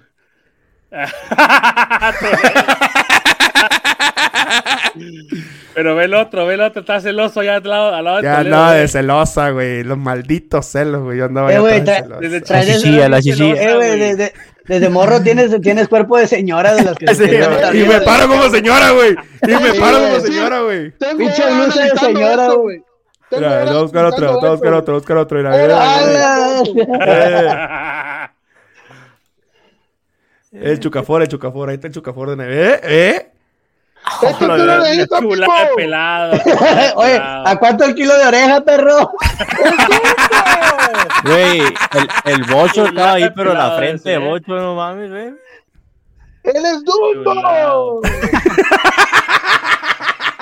[SPEAKER 4] Pero ve el otro, ve el otro, está celoso ya al lado, al lado del eh.
[SPEAKER 5] Ya
[SPEAKER 4] telero,
[SPEAKER 5] andaba
[SPEAKER 4] güey.
[SPEAKER 5] de celosa, güey. Los malditos celos, güey. Yo andaba
[SPEAKER 6] Eh,
[SPEAKER 5] ya tan
[SPEAKER 6] güey, tra-
[SPEAKER 5] celoso.
[SPEAKER 4] Desde
[SPEAKER 2] La
[SPEAKER 6] Traes el-
[SPEAKER 2] chichilla, la chichilla.
[SPEAKER 6] Eh, güey, desde, desde morro tienes, tienes cuerpo de señora de las que
[SPEAKER 2] Sí,
[SPEAKER 6] que
[SPEAKER 5] Sí,
[SPEAKER 6] se
[SPEAKER 5] güey,
[SPEAKER 6] notan
[SPEAKER 5] y
[SPEAKER 6] bien,
[SPEAKER 5] me
[SPEAKER 6] güey.
[SPEAKER 5] paro como señora, güey. Y me
[SPEAKER 3] Sí,
[SPEAKER 5] paro
[SPEAKER 3] güey,
[SPEAKER 5] como
[SPEAKER 3] sí.
[SPEAKER 5] señora, güey.
[SPEAKER 3] Tengo
[SPEAKER 6] Pinche
[SPEAKER 3] horas
[SPEAKER 6] blusa de
[SPEAKER 3] analizando
[SPEAKER 6] señora,
[SPEAKER 3] esto,
[SPEAKER 6] güey.
[SPEAKER 3] Tengo
[SPEAKER 5] Mira,
[SPEAKER 3] horas
[SPEAKER 5] Voy a buscar otro,
[SPEAKER 3] analizando
[SPEAKER 5] voy a buscar
[SPEAKER 3] esto.
[SPEAKER 5] otro, voy a buscar otro. Mira,
[SPEAKER 3] Hola,
[SPEAKER 6] Ah,
[SPEAKER 5] mira, mira.
[SPEAKER 6] ¡Hala!
[SPEAKER 5] Eh, El chucafor, el chucafor, ahí está el chucafor de Neve. ¿Eh? ¿Eh?
[SPEAKER 3] Este
[SPEAKER 5] Hola,
[SPEAKER 3] tú no
[SPEAKER 5] la-
[SPEAKER 3] le dices,
[SPEAKER 4] Chulada de
[SPEAKER 3] amigo.
[SPEAKER 4] pelado.
[SPEAKER 6] Oye, ¿a cuánto el kilo de oreja, perro?
[SPEAKER 2] Güey, el, el bocho estaba ahí, pero la
[SPEAKER 4] Pelado
[SPEAKER 2] frente de
[SPEAKER 4] ese, eh.
[SPEAKER 2] bocho, no mames, güey.
[SPEAKER 3] Él es
[SPEAKER 4] Chulado.
[SPEAKER 3] duro.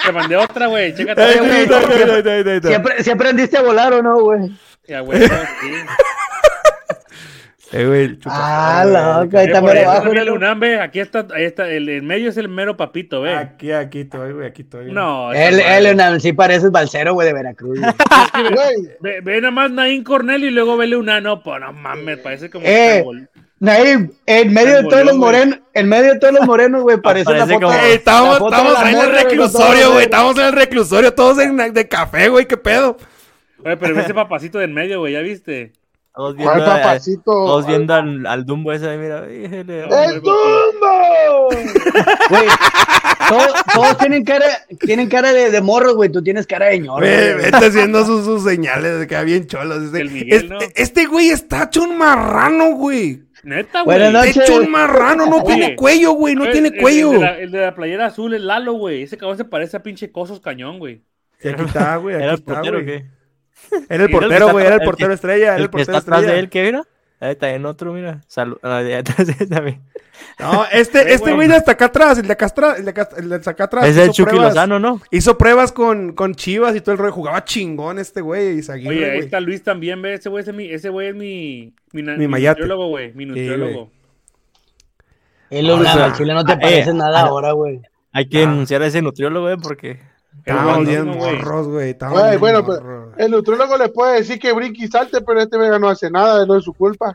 [SPEAKER 4] Te mandé otra, güey. Chécate.
[SPEAKER 5] Ahí
[SPEAKER 4] güey.
[SPEAKER 5] Eh, está, ahí está, ahí está, ahí está, ahí está.
[SPEAKER 6] Eh, ¿Siempre, ¿Siempre andiste a volar o no, güey?
[SPEAKER 4] Ya, güey, no, sí.
[SPEAKER 5] Eh, güey, el chucafor.
[SPEAKER 6] Ah,
[SPEAKER 5] güey.
[SPEAKER 6] loca, ahí
[SPEAKER 4] Eh,
[SPEAKER 6] está
[SPEAKER 4] por
[SPEAKER 6] mero
[SPEAKER 4] ahí
[SPEAKER 6] abajo.
[SPEAKER 4] también el
[SPEAKER 6] ¿no?
[SPEAKER 4] UNAM, ve, Aquí está, ahí está. El, en medio es el mero papito,
[SPEAKER 6] Ah,
[SPEAKER 4] ve.
[SPEAKER 5] Aquí, aquí estoy, güey, aquí estoy.
[SPEAKER 4] No, esa
[SPEAKER 6] Él,
[SPEAKER 4] madre.
[SPEAKER 6] él, Leonardo, sí parece balsero, güey, de Veracruz. güey.
[SPEAKER 3] Güey,
[SPEAKER 4] Ve, ve nada más Naín Cornelio y luego vele una. No, pues no mames, parece como.
[SPEAKER 6] Eh.
[SPEAKER 4] changol-
[SPEAKER 6] Naim, en medio de todos los
[SPEAKER 4] Angolón, güey.
[SPEAKER 6] morenos, en medio de todos los morenos, güey, parece la
[SPEAKER 2] Parece
[SPEAKER 6] foto.
[SPEAKER 2] como-
[SPEAKER 5] Eh,
[SPEAKER 6] la
[SPEAKER 5] estamos
[SPEAKER 6] foto de
[SPEAKER 5] estamos
[SPEAKER 6] la
[SPEAKER 5] en el
[SPEAKER 6] morra, güey, con todos
[SPEAKER 5] reclusorio,
[SPEAKER 6] los
[SPEAKER 5] güey.
[SPEAKER 6] morenos.
[SPEAKER 5] Estamos en el reclusorio, todos en de café, güey. ¿Qué pedo?
[SPEAKER 4] Oye, pero ve ese papacito del medio, güey, ¿ya viste?
[SPEAKER 2] Todos viendo,
[SPEAKER 3] ¿Cuál
[SPEAKER 2] a-
[SPEAKER 3] papacito?
[SPEAKER 2] todos viendo al, al Dumbo ese ahí, mira. híjole,
[SPEAKER 4] Eh.
[SPEAKER 3] ¡Es Dumbo!
[SPEAKER 6] Güey, todos, todos tienen cara, tienen cara de, de morros, güey. Tú tienes cara de ñoro. güey,
[SPEAKER 5] Güey,
[SPEAKER 6] güey.
[SPEAKER 5] está haciendo sus, sus señales de que bien cholos. Este,
[SPEAKER 4] El Miguel,
[SPEAKER 5] este-
[SPEAKER 4] ¿no?
[SPEAKER 5] este güey está hecho un marrano, güey.
[SPEAKER 4] Neta, güey.
[SPEAKER 6] Buenas noches.
[SPEAKER 5] Está hecho un marrano, no
[SPEAKER 4] Oye,
[SPEAKER 5] tiene cuello, güey, no
[SPEAKER 4] Oye,
[SPEAKER 5] tiene
[SPEAKER 4] el- el-
[SPEAKER 5] cuello.
[SPEAKER 4] El de, la, el de la playera azul, el Lalo, güey. Ese cabrón se parece a pinche Cosos Cañón, güey.
[SPEAKER 5] Sí, aquí está, güey, aquí
[SPEAKER 2] ¿Era el
[SPEAKER 5] está,
[SPEAKER 2] portero o
[SPEAKER 5] güey.
[SPEAKER 2] qué?
[SPEAKER 5] Era el
[SPEAKER 2] Era el que
[SPEAKER 5] portero,
[SPEAKER 2] está-
[SPEAKER 5] güey, era el
[SPEAKER 2] el
[SPEAKER 5] portero
[SPEAKER 2] que-
[SPEAKER 5] estrella, era
[SPEAKER 2] El,
[SPEAKER 5] el
[SPEAKER 2] que
[SPEAKER 5] portero
[SPEAKER 2] está atrás de
[SPEAKER 5] estrella.
[SPEAKER 2] él, ¿qué mira? Ahí está en otro, mira. Salud. ahí atrás de él también.
[SPEAKER 5] No, este,
[SPEAKER 4] Güey,
[SPEAKER 5] este
[SPEAKER 4] güey.
[SPEAKER 5] güey de hasta acá atrás, el de acá atrás, el de acá, el de acá atrás.
[SPEAKER 2] Ese es
[SPEAKER 5] Ah, hizo
[SPEAKER 2] el Chucky
[SPEAKER 5] pruebas-
[SPEAKER 2] Lozano, ¿no?
[SPEAKER 5] Hizo pruebas con, con Chivas y todo el rollo. Jugaba chingón este güey, Izaguirre,
[SPEAKER 4] Oye, ahí
[SPEAKER 5] güey.
[SPEAKER 4] está Luis también, ve. Ese güey es mi, ese güey es mi, mi, na-
[SPEAKER 5] Mi mayate.
[SPEAKER 4] nutriólogo, güey. Mi
[SPEAKER 5] güey.
[SPEAKER 4] nutriólogo.
[SPEAKER 6] Él lo
[SPEAKER 5] O sea,
[SPEAKER 6] blama, al chile no te
[SPEAKER 2] eh,
[SPEAKER 6] parece nada
[SPEAKER 2] ah,
[SPEAKER 6] ahora, güey.
[SPEAKER 2] Hay que denunciar a ese nutriólogo, ¿eh? Porque.
[SPEAKER 5] Estaban
[SPEAKER 4] El
[SPEAKER 5] Ah, bien
[SPEAKER 4] mismo, güey.
[SPEAKER 5] morros, güey. estaban
[SPEAKER 3] Güey,
[SPEAKER 5] bien
[SPEAKER 3] bueno,
[SPEAKER 5] morros.
[SPEAKER 3] pero- eh, El nutrólogo le puede decir que brinque y salte, pero este vega no hace nada, no es su culpa.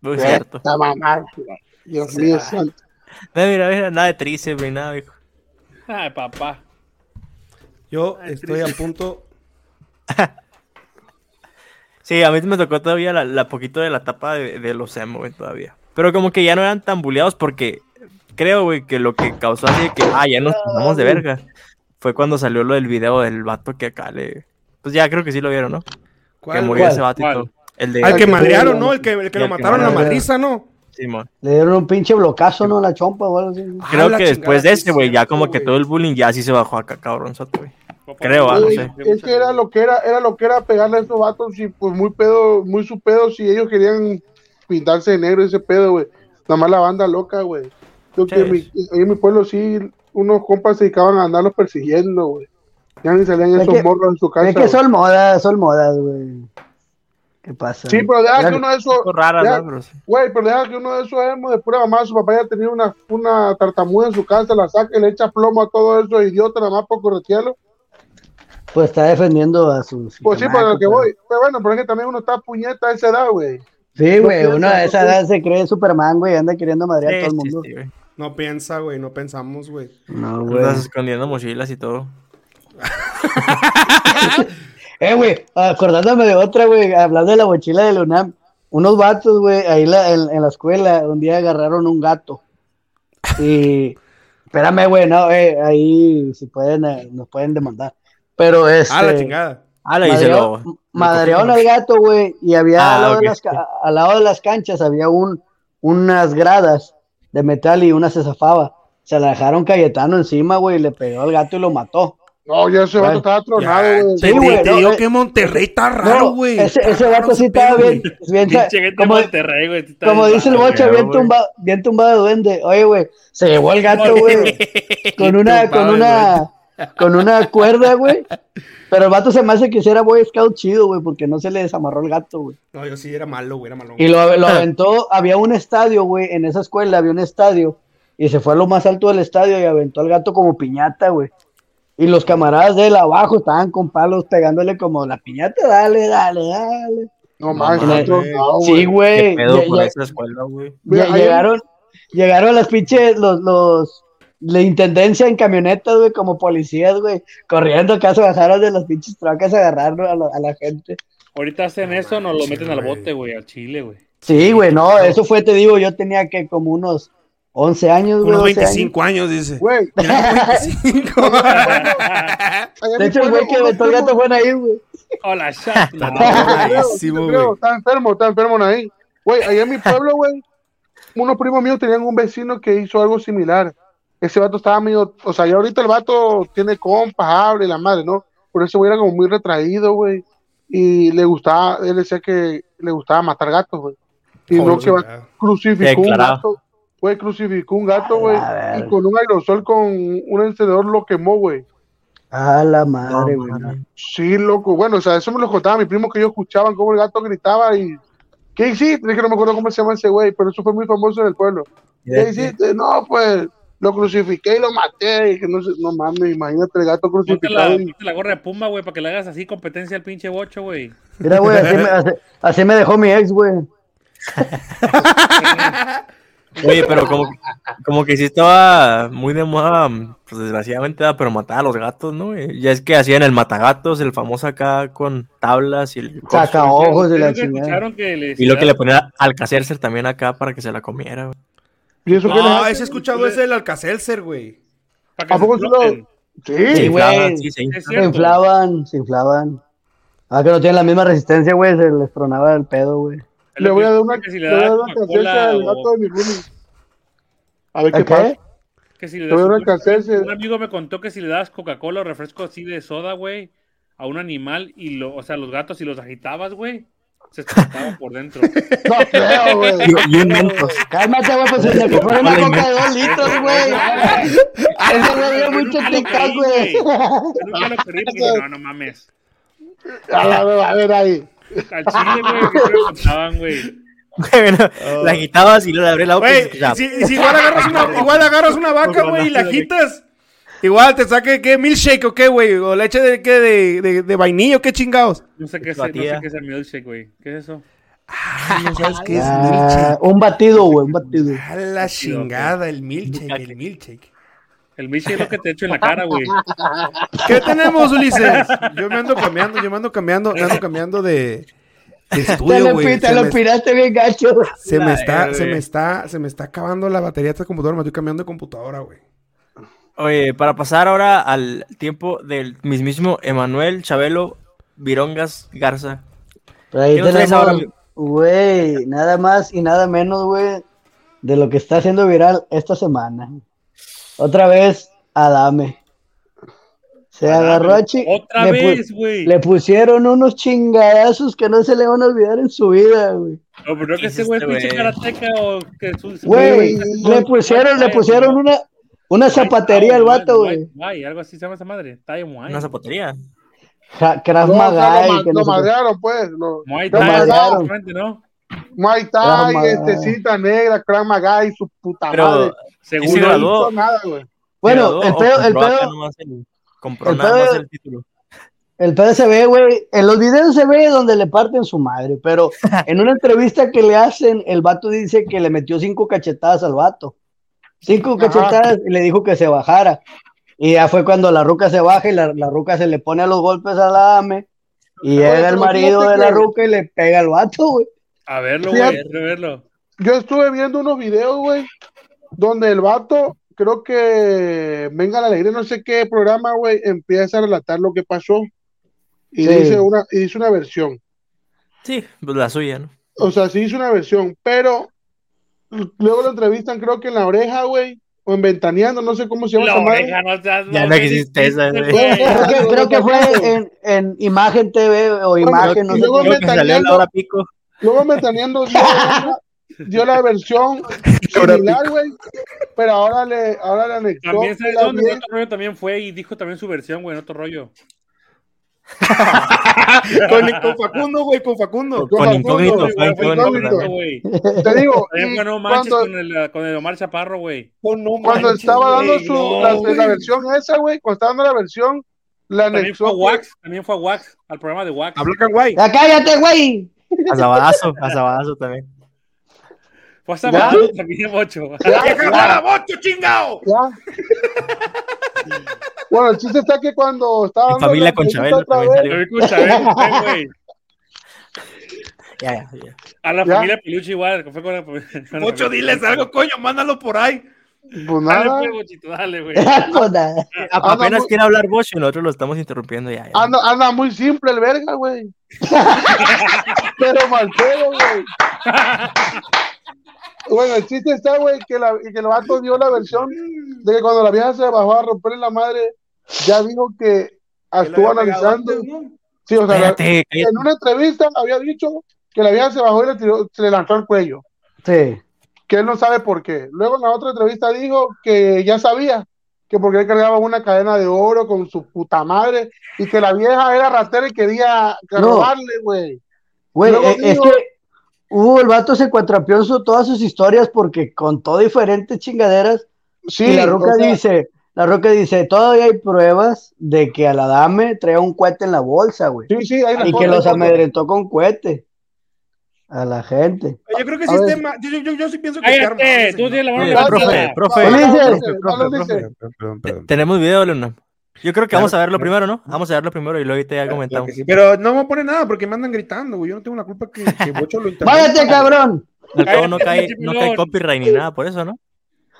[SPEAKER 2] Muy cierto.
[SPEAKER 3] La mamá. Dios mío, santo.
[SPEAKER 2] No, mira, mira, nada de tríceps ni nada, viejo.
[SPEAKER 4] Ay, papá.
[SPEAKER 5] Yo estoy a punto.
[SPEAKER 2] Sí, a mí me tocó todavía la, la poquito de la tapa de, de los emo, güey, todavía. Pero como que ya no eran tan buleados porque creo, güey, que lo que causó así de que, ah, ya nos tomamos de verga, fue cuando salió lo del video del vato que acá le... Pues ya creo que sí lo vieron, ¿no?
[SPEAKER 5] ¿Cuál,
[SPEAKER 2] que murió
[SPEAKER 5] güey?
[SPEAKER 2] ese vato y
[SPEAKER 4] ¿Cuál?
[SPEAKER 2] todo. El de...
[SPEAKER 5] Al que
[SPEAKER 3] que
[SPEAKER 5] madrearon,
[SPEAKER 3] murió.
[SPEAKER 5] ¿no? El que, el que
[SPEAKER 2] Y
[SPEAKER 5] lo
[SPEAKER 2] al que
[SPEAKER 5] mataron a la
[SPEAKER 6] madrearon.
[SPEAKER 5] madriza, ¿no?
[SPEAKER 2] Simón.
[SPEAKER 6] Le dieron un pinche blocazo, ¿no? La chompa o algo así.
[SPEAKER 5] Ah,
[SPEAKER 2] Creo
[SPEAKER 5] la
[SPEAKER 2] que después
[SPEAKER 5] chingada,
[SPEAKER 2] de
[SPEAKER 5] sí
[SPEAKER 2] ese,
[SPEAKER 5] es
[SPEAKER 2] güey, ya
[SPEAKER 5] cierto,
[SPEAKER 2] como que
[SPEAKER 5] güey.
[SPEAKER 2] todo el bullying ya sí se bajó acá, cabronzote, güey.
[SPEAKER 4] Papá,
[SPEAKER 2] Creo, ah, no
[SPEAKER 4] güey,
[SPEAKER 2] sé.
[SPEAKER 3] Es que era lo que era, era lo que era pegarle a esos vatos y pues muy pedo, muy su pedo si ellos querían pintarse de negro ese pedo, güey. Nada más la banda loca, güey. Yo que en mi, ahí en mi pueblo sí, unos compas se dedicaban a andarlos persiguiendo, güey. Ya ni salían
[SPEAKER 6] Es
[SPEAKER 3] esos
[SPEAKER 6] que-
[SPEAKER 3] morros en su casa.
[SPEAKER 6] Es que
[SPEAKER 3] güey.
[SPEAKER 6] son modas, son modas, güey. ¿Qué pasa?
[SPEAKER 3] Sí, pero deja
[SPEAKER 6] Ya-
[SPEAKER 3] que uno de esos,
[SPEAKER 2] Rara,
[SPEAKER 3] ya-
[SPEAKER 2] ¿no? Pero sí.
[SPEAKER 3] güey, pero deja que uno de esos emo de pura mamá, su papá ya tenía una, una tartamuda en su casa, la saca y le echa plomo a todo eso idiota nada más por corretearlo.
[SPEAKER 6] Pues está defendiendo a sus.
[SPEAKER 3] Pues sí,
[SPEAKER 6] chamacos,
[SPEAKER 3] para lo que
[SPEAKER 6] pero-
[SPEAKER 3] voy. Pero bueno, pero es que también uno está puñeta a esa edad, güey.
[SPEAKER 6] Sí, güey,
[SPEAKER 3] pienso
[SPEAKER 6] uno a esa
[SPEAKER 3] que-
[SPEAKER 6] edad se cree Superman, güey, anda queriendo madrear a todo el
[SPEAKER 2] Sí,
[SPEAKER 6] mundo.
[SPEAKER 2] sí, sí, güey.
[SPEAKER 5] No piensa, güey, no pensamos, güey. Pues
[SPEAKER 6] No, güey.
[SPEAKER 2] Andas escondiendo mochilas y todo.
[SPEAKER 6] Eh, güey, acordándome de otra, güey, hablando de la mochila de Leonam, unos vatos, güey, ahí la- en, en la escuela, un día agarraron un gato. Y, espérame, güey, no, eh, ahí si pueden, eh, nos pueden demandar. Pero es.
[SPEAKER 5] Ah, la chingada.
[SPEAKER 2] Ah, le dice
[SPEAKER 6] Madreó-
[SPEAKER 2] lo...
[SPEAKER 6] Madrearon al gato, güey, y había
[SPEAKER 2] Ah,
[SPEAKER 6] al, lado
[SPEAKER 2] ok.
[SPEAKER 6] de las, ca- al lado de las canchas había un, unas gradas de metal y una se zafaba. Se la dejaron Cayetano encima, güey, y le pegó al gato y lo mató.
[SPEAKER 3] No, yo ese vato estaba tronado, güey.
[SPEAKER 5] te,
[SPEAKER 6] Sí,
[SPEAKER 5] te-
[SPEAKER 6] güey,
[SPEAKER 5] te
[SPEAKER 6] no,
[SPEAKER 5] digo
[SPEAKER 6] eh.
[SPEAKER 5] que Monterrey está raro,
[SPEAKER 6] No,
[SPEAKER 5] güey.
[SPEAKER 6] ese,
[SPEAKER 5] Está
[SPEAKER 6] ese
[SPEAKER 5] raro
[SPEAKER 6] vato
[SPEAKER 5] ese
[SPEAKER 6] sí estaba
[SPEAKER 5] pedo,
[SPEAKER 6] bien.
[SPEAKER 5] güey.
[SPEAKER 6] bien sa-
[SPEAKER 4] Pinche gente de
[SPEAKER 6] como
[SPEAKER 4] Monterrey, güey. está
[SPEAKER 6] como
[SPEAKER 4] bien
[SPEAKER 6] dice el
[SPEAKER 4] raro,
[SPEAKER 6] bocha,
[SPEAKER 2] güey,
[SPEAKER 6] bien
[SPEAKER 2] güey.
[SPEAKER 6] tumbado, bien tumbado de duende. Oye, güey, se llevó el gato, güey. Con una,
[SPEAKER 5] Tumbado
[SPEAKER 6] con
[SPEAKER 5] de
[SPEAKER 6] una, con una cuerda, güey. Pero el vato se me hace que si era Boy Scout chido, güey, porque no se le desamarró el gato, güey.
[SPEAKER 5] No, yo sí era malo, güey, era malo.
[SPEAKER 6] Y lo,
[SPEAKER 5] Ah.
[SPEAKER 6] lo aventó, había un estadio, güey, en esa escuela había un estadio, y se fue a lo más alto del estadio y aventó al gato como piñata, güey. Y los camaradas de él abajo estaban con palos pegándole como la piñata, dale, dale, dale.
[SPEAKER 3] No mames,
[SPEAKER 6] mames.
[SPEAKER 3] está tronado, güey.
[SPEAKER 6] sí, Oh, güey.
[SPEAKER 2] ¿Qué pedo
[SPEAKER 6] Ya-
[SPEAKER 2] con
[SPEAKER 6] ya-
[SPEAKER 2] esa escuela, güey?
[SPEAKER 3] Mira,
[SPEAKER 6] Lle-
[SPEAKER 3] hay un-
[SPEAKER 6] llegaron, llegaron las pinches, los, los, la intendencia en camionetas, güey, como policías, güey, corriendo acá se bajaron de las pinches trocas a agarrar a, la- a la gente.
[SPEAKER 4] Ahorita hacen eso, nos lo
[SPEAKER 5] manches,
[SPEAKER 4] meten al
[SPEAKER 5] güey.
[SPEAKER 4] bote, güey, al chile, güey.
[SPEAKER 6] Sí, güey, no, eso fue, te digo, yo tenía que como unos 11 años, güey.
[SPEAKER 5] Unos
[SPEAKER 6] 12 años.
[SPEAKER 5] 25 años, dice.
[SPEAKER 3] Güey, allá en
[SPEAKER 6] De
[SPEAKER 3] mi
[SPEAKER 6] hecho, el güey
[SPEAKER 3] pueblo,
[SPEAKER 6] que
[SPEAKER 3] unos
[SPEAKER 6] aventó el gato
[SPEAKER 3] primos-
[SPEAKER 6] fue ahí, güey.
[SPEAKER 4] Hola, chat.
[SPEAKER 5] Está
[SPEAKER 3] Yo
[SPEAKER 5] tronadísimo,
[SPEAKER 3] creo,
[SPEAKER 5] güey.
[SPEAKER 3] Está enfermo, está enfermo ahí. Güey, allá en mi pueblo, güey, unos primos míos tenían un vecino que hizo algo similar. Ese vato estaba medio, o sea, ya ahorita el vato tiene compas, habla y la madre, ¿no? Por eso güey era como muy retraído, güey. Y le gustaba, él decía que le gustaba matar gatos, güey. Y no que va, crucificó un
[SPEAKER 2] Declarado.
[SPEAKER 3] gato, güey, crucificó un gato, güey.
[SPEAKER 6] A ver.
[SPEAKER 3] Y con un aerosol, con un encendedor lo quemó, güey.
[SPEAKER 6] A Ah, la madre,
[SPEAKER 2] No,
[SPEAKER 6] güey.
[SPEAKER 2] mames.
[SPEAKER 3] Sí, loco. Bueno, o sea, eso me lo contaba mi primo que ellos escuchaban cómo el gato gritaba y. ¿Qué hiciste? Es que no me acuerdo cómo se llama ese güey, pero eso fue muy famoso en el pueblo. ¿Qué hiciste? No, pues lo crucifiqué y lo maté. Y que no, sé, no mames, imagínate el gato
[SPEAKER 4] Ponte la,
[SPEAKER 3] crucificado. y-
[SPEAKER 4] ponte la gorra de puma, güey, para que le hagas así competencia al pinche bocho, güey.
[SPEAKER 6] Mira, güey, así me, así- así me dejó mi ex, güey.
[SPEAKER 2] Oye, pero como, como que sí estaba muy de moda, pues desgraciadamente, ¿verdad? pero mataba a los gatos, ¿no? güey? Ya es que hacían el matagatos, el famoso acá con tablas y el
[SPEAKER 6] Saca ojos de la
[SPEAKER 4] Creo que
[SPEAKER 6] chingada.
[SPEAKER 4] escucharon que le
[SPEAKER 2] Y lo que le ponía Alcacercer también acá para que se la comiera. güey.
[SPEAKER 3] ¿Y eso qué les
[SPEAKER 5] No,
[SPEAKER 3] hace?
[SPEAKER 5] ese escuchado es el Alcacelser, güey.
[SPEAKER 4] para que
[SPEAKER 3] ¿A
[SPEAKER 4] se
[SPEAKER 3] poco sí lo-
[SPEAKER 4] exploten.
[SPEAKER 3] Sí,
[SPEAKER 2] Se
[SPEAKER 6] Sí, güey.
[SPEAKER 2] inflaban, sí, se
[SPEAKER 4] Es
[SPEAKER 2] inflaban.
[SPEAKER 6] Se
[SPEAKER 4] cierto.
[SPEAKER 6] inflaban, se inflaban. Ah, que no tienen la misma resistencia, güey, se les tronaba el pedo, güey.
[SPEAKER 3] le voy a dar una,
[SPEAKER 4] Que si
[SPEAKER 3] le
[SPEAKER 4] le
[SPEAKER 3] voy a
[SPEAKER 4] das
[SPEAKER 3] dar una
[SPEAKER 4] Coca-Cola
[SPEAKER 3] cancencia al
[SPEAKER 4] o-
[SPEAKER 3] gato de mi roomie. A ver
[SPEAKER 6] ¿A
[SPEAKER 3] qué pasa.
[SPEAKER 6] qué?
[SPEAKER 4] que si le
[SPEAKER 3] Le voy a dar una
[SPEAKER 4] das-
[SPEAKER 3] cancencia.
[SPEAKER 4] Un amigo me contó que si le das Coca-Cola o refresco así de soda, güey, a un animal y lo, o sea, los gatos si los agitabas, güey, se explotaban por dentro.
[SPEAKER 3] No creo, güey.
[SPEAKER 2] Y, y inventos.
[SPEAKER 6] Cálmate, güey, pues se compró una coca de dos litros, güey. Ese güey vio mucho
[SPEAKER 4] Nunca lo
[SPEAKER 6] TikTok,
[SPEAKER 4] creí,
[SPEAKER 6] güey.
[SPEAKER 4] Yo nunca lo creí, porque dije, no, no mames.
[SPEAKER 3] A ver, a ver ahí.
[SPEAKER 4] Al chile, güey, siempre me contaban, güey.
[SPEAKER 2] Bueno, la quitabas y le abrí la boca. y se
[SPEAKER 5] Güey,
[SPEAKER 2] escuchaba.
[SPEAKER 5] si, si igual, agarras una, igual agarras una vaca, güey, y la agitas. Igual te saque, ¿qué? Milkshake o qué, güey. O leche de, ¿qué? De, de, de vainillo, qué chingados.
[SPEAKER 4] No sé qué es, no sé
[SPEAKER 2] Batida.
[SPEAKER 4] qué es el milkshake, güey. ¿Qué es eso?
[SPEAKER 5] No sabes qué es
[SPEAKER 6] Ah,
[SPEAKER 5] milkshake.
[SPEAKER 6] un batido, güey, un batido.
[SPEAKER 5] A la chingada, el milkshake, el milkshake.
[SPEAKER 4] El milkshake es lo que te echo en la cara, güey.
[SPEAKER 5] ¿Qué tenemos, Ulises? Yo me ando cambiando, yo me ando cambiando, me ando cambiando de, de
[SPEAKER 6] Te
[SPEAKER 5] estudio,
[SPEAKER 6] lo,
[SPEAKER 5] güey.
[SPEAKER 6] pi- te
[SPEAKER 5] Se
[SPEAKER 6] lo
[SPEAKER 5] me-
[SPEAKER 6] piraste bien gacho.
[SPEAKER 5] Se me
[SPEAKER 2] La
[SPEAKER 5] está, se
[SPEAKER 2] R.
[SPEAKER 5] me está, se me está acabando la batería de esta computadora, me estoy cambiando de computadora, güey.
[SPEAKER 2] Oye, para pasar ahora al tiempo del mismísimo Emanuel Chabelo Virongas Garza.
[SPEAKER 6] Pero ahí
[SPEAKER 2] ¿Qué nos traes
[SPEAKER 6] tenemos,
[SPEAKER 2] ahora, amigo?
[SPEAKER 6] güey, nada más y nada menos, güey, de lo que está haciendo viral esta semana. Otra vez, Adame. Se agarró a chi-
[SPEAKER 4] Otra
[SPEAKER 6] le pu-
[SPEAKER 4] vez, güey.
[SPEAKER 6] Le pusieron unos chingadazos que no se le van a olvidar en su vida, güey.
[SPEAKER 4] No, pero no que ese güey es
[SPEAKER 2] Este,
[SPEAKER 4] pinche
[SPEAKER 2] güey.
[SPEAKER 4] karateca o que su- su-
[SPEAKER 6] Güey,
[SPEAKER 4] su-
[SPEAKER 6] le pusieron, le pusieron una, una zapatería al vato, güey.
[SPEAKER 4] Ay, algo así se llama esa madre. Time Muay.
[SPEAKER 2] Una zapatería.
[SPEAKER 6] Ja- Krav
[SPEAKER 3] No, o sea,
[SPEAKER 6] Maga
[SPEAKER 3] lo ma-
[SPEAKER 6] y que
[SPEAKER 3] lo
[SPEAKER 6] no sé qué.
[SPEAKER 3] madrearon, pues. lo-
[SPEAKER 4] Muay
[SPEAKER 6] Lo
[SPEAKER 4] Thai,
[SPEAKER 6] madrearon.
[SPEAKER 4] exactamente, ¿no?
[SPEAKER 3] Muay
[SPEAKER 6] Krav
[SPEAKER 3] Thai,
[SPEAKER 6] Maga.
[SPEAKER 3] este, cinta negra, Krav Maga y su puta madre.
[SPEAKER 2] Pero
[SPEAKER 4] Seguro.
[SPEAKER 2] Sí, se graduó.
[SPEAKER 3] No hizo nada, güey.
[SPEAKER 6] Bueno,
[SPEAKER 2] ¿quedó
[SPEAKER 6] el
[SPEAKER 2] o
[SPEAKER 6] pedo, el
[SPEAKER 2] compró acá
[SPEAKER 6] pedo,
[SPEAKER 2] nomás el- compró
[SPEAKER 6] el
[SPEAKER 2] nada
[SPEAKER 6] pedo-
[SPEAKER 2] más el título.
[SPEAKER 6] El pedo se ve, güey. En los videos se ve donde le parten su madre, pero en una entrevista que le hacen, el vato dice que le metió cinco cachetadas al vato. Cinco
[SPEAKER 3] Ajá.
[SPEAKER 6] cachetadas y le dijo que se bajara. Y ya fue cuando la ruca se baja y la, la ruca se le pone a los golpes a la ame. Y
[SPEAKER 3] Oye,
[SPEAKER 6] llega el
[SPEAKER 3] pero
[SPEAKER 6] marido
[SPEAKER 3] fíjate
[SPEAKER 6] de la
[SPEAKER 3] que-
[SPEAKER 6] ruca y le pega al vato, güey.
[SPEAKER 4] A verlo,
[SPEAKER 3] Sí,
[SPEAKER 4] güey.
[SPEAKER 3] a-
[SPEAKER 4] A verlo.
[SPEAKER 3] Yo estuve viendo unos videos, güey, donde el vato, creo que Venga la Alegría, no sé qué programa, güey, empieza a relatar lo que pasó y,
[SPEAKER 6] Sí.
[SPEAKER 3] dice una, y dice una versión.
[SPEAKER 2] Sí, pues la suya, ¿no?
[SPEAKER 3] O sea, sí hizo una versión, pero luego lo entrevistan, creo que en la oreja, güey, o en Ventaneando, no sé cómo se llama.
[SPEAKER 4] La
[SPEAKER 3] esa madre.
[SPEAKER 4] oreja, no seas
[SPEAKER 2] Ya no
[SPEAKER 4] loco,
[SPEAKER 2] existe esa,
[SPEAKER 4] güey.
[SPEAKER 2] güey.
[SPEAKER 6] Creo que, creo que fue en, en Imagen TV o Imagen, no sé.
[SPEAKER 3] Luego
[SPEAKER 2] Creo que salió la
[SPEAKER 3] Ventaneando.
[SPEAKER 2] hora pico.
[SPEAKER 3] Luego Ventaneando dio, la- dio la versión similar, güey. Pero ahora le, ahora le anexó.
[SPEAKER 4] También sabes
[SPEAKER 3] la
[SPEAKER 4] dónde
[SPEAKER 3] bien-
[SPEAKER 4] en otro rollo también fue y dijo también su versión, güey, en otro rollo.
[SPEAKER 5] Con, con Facundo, güey, con Facundo.
[SPEAKER 3] Con
[SPEAKER 2] Con incógnito,
[SPEAKER 3] Facundo,
[SPEAKER 2] fue
[SPEAKER 3] güey,
[SPEAKER 2] incógnito,
[SPEAKER 3] Facundo,
[SPEAKER 2] güey.
[SPEAKER 4] Güey.
[SPEAKER 3] Te digo,
[SPEAKER 4] También fue no
[SPEAKER 3] y
[SPEAKER 4] manches
[SPEAKER 3] cuando,
[SPEAKER 4] con el, con el Omar Chaparro, güey.
[SPEAKER 5] Oh, no
[SPEAKER 3] cuando
[SPEAKER 5] manches,
[SPEAKER 3] estaba dando
[SPEAKER 5] güey,
[SPEAKER 3] su,
[SPEAKER 5] no,
[SPEAKER 3] la,
[SPEAKER 5] güey.
[SPEAKER 3] la versión esa, güey, cuando estaba dando la versión, la
[SPEAKER 4] También
[SPEAKER 3] anexó.
[SPEAKER 4] fue a Wax, también fue a Wax, al programa de Wax.
[SPEAKER 5] A Black and White.
[SPEAKER 6] ¡Ya cállate, güey!
[SPEAKER 2] A sabadazo, a sabadazo también.
[SPEAKER 4] Fue hasta Maradona también, Bocho.
[SPEAKER 3] Ya. Bueno, el chiste está que cuando estaba.
[SPEAKER 2] Mi
[SPEAKER 3] dando
[SPEAKER 2] familia
[SPEAKER 3] la
[SPEAKER 2] con
[SPEAKER 3] entrevista
[SPEAKER 2] Chabelo
[SPEAKER 3] otra vez,
[SPEAKER 4] Lo
[SPEAKER 2] también salió.
[SPEAKER 4] vi con Chabelo, fue, güey.
[SPEAKER 2] Ya, ya, ya.
[SPEAKER 4] A la
[SPEAKER 3] Ya.
[SPEAKER 4] familia Peluche igual, fue con la, con la familia.
[SPEAKER 7] Mucho diles algo, coño, mándalo por ahí.
[SPEAKER 3] Pues
[SPEAKER 4] Dale,
[SPEAKER 3] nada.
[SPEAKER 4] pues, Bochito, dale, güey.
[SPEAKER 6] Pues nada.
[SPEAKER 2] A- Apenas
[SPEAKER 6] pues.
[SPEAKER 3] muy-
[SPEAKER 2] quiere hablar Bosch y nosotros lo estamos interrumpiendo ya. ya.
[SPEAKER 6] Ah,
[SPEAKER 3] Anda, anda muy simple el verga, güey. Pero mal pedo, güey. Bueno, el chiste está, güey, que, la, que el vato dio la versión de que cuando la vieja se bajó a romperle la madre, ya dijo que estuvo analizando. Sí, o sea, la-
[SPEAKER 2] Espérate, cállate.
[SPEAKER 3] en una entrevista había dicho que la vieja se bajó y le tiró- se le lanzó al cuello,
[SPEAKER 6] Sí.
[SPEAKER 3] que él no sabe por qué. Luego en la otra entrevista dijo que ya sabía que porque él cargaba una cadena de oro con su puta madre y que la vieja era ratera y quería
[SPEAKER 6] No.
[SPEAKER 3] robarle, güey.
[SPEAKER 6] Güey,
[SPEAKER 3] Luego
[SPEAKER 6] eh, es
[SPEAKER 3] digo-
[SPEAKER 6] que uh, el vato se cuatrapeó su- todas sus historias porque contó diferentes chingaderas.
[SPEAKER 3] Sí,
[SPEAKER 6] y la roca
[SPEAKER 3] o sea,
[SPEAKER 6] dice, la roca dice, todavía hay pruebas de que a la dame traía un cohete en la bolsa, güey.
[SPEAKER 3] sí, sí, ahí la
[SPEAKER 6] y
[SPEAKER 3] foto,
[SPEAKER 6] que los
[SPEAKER 3] ahí la foto.
[SPEAKER 6] amedrentó con cohete a la gente.
[SPEAKER 5] Yo creo que sí
[SPEAKER 3] A
[SPEAKER 5] esté
[SPEAKER 3] ver.
[SPEAKER 5] más. Yo, yo, yo, yo sí pienso que esté armado,
[SPEAKER 4] Cállate,
[SPEAKER 5] sí,
[SPEAKER 4] tú
[SPEAKER 5] ¿no?
[SPEAKER 4] tienes la mano
[SPEAKER 2] Oye,
[SPEAKER 3] Oye,
[SPEAKER 2] profe,
[SPEAKER 4] levantada.
[SPEAKER 2] profe,
[SPEAKER 3] Pablo
[SPEAKER 6] Ulises.
[SPEAKER 3] dice, Pablo dice,
[SPEAKER 5] Perdón, perdón.
[SPEAKER 2] tenemos video de Luna. Yo creo que vamos a verlo primero, ¿no? Vamos a verlo primero y luego ahorita ya
[SPEAKER 5] Claro
[SPEAKER 2] comentamos.
[SPEAKER 5] que sí, Pero no me pone nada porque me andan gritando, güey. Yo no tengo la culpa que, que Bocho lo interrumpa.
[SPEAKER 6] ¡Váyate, cabrón!
[SPEAKER 2] Al cabo no cae,
[SPEAKER 4] Cállate,
[SPEAKER 2] no cae
[SPEAKER 4] chipilón.
[SPEAKER 2] copyright ni nada por eso, ¿no?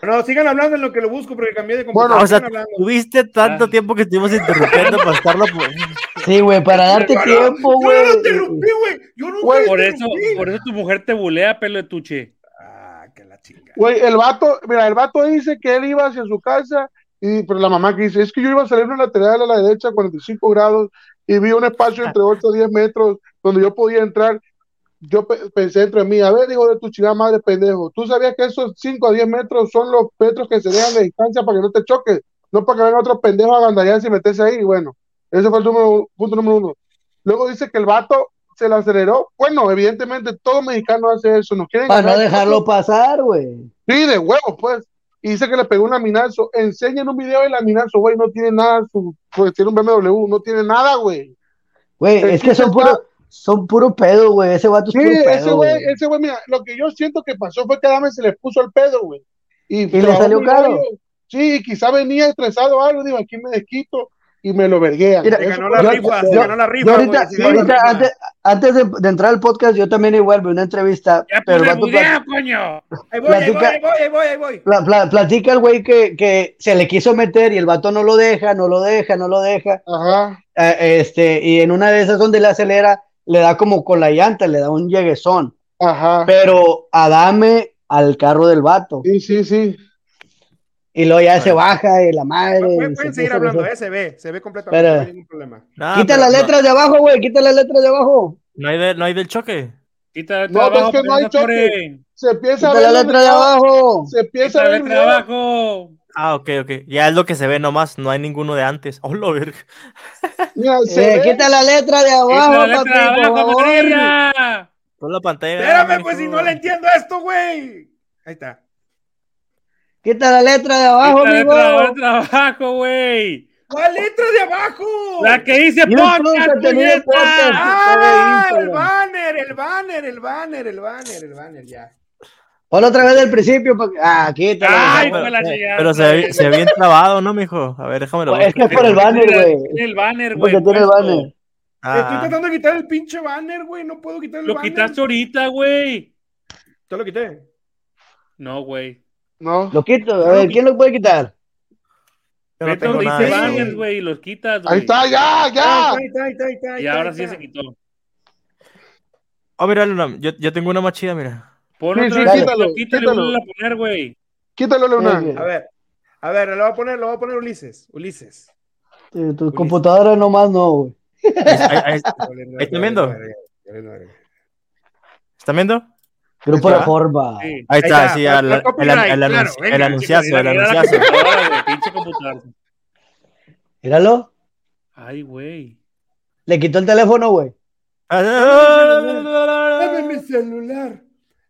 [SPEAKER 5] No, sigan hablando en lo que lo busco porque cambié de
[SPEAKER 3] Bueno,
[SPEAKER 5] computadora.
[SPEAKER 2] o sea,
[SPEAKER 5] Sigan hablando.
[SPEAKER 2] tuviste tanto
[SPEAKER 4] Ah.
[SPEAKER 2] tiempo que estuvimos interrumpiendo para estarlo. por-
[SPEAKER 6] Sí, güey, para darte
[SPEAKER 5] Yo no-
[SPEAKER 6] este tiempo,
[SPEAKER 5] Yo no lo
[SPEAKER 6] güey.
[SPEAKER 5] interrumpí, güey. Yo no
[SPEAKER 3] Güey,
[SPEAKER 4] Por eso, por eso tu mujer te bulea, pelo de tuche.
[SPEAKER 5] Ah, que la chinga.
[SPEAKER 3] Güey, el vato, mira, el vato dice que él iba hacia su casa, y, pero la mamá que dice, es que yo iba a salir una lateral a la derecha, 45 grados, y vi un espacio entre 8 y 10 metros donde yo podía entrar. Yo pe- pensé entre mí, a ver, hijo de tu chingada madre pendejo, tú sabías que esos 5 a 10 metros son los metros que se dejan de distancia para que no te choques, no para que venga otro pendejo a agandallarse y meterse ahí. Y bueno, ese fue el número- punto número uno. Luego dice que el vato se le aceleró. Bueno, evidentemente todo mexicano hace eso, nos quieren
[SPEAKER 6] Para no
[SPEAKER 3] ganar.
[SPEAKER 6] dejarlo pasar, güey.
[SPEAKER 3] Sí, de huevo, pues. Y dice que le pegó un laminazo. Enseñen un video de laminazo, güey. No tiene nada. Su, pues tiene un BMW, no tiene nada, güey.
[SPEAKER 6] Güey,
[SPEAKER 3] El
[SPEAKER 6] es que son
[SPEAKER 3] tipo
[SPEAKER 6] puro, son puro pedo, güey. Ese vato es
[SPEAKER 3] Sí,
[SPEAKER 6] puro
[SPEAKER 3] ese
[SPEAKER 6] pedo.
[SPEAKER 3] güey,
[SPEAKER 6] güey.
[SPEAKER 3] ese güey, mira, lo que yo siento que pasó fue que Adame se le puso el pedo, güey. Y,
[SPEAKER 6] le
[SPEAKER 3] clavó
[SPEAKER 6] salió
[SPEAKER 3] un
[SPEAKER 6] caro.
[SPEAKER 3] gallo. Sí, quizá venía estresado o algo, digo, aquí me desquito y me lo verguean.
[SPEAKER 6] Mira,
[SPEAKER 5] Se
[SPEAKER 3] Eso
[SPEAKER 5] ganó
[SPEAKER 3] fue
[SPEAKER 5] la
[SPEAKER 3] lo que
[SPEAKER 5] rifa,
[SPEAKER 3] pasó.
[SPEAKER 5] se ganó la rifa.
[SPEAKER 6] Yo ahorita,
[SPEAKER 5] güey, se
[SPEAKER 6] yo
[SPEAKER 5] ganó la
[SPEAKER 6] ahorita
[SPEAKER 5] rifa.
[SPEAKER 6] antes, antes de, de entrar al podcast, yo también igual vi una entrevista,
[SPEAKER 4] Ya
[SPEAKER 6] pero el
[SPEAKER 4] pone
[SPEAKER 6] vato
[SPEAKER 4] bulea,
[SPEAKER 6] pla-
[SPEAKER 4] coño.
[SPEAKER 5] Ahí voy, ahí voy,
[SPEAKER 6] platica-
[SPEAKER 5] ahí
[SPEAKER 6] Eh,
[SPEAKER 5] voy, ahí voy, ahí voy.
[SPEAKER 6] pla- pla- platica el güey que, que se le quiso meter y el vato no lo deja, no lo deja, no lo deja.
[SPEAKER 3] Ajá.
[SPEAKER 6] Ah, este, y en una de esas donde le acelera, le da como con la llanta, le da un lleguezón.
[SPEAKER 3] Ajá.
[SPEAKER 6] Pero Adame al carro del vato.
[SPEAKER 3] Sí, sí, sí.
[SPEAKER 6] Y luego ya se baja y la madre.
[SPEAKER 5] Pueden-
[SPEAKER 6] y
[SPEAKER 5] Pueden,
[SPEAKER 6] se
[SPEAKER 5] pueden seguir
[SPEAKER 6] puso
[SPEAKER 5] hablando,
[SPEAKER 6] los-
[SPEAKER 5] eh, se ve, se ve completamente,
[SPEAKER 6] Pero-
[SPEAKER 5] no hay ningún problema.
[SPEAKER 2] Nah,
[SPEAKER 6] Quita
[SPEAKER 2] pero
[SPEAKER 6] las
[SPEAKER 3] Ah,
[SPEAKER 2] no-
[SPEAKER 6] letras de abajo, güey, quita las letras de abajo.
[SPEAKER 2] No, hay de- no hay del choque.
[SPEAKER 4] Quita
[SPEAKER 3] No,
[SPEAKER 4] abajo,
[SPEAKER 3] es que no hay
[SPEAKER 4] Fernando
[SPEAKER 3] choque.
[SPEAKER 4] Torres.
[SPEAKER 3] Se empieza a
[SPEAKER 6] Quita
[SPEAKER 3] ver.
[SPEAKER 6] la
[SPEAKER 3] el
[SPEAKER 6] letra de
[SPEAKER 3] video,
[SPEAKER 6] abajo.
[SPEAKER 3] Se empieza
[SPEAKER 4] Quita
[SPEAKER 3] a
[SPEAKER 4] la
[SPEAKER 3] ver. el
[SPEAKER 4] letra de
[SPEAKER 3] video.
[SPEAKER 4] abajo.
[SPEAKER 2] Ah, ok, ok. Ya es lo que se ve nomás. No hay ninguno de antes. Oh, lo verga.
[SPEAKER 3] Mira, se
[SPEAKER 6] Eh,
[SPEAKER 3] ve.
[SPEAKER 6] quita la letra de abajo,
[SPEAKER 4] Quita la letra
[SPEAKER 6] papi,
[SPEAKER 4] de
[SPEAKER 6] por
[SPEAKER 4] abajo,
[SPEAKER 6] favor.
[SPEAKER 4] Madrina.
[SPEAKER 2] Toda la pantalla.
[SPEAKER 5] Espérame,
[SPEAKER 2] manejo.
[SPEAKER 5] pues si no le entiendo esto, güey. Ahí está.
[SPEAKER 6] Quita la letra de
[SPEAKER 4] Quita
[SPEAKER 6] abajo,
[SPEAKER 4] la
[SPEAKER 6] amigo.
[SPEAKER 4] letra de abajo, güey.
[SPEAKER 5] ¿Cuál letra de abajo?
[SPEAKER 4] La que dice
[SPEAKER 6] Y un
[SPEAKER 4] podcast,
[SPEAKER 6] podcast, tenía
[SPEAKER 4] puñeta.
[SPEAKER 6] podcast.
[SPEAKER 5] Ah,
[SPEAKER 6] Está de
[SPEAKER 5] el
[SPEAKER 6] Instagram.
[SPEAKER 5] banner, el banner, el banner, el banner, el banner, ya.
[SPEAKER 6] Pon otra vez del principio. pa- Ah, quítala.
[SPEAKER 4] Ay,
[SPEAKER 2] Pero-
[SPEAKER 4] fue la
[SPEAKER 2] pero-
[SPEAKER 4] chingada.
[SPEAKER 2] Pero se ve, se ve bien trabado, ¿no, mijo? A ver, déjamelo.
[SPEAKER 5] Pues,
[SPEAKER 6] Es que Este es por el banner,
[SPEAKER 4] Tiene
[SPEAKER 6] güey. Este
[SPEAKER 4] El banner, güey.
[SPEAKER 6] Porque tiene el
[SPEAKER 4] puesto.
[SPEAKER 6] banner.
[SPEAKER 5] Estoy
[SPEAKER 2] Ah,
[SPEAKER 5] tratando de quitar el pinche banner, güey. No puedo quitar el
[SPEAKER 4] Lo
[SPEAKER 5] banner.
[SPEAKER 4] quitaste ahorita, güey.
[SPEAKER 5] Te lo quité.
[SPEAKER 4] No, güey.
[SPEAKER 3] No.
[SPEAKER 6] Lo quito. A ver, ¿quién lo puede quitar?
[SPEAKER 2] yo no
[SPEAKER 4] Vete donde
[SPEAKER 2] tengo nada.
[SPEAKER 4] dice
[SPEAKER 5] nada, güey.
[SPEAKER 4] banners, güey, y los quitas, güey.
[SPEAKER 3] Ahí está, ya, ya.
[SPEAKER 5] Ah, ahí está, ahí está, ahí está, ahí
[SPEAKER 4] Y
[SPEAKER 5] está,
[SPEAKER 4] ahora
[SPEAKER 5] ahí
[SPEAKER 4] sí
[SPEAKER 5] está.
[SPEAKER 4] se quitó.
[SPEAKER 2] Oh, mira, Luna, yo, yo tengo una más chida, mira.
[SPEAKER 4] Pon
[SPEAKER 3] Sí,
[SPEAKER 4] otra
[SPEAKER 3] sí,
[SPEAKER 4] vez,
[SPEAKER 3] quítalo,
[SPEAKER 4] quítalo,
[SPEAKER 3] quítalo.
[SPEAKER 4] vuelve a poner, güey.
[SPEAKER 3] Quítalo, Leonardo.
[SPEAKER 6] Muy
[SPEAKER 7] A ver, a ver, le voy a poner, le voy a poner Ulises. Ulises.
[SPEAKER 6] Sí, eh, tu computadora nomás no, güey.
[SPEAKER 2] Ahí- ahí- ¿Están viendo? ¿Están viendo?
[SPEAKER 6] Grupo
[SPEAKER 7] Ahí
[SPEAKER 6] de
[SPEAKER 7] está.
[SPEAKER 6] forma.
[SPEAKER 4] Sí,
[SPEAKER 2] Ahí está,
[SPEAKER 7] está,
[SPEAKER 2] sí,
[SPEAKER 7] fue-
[SPEAKER 2] al-
[SPEAKER 7] fue
[SPEAKER 2] el-
[SPEAKER 7] copyright,
[SPEAKER 2] el
[SPEAKER 7] claro,
[SPEAKER 2] anunci-
[SPEAKER 7] venga,
[SPEAKER 2] el
[SPEAKER 7] chico,
[SPEAKER 2] anunciazo, el
[SPEAKER 4] Mira, mira la
[SPEAKER 2] anunciazo.
[SPEAKER 4] computadora, güey, pinche computadora.
[SPEAKER 6] Míralo.
[SPEAKER 4] Ay, güey.
[SPEAKER 6] Le quitó el teléfono, güey.
[SPEAKER 7] Dame mi celular.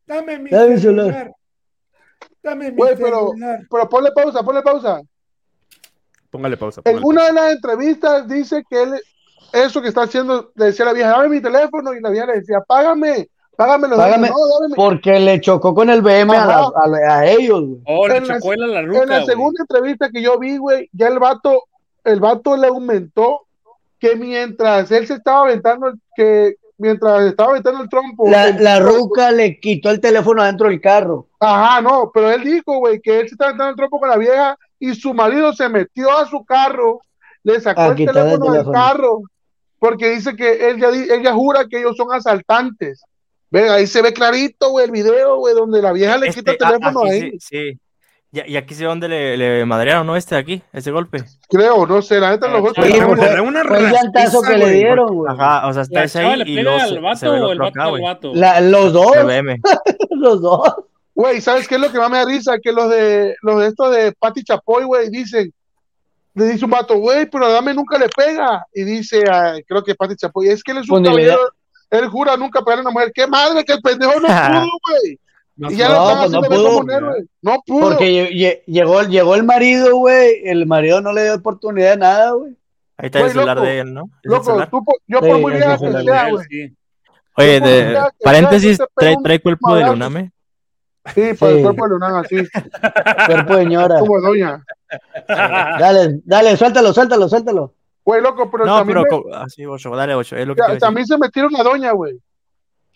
[SPEAKER 7] Dame mi
[SPEAKER 6] Dame mi celular.
[SPEAKER 7] celular. Dame mi
[SPEAKER 3] Güey, pero-
[SPEAKER 7] celular.
[SPEAKER 3] Pero ponle pausa, ponle pausa.
[SPEAKER 5] Póngale pausa.
[SPEAKER 3] En una de las entrevistas dice que él, eso que está haciendo, le decía a la vieja, dame mi teléfono, y la vieja le decía, págame, págame los
[SPEAKER 6] Págame.
[SPEAKER 3] datos". No, dame mi-
[SPEAKER 6] Porque le chocó con el BM a, la- a la- a ellos, güey.
[SPEAKER 4] Oh,
[SPEAKER 3] En
[SPEAKER 4] le
[SPEAKER 3] la-
[SPEAKER 4] chocó él a la
[SPEAKER 3] En la
[SPEAKER 4] ruca, güey.
[SPEAKER 3] segunda entrevista que yo vi, güey, ya el vato, el vato le aumentó que mientras él se estaba aventando, el- que mientras estaba aventando el trompo.
[SPEAKER 6] La,
[SPEAKER 3] el-
[SPEAKER 6] la ruca le quitó el teléfono adentro del carro.
[SPEAKER 3] Ajá, no, pero él dijo, güey, que él se estaba aventando el trompo con la vieja y su marido se metió a su carro, le sacó
[SPEAKER 6] A
[SPEAKER 3] el
[SPEAKER 6] quitar el
[SPEAKER 3] teléfono, del
[SPEAKER 6] teléfono.
[SPEAKER 3] carro, porque dice que él ya, di- él ya jura que ellos son asaltantes. Ve, ahí se ve clarito, güey, el video, güey, donde la vieja le quita el
[SPEAKER 2] Este, a-
[SPEAKER 3] teléfono
[SPEAKER 2] aquí
[SPEAKER 3] ahí.
[SPEAKER 2] sí, sí. Y, y aquí sí donde le, le madrearon, ¿no? Este de aquí, ese golpe.
[SPEAKER 3] Creo, no sé, la neta los golpes.
[SPEAKER 6] sí,
[SPEAKER 3] no,
[SPEAKER 6] güey.
[SPEAKER 3] güey.
[SPEAKER 5] una
[SPEAKER 6] Fue el llantazo
[SPEAKER 5] rastiza,
[SPEAKER 6] que le
[SPEAKER 5] güey.
[SPEAKER 6] dieron, güey.
[SPEAKER 2] Ajá, o sea, está
[SPEAKER 4] ¿La
[SPEAKER 2] ese
[SPEAKER 4] chava
[SPEAKER 2] Pues ahí
[SPEAKER 4] le
[SPEAKER 2] y luego
[SPEAKER 4] pega
[SPEAKER 2] se,
[SPEAKER 4] al
[SPEAKER 2] se
[SPEAKER 4] vato
[SPEAKER 2] ve el
[SPEAKER 4] o el
[SPEAKER 2] otro
[SPEAKER 4] vato
[SPEAKER 2] acá,
[SPEAKER 4] al
[SPEAKER 2] güey.
[SPEAKER 4] vato?
[SPEAKER 6] La- los dos,
[SPEAKER 2] Se ve, me.
[SPEAKER 6] los dos.
[SPEAKER 3] Güey, ¿sabes qué es lo que más me da risa? Que los de los de estos de Pati Chapoy, güey, dicen, le dice un vato, güey, pero Adame nunca le pega. Y dice, ah, creo que Pati Chapoy, es que él es un
[SPEAKER 6] Pues ni le
[SPEAKER 3] caballero, él jura nunca pegarle a una mujer. ¡Qué madre, que el pendejo no pudo, güey! Y ya
[SPEAKER 6] no,
[SPEAKER 3] lo están
[SPEAKER 6] pues no
[SPEAKER 3] haciendo ver como
[SPEAKER 6] pudo.
[SPEAKER 3] un héroe. No pudo.
[SPEAKER 6] Porque lle- lle- llegó, llegó el marido, güey. El marido no le dio oportunidad de nada, güey.
[SPEAKER 2] Ahí está
[SPEAKER 3] Güey,
[SPEAKER 2] el celular
[SPEAKER 3] loco,
[SPEAKER 2] de él, ¿no? Es el
[SPEAKER 3] Loco,
[SPEAKER 2] celular.
[SPEAKER 3] tú po- yo
[SPEAKER 6] Sí,
[SPEAKER 3] por muy
[SPEAKER 6] es
[SPEAKER 3] vieja
[SPEAKER 6] el
[SPEAKER 3] que
[SPEAKER 6] celular.
[SPEAKER 3] sea,
[SPEAKER 4] Él
[SPEAKER 3] güey.
[SPEAKER 4] sí.
[SPEAKER 2] Oye,
[SPEAKER 3] tú,
[SPEAKER 2] de,
[SPEAKER 3] ya, que
[SPEAKER 2] paréntesis,
[SPEAKER 3] ya te pega
[SPEAKER 2] trae,
[SPEAKER 3] un
[SPEAKER 2] trae cuerpo de
[SPEAKER 3] madrazo.
[SPEAKER 2] Luname.
[SPEAKER 3] Sí, pues, por el
[SPEAKER 6] Sí.
[SPEAKER 3] cuerpo de Leonardo, así,
[SPEAKER 6] Cuerpo de señora.
[SPEAKER 3] como doña.
[SPEAKER 6] Dale, dale, suéltalo, suéltalo, suéltalo.
[SPEAKER 3] Güey, loco, pero
[SPEAKER 2] No,
[SPEAKER 3] también,
[SPEAKER 2] pero
[SPEAKER 3] me-
[SPEAKER 2] co- así, ocho, dale, ocho, es lo que
[SPEAKER 3] ya-
[SPEAKER 2] te iba a decir.
[SPEAKER 3] también se metieron a doña, güey.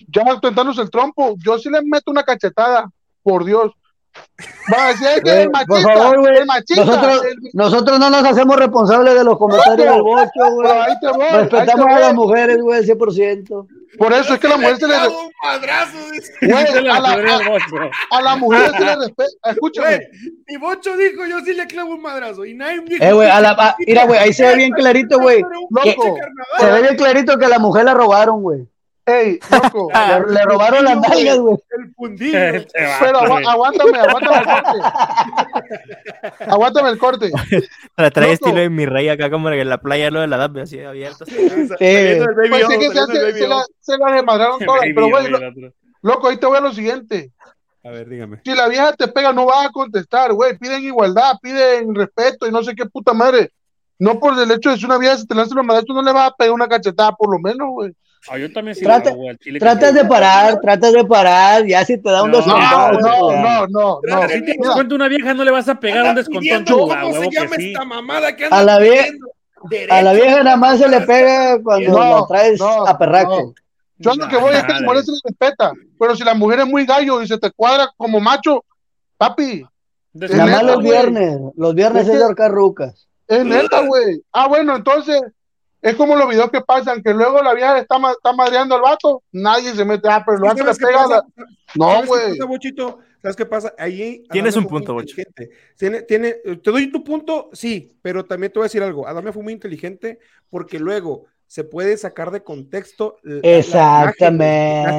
[SPEAKER 3] Ya tentándose el trompo. Yo sí les meto una cachetada, por Dios. Va a decir, "Ay, que
[SPEAKER 6] Güey,
[SPEAKER 3] el
[SPEAKER 6] por
[SPEAKER 3] machista,
[SPEAKER 6] favor, güey.
[SPEAKER 3] el machista.
[SPEAKER 6] Nosotros,
[SPEAKER 3] el-
[SPEAKER 6] nosotros no nos hacemos responsables de los comentarios del bocho,
[SPEAKER 3] Pero
[SPEAKER 6] güey.
[SPEAKER 3] ahí te voy, ahí te
[SPEAKER 6] Respetamos a
[SPEAKER 3] voy.
[SPEAKER 6] las mujeres, güey, 100%.
[SPEAKER 3] Por eso es que la mujer se le...
[SPEAKER 7] un madrazo, dice.
[SPEAKER 4] Esa es
[SPEAKER 3] Güey,
[SPEAKER 4] la
[SPEAKER 3] a la,
[SPEAKER 4] teoría del
[SPEAKER 3] a,
[SPEAKER 4] bocho.
[SPEAKER 3] a la mujer se le respeta. Escúchame.
[SPEAKER 7] Güey, y Bocho dijo, yo sí le clavo un madrazo. Y nadie me dijo...
[SPEAKER 6] Eh, güey, a la, a- mira, güey, ahí se ve bien
[SPEAKER 7] este
[SPEAKER 6] clarito, güey.
[SPEAKER 3] Loco.
[SPEAKER 6] Se ve bien clarito que a la mujer la robaron, güey.
[SPEAKER 3] Ey, loco.
[SPEAKER 6] Ah, Le, le robaron las nalgas, güey.
[SPEAKER 7] El fundillo.
[SPEAKER 4] Este vato,
[SPEAKER 3] Pero agua-
[SPEAKER 4] güey.
[SPEAKER 3] aguántame, aguántame el corte. aguántame el corte.
[SPEAKER 2] Tra- trae
[SPEAKER 3] Loco.
[SPEAKER 2] estilo de mi rey acá como en la playa lo de la edad así abierta.
[SPEAKER 7] Saliendo del baby
[SPEAKER 3] Pues sí
[SPEAKER 7] O,
[SPEAKER 3] que se,
[SPEAKER 7] saliendo del
[SPEAKER 3] hace-
[SPEAKER 7] baby
[SPEAKER 3] se
[SPEAKER 7] O.
[SPEAKER 3] la, se la desmadraron todas.
[SPEAKER 4] Baby,
[SPEAKER 3] Pero, güey,
[SPEAKER 4] güey,
[SPEAKER 3] lo-
[SPEAKER 4] el otro.
[SPEAKER 3] loco, ahí te voy a lo siguiente.
[SPEAKER 5] A ver, dígame.
[SPEAKER 3] Si la vieja te pega, no vas a contestar, güey. Piden igualdad, piden respeto y no sé qué puta madre. No por el hecho de si una vieja se te lanza una madre, tú no le vas a pegar una cachetada, por lo menos, güey.
[SPEAKER 4] Ah, yo también sí
[SPEAKER 6] Trata-
[SPEAKER 4] lo hago, güey, al chile que
[SPEAKER 6] Tratas
[SPEAKER 4] sí.
[SPEAKER 6] de parar, tratas de parar. Ya si te da un
[SPEAKER 4] No,
[SPEAKER 3] No, no,
[SPEAKER 6] descontado. güey.
[SPEAKER 3] no, no, no.
[SPEAKER 7] Pero
[SPEAKER 4] Si te
[SPEAKER 3] Mira,
[SPEAKER 4] cuenta una vieja, no le vas a pegar un
[SPEAKER 7] Anda
[SPEAKER 4] descontón.
[SPEAKER 7] pidiendo
[SPEAKER 4] Ah,
[SPEAKER 7] ¿Cómo se
[SPEAKER 4] huevo que
[SPEAKER 7] llama
[SPEAKER 4] sí.
[SPEAKER 7] esta mamada que
[SPEAKER 6] A
[SPEAKER 7] anda
[SPEAKER 6] la vie-
[SPEAKER 7] pidiendo?
[SPEAKER 6] A la
[SPEAKER 7] Derecho.
[SPEAKER 6] vieja nada más se le pega cuando
[SPEAKER 3] No,
[SPEAKER 6] la traes
[SPEAKER 3] no,
[SPEAKER 6] a perraco.
[SPEAKER 3] no. Yo lo que voy es que la mujer se le respeta. Pero si la mujer es muy gallo y se te cuadra como macho, papi,
[SPEAKER 4] Descontón,
[SPEAKER 3] No.
[SPEAKER 6] Nada
[SPEAKER 3] Neta,
[SPEAKER 6] más los
[SPEAKER 3] güey.
[SPEAKER 6] viernes. Los viernes
[SPEAKER 3] Es
[SPEAKER 6] es
[SPEAKER 3] que-
[SPEAKER 6] de ahorcar rucas.
[SPEAKER 3] Es neta, güey. Ah, bueno, entonces es como los videos que pasan, que luego la vieja está, ma- está madreando al vato, nadie se mete. Ah, pero el vato le
[SPEAKER 7] ¿Sabes qué
[SPEAKER 3] pega. a la-
[SPEAKER 7] pasa?
[SPEAKER 3] No,
[SPEAKER 7] ¿Sabes qué
[SPEAKER 3] güey.
[SPEAKER 7] pasa, Bochito? ¿Sabes qué pasa? Ahí.
[SPEAKER 2] Tienes
[SPEAKER 7] Adame
[SPEAKER 2] un
[SPEAKER 7] fue
[SPEAKER 2] punto,
[SPEAKER 7] muy
[SPEAKER 2] Bocho.
[SPEAKER 7] inteligente. Tiene, tiene, eh, te doy tu punto, sí, pero también te voy a decir algo. Adame fue muy inteligente porque luego se puede sacar de contexto. la- la imagen, güey.
[SPEAKER 3] Ah,
[SPEAKER 6] Exactamente.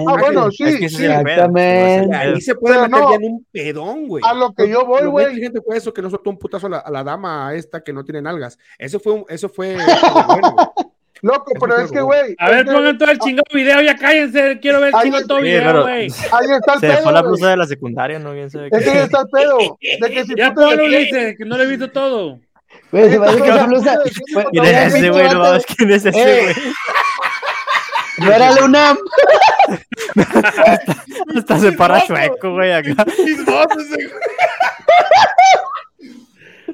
[SPEAKER 7] Las
[SPEAKER 3] bueno,
[SPEAKER 7] imágenes.
[SPEAKER 3] sí.
[SPEAKER 2] Es que ese es el pedo,
[SPEAKER 6] Exactamente.
[SPEAKER 2] ese es el
[SPEAKER 7] Ahí
[SPEAKER 2] pedo.
[SPEAKER 7] se puede
[SPEAKER 3] Pero
[SPEAKER 7] meter
[SPEAKER 3] no.
[SPEAKER 7] bien un pedón, güey.
[SPEAKER 3] A lo que yo voy,
[SPEAKER 7] Lo muy
[SPEAKER 3] güey.
[SPEAKER 7] inteligente fue eso, que no soltó un putazo a la, a la dama esta que no tiene nalgas. Eso fue, un- eso fue. bueno, güey.
[SPEAKER 3] Loco,
[SPEAKER 7] Es
[SPEAKER 3] pero
[SPEAKER 7] muy
[SPEAKER 3] es que,
[SPEAKER 7] bueno.
[SPEAKER 3] güey.
[SPEAKER 4] A ver,
[SPEAKER 3] es que
[SPEAKER 4] pongan todo el chingado video, ya cállense, quiero ver el
[SPEAKER 3] Ay,
[SPEAKER 4] chingado todo
[SPEAKER 2] Sí,
[SPEAKER 4] video,
[SPEAKER 2] pero
[SPEAKER 4] güey.
[SPEAKER 3] Ahí está el
[SPEAKER 2] se dejó la
[SPEAKER 3] pedo.
[SPEAKER 2] blusa
[SPEAKER 3] güey.
[SPEAKER 2] de la secundaria, no bien sabe
[SPEAKER 3] Es que
[SPEAKER 2] qué.
[SPEAKER 3] ahí está el pedo. De que si
[SPEAKER 4] Ya
[SPEAKER 3] tú te
[SPEAKER 4] Pablo
[SPEAKER 3] defiendes-
[SPEAKER 4] dice que no lo he visto todo.
[SPEAKER 6] Güey, se parece que esa
[SPEAKER 3] Yo-
[SPEAKER 6] blusa.
[SPEAKER 3] yo-
[SPEAKER 6] fue-
[SPEAKER 2] ¿Quién
[SPEAKER 6] fue
[SPEAKER 2] es ese,
[SPEAKER 6] pinche
[SPEAKER 2] güey?
[SPEAKER 6] vato-
[SPEAKER 2] No mames, ¿quién es ese,
[SPEAKER 6] Eh.
[SPEAKER 2] güey?
[SPEAKER 6] Yo era Lunam.
[SPEAKER 2] Hasta se para chueco, güey, acá.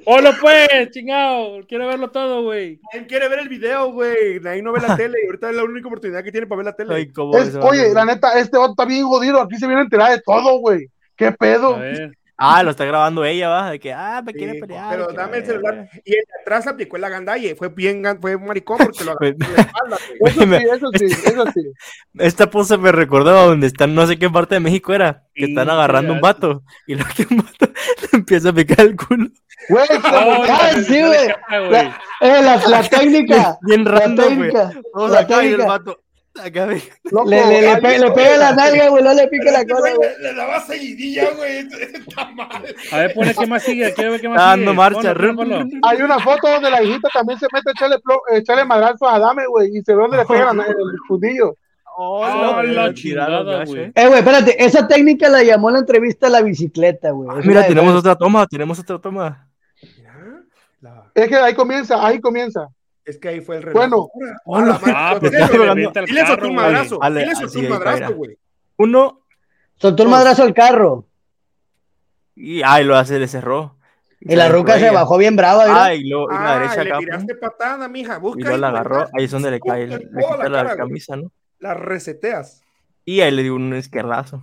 [SPEAKER 4] Hola, pues, chingado, quiero verlo todo, güey.
[SPEAKER 7] ¿Quién quiere ver el video, güey? Ahí no ve la tele. y Ahorita es la única oportunidad que tiene para ver la tele.
[SPEAKER 2] Ay, cómo
[SPEAKER 3] es-
[SPEAKER 2] se va,
[SPEAKER 3] Oye,
[SPEAKER 2] güey.
[SPEAKER 3] la neta, este vato está bien jodido. Aquí se viene a enterar de todo, güey. ¿Qué
[SPEAKER 4] A
[SPEAKER 3] pedo?
[SPEAKER 4] ver,
[SPEAKER 2] Ah, lo está grabando ella, va. De que, ah, me quiere
[SPEAKER 5] Sí,
[SPEAKER 2] pelear.
[SPEAKER 5] pero
[SPEAKER 2] que
[SPEAKER 5] dame el
[SPEAKER 2] la
[SPEAKER 5] celular.
[SPEAKER 2] verga.
[SPEAKER 5] Y el de atrás aplicó la gandalle. Fue bien, gan- fue un maricón porque lo agarró
[SPEAKER 2] Pues-
[SPEAKER 5] de la espalda, güey.
[SPEAKER 3] Eso
[SPEAKER 2] Güey, me-
[SPEAKER 3] sí, eso sí, eso sí.
[SPEAKER 2] Esta pose me recordó a donde están, no sé qué parte de México era, que están
[SPEAKER 4] Sí,
[SPEAKER 2] agarrando un
[SPEAKER 4] ya.
[SPEAKER 2] vato y lo que un vato le empieza a picar el culo.
[SPEAKER 3] Güey, se me cae,
[SPEAKER 6] sí,
[SPEAKER 4] no le
[SPEAKER 6] güey.
[SPEAKER 4] escapa, güey.
[SPEAKER 6] La, eh, la, la técnica.
[SPEAKER 2] Bien
[SPEAKER 6] La
[SPEAKER 2] random, güey.
[SPEAKER 6] técnica.
[SPEAKER 2] Todos
[SPEAKER 6] la
[SPEAKER 2] acá y el
[SPEAKER 6] técnica.
[SPEAKER 2] vato. Acá, güey.
[SPEAKER 3] Loco,
[SPEAKER 6] Le, le, le,
[SPEAKER 3] ¿has
[SPEAKER 6] pe- le
[SPEAKER 3] visto?
[SPEAKER 6] pega la nalga, güey. No le pica la
[SPEAKER 5] Este
[SPEAKER 6] cola,
[SPEAKER 5] güey
[SPEAKER 6] güey.
[SPEAKER 5] le- le daba seguidilla, güey. Esta madre.
[SPEAKER 4] A ver, pone qué más sigue. Quiero ver qué más
[SPEAKER 2] Está
[SPEAKER 4] sigue.
[SPEAKER 2] dando
[SPEAKER 4] Ponlo,
[SPEAKER 2] marcha. Rum,
[SPEAKER 4] ponlo.
[SPEAKER 2] rum, rum.
[SPEAKER 3] Hay una foto donde la hijita también se mete a echarle, plo- echarle madrazo a Adame, güey, y se ve dónde le pega la- el fundillo.
[SPEAKER 4] Ah,
[SPEAKER 2] Hola,
[SPEAKER 4] la
[SPEAKER 2] güey, tirado,
[SPEAKER 4] chingada,
[SPEAKER 2] gacho,
[SPEAKER 4] güey.
[SPEAKER 2] eh.
[SPEAKER 6] Eh, güey, espérate. Esa técnica la llamó en la entrevista a la bicicleta, güey. Es una
[SPEAKER 2] Ah, Mira,
[SPEAKER 6] de-
[SPEAKER 2] tenemos otra toma, tenemos otra toma.
[SPEAKER 5] Mira, la-
[SPEAKER 3] Es que ahí comienza, ahí comienza.
[SPEAKER 5] Es que ahí fue el reloj.
[SPEAKER 3] Bueno.
[SPEAKER 5] Hola,
[SPEAKER 4] Ah, pues ya
[SPEAKER 2] Está
[SPEAKER 4] se le
[SPEAKER 2] hablando-
[SPEAKER 4] avienta el
[SPEAKER 5] Y le soltó
[SPEAKER 4] carro,
[SPEAKER 5] un
[SPEAKER 4] güey.
[SPEAKER 5] madrazo.
[SPEAKER 2] Ale,
[SPEAKER 5] Y le soltó
[SPEAKER 2] así
[SPEAKER 5] un
[SPEAKER 2] ahí, mira.
[SPEAKER 5] madrazo, güey.
[SPEAKER 2] Uno,
[SPEAKER 6] Soltó el madrazo al carro.
[SPEAKER 2] y ay, lo hace, le cerró.
[SPEAKER 6] Y la ruca se
[SPEAKER 2] ella.
[SPEAKER 6] bajó bien brava, mira.
[SPEAKER 2] Ay, lo, y la
[SPEAKER 5] Ah,
[SPEAKER 2] derecha
[SPEAKER 5] y
[SPEAKER 2] acá. pues,
[SPEAKER 5] le tiraste patada, mija. Busca
[SPEAKER 2] Y luego la
[SPEAKER 5] ahí,
[SPEAKER 2] agarró,
[SPEAKER 5] ¿verdad?
[SPEAKER 2] ahí es donde le cae, le, le
[SPEAKER 5] Puta, toda la
[SPEAKER 2] quita la,
[SPEAKER 5] cara, güey.
[SPEAKER 2] camisa, ¿no?
[SPEAKER 5] La reseteas.
[SPEAKER 2] Y ahí le dio un izquierdazo.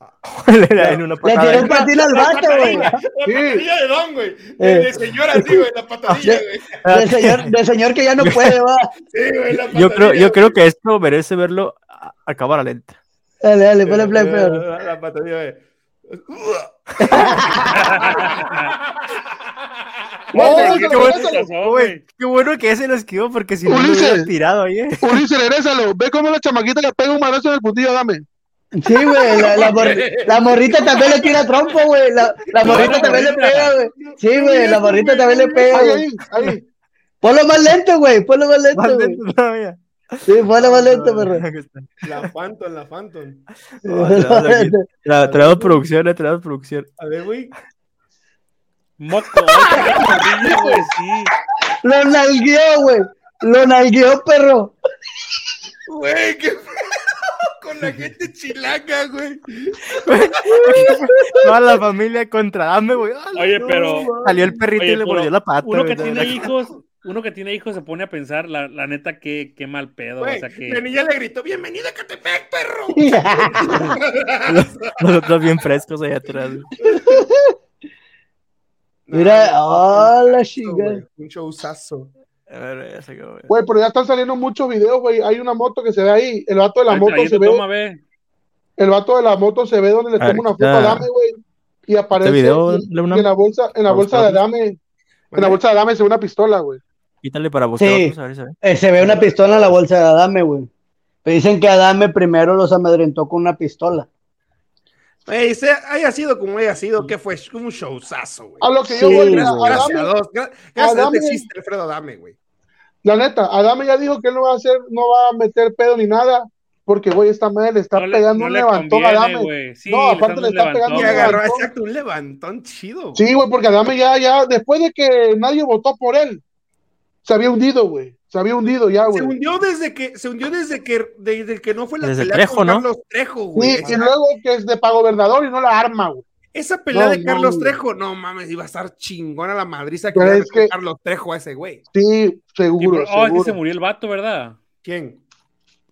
[SPEAKER 2] Ah. le da en una
[SPEAKER 6] Le
[SPEAKER 2] patada.
[SPEAKER 6] tiró un patín al vato, güey.
[SPEAKER 3] Sí.
[SPEAKER 5] patadilla de don, güey.
[SPEAKER 6] Eh.
[SPEAKER 5] El de señor así, güey, la
[SPEAKER 2] Ah,
[SPEAKER 5] patadilla, güey.
[SPEAKER 6] Del señor, del señor que ya no puede, va.
[SPEAKER 5] Sí, güey, la
[SPEAKER 2] yo creo,
[SPEAKER 5] patadilla,
[SPEAKER 2] yo creo que esto merece verlo a, a cámara lenta.
[SPEAKER 6] Dale, dale,
[SPEAKER 5] güey.
[SPEAKER 6] ponle play, pero.
[SPEAKER 5] La patadilla, güey.
[SPEAKER 3] Güey,
[SPEAKER 2] ¡Oh,
[SPEAKER 3] eso,
[SPEAKER 2] qué bueno!
[SPEAKER 3] eso,
[SPEAKER 4] Se asó, güey.
[SPEAKER 2] Qué bueno que ese lo esquivó porque si no lo
[SPEAKER 3] Ulises.
[SPEAKER 2] hubiera tirado ahí. eh.
[SPEAKER 3] Ulises, regrésalo. Ve cómo la chamaquita le pega un madrazo en el fundillo a Adame.
[SPEAKER 6] Sí, güey. La, la, mor- la morrita también le tira trompo, güey. La, la morrita también le pega, güey. Sí, güey. La morrita también le pega,
[SPEAKER 3] Ahí,
[SPEAKER 6] güey.
[SPEAKER 3] ahí, ahí.
[SPEAKER 6] Ponlo más lento, güey. Ponlo más
[SPEAKER 2] Más
[SPEAKER 6] lento, güey.
[SPEAKER 2] lento todavía.
[SPEAKER 6] Sí, ponlo más lento, perro.
[SPEAKER 2] Aquí está.
[SPEAKER 5] La Phantom, la Phantom.
[SPEAKER 6] Ponlo más lento.
[SPEAKER 2] Tra- Traemos producción, eh, traemos producción.
[SPEAKER 5] A ver, güey.
[SPEAKER 4] Moco, ay, qué maravilla, güey, sí.
[SPEAKER 6] Lo nalgueó, güey. Lo nalgueó, perro.
[SPEAKER 5] Güey, qué pedo con la gente chilaca, güey.
[SPEAKER 2] Toda la familia contra dame, güey. Ah, la-
[SPEAKER 4] Oye, pero-
[SPEAKER 2] Salió el perrito
[SPEAKER 4] Oye,
[SPEAKER 2] y le
[SPEAKER 4] pero
[SPEAKER 2] mordió la pata.
[SPEAKER 4] Uno que
[SPEAKER 2] güey,
[SPEAKER 4] tiene
[SPEAKER 2] la-
[SPEAKER 4] hijos, uno que tiene hijos se pone a pensar, la, la neta, qué, qué mal pedo.
[SPEAKER 5] Güey,
[SPEAKER 4] o sea, que...
[SPEAKER 5] La niña le gritó, bienvenido a Catepec, perro.
[SPEAKER 2] Nosotros bien frescos allá atrás. güey.
[SPEAKER 6] Mira,
[SPEAKER 5] No,
[SPEAKER 6] ah, la
[SPEAKER 5] güey,
[SPEAKER 6] chingada.
[SPEAKER 5] Un showzazo.
[SPEAKER 2] A ver, ya se acabó, güey.
[SPEAKER 3] Güey, pero ya están saliendo muchos videos, güey. Hay una moto que se ve ahí. El vato de la
[SPEAKER 4] Ahí-
[SPEAKER 3] moto
[SPEAKER 4] ahí
[SPEAKER 3] se
[SPEAKER 4] te
[SPEAKER 3] ve.
[SPEAKER 4] toma, ve.
[SPEAKER 3] El vato de la moto se ve donde le
[SPEAKER 2] A ver,
[SPEAKER 3] toma una foto
[SPEAKER 2] Ah, ya.
[SPEAKER 3] a Adame, güey. Y aparece.
[SPEAKER 2] Este video,
[SPEAKER 3] y-
[SPEAKER 2] le una-
[SPEAKER 3] y en la bolsa, en la
[SPEAKER 2] Vamos
[SPEAKER 3] bolsa de
[SPEAKER 2] a ver.
[SPEAKER 3] Adame. En la bolsa de Adame se ve una pistola, güey.
[SPEAKER 2] Quítale para buscar
[SPEAKER 6] Sí.
[SPEAKER 2] otros, a ver, se ve.
[SPEAKER 6] Eh, se ve una pistola en la bolsa de Adame, güey. Pero dicen que Adame primero los amedrentó con una pistola.
[SPEAKER 5] Güey, sea- haya sido como haya sido, que fue un showzazo, güey.
[SPEAKER 3] A lo que
[SPEAKER 6] Sí,
[SPEAKER 3] yo voy,
[SPEAKER 6] güey.
[SPEAKER 3] mira,
[SPEAKER 5] Gracias a
[SPEAKER 3] Adame,
[SPEAKER 5] Dios, gra- gracias a Dios
[SPEAKER 3] Adame.
[SPEAKER 5] existe Alfredo Adame, güey.
[SPEAKER 3] la neta, Adame ya dijo que él no va a hacer, no va a meter pedo ni nada, porque güey, esta madre le está
[SPEAKER 4] No le-
[SPEAKER 3] pegando
[SPEAKER 4] no
[SPEAKER 3] un
[SPEAKER 4] le
[SPEAKER 3] levantón a
[SPEAKER 4] conviene,
[SPEAKER 3] Adame.
[SPEAKER 4] güey. Sí,
[SPEAKER 3] No, aparte
[SPEAKER 4] dando
[SPEAKER 3] le está
[SPEAKER 4] un levantón,
[SPEAKER 3] pegando
[SPEAKER 5] Y
[SPEAKER 3] No,
[SPEAKER 5] agarró
[SPEAKER 3] levantón.
[SPEAKER 5] exacto un levantón chido.
[SPEAKER 3] Sí, güey, porque Adame ya, ya, después de que nadie votó por él, se había hundido, güey. Se había hundido ya,
[SPEAKER 5] Se
[SPEAKER 3] güey.
[SPEAKER 5] hundió desde que, se hundió desde que, desde que no fue la
[SPEAKER 2] Desde
[SPEAKER 5] pelea
[SPEAKER 2] Trejo,
[SPEAKER 5] con
[SPEAKER 2] ¿no?
[SPEAKER 5] Carlos Trejo, güey.
[SPEAKER 3] Sí, y luego que es de pago gobernador y no la arma, güey.
[SPEAKER 5] Esa pelea
[SPEAKER 3] No,
[SPEAKER 5] de Carlos
[SPEAKER 3] mames.
[SPEAKER 5] Trejo, no mames, iba a estar chingona la madriza que
[SPEAKER 3] Pero
[SPEAKER 5] le
[SPEAKER 3] es
[SPEAKER 5] metió
[SPEAKER 3] que-
[SPEAKER 5] Carlos Trejo a ese güey.
[SPEAKER 3] Sí,
[SPEAKER 4] Y
[SPEAKER 3] seguro,
[SPEAKER 4] por- oh, es que se
[SPEAKER 3] seguro.
[SPEAKER 4] murió el vato, ¿verdad?
[SPEAKER 5] ¿Quién?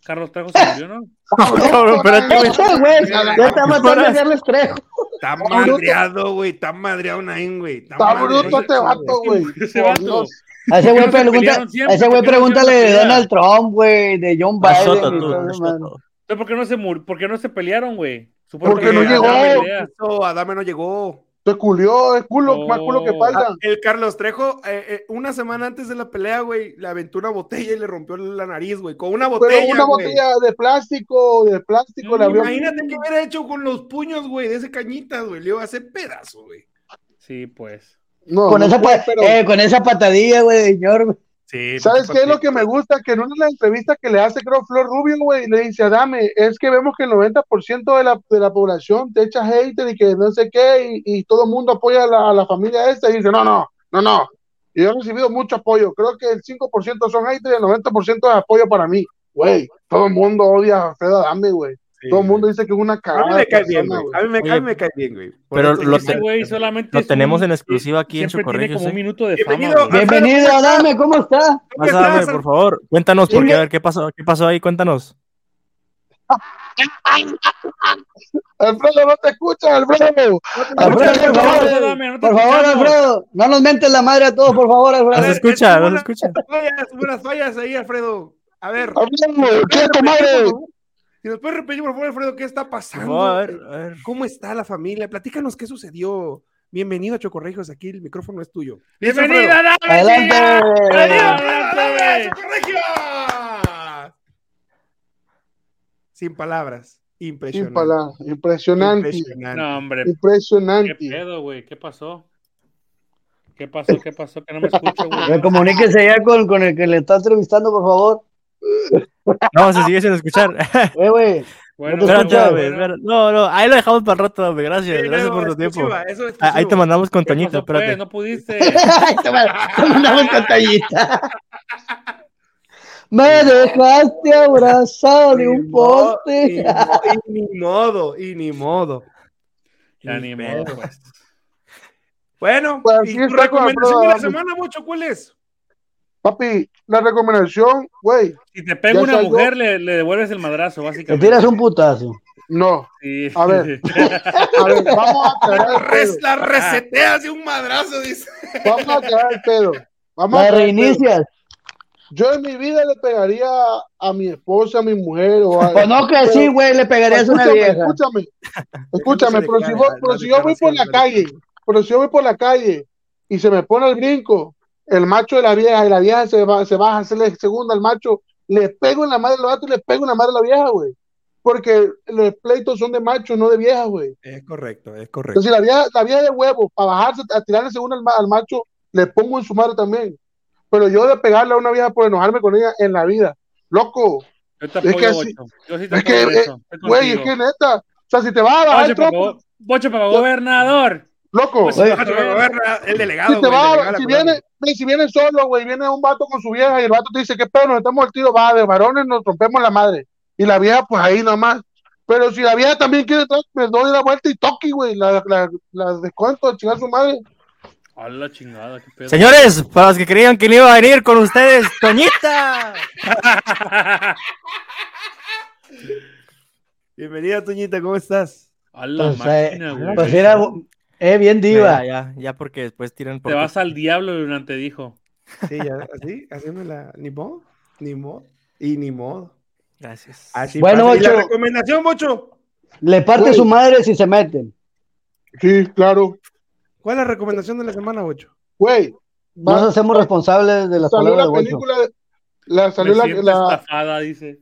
[SPEAKER 4] Carlos Trejo se murió, ¿no?
[SPEAKER 6] Ah,
[SPEAKER 2] Cabrón, espérate, güey.
[SPEAKER 6] Este, güey, ya está matando a Carlos Trejo.
[SPEAKER 5] Está
[SPEAKER 3] Bruto.
[SPEAKER 5] madreado, güey, está madreado Nain, güey.
[SPEAKER 3] Está
[SPEAKER 5] madreado.
[SPEAKER 3] bruto este vato, güey.
[SPEAKER 4] Ese
[SPEAKER 3] Por
[SPEAKER 4] vato.
[SPEAKER 3] Dios.
[SPEAKER 6] A ese
[SPEAKER 4] ¿Por qué no
[SPEAKER 6] güey
[SPEAKER 4] se
[SPEAKER 6] pregunta,
[SPEAKER 4] pelearon siempre?
[SPEAKER 6] a ese güey
[SPEAKER 4] ¿Por qué no
[SPEAKER 6] pregúntale
[SPEAKER 4] hicieron
[SPEAKER 6] de
[SPEAKER 4] la
[SPEAKER 6] Donald Trump, güey, de John Biden.
[SPEAKER 2] Nosotros,
[SPEAKER 6] y
[SPEAKER 2] tú,
[SPEAKER 6] todo,
[SPEAKER 2] nosotros.
[SPEAKER 6] man.
[SPEAKER 4] Entonces, ¿por qué no se murió? ¿Por qué no se pelearon, güey?
[SPEAKER 3] Porque no
[SPEAKER 5] Adame
[SPEAKER 3] llegó.
[SPEAKER 5] no
[SPEAKER 4] pelea.
[SPEAKER 5] quiso, Adame no llegó.
[SPEAKER 3] Se culió, es culo,
[SPEAKER 4] No.
[SPEAKER 3] más culo que falta.
[SPEAKER 5] El Carlos Trejo, eh, eh, una semana antes de la pelea, güey, le aventó una botella y le rompió la nariz, güey. Con una botella.
[SPEAKER 3] Pero una
[SPEAKER 5] güey.
[SPEAKER 3] botella de plástico, de plástico,
[SPEAKER 4] Mm,
[SPEAKER 3] le abrió.
[SPEAKER 5] Imagínate qué hubiera hecho con los puños, güey, de ese cañitas, güey. Le iba a hacer pedazo, güey.
[SPEAKER 4] Sí, pues.
[SPEAKER 3] No,
[SPEAKER 6] Con
[SPEAKER 3] no
[SPEAKER 6] esa,
[SPEAKER 3] fue,
[SPEAKER 6] pa-
[SPEAKER 3] pero-
[SPEAKER 6] eh, con esa patadilla, güey, de señor. güey.
[SPEAKER 5] Sí,
[SPEAKER 2] pues,
[SPEAKER 3] ¿Sabes qué es lo que me gusta? Que en una de las entrevistas que le hace, creo, Flor Rubio, güey, le dice a Dame, es que vemos que el 90% de la, de la población te echa hate y que no sé qué, y, y todo el mundo apoya a la, a la familia esta, y dice, no, no, no, no. Yo he recibido mucho apoyo, creo que el 5% son haters y el 90% es apoyo para mí. Güey, todo el mundo odia a Alfredo Dame, güey. Todo el mundo dice que es una
[SPEAKER 5] A
[SPEAKER 3] cagada.
[SPEAKER 5] mí me cae
[SPEAKER 3] persona,
[SPEAKER 5] bien, güey.
[SPEAKER 3] güey.
[SPEAKER 5] A mí me cae,
[SPEAKER 2] Oye,
[SPEAKER 5] me cae bien, güey. Por
[SPEAKER 2] pero
[SPEAKER 5] eso
[SPEAKER 2] lo
[SPEAKER 5] sí,
[SPEAKER 2] te-
[SPEAKER 4] Ese
[SPEAKER 5] güey.
[SPEAKER 4] güey solamente.
[SPEAKER 2] lo
[SPEAKER 4] es
[SPEAKER 2] tenemos
[SPEAKER 4] un-
[SPEAKER 2] en exclusiva aquí en
[SPEAKER 4] Siempre tiene
[SPEAKER 2] Chocorrillos,
[SPEAKER 4] como un
[SPEAKER 2] eh.
[SPEAKER 4] minuto de fama.
[SPEAKER 5] Bienvenido
[SPEAKER 4] güey.
[SPEAKER 5] a-
[SPEAKER 6] Bienvenido, Adame, ¿cómo está?
[SPEAKER 2] Más, dame, por favor, cuéntanos,
[SPEAKER 6] Sí,
[SPEAKER 2] porque
[SPEAKER 6] me-
[SPEAKER 2] a ver qué pasó, qué pasó ahí, cuéntanos.
[SPEAKER 3] Alfredo, no te escucha, Alfredo.
[SPEAKER 6] Alfredo,
[SPEAKER 4] No,
[SPEAKER 6] por favor,
[SPEAKER 4] dame, no te
[SPEAKER 6] por favor,
[SPEAKER 4] escuchamos.
[SPEAKER 6] Alfredo, no nos mentes la madre a todos, por favor,
[SPEAKER 2] No se
[SPEAKER 6] Alfredo.
[SPEAKER 2] escucha, no se escucha.
[SPEAKER 5] Fallas, unas fallas ahí, Alfredo. A ver.
[SPEAKER 3] Alfredo, ¿qué tu madre?
[SPEAKER 5] Si nos puedes repetir, por favor, Alfredo, ¿qué está
[SPEAKER 2] Por
[SPEAKER 5] pasando?
[SPEAKER 2] favor, a ver.
[SPEAKER 5] ¿Cómo está la familia? Platícanos qué sucedió. Bienvenido a Chocorregios, aquí el micrófono es tuyo.
[SPEAKER 4] Bienvenido, dame,
[SPEAKER 6] Adelante.
[SPEAKER 4] chica.
[SPEAKER 6] Adelante.
[SPEAKER 4] Adelante, güey.
[SPEAKER 5] ¡Chocorregios! Sin palabras. Impresionante.
[SPEAKER 3] Impala, Impresionante.
[SPEAKER 5] Impresionante.
[SPEAKER 4] No, hombre, qué
[SPEAKER 3] Impresionante.
[SPEAKER 4] pedo, güey. ¿Qué pasó? ¿Qué pasó? ¿Qué pasó? Que no me escucho, güey.
[SPEAKER 6] Comuníquese ya con, con el que le está entrevistando, por favor.
[SPEAKER 2] No, se sigue sin escuchar.
[SPEAKER 6] Eh, güey.
[SPEAKER 4] Bueno, pues,
[SPEAKER 6] No
[SPEAKER 4] bueno,
[SPEAKER 6] te
[SPEAKER 2] Espérate,
[SPEAKER 6] escuchas,
[SPEAKER 2] güey,
[SPEAKER 4] bueno.
[SPEAKER 2] espérate. No, no, ahí lo dejamos para el rato, güey. Gracias,
[SPEAKER 5] Sí,
[SPEAKER 2] gracias
[SPEAKER 5] no,
[SPEAKER 2] por tu tiempo.
[SPEAKER 5] exclusiva, eso es
[SPEAKER 2] Ah, Ahí te
[SPEAKER 5] exclusivo.
[SPEAKER 2] mandamos con
[SPEAKER 4] ¿Qué pasó,
[SPEAKER 2] Toñito,
[SPEAKER 4] pues?
[SPEAKER 2] espérate.
[SPEAKER 4] No pudiste.
[SPEAKER 6] te mandamos pantallita. Me dejaste abrazado de un
[SPEAKER 5] Ni modo,
[SPEAKER 6] poste.
[SPEAKER 5] Y ni modo, y ni modo.
[SPEAKER 4] Ya ni modo, pues.
[SPEAKER 5] Bueno,
[SPEAKER 3] Pues
[SPEAKER 5] ¿y
[SPEAKER 3] sí
[SPEAKER 5] tu
[SPEAKER 3] está
[SPEAKER 5] recomendación
[SPEAKER 3] comprobado.
[SPEAKER 5] de la semana, Mocho, cuál es?
[SPEAKER 3] Papi, la recomendación, güey,
[SPEAKER 4] Si te pega
[SPEAKER 3] Ya
[SPEAKER 4] una
[SPEAKER 3] salgo.
[SPEAKER 4] mujer, le, le devuelves el madrazo,
[SPEAKER 6] Te
[SPEAKER 4] básicamente.
[SPEAKER 6] tiras un putazo.
[SPEAKER 3] no.
[SPEAKER 4] Sí.
[SPEAKER 3] A ver. A ver, vamos a aclarar el pedo.
[SPEAKER 5] Res- la reseteas de un madrazo, dice.
[SPEAKER 3] Vamos a aclarar el pedo. Vamos a
[SPEAKER 6] La
[SPEAKER 3] aclarar el pedo.
[SPEAKER 6] reinicias.
[SPEAKER 3] Yo en mi vida le pegaría a mi esposa, a mi mujer o a...
[SPEAKER 6] Pues no que sí, güey, le pegarías a una vieja.
[SPEAKER 3] Escúchame, escúchame, pero si, voy, pero si yo voy por la calle, pero si yo voy por la calle y se me pone el brinco, el macho de la vieja y la vieja se, va, se baja a hacerle segunda al macho, le pego en la madre al vato y le pego en la madre a la vieja, güey. Porque los pleitos son de macho, no de vieja, güey.
[SPEAKER 5] Es correcto, es correcto.
[SPEAKER 3] Entonces, si la vieja, la vieja de huevo, para bajarse, a tirarle segunda al, ma- al macho, le pongo en su madre también. Pero yo de pegarle a una vieja por enojarme con ella en la vida. Loco,
[SPEAKER 4] Yo te
[SPEAKER 3] Es
[SPEAKER 4] apoyo,
[SPEAKER 3] que así-
[SPEAKER 4] Bocho. Yo sí te
[SPEAKER 3] es
[SPEAKER 4] apoyo
[SPEAKER 3] que,
[SPEAKER 4] en
[SPEAKER 3] eh,
[SPEAKER 4] eso. Estoy
[SPEAKER 3] güey, es
[SPEAKER 4] contigo.
[SPEAKER 3] que neta. O sea, si te vas a bajar el
[SPEAKER 4] Bocho, para
[SPEAKER 3] tropo,
[SPEAKER 4] go- Bocho para gobernador.
[SPEAKER 3] loco.
[SPEAKER 4] Bocho para
[SPEAKER 5] Ah, pero, a
[SPEAKER 4] gobernador.
[SPEAKER 5] ver, El delegado,
[SPEAKER 3] Si, te
[SPEAKER 5] güey,
[SPEAKER 3] va,
[SPEAKER 5] el delegado de
[SPEAKER 3] si,
[SPEAKER 5] la
[SPEAKER 3] viene,
[SPEAKER 5] colonia.
[SPEAKER 3] güey, si viene solo, güey, viene un vato con su vieja y el vato te dice, qué pedo, nos estamos al tiro, va, de varones nos rompemos la madre. Y la vieja, pues ahí nomás. Pero si la vieja también quiere, to- me doy la vuelta y toque, güey, la, la, la descuento, a chingar a su madre.
[SPEAKER 4] A la chingada, qué pedo.
[SPEAKER 2] Señores, para los que creían que no iba a venir con ustedes, Toñita.
[SPEAKER 5] Bienvenida, Toñita, ¿cómo estás?
[SPEAKER 4] A la
[SPEAKER 6] Pues, eh,
[SPEAKER 4] máquina, güey.
[SPEAKER 6] pues era eh, bien diva.
[SPEAKER 2] Ya, ya, ya, porque después tiran por.
[SPEAKER 4] Te vas al diablo, durante dijo.
[SPEAKER 5] Sí, ya, así, así me la. Ni modo, ni modo, y ni modo.
[SPEAKER 2] Gracias.
[SPEAKER 5] Así
[SPEAKER 6] Bueno,
[SPEAKER 5] pasa. ¿Y la
[SPEAKER 6] Mocho.
[SPEAKER 5] recomendación, Mocho?
[SPEAKER 6] Le parte
[SPEAKER 3] Güey.
[SPEAKER 6] su madre si se meten.
[SPEAKER 3] Sí, claro.
[SPEAKER 5] ¿Cuál es la recomendación de la semana, Mocho?
[SPEAKER 3] Güey,
[SPEAKER 6] No
[SPEAKER 3] va-
[SPEAKER 6] nos hacemos responsables de las
[SPEAKER 3] salió
[SPEAKER 6] palabras
[SPEAKER 3] la
[SPEAKER 6] de Bocho.
[SPEAKER 3] película, de- la, salió,
[SPEAKER 4] Me
[SPEAKER 3] la,
[SPEAKER 4] siento
[SPEAKER 3] la-
[SPEAKER 4] estafada, dice.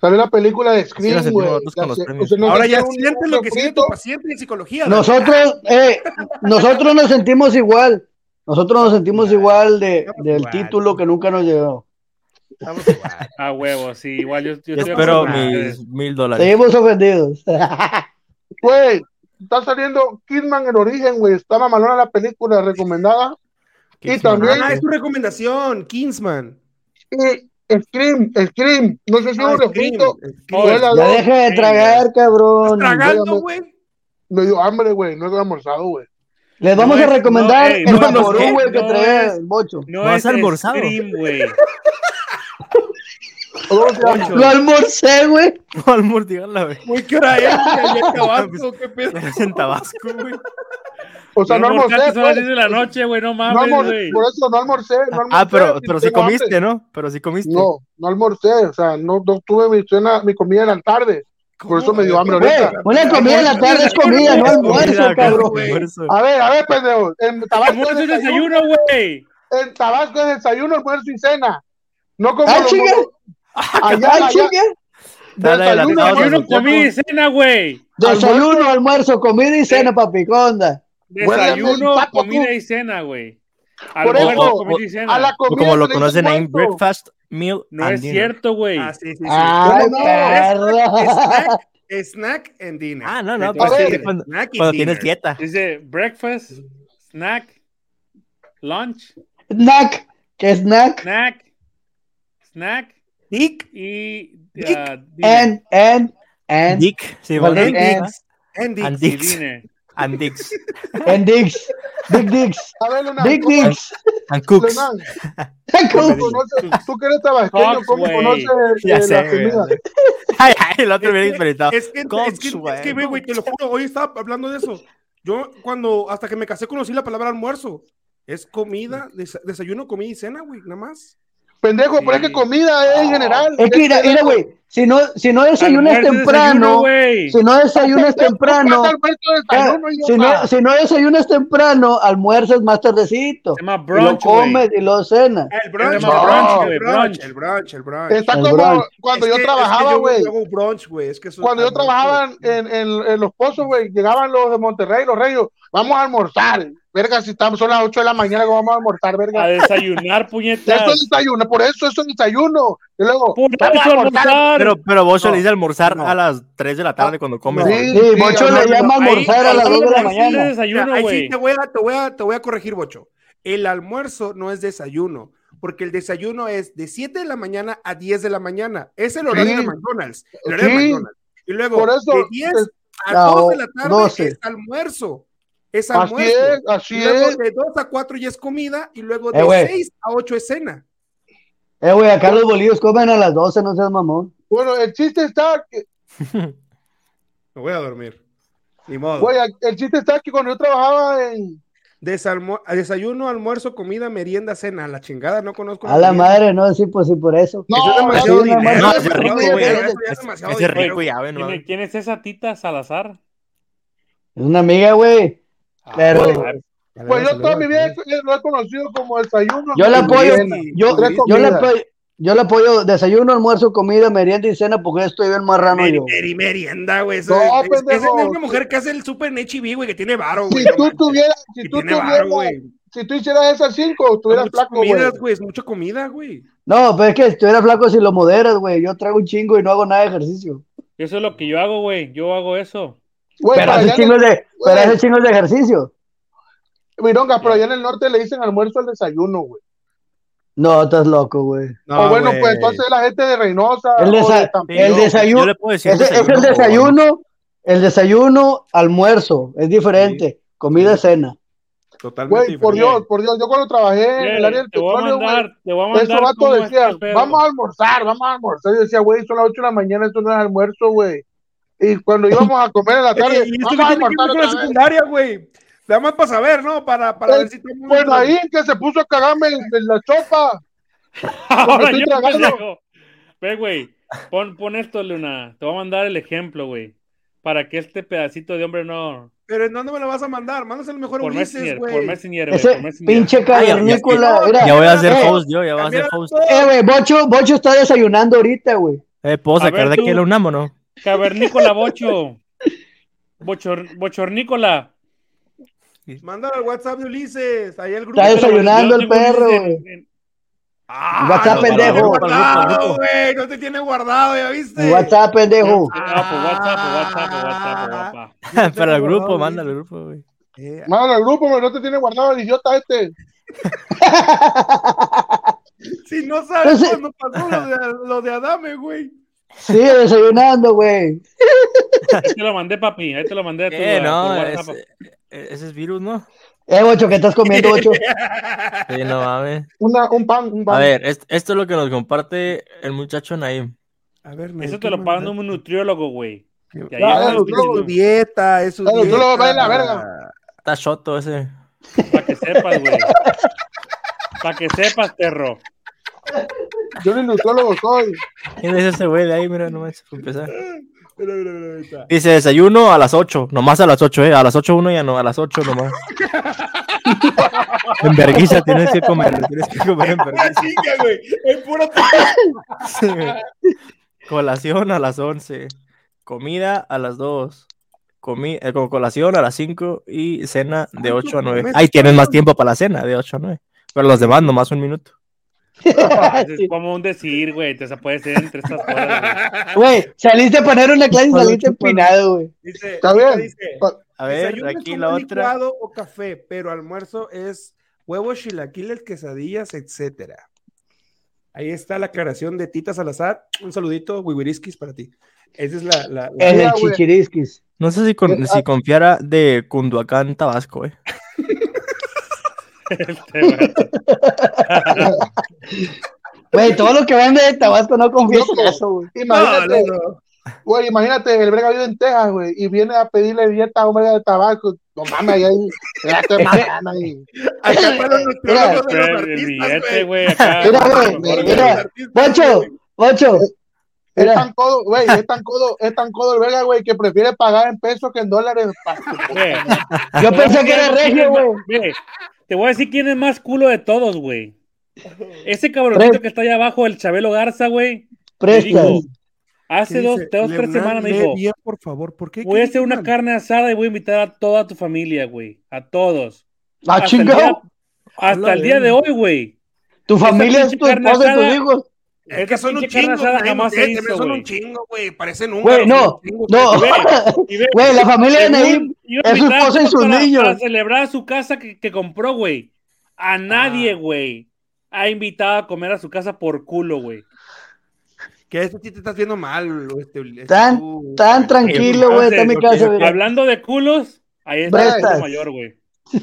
[SPEAKER 3] salió la película de
[SPEAKER 2] Sí, nos
[SPEAKER 3] Scream,
[SPEAKER 2] sentimos
[SPEAKER 3] güey.
[SPEAKER 2] rotos con
[SPEAKER 3] La-
[SPEAKER 2] los
[SPEAKER 3] se-
[SPEAKER 2] premios.
[SPEAKER 3] se nos
[SPEAKER 5] Ahora ya
[SPEAKER 3] hizo un-
[SPEAKER 5] sientes
[SPEAKER 3] un
[SPEAKER 5] lo que siente
[SPEAKER 3] refrito.
[SPEAKER 5] tu paciente en psicología. ¿no?
[SPEAKER 6] Nosotros, eh, nosotros nos sentimos igual. Nosotros nos sentimos igual de, del
[SPEAKER 5] Igual.
[SPEAKER 6] título que nunca nos llegó.
[SPEAKER 5] Estamos Ah, igual.
[SPEAKER 4] A huevo, sí, igual yo, yo
[SPEAKER 2] Yo
[SPEAKER 4] estoy
[SPEAKER 2] espero
[SPEAKER 4] acostumbrado a ustedes.
[SPEAKER 2] mis mil dólares.
[SPEAKER 6] Seguimos ofendidos.
[SPEAKER 3] Güey, está saliendo Kidman en origen, güey. Está mamalona la película recomendada.
[SPEAKER 2] Qué
[SPEAKER 3] y también-
[SPEAKER 5] Ah, es tu recomendación, Kingsman.
[SPEAKER 3] Y Scream, Scream, no sé si
[SPEAKER 5] Ah,
[SPEAKER 3] hubo
[SPEAKER 5] Scream,
[SPEAKER 3] refrito.
[SPEAKER 5] Scream.
[SPEAKER 3] Fue la
[SPEAKER 6] ya
[SPEAKER 3] dos,
[SPEAKER 6] deja de
[SPEAKER 4] sí,
[SPEAKER 6] tragar, cabrón.
[SPEAKER 5] Tragando, güey.
[SPEAKER 3] Me dio hambre, güey. No he almorzado, güey.
[SPEAKER 6] Les vamos
[SPEAKER 4] No
[SPEAKER 6] a
[SPEAKER 4] es-
[SPEAKER 6] recomendar
[SPEAKER 4] no, ey, no,
[SPEAKER 6] el
[SPEAKER 4] no,
[SPEAKER 6] vaporú,
[SPEAKER 4] ¿qué?
[SPEAKER 6] güey, que
[SPEAKER 4] No
[SPEAKER 6] traía
[SPEAKER 4] es-
[SPEAKER 6] el Bocho.
[SPEAKER 4] No
[SPEAKER 2] No has
[SPEAKER 4] es
[SPEAKER 2] almorzado.
[SPEAKER 4] Scream, güey.
[SPEAKER 3] ¿Cómo se llama?
[SPEAKER 6] Lo almorcé, güey.
[SPEAKER 2] No, al mordigarla, güey.
[SPEAKER 5] Güey, ¿qué hora es? Ya acabando, qué pedo.
[SPEAKER 2] Eres en Tabasco, güey.
[SPEAKER 3] O sea, no almorcé.
[SPEAKER 4] almorzaste, son las
[SPEAKER 3] pues.
[SPEAKER 4] 10 de la noche, güey, no
[SPEAKER 3] No
[SPEAKER 4] mames,
[SPEAKER 3] almorcé,
[SPEAKER 4] güey.
[SPEAKER 3] por eso no almorcé. No almorcé
[SPEAKER 2] Ah, pero, pero sí
[SPEAKER 3] Tengo hambre.
[SPEAKER 2] comiste, ¿no? Pero sí comiste.
[SPEAKER 3] No, no almorcé. O sea, no, no tuve mi cena, mi comida en la tarde. Por eso me dio hambre
[SPEAKER 6] Güey,
[SPEAKER 3] ahorita.
[SPEAKER 6] Una comida en la tarde es comida, no
[SPEAKER 2] Es
[SPEAKER 6] almuerzo,
[SPEAKER 2] comida,
[SPEAKER 6] cabrón.
[SPEAKER 2] güey. Almuerzo.
[SPEAKER 3] A ver, a ver, pendejo. En Tabasco es
[SPEAKER 4] Almuerzo es
[SPEAKER 3] desayuno,
[SPEAKER 4] desayuno, güey.
[SPEAKER 3] en Tabasco es desayuno, almuerzo y cena. No como
[SPEAKER 6] Ah,
[SPEAKER 3] los-
[SPEAKER 6] chinga.
[SPEAKER 3] allá,
[SPEAKER 6] Ay,
[SPEAKER 3] allá.
[SPEAKER 6] chinga.
[SPEAKER 2] Dale,
[SPEAKER 3] Desayuno,
[SPEAKER 2] adelantado,
[SPEAKER 3] almuerzo,
[SPEAKER 4] Desayuno, comida y cena, güey.
[SPEAKER 6] Desayuno, almuerzo, comida y cena, papi. ¿qué onda?
[SPEAKER 4] Desayuno,
[SPEAKER 3] Guárdame el taco,
[SPEAKER 4] comida
[SPEAKER 3] tú.
[SPEAKER 4] y cena, güey.
[SPEAKER 3] Por
[SPEAKER 4] Almuerzo,
[SPEAKER 2] eso,
[SPEAKER 4] comida y
[SPEAKER 3] a la
[SPEAKER 4] cena.
[SPEAKER 2] O
[SPEAKER 3] comida
[SPEAKER 2] como lo
[SPEAKER 3] se le dice
[SPEAKER 2] conocen ahí,
[SPEAKER 3] almuerzo.
[SPEAKER 2] breakfast, meal
[SPEAKER 4] No
[SPEAKER 2] and
[SPEAKER 4] es
[SPEAKER 2] dinner.
[SPEAKER 4] cierto, güey.
[SPEAKER 5] Ah, sí, sí, sí.
[SPEAKER 6] Ay,
[SPEAKER 5] Bueno,
[SPEAKER 6] perro.
[SPEAKER 5] Snack, snack and dinner.
[SPEAKER 2] Ah, no, no,
[SPEAKER 4] Entonces,
[SPEAKER 2] pues
[SPEAKER 3] a
[SPEAKER 2] sí,
[SPEAKER 3] ver.
[SPEAKER 2] cuando,
[SPEAKER 5] Snack y
[SPEAKER 2] cuando
[SPEAKER 5] dinner.
[SPEAKER 2] tienes dieta.
[SPEAKER 4] Dice breakfast, snack, lunch,
[SPEAKER 6] Snack. ¿Qué snack?
[SPEAKER 4] snack, snack
[SPEAKER 5] Dick
[SPEAKER 4] y
[SPEAKER 5] Dick
[SPEAKER 4] ah, dinner.
[SPEAKER 6] And, and, and,
[SPEAKER 2] Dick, sí,
[SPEAKER 6] Vale,
[SPEAKER 2] bueno,
[SPEAKER 6] and-
[SPEAKER 2] ¿no?
[SPEAKER 5] and dick.
[SPEAKER 2] and
[SPEAKER 4] Y
[SPEAKER 2] dicks,
[SPEAKER 4] dinner.
[SPEAKER 2] and dicks,
[SPEAKER 6] and dicks. Big dicks.
[SPEAKER 3] A ver, Leonardo,
[SPEAKER 6] Big
[SPEAKER 3] ¿cómo-
[SPEAKER 6] dicks.
[SPEAKER 2] and cooks.
[SPEAKER 3] Leonardo, ¿cómo conoces- Tú que eres tabasqueño,
[SPEAKER 4] Cox,
[SPEAKER 3] ¿cómo
[SPEAKER 4] güey.
[SPEAKER 3] conoces eh,
[SPEAKER 2] Ya sé,
[SPEAKER 3] la
[SPEAKER 2] güey.
[SPEAKER 3] comida?
[SPEAKER 2] Ay, ay, el otro bien experimentado.
[SPEAKER 5] Es que, es que,
[SPEAKER 2] Cox,
[SPEAKER 5] es que, ve, güey, te lo juro, hoy estaba hablando de eso. Yo, cuando, hasta que me casé, conocí la palabra almuerzo. Es comida, desa- desayuno, comida y cena, güey, nada más.
[SPEAKER 3] Pendejo, pero es que comida es en general.
[SPEAKER 6] Es que mira, mira, güey, si no, si no desayunas
[SPEAKER 4] Almuerzo, desayuno,
[SPEAKER 6] temprano,
[SPEAKER 4] güey.
[SPEAKER 6] si no desayunas temprano,
[SPEAKER 3] Pasa almuerzo, desayuno,
[SPEAKER 6] eh, si
[SPEAKER 3] idiota.
[SPEAKER 6] no, si no desayunas temprano, almuerzas más tardecito.
[SPEAKER 4] Se llama
[SPEAKER 6] Y lo
[SPEAKER 4] brunch, güey.
[SPEAKER 6] comes y lo cenas.
[SPEAKER 5] El brunch,
[SPEAKER 4] llama brunch, güey,
[SPEAKER 5] el brunch,
[SPEAKER 4] brunch.
[SPEAKER 5] el brunch, el brunch.
[SPEAKER 3] Está
[SPEAKER 6] El
[SPEAKER 3] como
[SPEAKER 6] brunch.
[SPEAKER 3] cuando
[SPEAKER 5] Es
[SPEAKER 3] yo
[SPEAKER 5] que- es que
[SPEAKER 3] trabajaba,
[SPEAKER 5] yo
[SPEAKER 3] güey.
[SPEAKER 5] hago pues. brunch, güey, es que eso-
[SPEAKER 3] Cuando yo
[SPEAKER 5] al brunch,
[SPEAKER 3] trabajaba
[SPEAKER 5] güey.
[SPEAKER 3] en, en- en los pozos, güey, llegaban los de Monterrey, los reyes, vamos a almorzar. Verga, si estamos, son las 8 de la mañana, ¿cómo vamos a almorzar,
[SPEAKER 4] A
[SPEAKER 3] verga?
[SPEAKER 4] desayunar,
[SPEAKER 3] Eso es
[SPEAKER 4] puñetas.
[SPEAKER 3] desayuno, por eso eso es desayuno. Y luego,
[SPEAKER 4] Por
[SPEAKER 3] vamos
[SPEAKER 4] eso almorzar.
[SPEAKER 2] Pero, pero vos se
[SPEAKER 5] No,
[SPEAKER 2] le dice almorzar
[SPEAKER 5] no.
[SPEAKER 2] a las 3 de la tarde cuando comes.
[SPEAKER 3] Sí,
[SPEAKER 2] güey.
[SPEAKER 6] Sí, Mocho
[SPEAKER 3] no,
[SPEAKER 6] le
[SPEAKER 3] no,
[SPEAKER 6] llama a
[SPEAKER 4] Ahí-
[SPEAKER 6] almorzar a las
[SPEAKER 4] ahí
[SPEAKER 6] 2 de
[SPEAKER 4] sí
[SPEAKER 6] la
[SPEAKER 4] le
[SPEAKER 6] mañana.
[SPEAKER 5] Mira,
[SPEAKER 4] desayuno,
[SPEAKER 5] ahí sí
[SPEAKER 4] güey.
[SPEAKER 5] te voy, a, te, voy a, te voy a corregir, Bocho. El almuerzo no es desayuno, porque el desayuno es de 7 de la mañana a 10 de la mañana. Es el horario
[SPEAKER 3] Sí.
[SPEAKER 5] de McDonald's. el horario de
[SPEAKER 3] Sí.
[SPEAKER 5] McDonald's. Y luego,
[SPEAKER 3] Por eso,
[SPEAKER 5] de 10 a
[SPEAKER 6] no,
[SPEAKER 5] 2 de la tarde
[SPEAKER 6] 12.
[SPEAKER 5] es almuerzo. Es
[SPEAKER 3] Así
[SPEAKER 5] almuerzo.
[SPEAKER 3] es, así
[SPEAKER 5] Y luego
[SPEAKER 3] es.
[SPEAKER 5] de 2 a 4 ya es comida y luego
[SPEAKER 6] Eh,
[SPEAKER 5] de
[SPEAKER 6] güey.
[SPEAKER 5] 6 a 8 es cena.
[SPEAKER 6] Eh, güey, acá los bolillos comen a las 12, no seas mamón.
[SPEAKER 3] Bueno, el chiste está que
[SPEAKER 5] Me voy a dormir. Ni modo.
[SPEAKER 3] Güey, el chiste está que cuando yo trabajaba en.
[SPEAKER 5] Desalmo- desayuno, almuerzo, comida, merienda, cena. A La chingada, no conozco.
[SPEAKER 6] A la
[SPEAKER 5] comida.
[SPEAKER 6] madre, no, sí, pues sí, por eso.
[SPEAKER 3] No,
[SPEAKER 5] Eso es demasiado
[SPEAKER 3] no,
[SPEAKER 6] dinero.
[SPEAKER 3] no,
[SPEAKER 2] No,
[SPEAKER 3] no,
[SPEAKER 2] es
[SPEAKER 3] no,
[SPEAKER 2] rico,
[SPEAKER 3] no,
[SPEAKER 2] güey.
[SPEAKER 3] no,
[SPEAKER 2] Es,
[SPEAKER 3] no,
[SPEAKER 5] es demasiado
[SPEAKER 2] es rico
[SPEAKER 5] dinero.
[SPEAKER 2] y ave, no.
[SPEAKER 5] eh.
[SPEAKER 4] ¿Quién, quién es esa tita Salazar?
[SPEAKER 6] Es una amiga, güey.
[SPEAKER 3] Ah,
[SPEAKER 6] Claro.
[SPEAKER 3] Pues yo toda mi vida eh, lo he conocido como desayuno.
[SPEAKER 6] Yo la
[SPEAKER 3] la
[SPEAKER 6] apoyo. Yo,
[SPEAKER 3] Tres
[SPEAKER 6] yo, le
[SPEAKER 3] comidas.
[SPEAKER 6] apoyo, yo le apoyo desayuno, almuerzo, comida, merienda y cena porque yo estoy bien marrano
[SPEAKER 5] Meri,
[SPEAKER 6] yo.
[SPEAKER 5] meri- merienda, güey. Eso
[SPEAKER 3] No,
[SPEAKER 5] es, es-
[SPEAKER 3] pendejo.
[SPEAKER 5] esa es una mujer que hace el super en HB, güey, que tiene varo, güey.
[SPEAKER 3] Si
[SPEAKER 5] no
[SPEAKER 3] tú
[SPEAKER 5] manches.
[SPEAKER 3] tuvieras, si
[SPEAKER 5] Que
[SPEAKER 3] tú
[SPEAKER 5] tiene varo,
[SPEAKER 3] tuvieras,
[SPEAKER 5] güey. pues,
[SPEAKER 3] si tú hicieras esas cinco, estuvieras
[SPEAKER 5] Muchas
[SPEAKER 3] flaco, güey.
[SPEAKER 5] comidas, güey. Es mucha comida, güey.
[SPEAKER 6] No, pero es que si tú eres flaco si lo moderas, güey. Yo traigo un chingo y no hago nada de ejercicio.
[SPEAKER 4] Eso es lo que yo hago, güey. Yo hago eso.
[SPEAKER 3] Güey,
[SPEAKER 6] Pero
[SPEAKER 3] para Pues
[SPEAKER 6] haces
[SPEAKER 3] allá en
[SPEAKER 6] chingos de,
[SPEAKER 3] güey.
[SPEAKER 6] pero haces chingos de
[SPEAKER 3] el-
[SPEAKER 6] ejercicio.
[SPEAKER 3] Mironga, pero allá en el norte le dicen almuerzo al desayuno, güey.
[SPEAKER 6] No, estás loco, güey.
[SPEAKER 3] o bueno, pues entonces la gente de Reynosa.
[SPEAKER 6] El
[SPEAKER 3] o de
[SPEAKER 6] desa-
[SPEAKER 3] Tampico.
[SPEAKER 6] el
[SPEAKER 2] yo-
[SPEAKER 6] desayuno-
[SPEAKER 2] yo le puedo decir
[SPEAKER 6] Ese-
[SPEAKER 5] pues,
[SPEAKER 6] ese es el
[SPEAKER 2] por-
[SPEAKER 6] desayuno, el desayuno, almuerzo, es diferente. Comida, cena.
[SPEAKER 5] Totalmente.
[SPEAKER 3] Güey, por
[SPEAKER 5] diferente.
[SPEAKER 3] Dios, por Dios. Yo cuando trabajé en Eh, el área
[SPEAKER 4] Güey,
[SPEAKER 3] del
[SPEAKER 4] te voy a
[SPEAKER 3] petróleo, güey.
[SPEAKER 4] mandar, te voy a
[SPEAKER 3] Eso
[SPEAKER 4] mandar.
[SPEAKER 3] vato
[SPEAKER 4] cómo es
[SPEAKER 3] decía,
[SPEAKER 4] este pedo.
[SPEAKER 3] vamos a almorzar, vamos a almorzar. Yo decía, güey, son las 8 de la mañana, esto no es almuerzo, güey. Y cuando íbamos a comer en la tarde,
[SPEAKER 5] Oye, ¿Y esto
[SPEAKER 3] vamos
[SPEAKER 5] qué
[SPEAKER 3] a
[SPEAKER 5] tiene que ver
[SPEAKER 3] almorzar
[SPEAKER 5] con la
[SPEAKER 3] otra vez.
[SPEAKER 5] secundaria, güey? Nada más para saber, ¿no? Para, para
[SPEAKER 3] Eh,
[SPEAKER 5] ver si todo el mundo-
[SPEAKER 3] Bueno, ahí que se puso a cagarme en, en la chopa.
[SPEAKER 4] Ahora
[SPEAKER 3] estoy
[SPEAKER 4] yo,
[SPEAKER 3] tragando.
[SPEAKER 4] pendejo. Ve, güey, pon, pon esto, Luna. Te voy a mandar el ejemplo, güey. Para que este pedacito de hombre no.
[SPEAKER 5] Pero ¿en dónde me lo vas a mandar? Mándase el mejor
[SPEAKER 4] Por
[SPEAKER 5] Ulises,
[SPEAKER 4] Messenger,
[SPEAKER 5] güey.
[SPEAKER 4] por Messenger, güey.
[SPEAKER 6] Ese
[SPEAKER 4] Por Messenger.
[SPEAKER 6] pinche cavernícola.
[SPEAKER 5] Ah, ya-
[SPEAKER 6] mira.
[SPEAKER 2] Ya voy a ser
[SPEAKER 6] Eh,
[SPEAKER 2] host, yo, ya voy a ser
[SPEAKER 5] Mira,
[SPEAKER 2] host.
[SPEAKER 6] Eh, güey, Bocho, Bocho está desayunando ahorita, güey.
[SPEAKER 2] Eh, ¿Puedo
[SPEAKER 4] A
[SPEAKER 2] sacar
[SPEAKER 4] ver,
[SPEAKER 2] de aquí
[SPEAKER 4] tú.
[SPEAKER 2] el UNAM o no?
[SPEAKER 4] Cavernícola Bocho. Bochor, bochornícola.
[SPEAKER 5] Mándalo al WhatsApp de Ulises. Ahí el grupo.
[SPEAKER 6] Está
[SPEAKER 4] Yo tengo-
[SPEAKER 6] desayunando
[SPEAKER 4] yo
[SPEAKER 6] el
[SPEAKER 4] tengo un
[SPEAKER 6] perro,
[SPEAKER 4] Ulises
[SPEAKER 6] güey.
[SPEAKER 4] en- en-
[SPEAKER 5] Ah,
[SPEAKER 6] WhatsApp,
[SPEAKER 5] no te tiene
[SPEAKER 6] pendejo.
[SPEAKER 5] guardado, güey. No te tiene guardado, ¿ya viste?
[SPEAKER 6] WhatsApp, pendejo.
[SPEAKER 4] Ah, pues WhatsApp, pues WhatsApp, pues WhatsApp, pues WhatsApp.
[SPEAKER 2] Para el grupo,
[SPEAKER 5] güey.
[SPEAKER 2] mándale al grupo, güey.
[SPEAKER 5] Eh,
[SPEAKER 3] Mano, el grupo, pero no te tiene guardado el idiota este.
[SPEAKER 5] Si no sabes
[SPEAKER 6] Entonces-
[SPEAKER 5] cuándo pasó lo de, lo de Adame, güey.
[SPEAKER 6] Sigue desayunando, güey.
[SPEAKER 4] Ahí te lo mandé, papi. Ahí te lo mandé. a tu-
[SPEAKER 2] Eh,
[SPEAKER 4] a tu
[SPEAKER 2] no,
[SPEAKER 4] WhatsApp.
[SPEAKER 2] ese, ese es virus, ¿no?
[SPEAKER 6] Eh, Bocho, ¿qué estás comiendo, Bocho?
[SPEAKER 2] Sí, no mames.
[SPEAKER 3] Una, un pan, un pan.
[SPEAKER 2] A ver, est- esto es lo que nos comparte el muchacho Naim.
[SPEAKER 5] A ver,
[SPEAKER 4] Eso te lo paga un nutriólogo, güey.
[SPEAKER 5] No,
[SPEAKER 4] Que ahí
[SPEAKER 3] no,
[SPEAKER 4] está el
[SPEAKER 5] es su
[SPEAKER 4] nutriólogo,
[SPEAKER 5] dieta, es su
[SPEAKER 3] Claro, tú
[SPEAKER 5] dieta.
[SPEAKER 3] lo vas a la verga.
[SPEAKER 2] Está choto ese.
[SPEAKER 4] Para que sepas, güey. Para que sepas, perro.
[SPEAKER 3] Yo ni nutrólogo soy.
[SPEAKER 2] ¿Quién es ese güey de ahí? Mira, no manches, para empezar.
[SPEAKER 5] Mira, mira, mira, ahí está.
[SPEAKER 2] Dice desayuno a las 8, nomás a las 8, eh. A las 8 uno ya no, a las 8 nomás. en verguiza tienes que comer, tienes que comer en
[SPEAKER 5] Ah,
[SPEAKER 2] verguiza.
[SPEAKER 5] chinga, güey. Es puro
[SPEAKER 2] Sí, güey. Colación a las 11, comida a las 2, comi eh, con colación a las 5 y cena de 8 a 9. Ahí tienes más tiempo para la cena, de 8 a 9. Pero los demás nomás un minuto.
[SPEAKER 6] Ah,
[SPEAKER 4] Es como un decir, güey. Te puede ser entre estas horas, güey.
[SPEAKER 6] Güey, saliste panero en la clase y saliste empinado, güey.
[SPEAKER 5] Dice,
[SPEAKER 3] Está
[SPEAKER 5] acá
[SPEAKER 3] bien.
[SPEAKER 5] dice,
[SPEAKER 2] A ver,
[SPEAKER 5] desayuno es
[SPEAKER 2] aquí
[SPEAKER 5] como
[SPEAKER 2] la
[SPEAKER 5] un
[SPEAKER 2] otra.
[SPEAKER 5] licuado o café, pero almuerzo es huevos, chilaquiles, quesadillas, etcétera. Ahí está la aclaración de Tita Salazar. Un saludito, Wiwiriskis, para ti. Esa es la... la-
[SPEAKER 4] Eh,
[SPEAKER 5] la-
[SPEAKER 6] En
[SPEAKER 3] Mira,
[SPEAKER 6] el
[SPEAKER 3] güey.
[SPEAKER 6] chichirisquis.
[SPEAKER 2] No sé si,
[SPEAKER 3] Eh,
[SPEAKER 2] con-
[SPEAKER 3] ah.
[SPEAKER 2] si confiara de Cunduacán, Tabasco, eh.
[SPEAKER 4] Este, güey.
[SPEAKER 6] Güey, todo lo que vende de Tabasco no confío en eso, güey.
[SPEAKER 3] Imagínate,
[SPEAKER 5] No, no, no.
[SPEAKER 3] Güey, imagínate, el brega vive en Texas, güey, y viene a pedirle dieta a un brega de tabaco. No mames, ahí hay. Ya te matan ahí.
[SPEAKER 5] Acá para los nutriólogos de los
[SPEAKER 4] El billete,
[SPEAKER 5] artistas, güey.
[SPEAKER 4] güey, acá.
[SPEAKER 3] Mira, güey,
[SPEAKER 4] Por favor,
[SPEAKER 3] mira.
[SPEAKER 4] güey.
[SPEAKER 6] Bocho, Bocho.
[SPEAKER 3] Es
[SPEAKER 6] Mira.
[SPEAKER 3] tan codo, güey, es tan codo, es tan codo el verga, güey, que prefiere pagar en pesos que en dólares. pa-
[SPEAKER 4] Mire,
[SPEAKER 6] Yo pensé que era regio, güey.
[SPEAKER 4] mire, te voy a decir quién es más culo de todos, güey. Ese cabroncito
[SPEAKER 6] Tres.
[SPEAKER 4] que está allá abajo, el Chabelo Garza, güey, le
[SPEAKER 6] Prestas.
[SPEAKER 4] dijo, hace dos, dos tres semanas me dijo,
[SPEAKER 5] bien, por favor, ¿por qué?
[SPEAKER 4] voy a
[SPEAKER 5] ¿Qué
[SPEAKER 4] hacer una
[SPEAKER 5] mal?
[SPEAKER 4] carne asada y voy a invitar a toda tu familia, güey, a todos.
[SPEAKER 6] Ah,
[SPEAKER 4] Hasta el
[SPEAKER 6] chingado.
[SPEAKER 4] día- Hasta
[SPEAKER 5] Hola,
[SPEAKER 4] el día de hoy, güey.
[SPEAKER 6] Tu familia es
[SPEAKER 4] pinche
[SPEAKER 6] tu
[SPEAKER 4] carne
[SPEAKER 6] esposa y
[SPEAKER 4] asada-
[SPEAKER 6] tus hijos.
[SPEAKER 5] Es que son un
[SPEAKER 4] pinche carne
[SPEAKER 5] chingo,
[SPEAKER 4] asada
[SPEAKER 5] güey,
[SPEAKER 4] jamás se
[SPEAKER 5] ustedes
[SPEAKER 4] hizo,
[SPEAKER 5] también son
[SPEAKER 4] güey.
[SPEAKER 5] un chingo, güey, parecen un
[SPEAKER 6] Güey, no, no.
[SPEAKER 4] Y ve-
[SPEAKER 6] Güey, la familia de Naim
[SPEAKER 4] Iba a
[SPEAKER 6] es su
[SPEAKER 4] invitar
[SPEAKER 6] esposa y sus
[SPEAKER 4] para-
[SPEAKER 6] niños. Ah.
[SPEAKER 4] Para celebrar su casa que, que compró, güey. A nadie, güey. Ha invitado a comer a su casa por culo, güey.
[SPEAKER 5] Que este sí te estás viendo mal, güey, este- este
[SPEAKER 6] Tan-
[SPEAKER 5] tú,
[SPEAKER 6] tan
[SPEAKER 5] güey.
[SPEAKER 6] tranquilo, güey. Está en mi casa, güey.
[SPEAKER 4] Hablando de culos, ahí está el
[SPEAKER 6] Prestas.
[SPEAKER 4] hijo mayor, güey.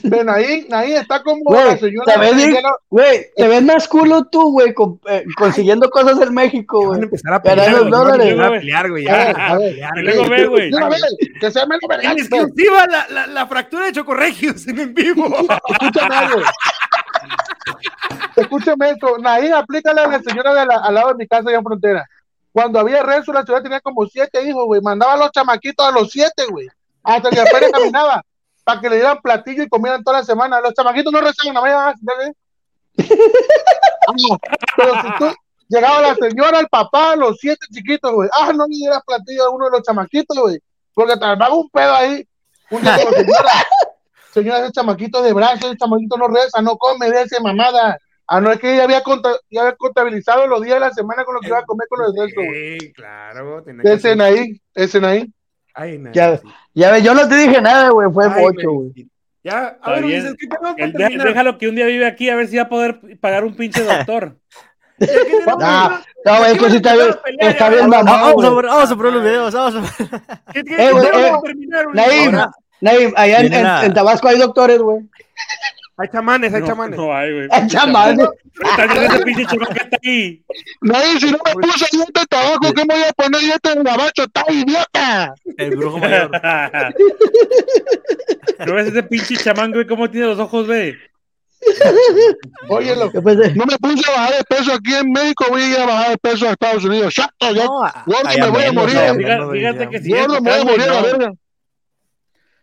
[SPEAKER 3] Ven ahí, ahí está como
[SPEAKER 6] Güey,
[SPEAKER 3] la señora
[SPEAKER 6] ¿te ves,
[SPEAKER 3] que
[SPEAKER 6] Nick?
[SPEAKER 3] ya no-
[SPEAKER 6] Güey, te ves más culo tú, güey, con- eh, consiguiendo cosas en México,
[SPEAKER 5] Van a
[SPEAKER 6] güey.
[SPEAKER 5] empezar a
[SPEAKER 6] Ganar
[SPEAKER 5] pelear,
[SPEAKER 6] los
[SPEAKER 5] güey, van a
[SPEAKER 6] dólares.
[SPEAKER 5] empezar a pelear, güey,
[SPEAKER 4] Eh,
[SPEAKER 3] A ver,
[SPEAKER 5] ya.
[SPEAKER 3] a ver,
[SPEAKER 5] Ya,
[SPEAKER 4] Y luego ve, güey.
[SPEAKER 3] Mira, ve, que eh, sea menos verga.
[SPEAKER 5] En exclusiva la, la, la fractura de Chocorregios en vivo.
[SPEAKER 3] Escúchame algo. Escúchame esto. Naí, aplícale a la señora de la- al lado de mi casa allá en frontera. Cuando había rezo, la señora tenía como siete hijos, güey. Mandaba a los chamaquitos a los siete, güey. Hasta que apenas caminaba. Para que le dieran platillo y comieran toda la semana. Los chamaquitos no rezaban, nada más llegaban a sentarse. Ah, Pero si tú llegaba la señora, el papá, los siete chiquitos, güey. Ah, no le dieras platillo a uno de los chamaquitos, güey. Porque te armaba un pedo ahí. Un día, como, señora, señora, ese chamaquito de brazos, ese chamaquito no reza, no come, de ese mamada. Ah, no, es que ya había, conta- ya había contabilizado los días de la semana con lo que iba a comer con los restos, güey.
[SPEAKER 5] Sí, claro. tenía que
[SPEAKER 3] Ese Naí, ese Naí.
[SPEAKER 5] Ay, no,
[SPEAKER 6] Ya-
[SPEAKER 5] sí.
[SPEAKER 6] Ya ves, yo no te dije nada, güey. Fue
[SPEAKER 5] Ay,
[SPEAKER 6] bocho, güey.
[SPEAKER 5] Ya,
[SPEAKER 4] Está
[SPEAKER 5] a ver,
[SPEAKER 4] bien.
[SPEAKER 5] Ulises, ¿qué tenemos para
[SPEAKER 4] El de-
[SPEAKER 5] terminar?
[SPEAKER 4] déjalo que un día vive aquí a ver si va a poder pagar un pinche doctor.
[SPEAKER 5] ¿Qué tenemos
[SPEAKER 6] Nah,
[SPEAKER 5] para-
[SPEAKER 6] No, güey, es que sí está bien, está bien
[SPEAKER 3] Ah,
[SPEAKER 6] mamado,
[SPEAKER 2] Vamos a,
[SPEAKER 6] güey.
[SPEAKER 2] ver- vamos a poner los videos, vamos a ver.
[SPEAKER 5] ¿Qué- qué
[SPEAKER 6] Eh, güey,
[SPEAKER 5] tenemos
[SPEAKER 6] eh,
[SPEAKER 5] para terminar, Ulises?
[SPEAKER 6] Naim,
[SPEAKER 5] Ahora,
[SPEAKER 6] Naim, allá en,
[SPEAKER 2] Viene
[SPEAKER 6] en-
[SPEAKER 2] la-
[SPEAKER 6] en Tabasco hay doctores, güey.
[SPEAKER 5] Hay chamanes, hay
[SPEAKER 4] No,
[SPEAKER 5] chamanes.
[SPEAKER 4] No hay, güey.
[SPEAKER 6] Hay chamanes.
[SPEAKER 4] Está lleno de pinche chamaco que está ahí.
[SPEAKER 3] Naí, si no me puse dieta de tabaco, ¿qué me voy a poner dieta de gabacho? ¡Está idiota!
[SPEAKER 2] El brujo mayor.
[SPEAKER 4] ¿No ves ese pinche chamán, güey? ¿Cómo tiene los ojos, güey?
[SPEAKER 3] Óyelo.
[SPEAKER 6] Yo pensé,
[SPEAKER 3] No me puse a bajar de peso aquí en México, voy a ir a bajar de peso a Estados Unidos. ¡Chato! Ya,
[SPEAKER 2] No, a-
[SPEAKER 3] gordo,
[SPEAKER 2] ahí
[SPEAKER 3] me voy a
[SPEAKER 2] andamos,
[SPEAKER 3] morir.
[SPEAKER 2] ahí
[SPEAKER 4] Fíjate,
[SPEAKER 2] andamos,
[SPEAKER 4] fíjate
[SPEAKER 2] güey,
[SPEAKER 4] que si vienes
[SPEAKER 3] gordo,
[SPEAKER 4] para
[SPEAKER 3] me voy
[SPEAKER 4] acá,
[SPEAKER 3] a
[SPEAKER 4] güey,
[SPEAKER 3] morir a la
[SPEAKER 4] no.
[SPEAKER 3] verga.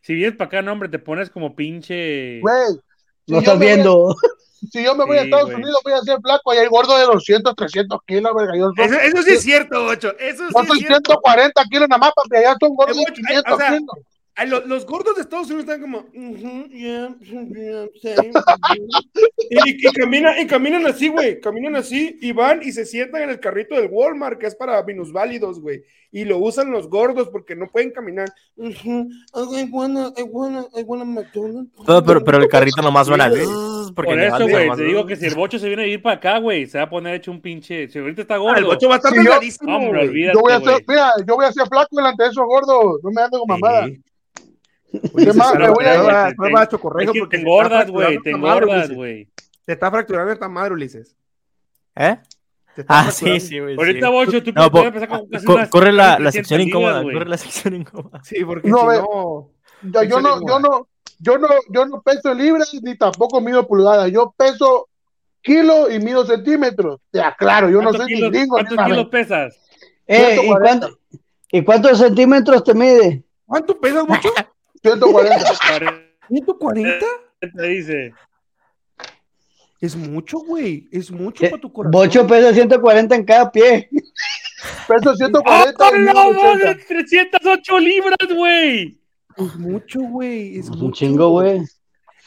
[SPEAKER 4] si vienes para acá, no, hombre, te pones como pinche.
[SPEAKER 3] Güey, si
[SPEAKER 6] no
[SPEAKER 3] yo
[SPEAKER 6] estás
[SPEAKER 3] me voy a-
[SPEAKER 6] viendo.
[SPEAKER 3] Si yo me voy a
[SPEAKER 4] Sí,
[SPEAKER 3] Estados
[SPEAKER 4] güey.
[SPEAKER 3] Unidos, voy a ser flaco. Y hay gordos de 200, 300 kilos, verga. Yo soy-
[SPEAKER 5] Eso, eso sí es cierto, Ocho. Eso sí
[SPEAKER 6] pues,
[SPEAKER 3] Yo
[SPEAKER 5] es
[SPEAKER 3] soy
[SPEAKER 5] cierto.
[SPEAKER 3] 140 kilos nada más, papi. Allá son gordos
[SPEAKER 5] Eh, güey,
[SPEAKER 3] de
[SPEAKER 5] ay,
[SPEAKER 3] 500
[SPEAKER 5] o sea,
[SPEAKER 3] kilos.
[SPEAKER 5] Ay, lo- Los, gordos de Estados Unidos están como. "Ujú, yeah, yeah, sí". y, y camina- y caminan así, güey. Caminan así y van y se sientan en el carrito del Walmart, que es para minusválidos, güey. Y lo usan los gordos porque no pueden caminar. Ujú. Ay, bueno, ay, bueno, ay, bueno, McDonald's.
[SPEAKER 2] Pero, pero, pero el carrito nomás suena.
[SPEAKER 5] Sí, güey.
[SPEAKER 2] "Zzz", porque
[SPEAKER 4] Por
[SPEAKER 2] le
[SPEAKER 4] eso,
[SPEAKER 2] vale,
[SPEAKER 4] güey,
[SPEAKER 2] nomás.
[SPEAKER 4] te digo que si el bocho se viene a vivir para acá, güey, se va a poner hecho un pinche. Si ahorita está gordo.
[SPEAKER 5] Ah, el bocho va a estar
[SPEAKER 3] Sí, yo-
[SPEAKER 5] delgadísimo,
[SPEAKER 4] Hombre,
[SPEAKER 5] güey.
[SPEAKER 4] olvídate.
[SPEAKER 3] Yo voy a
[SPEAKER 4] güey.
[SPEAKER 3] ser, mira, yo voy a ser flaco delante de esos gordos. No me ando con mamada.
[SPEAKER 5] Sí.
[SPEAKER 3] ¿Qué más? Me voy a-
[SPEAKER 5] Prueba-
[SPEAKER 4] Te-
[SPEAKER 5] prueba a
[SPEAKER 4] Es
[SPEAKER 5] Chocorrejo
[SPEAKER 4] que
[SPEAKER 5] porque se
[SPEAKER 4] te
[SPEAKER 5] está
[SPEAKER 4] engordas, güey,
[SPEAKER 5] fracturando
[SPEAKER 4] te
[SPEAKER 5] esta madre,
[SPEAKER 4] engordas,
[SPEAKER 5] Ulises.
[SPEAKER 4] güey.
[SPEAKER 5] Te está fracturando esta madre, Ulises.
[SPEAKER 2] ¿Eh?
[SPEAKER 5] Te está
[SPEAKER 2] Ah, sí,
[SPEAKER 5] fracturando.
[SPEAKER 2] sí, güey.
[SPEAKER 4] Ahorita,
[SPEAKER 2] sí.
[SPEAKER 4] bocho, tú
[SPEAKER 2] No,
[SPEAKER 4] puedes
[SPEAKER 2] po-
[SPEAKER 4] empezar con casi
[SPEAKER 2] Co-
[SPEAKER 4] unas
[SPEAKER 2] corre la,
[SPEAKER 4] 300
[SPEAKER 2] la sección
[SPEAKER 4] libras,
[SPEAKER 2] incómoda,
[SPEAKER 4] güey.
[SPEAKER 2] corre la sección incómoda.
[SPEAKER 5] Sí, porque
[SPEAKER 3] No,
[SPEAKER 5] si
[SPEAKER 3] ve-
[SPEAKER 5] no.
[SPEAKER 3] Yo, yo
[SPEAKER 5] Eso
[SPEAKER 3] no,
[SPEAKER 5] digo,
[SPEAKER 3] yo
[SPEAKER 5] güey.
[SPEAKER 3] no, yo no, yo no peso libras ni tampoco mido pulgadas. Yo peso kilos y mido centímetros. Te aclaro, yo no
[SPEAKER 4] ¿Cuántos
[SPEAKER 3] soy ni
[SPEAKER 4] kilos-
[SPEAKER 3] gringo ni
[SPEAKER 4] ¿Cuántos kilos
[SPEAKER 3] nada.
[SPEAKER 4] pesas?
[SPEAKER 6] Eh, ¿y,
[SPEAKER 3] 140.
[SPEAKER 6] cuánto- ¿Y cuántos centímetros te mide?
[SPEAKER 5] ¿Cuánto pesas, mucho?
[SPEAKER 3] 140.
[SPEAKER 5] 140
[SPEAKER 4] Te dice.
[SPEAKER 5] es mucho, güey. Es mucho
[SPEAKER 6] Eh,
[SPEAKER 5] para tu corazón.
[SPEAKER 6] Bocho pesa 140 en cada pie.
[SPEAKER 4] ¡Ah,
[SPEAKER 3] Peso 140 y mido 80.
[SPEAKER 4] 308 libras, güey!
[SPEAKER 5] Es mucho, güey. Es
[SPEAKER 6] Es un
[SPEAKER 5] mucho.
[SPEAKER 6] chingo, güey.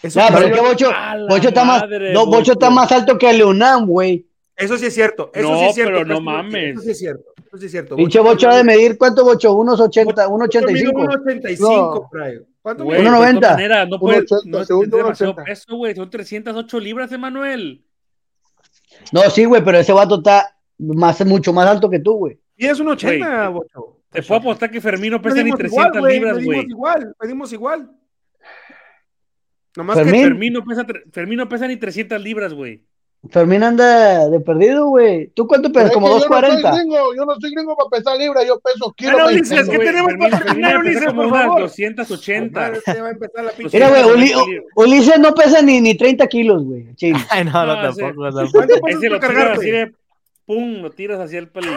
[SPEAKER 5] Eso,
[SPEAKER 6] Ya, pero
[SPEAKER 5] eso-
[SPEAKER 6] es que Bocho,
[SPEAKER 4] ¡A Ah, la
[SPEAKER 6] Bocho está más,
[SPEAKER 4] madre,
[SPEAKER 6] no, Bocho está más alto que Leonam, güey.
[SPEAKER 5] eso sí es cierto. Eso
[SPEAKER 4] No,
[SPEAKER 5] sí es cierto.
[SPEAKER 4] pero no
[SPEAKER 5] Eso sí-
[SPEAKER 4] mames.
[SPEAKER 5] Eso sí es cierto. Eso sí es cierto.
[SPEAKER 6] Pinche Bocho ha de medir, ¿cuánto Bocho? Unos 80, unos 85.
[SPEAKER 5] 185,
[SPEAKER 3] No.
[SPEAKER 5] Fray. ¿Cuánto
[SPEAKER 4] Güey,
[SPEAKER 5] mide?
[SPEAKER 4] de
[SPEAKER 6] 1.90.
[SPEAKER 4] todas maneras, no puedes.
[SPEAKER 3] 1.80,
[SPEAKER 4] Pues, No, es
[SPEAKER 3] según
[SPEAKER 4] es demasiado
[SPEAKER 3] 1.80.
[SPEAKER 4] peso, güey. Son 308 libras, Emanuel.
[SPEAKER 6] No, sí, güey, pero ese vato está más, mucho más alto que tú, güey.
[SPEAKER 5] Mides 180,
[SPEAKER 4] Güey,
[SPEAKER 5] Bocho.
[SPEAKER 4] Te puedo apostar que Fermín no pesa ni
[SPEAKER 5] Pedimos
[SPEAKER 4] 300
[SPEAKER 5] igual,
[SPEAKER 4] libras,
[SPEAKER 5] Pedimos
[SPEAKER 4] güey.
[SPEAKER 5] igual, pedimos igual. Nomás
[SPEAKER 6] Fermín.
[SPEAKER 5] que
[SPEAKER 4] Fermín no, pesa, tre- Fermín no pesa ni 300 libras, güey.
[SPEAKER 6] Fermín anda de perdido, güey. ¿Tú cuánto pesas?
[SPEAKER 3] Es
[SPEAKER 6] Como
[SPEAKER 3] que Yo no soy
[SPEAKER 6] 2.40.
[SPEAKER 3] gringo, yo no soy gringo para pesar libras, yo peso kilos.
[SPEAKER 5] Ah, no,
[SPEAKER 3] mexicanos.
[SPEAKER 5] Ulises, ¿qué tenemos
[SPEAKER 4] Fermín-
[SPEAKER 5] para
[SPEAKER 4] Fermín
[SPEAKER 5] terminar,
[SPEAKER 4] empezó
[SPEAKER 5] Ulises,
[SPEAKER 4] como
[SPEAKER 5] por
[SPEAKER 4] unas
[SPEAKER 5] favor?
[SPEAKER 4] 280.
[SPEAKER 5] Madre, se va a empezar la
[SPEAKER 4] Pues
[SPEAKER 5] pinche-
[SPEAKER 6] Mira, güey, Uli-
[SPEAKER 4] Ulises.
[SPEAKER 6] Ulises no pesa ni, ni 30 kilos, güey. Chile.
[SPEAKER 2] Ay, no, no,
[SPEAKER 4] No, sí.
[SPEAKER 2] tampoco, tampoco.
[SPEAKER 5] ¿Cuánto pasas
[SPEAKER 4] Ese lo
[SPEAKER 5] por
[SPEAKER 4] tiras
[SPEAKER 5] cargarte?
[SPEAKER 4] así de pum, lo tiras hacia el peli.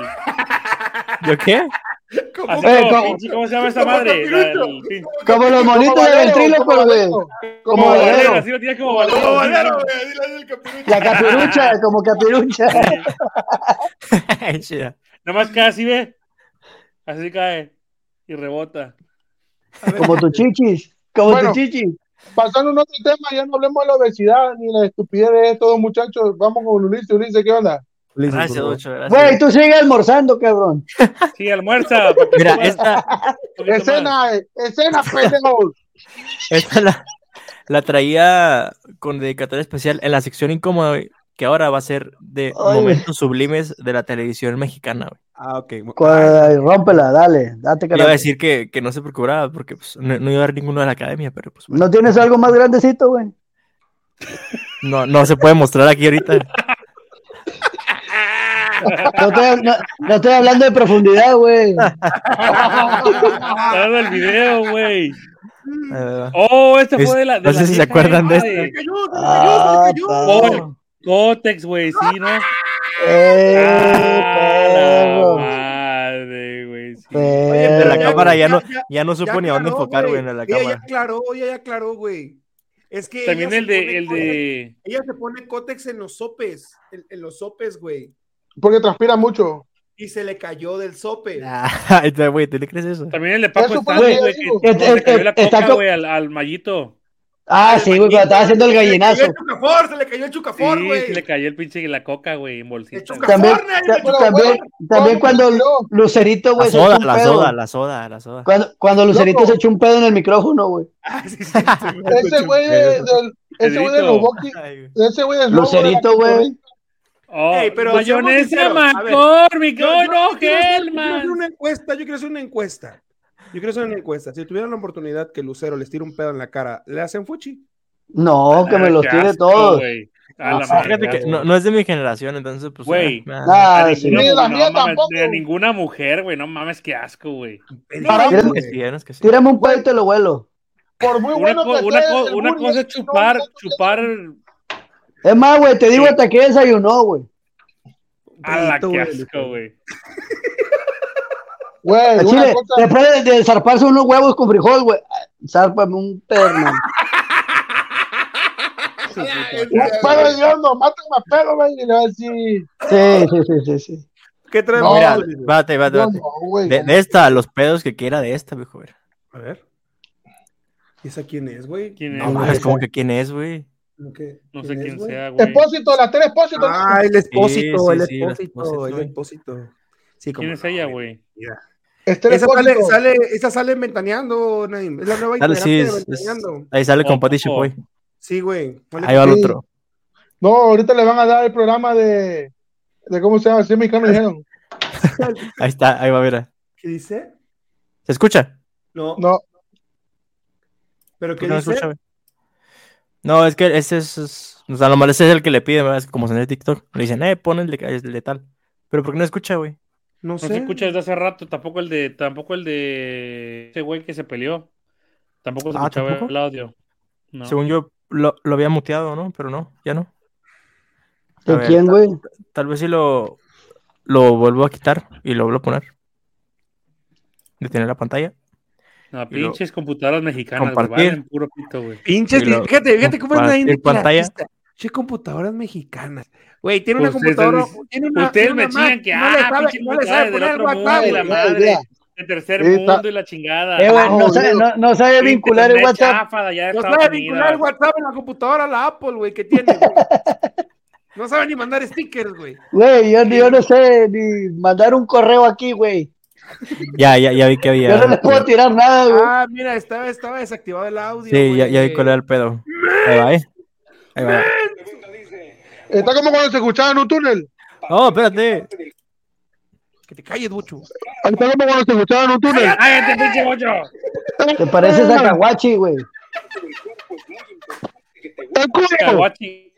[SPEAKER 2] ¿Yo qué?
[SPEAKER 4] Así
[SPEAKER 6] Eh,
[SPEAKER 4] como,
[SPEAKER 6] ¿cómo?
[SPEAKER 4] pinche, ¿Cómo se llama esa
[SPEAKER 5] ¿Cómo
[SPEAKER 4] madre?
[SPEAKER 5] te
[SPEAKER 4] La- el
[SPEAKER 5] filtro?
[SPEAKER 4] pinche-
[SPEAKER 6] Como los monitos de
[SPEAKER 3] Valero,
[SPEAKER 6] ventrílocos,
[SPEAKER 3] como
[SPEAKER 6] güey.
[SPEAKER 3] Valero,
[SPEAKER 6] Como
[SPEAKER 3] Valero.
[SPEAKER 6] Valero.
[SPEAKER 4] Así lo tiras como
[SPEAKER 5] No, Valero,
[SPEAKER 4] valero.
[SPEAKER 5] güey, dile al capirucho.
[SPEAKER 6] La capirucha, como capirucha.
[SPEAKER 2] Ay, chida.
[SPEAKER 4] Nomás cae así, ve. Así cae. Y rebota.
[SPEAKER 6] Como tu chichis. Como
[SPEAKER 3] Bueno.
[SPEAKER 6] tu chichis.
[SPEAKER 3] Pasando a otro tema, ya no hablemos de la obesidad ni la estupidez de estos muchachos. Vamos con Ulises, Ulises, ¿qué onda?
[SPEAKER 8] Ulises,
[SPEAKER 2] Gracias,
[SPEAKER 8] por favor.
[SPEAKER 2] Docho, gracias.
[SPEAKER 6] Güey, tú sigues almorzando, cabrón.
[SPEAKER 4] Sí, almuerza. para que
[SPEAKER 2] Mira,
[SPEAKER 4] comas
[SPEAKER 2] esta,
[SPEAKER 4] un poquito más.
[SPEAKER 3] Escena, eh, escena, pendejos.
[SPEAKER 2] esta la, la traía con dedicatoria especial en la sección incómoda, güey, que ahora va a ser de
[SPEAKER 6] Ay, güey.
[SPEAKER 2] momentos sublimes de la televisión mexicana, güey.
[SPEAKER 8] Ah, ok.
[SPEAKER 6] Cu- Rómpela, dale. Date
[SPEAKER 2] Le iba a
[SPEAKER 6] carajo.
[SPEAKER 2] decir que, que no se procuraba porque pues, no, no iba a haber ninguno de la academia, pero pues bueno,
[SPEAKER 6] ¿No tienes algo más grandecito, güey?
[SPEAKER 2] no, no se puede mostrar aquí ahorita.
[SPEAKER 6] No estoy, no- no estoy hablando de profundidad, güey.
[SPEAKER 4] Está dando el video, güey.
[SPEAKER 2] Eh,
[SPEAKER 4] Oh, esta
[SPEAKER 2] Es-
[SPEAKER 4] fue de la. de
[SPEAKER 2] no
[SPEAKER 4] la
[SPEAKER 2] sé si se
[SPEAKER 4] vieja
[SPEAKER 2] acuerdan de
[SPEAKER 4] esta
[SPEAKER 5] Se le cayó, se le
[SPEAKER 6] Ah,
[SPEAKER 5] cayó, se le cayó.
[SPEAKER 6] perro.
[SPEAKER 4] Cótex, güey, sí, ¿no?
[SPEAKER 2] Oh,
[SPEAKER 6] Eh,
[SPEAKER 4] Ah,
[SPEAKER 6] perro.
[SPEAKER 4] la madre, güey. sí.
[SPEAKER 5] Oye,
[SPEAKER 6] Perro.
[SPEAKER 5] pero
[SPEAKER 2] la cámara ya no,
[SPEAKER 5] ya-
[SPEAKER 2] ya no supo
[SPEAKER 5] Ya
[SPEAKER 2] ni a dónde
[SPEAKER 5] aclaró,
[SPEAKER 2] enfocar, güey, en
[SPEAKER 5] güey.
[SPEAKER 2] la
[SPEAKER 5] Ella
[SPEAKER 2] cámara.
[SPEAKER 5] ya aclaró, ella ya aclaró, güey. Es que
[SPEAKER 4] También
[SPEAKER 5] ella
[SPEAKER 4] el
[SPEAKER 5] se
[SPEAKER 4] de,
[SPEAKER 5] pone
[SPEAKER 4] el
[SPEAKER 5] cótex-
[SPEAKER 4] de.
[SPEAKER 5] Ella se pone cótex en los sopes, en, en los sopes, güey.
[SPEAKER 3] Porque transpira mucho.
[SPEAKER 5] Y se le cayó del sope.
[SPEAKER 2] Ah, entonces, güey, ¿tú le crees eso?
[SPEAKER 4] También el de Paco
[SPEAKER 3] Eso fue
[SPEAKER 4] Stanley,
[SPEAKER 6] lo
[SPEAKER 4] güey,
[SPEAKER 3] que digo.
[SPEAKER 4] que que le cayó la
[SPEAKER 6] Está
[SPEAKER 4] coca,
[SPEAKER 6] co-
[SPEAKER 4] güey, al, al mallito.
[SPEAKER 6] Ah, sí, güey, cuando estaba haciendo el
[SPEAKER 5] Se le
[SPEAKER 6] gallinazo.
[SPEAKER 5] cayó el chucafor, se le cayó el
[SPEAKER 4] Sí,
[SPEAKER 5] chucafor,
[SPEAKER 4] sí
[SPEAKER 5] güey.
[SPEAKER 4] le cayó el pinche y la coca, güey, en
[SPEAKER 5] El
[SPEAKER 4] bolsita. güey.
[SPEAKER 6] También,
[SPEAKER 5] chucafor,
[SPEAKER 6] ta-
[SPEAKER 5] nadie le-
[SPEAKER 3] Pero,
[SPEAKER 6] también,
[SPEAKER 3] güey,
[SPEAKER 6] también
[SPEAKER 3] ¿cómo
[SPEAKER 6] cuando
[SPEAKER 3] que no?
[SPEAKER 6] Lucerito,
[SPEAKER 2] La
[SPEAKER 6] güey, se
[SPEAKER 2] soda,
[SPEAKER 6] echó un
[SPEAKER 2] la
[SPEAKER 6] pedo.
[SPEAKER 2] soda, la soda, la soda.
[SPEAKER 6] Cuando, cuando Lucerito
[SPEAKER 3] Loco.
[SPEAKER 6] se echó un pedo en el micrófono, güey.
[SPEAKER 5] Ah, sí, sí, sí, güey.
[SPEAKER 3] Ese güey de, del, ese güey de
[SPEAKER 4] Pedrito.
[SPEAKER 3] los Bucky,
[SPEAKER 2] Ay, güey.
[SPEAKER 3] ese güey de
[SPEAKER 6] Lucerito, güey.
[SPEAKER 4] Oh,
[SPEAKER 5] Ey, pero
[SPEAKER 4] pues yo
[SPEAKER 5] seamos
[SPEAKER 4] en ese
[SPEAKER 5] sinceros, a ver.
[SPEAKER 4] McCormick,
[SPEAKER 5] Yo-
[SPEAKER 4] oh,
[SPEAKER 5] yo-
[SPEAKER 4] no,
[SPEAKER 5] yo quiero hacer- yo quiero hacer
[SPEAKER 4] Hellman.
[SPEAKER 5] una encuesta, yo quiero hacer una encuesta. Yo quiero hacer una encuesta. Si tuvieran la oportunidad que Lucero les tire un pedo en la cara, ¿le hacen fuchi?
[SPEAKER 6] No, que me los
[SPEAKER 4] Ah, Qué
[SPEAKER 6] tire
[SPEAKER 4] asco,
[SPEAKER 6] todos.
[SPEAKER 4] güey. A la
[SPEAKER 6] Ah,
[SPEAKER 4] madre,
[SPEAKER 2] Fíjate que no, no es de mi generación, entonces, pues.
[SPEAKER 4] Güey.
[SPEAKER 2] ah, nada.
[SPEAKER 6] Ah,
[SPEAKER 4] A
[SPEAKER 6] sí.
[SPEAKER 4] ninguna,
[SPEAKER 3] Ni la mía
[SPEAKER 4] no, mames,
[SPEAKER 3] tampoco.
[SPEAKER 4] ni a ninguna mujer, güey, no mames, qué asco, güey.
[SPEAKER 6] Para-
[SPEAKER 2] Unos
[SPEAKER 6] Tírame-
[SPEAKER 2] ah, que sí, unos que sí.
[SPEAKER 6] Tírame un pedo y te lo vuelo.
[SPEAKER 3] Por muy
[SPEAKER 4] Una,
[SPEAKER 3] bueno
[SPEAKER 4] co-
[SPEAKER 3] que
[SPEAKER 4] una,
[SPEAKER 3] sea
[SPEAKER 4] co-
[SPEAKER 3] el
[SPEAKER 4] una
[SPEAKER 3] bullying,
[SPEAKER 4] cosa es
[SPEAKER 3] no,
[SPEAKER 4] chupar,
[SPEAKER 3] no, no,
[SPEAKER 4] chupar
[SPEAKER 6] Es más, güey, te digo
[SPEAKER 4] Sí.
[SPEAKER 6] hasta que desayunó, güey.
[SPEAKER 4] a Ah, la
[SPEAKER 5] Pedito,
[SPEAKER 4] que
[SPEAKER 5] güey,
[SPEAKER 4] asco, güey.
[SPEAKER 3] Güey,
[SPEAKER 6] Al
[SPEAKER 3] una
[SPEAKER 6] chile,
[SPEAKER 3] cosa-
[SPEAKER 6] después de, de zarparse unos huevos con frijol, güey, ah, zárpame un pedo, hermano.
[SPEAKER 3] Un perro hediondo, mátame a perro, güey. Y le va a decir,
[SPEAKER 6] Sí, sí, sí, sí, sí.
[SPEAKER 5] ¿Qué traemos?
[SPEAKER 3] No,
[SPEAKER 2] Mira,
[SPEAKER 5] güey?
[SPEAKER 2] espérate, espérate,
[SPEAKER 3] no,
[SPEAKER 2] espérate.
[SPEAKER 3] no, güey.
[SPEAKER 2] De, de esta, los pedos que quiera de esta, viejo. güey.
[SPEAKER 5] A ver. ¿Y esa quién es, güey?
[SPEAKER 4] ¿Quién
[SPEAKER 2] No
[SPEAKER 4] es?
[SPEAKER 2] mames, como que quién es, güey.
[SPEAKER 5] ¿Cómo que-
[SPEAKER 4] No sé
[SPEAKER 5] es,
[SPEAKER 4] quién
[SPEAKER 5] güey?
[SPEAKER 4] sea, güey.
[SPEAKER 3] Expósito, las tres expósitos.
[SPEAKER 5] Ah, el expósito,
[SPEAKER 2] Sí, sí,
[SPEAKER 5] el
[SPEAKER 2] sí, el
[SPEAKER 5] expósito, el
[SPEAKER 2] Expósito.
[SPEAKER 5] expósito. Sí, cómo
[SPEAKER 4] ¿Quién es
[SPEAKER 5] no,
[SPEAKER 4] ella, güey?
[SPEAKER 3] Estela
[SPEAKER 5] Esa sale,
[SPEAKER 3] Este Expósito.
[SPEAKER 5] sale, esa sale ventaneando, Naim. Es la nueva
[SPEAKER 2] Dale,
[SPEAKER 5] integrante
[SPEAKER 2] sí,
[SPEAKER 5] de
[SPEAKER 2] es- es-
[SPEAKER 5] ventaneando.
[SPEAKER 2] ahí sale con
[SPEAKER 4] Oh,
[SPEAKER 2] Pati
[SPEAKER 4] oh.
[SPEAKER 2] Chapoy.
[SPEAKER 5] Sí, güey. Ponle-
[SPEAKER 2] Ahí va el
[SPEAKER 3] Sí.
[SPEAKER 2] otro.
[SPEAKER 3] No, ahorita le van a dar el programa de, de ¿cómo se llama? Sí, mexicano dijeron.
[SPEAKER 2] Ahí está, ahí va, mira.
[SPEAKER 5] ¿Qué dice?
[SPEAKER 2] ¿Se escucha?
[SPEAKER 5] No,
[SPEAKER 3] No,
[SPEAKER 5] pero ¿qué
[SPEAKER 2] ¿Por qué no se
[SPEAKER 5] dice?
[SPEAKER 2] escucha, güey? No, es que ese es, es- O sea, normal ese es el que le piden, ¿verdad? Es que como se en el TikTok. Le dicen, eh, ponenle de tal. Pero ¿por qué no escucha, güey?
[SPEAKER 5] No
[SPEAKER 4] No
[SPEAKER 5] sé.
[SPEAKER 4] se escucha desde hace rato, tampoco el de, tampoco el de ese güey que se peleó. Tampoco se
[SPEAKER 2] Ah,
[SPEAKER 4] escuchaba
[SPEAKER 2] ¿tampoco?
[SPEAKER 4] el audio. No.
[SPEAKER 2] Según yo, lo, lo había muteado, ¿no? Pero no, ya no. A
[SPEAKER 6] ¿De
[SPEAKER 2] ver,
[SPEAKER 6] quién,
[SPEAKER 2] ta-
[SPEAKER 6] güey?
[SPEAKER 2] Tal vez si lo, lo vuelvo a quitar y lo vuelvo a poner. Detener la pantalla.
[SPEAKER 4] No,
[SPEAKER 2] Y lo-
[SPEAKER 4] pinches computadoras mexicanas, güey.
[SPEAKER 2] Compartir.
[SPEAKER 4] Valen puro pito, güey.
[SPEAKER 5] Pinches,
[SPEAKER 2] Y lo-
[SPEAKER 5] fíjate, fíjate cómo es
[SPEAKER 2] compartir
[SPEAKER 5] Naim de
[SPEAKER 2] pantalla.
[SPEAKER 5] clasista. Che, computadoras mexicanas. Güey, tiene una
[SPEAKER 4] Ustedes-
[SPEAKER 5] computadora. tiene una,
[SPEAKER 4] Ustedes
[SPEAKER 5] tiene
[SPEAKER 4] me
[SPEAKER 5] una Mac,
[SPEAKER 4] chingan que,
[SPEAKER 5] no le
[SPEAKER 4] ah,
[SPEAKER 5] sabe,
[SPEAKER 4] pinche
[SPEAKER 5] no le sabe
[SPEAKER 4] computadora del
[SPEAKER 5] poner el
[SPEAKER 4] otro
[SPEAKER 5] WhatsApp,
[SPEAKER 4] mundo y
[SPEAKER 5] güey.
[SPEAKER 4] la
[SPEAKER 3] güey,
[SPEAKER 4] madre.
[SPEAKER 3] ya.
[SPEAKER 4] De tercer
[SPEAKER 3] Sí, está-
[SPEAKER 4] mundo y la chingada.
[SPEAKER 6] Eh, güey, no,
[SPEAKER 3] Raúl,
[SPEAKER 6] sabe,
[SPEAKER 3] Dios.
[SPEAKER 6] no, no sabe
[SPEAKER 4] Pinche
[SPEAKER 6] vincular el
[SPEAKER 4] internet
[SPEAKER 6] WhatsApp.
[SPEAKER 4] chafa de allá de
[SPEAKER 5] No
[SPEAKER 4] Estados
[SPEAKER 5] sabe vincular el
[SPEAKER 4] Unidos.
[SPEAKER 5] WhatsApp en la computadora, la Apple, güey, que tiene. güey. No sabe ni mandar stickers, güey.
[SPEAKER 6] Güey, yo, yo no sé ni mandar un correo aquí, güey.
[SPEAKER 2] Ya, ya, ya vi que había.
[SPEAKER 6] Yo no les puedo tirar nada, güey.
[SPEAKER 5] Ah, mira, estaba, estaba desactivado el audio.
[SPEAKER 2] Sí, ya, ya vi
[SPEAKER 5] güey.
[SPEAKER 2] cuál era el pedo. Ahí va, eh. Ahí va.
[SPEAKER 3] está como cuando se escuchaba en un túnel.
[SPEAKER 2] Oh, espérate.
[SPEAKER 5] Que te calles, Bucho.
[SPEAKER 3] Está como cuando se escuchaba en un túnel.
[SPEAKER 4] ¡Cállate, pinche bocho!
[SPEAKER 6] Te pareces a Caguachi, güey.
[SPEAKER 7] te gusta?
[SPEAKER 3] ¡Te culo!
[SPEAKER 4] Caguachi.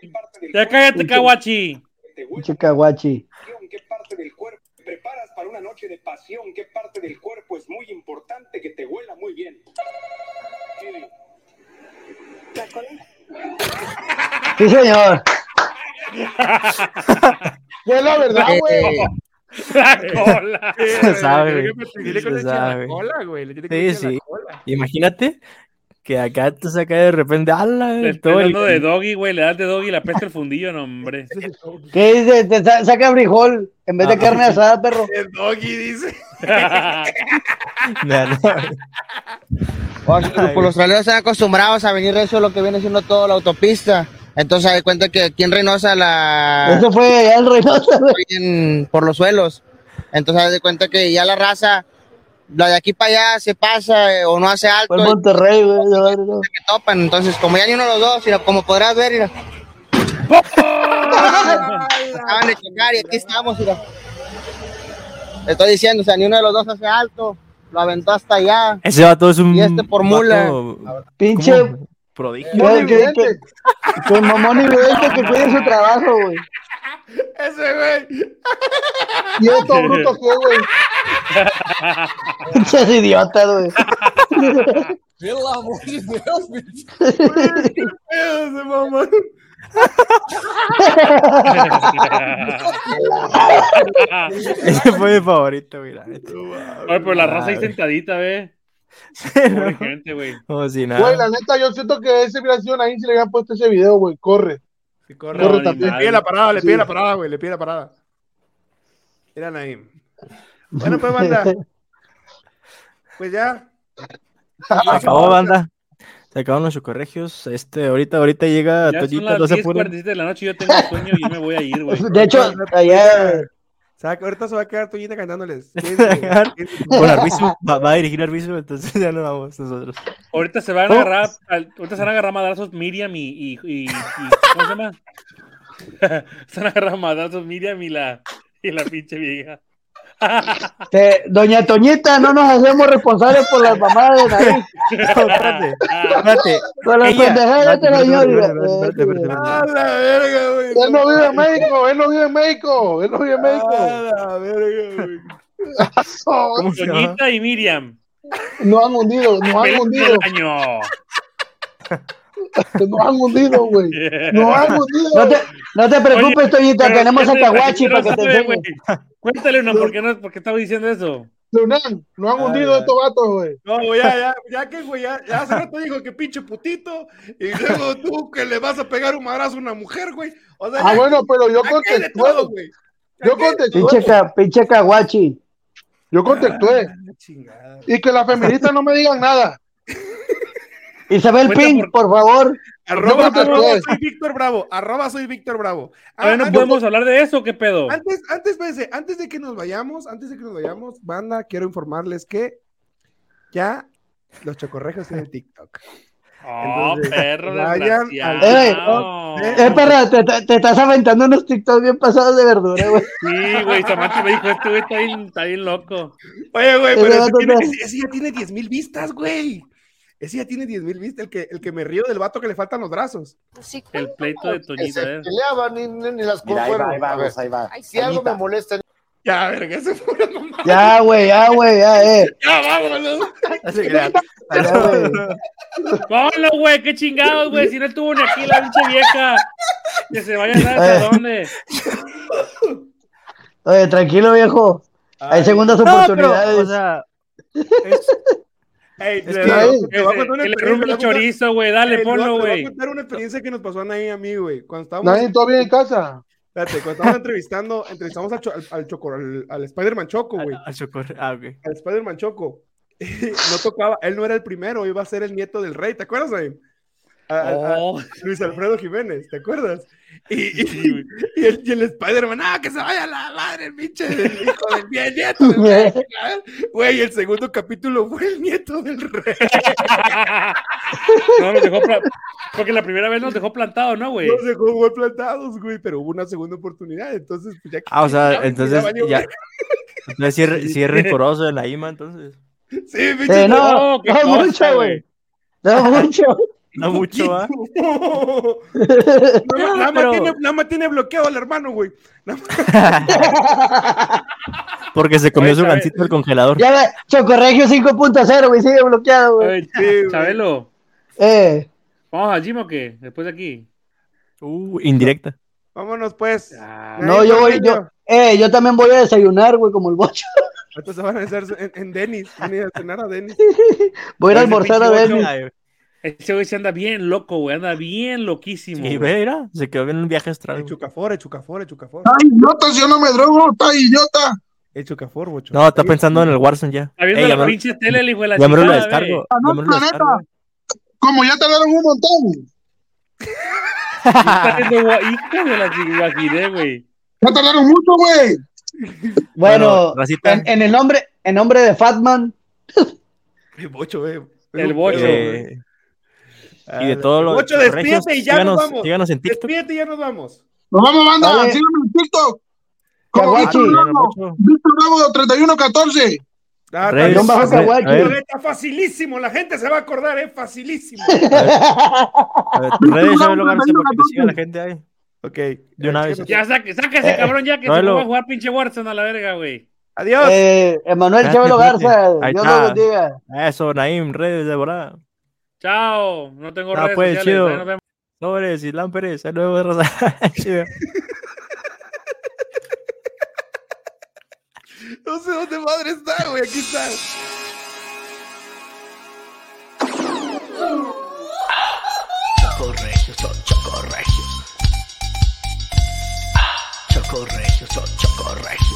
[SPEAKER 4] Ya cállate, Caguachi.
[SPEAKER 7] ¿Te gusta?
[SPEAKER 6] Chicaguachi.
[SPEAKER 7] ¿Qué parte del cuerpo te preparas para una noche de pasión? ¿Qué parte del cuerpo es muy importante que te huela muy bien?
[SPEAKER 6] Sí, señor.
[SPEAKER 3] Pues la verdad,
[SPEAKER 9] Eh.
[SPEAKER 3] güey.
[SPEAKER 4] La cola.
[SPEAKER 2] Se sabe, güey.
[SPEAKER 10] Dile que
[SPEAKER 2] Se
[SPEAKER 10] le eche la
[SPEAKER 2] sabe.
[SPEAKER 10] cola, güey. Le tiene
[SPEAKER 2] Sí,
[SPEAKER 10] que echar
[SPEAKER 2] sí.
[SPEAKER 10] la cola.
[SPEAKER 2] Imagínate que acá te saca de repente. ¡Ala!
[SPEAKER 4] Le
[SPEAKER 2] todo
[SPEAKER 4] estoy
[SPEAKER 2] el-
[SPEAKER 4] dando de doggy, güey. Le das de doggy y la pesca el fundillo, no, hombre.
[SPEAKER 6] ¿Qué dice? Te sa- saca frijol en vez de carne asada, perro.
[SPEAKER 10] El doggy dice.
[SPEAKER 2] No, no.
[SPEAKER 11] O- pues los traileros están acostumbrados a venir eso lo que viene siendo toda la autopista. Entonces hay cuenta que aquí en Reynosa la
[SPEAKER 6] Eso fue allá en Reynosa, güey.
[SPEAKER 11] en- por los suelos. Entonces haz de cuenta que ya la raza, la de aquí para allá se pasa eh, o no hace alto
[SPEAKER 6] Fue en
[SPEAKER 11] y
[SPEAKER 6] Monterrey, güey. la verdad, no.
[SPEAKER 11] se topan. Entonces, como ya ni uno de los dos, sino como podrás ver, mira. Acaban de chocar y aquí estamos, mira. Te estoy diciendo, o sea, ni uno de los dos hace alto, lo aventó hasta allá.
[SPEAKER 2] Ese vato es un.
[SPEAKER 11] Y este por mula.
[SPEAKER 2] vato
[SPEAKER 6] Pinche
[SPEAKER 2] como Prodigio.
[SPEAKER 3] Muy
[SPEAKER 6] Yo- yo-
[SPEAKER 3] evidente.
[SPEAKER 6] que- que mamón y vidente que cuide su trabajo, güey.
[SPEAKER 10] Ese güey.
[SPEAKER 3] Y esto bruto que, güey.
[SPEAKER 6] Pinches idiotas, güey.
[SPEAKER 10] Ese mamón.
[SPEAKER 2] Ese fue mi favorito, mira.
[SPEAKER 4] Oye, pero la raza ahí sentadita, ve. Pobre gente, güey.
[SPEAKER 2] Como si
[SPEAKER 9] Ah.
[SPEAKER 3] Güey, la
[SPEAKER 2] nada.
[SPEAKER 3] neta, yo siento que ese vibración ahí si le habían puesto ese video, güey. Corre.
[SPEAKER 5] Sí, corre.
[SPEAKER 4] No,
[SPEAKER 3] Corre
[SPEAKER 4] ni
[SPEAKER 3] también.
[SPEAKER 5] Le
[SPEAKER 4] madre.
[SPEAKER 5] pide la parada, le
[SPEAKER 3] Sí.
[SPEAKER 5] pide la parada, güey. Le pide la parada. Mira, Naim. Bueno, pues, banda. Pues ya.
[SPEAKER 2] Se acabó, Ah, banda. Se acabaron los chocorregios. Este, ahorita, ahorita llega
[SPEAKER 4] Ya son
[SPEAKER 2] Toyita,
[SPEAKER 4] las
[SPEAKER 2] no se
[SPEAKER 4] 10:47
[SPEAKER 2] apuren.
[SPEAKER 4] de la noche, yo tengo sueño y yo me voy a ir, güey.
[SPEAKER 6] De hecho, allá.
[SPEAKER 5] Se va- ahorita se va a quedar Toñita cantándoles.
[SPEAKER 2] Bueno, Arbizu, va, va a dirigir Arbizu, entonces ya nos vamos nosotros.
[SPEAKER 4] Ahorita se
[SPEAKER 2] Oh.
[SPEAKER 4] van a agarrar, al- ahorita se van a agarrar madrazos Miriam y, y, y, y- ¿cómo se llama? se van a agarrar madrazos Miriam y la, y la pinche vieja.
[SPEAKER 6] Te- este, Doña Toñita, no nos hacemos responsables por las mamadas de Naim.
[SPEAKER 2] No, espérate,
[SPEAKER 4] Ah,
[SPEAKER 2] espérate.
[SPEAKER 6] Por las
[SPEAKER 2] Ella-
[SPEAKER 6] pendejadas de la
[SPEAKER 2] espérate, espérate,
[SPEAKER 6] señora.
[SPEAKER 2] espérate, espérate, espérate, espérate.
[SPEAKER 10] A la verga, güey.
[SPEAKER 3] Él no vive en México, él no vive en México, él no vive en
[SPEAKER 2] Ah.
[SPEAKER 3] México.
[SPEAKER 10] A la verga, güey.
[SPEAKER 3] Oh,
[SPEAKER 2] ¿Cómo se llama?
[SPEAKER 4] Toñita y Miriam.
[SPEAKER 3] Nos han hundido, nos han
[SPEAKER 4] Pelea
[SPEAKER 3] hundido,
[SPEAKER 4] del año.
[SPEAKER 3] nos han hundido, güey. Nos han
[SPEAKER 6] No
[SPEAKER 3] hundido.
[SPEAKER 6] te, no te preocupes,
[SPEAKER 4] Oye,
[SPEAKER 6] Toñita,
[SPEAKER 4] Pero
[SPEAKER 6] tenemos a
[SPEAKER 4] cuéntale,
[SPEAKER 6] Caguachi
[SPEAKER 4] no
[SPEAKER 6] para que te
[SPEAKER 4] sabe,
[SPEAKER 6] enseñe.
[SPEAKER 4] güey. Cuéntale, no, ¿por qué, no, por qué estaba diciendo eso?
[SPEAKER 3] Leonel, nos han hundido estos vatos, güey.
[SPEAKER 10] No, güey, ya, ya, ya que, güey, ya, ya hace rato dijo que pinche putito, y luego tú que le vas a pegar un madrazo a una mujer, güey. O sea,
[SPEAKER 3] Ah,
[SPEAKER 10] ya-
[SPEAKER 3] bueno, pero yo
[SPEAKER 10] ya que de
[SPEAKER 3] contesté.
[SPEAKER 10] todo, güey.
[SPEAKER 3] Yo
[SPEAKER 6] Pinche,
[SPEAKER 3] contesté.
[SPEAKER 6] ca- pinche Caguachi.
[SPEAKER 3] Yo contesté.
[SPEAKER 10] La chingada.
[SPEAKER 3] Y que las feministas no me digan nada.
[SPEAKER 6] Isabel
[SPEAKER 4] Cuenta
[SPEAKER 6] Pink,
[SPEAKER 4] por-
[SPEAKER 6] por favor.
[SPEAKER 10] Arroba,
[SPEAKER 3] contesté.
[SPEAKER 10] arroba, soy Víctor Bravo. Arroba, soy Víctor Bravo. Ah,
[SPEAKER 4] ¿Todavía no
[SPEAKER 10] antes-
[SPEAKER 4] podemos hablar de eso? ¿Qué pedo?
[SPEAKER 5] Antes, antes, espérense, antes de que nos vayamos, antes de que nos vayamos, banda, quiero informarles que ya los chocorrejos tienen TikTok.
[SPEAKER 4] Oh,
[SPEAKER 5] Entonces,
[SPEAKER 4] perro
[SPEAKER 5] vayan al-
[SPEAKER 4] desgraciado.
[SPEAKER 6] Eh, perra, te, te- te estás aventando unos TikToks bien pasados de verdura, güey.
[SPEAKER 4] Sí, güey, Samantha me dijo, este güey está bien, está bien loco.
[SPEAKER 5] Oye, güey,
[SPEAKER 6] Ese
[SPEAKER 5] pero ese,
[SPEAKER 6] vato
[SPEAKER 5] tiene,
[SPEAKER 6] no.
[SPEAKER 5] ese- ese ya tiene 10 mil vistas, güey. Ese ya tiene 10 mil vistas, el que, el que me río del vato que le faltan los brazos.
[SPEAKER 4] El pleito de Toñita, eh.
[SPEAKER 12] peleaban ni, ni, ni las
[SPEAKER 9] Mira, ahí
[SPEAKER 12] bueno,
[SPEAKER 9] va, ahí
[SPEAKER 12] a
[SPEAKER 9] va,
[SPEAKER 12] ver,
[SPEAKER 9] Gus, ahí va.
[SPEAKER 12] Si algo me
[SPEAKER 9] Toñita,
[SPEAKER 12] molesta en
[SPEAKER 5] Ya, verga, ese fue una mamá.
[SPEAKER 6] Ya, güey, ya, güey, ya, eh.
[SPEAKER 5] Ya, vámonos.
[SPEAKER 2] Así que ya,
[SPEAKER 6] Ya, güey.
[SPEAKER 4] Hola, güey, qué chingados, güey. Si no estuvo ni aquí la pinche vieja. Que se vaya a dar hasta
[SPEAKER 6] Eh.
[SPEAKER 4] dónde.
[SPEAKER 6] Oye, tranquilo, viejo. Hay segundas
[SPEAKER 2] No, pero, o
[SPEAKER 6] oportunidades.
[SPEAKER 2] sea, es-
[SPEAKER 5] Ey,
[SPEAKER 2] Es
[SPEAKER 5] le-
[SPEAKER 2] que-
[SPEAKER 5] le-
[SPEAKER 4] Que
[SPEAKER 5] le voy a contar una
[SPEAKER 4] le
[SPEAKER 5] experiencia,
[SPEAKER 4] rompe
[SPEAKER 5] le voy
[SPEAKER 4] el
[SPEAKER 5] a contar-
[SPEAKER 4] chorizo, güey.
[SPEAKER 5] Ey, le
[SPEAKER 4] Dale,
[SPEAKER 5] voy a-
[SPEAKER 4] ponlo,
[SPEAKER 5] le voy a
[SPEAKER 4] güey.
[SPEAKER 5] contar una experiencia que nos pasó a Naim y a mí, güey. Cuando estábamos
[SPEAKER 3] Nadie todo bien en casa.
[SPEAKER 5] Espérate, cuando estábamos entrevistando, entrevistamos al, Cho- al, al Choco- al- al Spider-Man Choco, güey.
[SPEAKER 2] al chocorre- ah, ok.
[SPEAKER 5] Al Spider-Man Choco. no tocaba, él no era el primero, iba a ser el nieto del rey, ¿te acuerdas, Naim? A- a- a
[SPEAKER 4] Oh,
[SPEAKER 5] Luis Alfredo Jiménez, ¿te acuerdas? Y,
[SPEAKER 4] sí,
[SPEAKER 5] y,
[SPEAKER 4] güey.
[SPEAKER 5] y el, y el Spider-Man, ah, que se vaya la madre, el pinche del hijo del bien nieto. del rey,
[SPEAKER 6] Eh,
[SPEAKER 5] ¿verdad? Güey, el segundo capítulo fue el nieto del rey.
[SPEAKER 4] No, nos dejó pla- Porque la primera vez nos dejó plantado, ¿no, güey?
[SPEAKER 5] Nos dejó muy plantados, güey, pero hubo una segunda oportunidad, entonces, pues ya que.
[SPEAKER 2] Ah, o sea,
[SPEAKER 5] ya,
[SPEAKER 2] entonces
[SPEAKER 5] valió,
[SPEAKER 2] ya.
[SPEAKER 5] güey.
[SPEAKER 2] Entonces sí es- sí es rencoroso de Naima, entonces.
[SPEAKER 5] Sí, pinche.
[SPEAKER 6] Eh, no,
[SPEAKER 4] No, Oh, qué
[SPEAKER 6] no
[SPEAKER 4] cosa,
[SPEAKER 6] mucho, güey. No mucho.
[SPEAKER 2] No mucho, ¿ah?
[SPEAKER 7] Nada más- nada, más
[SPEAKER 2] Pero-
[SPEAKER 7] tiene, nada más tiene bloqueado al hermano, güey. Nada más-
[SPEAKER 2] Porque se comió
[SPEAKER 4] Oye,
[SPEAKER 2] su
[SPEAKER 4] ¿sabes?
[SPEAKER 2] gancito del congelador.
[SPEAKER 6] Ya ve, Chocorregio 5.0, güey, sigue
[SPEAKER 4] A
[SPEAKER 6] bloqueado, güey.
[SPEAKER 4] ver, Chabelo,
[SPEAKER 6] Eh,
[SPEAKER 4] ¿vamos al gym o qué? Después de aquí.
[SPEAKER 2] Uh, indirecta.
[SPEAKER 5] Vámonos, pues.
[SPEAKER 4] Ah,
[SPEAKER 6] no, yo voy, yo, eh, yo también voy a desayunar, güey, como el bocho.
[SPEAKER 5] Entonces se van a hacer en, en Denis. Van a ir a cenar a Denis.
[SPEAKER 6] Voy a ir a
[SPEAKER 2] Ese
[SPEAKER 6] almorzar a
[SPEAKER 2] pinche
[SPEAKER 6] Denny.
[SPEAKER 2] bocho, ay,
[SPEAKER 4] Ese güey se anda bien loco, güey. Anda bien loquísimo.
[SPEAKER 2] Y
[SPEAKER 4] güey.
[SPEAKER 2] ve, mira, se quedó en un viaje astral.
[SPEAKER 5] El
[SPEAKER 2] güey.
[SPEAKER 5] chucafore, chucafore, chucafore.
[SPEAKER 3] Está idiota, si yo no me drogo, está idiota.
[SPEAKER 5] El chucafor, bocho.
[SPEAKER 2] No, está pensando en el Warzone ya.
[SPEAKER 4] Está viendo
[SPEAKER 2] Ey,
[SPEAKER 4] la
[SPEAKER 2] ya me-
[SPEAKER 4] pinche tele, el hijo de la
[SPEAKER 2] ya me lo
[SPEAKER 4] chingada,
[SPEAKER 2] descargo.
[SPEAKER 4] güey.
[SPEAKER 3] Ah, no,
[SPEAKER 2] ya me lo
[SPEAKER 3] la neta.
[SPEAKER 2] descargo.
[SPEAKER 3] Como ya tardaron un montón.
[SPEAKER 4] Está viendo gua- Hijo de la chingada, imaginé, güey.
[SPEAKER 3] Ya tardaron mucho, güey.
[SPEAKER 2] Bueno,
[SPEAKER 6] Bueno, eh,
[SPEAKER 2] racita.
[SPEAKER 6] en, en el nombre, en nombre de Fatman,
[SPEAKER 5] El bocho, eh.
[SPEAKER 4] El bocho.
[SPEAKER 2] Eh, y de todo lo
[SPEAKER 7] Bocho, despídete y ya nos
[SPEAKER 2] síganos,
[SPEAKER 7] vamos.
[SPEAKER 2] síganos en TikTok.
[SPEAKER 7] Despídete y ya nos vamos.
[SPEAKER 3] Nos vamos, banda.
[SPEAKER 6] Dale.
[SPEAKER 3] Síganme en TikTok. Como
[SPEAKER 6] Kawachi.
[SPEAKER 3] Víctor
[SPEAKER 2] Síganos
[SPEAKER 3] Bravo.
[SPEAKER 2] mucho.
[SPEAKER 3] Víctor Bravo 3114.
[SPEAKER 5] Ah,
[SPEAKER 2] Redes,
[SPEAKER 6] Guión bajo
[SPEAKER 2] a ver,
[SPEAKER 6] Kawachi.
[SPEAKER 2] a ver,
[SPEAKER 7] Está facilísimo, la gente se va a acordar, es facilísimo.
[SPEAKER 2] a ver, tus redes,
[SPEAKER 3] Bravo,
[SPEAKER 2] Chabelo Garza, para que te
[SPEAKER 3] 3114.
[SPEAKER 2] siga la gente ahí.
[SPEAKER 5] Ok.
[SPEAKER 2] De una vez.
[SPEAKER 4] Ya, saque, sáquese,
[SPEAKER 6] Eh,
[SPEAKER 4] cabrón, ya que
[SPEAKER 2] no,
[SPEAKER 4] se
[SPEAKER 2] lo-
[SPEAKER 4] va a jugar pinche Warzone a la verga, güey.
[SPEAKER 5] Adiós.
[SPEAKER 6] eh, Emanuel
[SPEAKER 2] Ya,
[SPEAKER 6] Chabelo
[SPEAKER 2] despídete.
[SPEAKER 6] Garza,
[SPEAKER 2] Ahí
[SPEAKER 6] Dios
[SPEAKER 2] está.
[SPEAKER 6] lo bendiga.
[SPEAKER 2] Eso, Naim, redes de volada.
[SPEAKER 4] Chao. No tengo
[SPEAKER 2] Ah,
[SPEAKER 4] redes
[SPEAKER 2] pues,
[SPEAKER 4] sociales.
[SPEAKER 2] chido.
[SPEAKER 4] ahí nos vemos.
[SPEAKER 2] Sobres, Islam Pérez, saludos, Rosa. Chido.
[SPEAKER 5] No sé dónde madre está, güey. Aquí está.
[SPEAKER 1] Chocorregios son chocorregios. Ah, Chocorregios son chocorregios.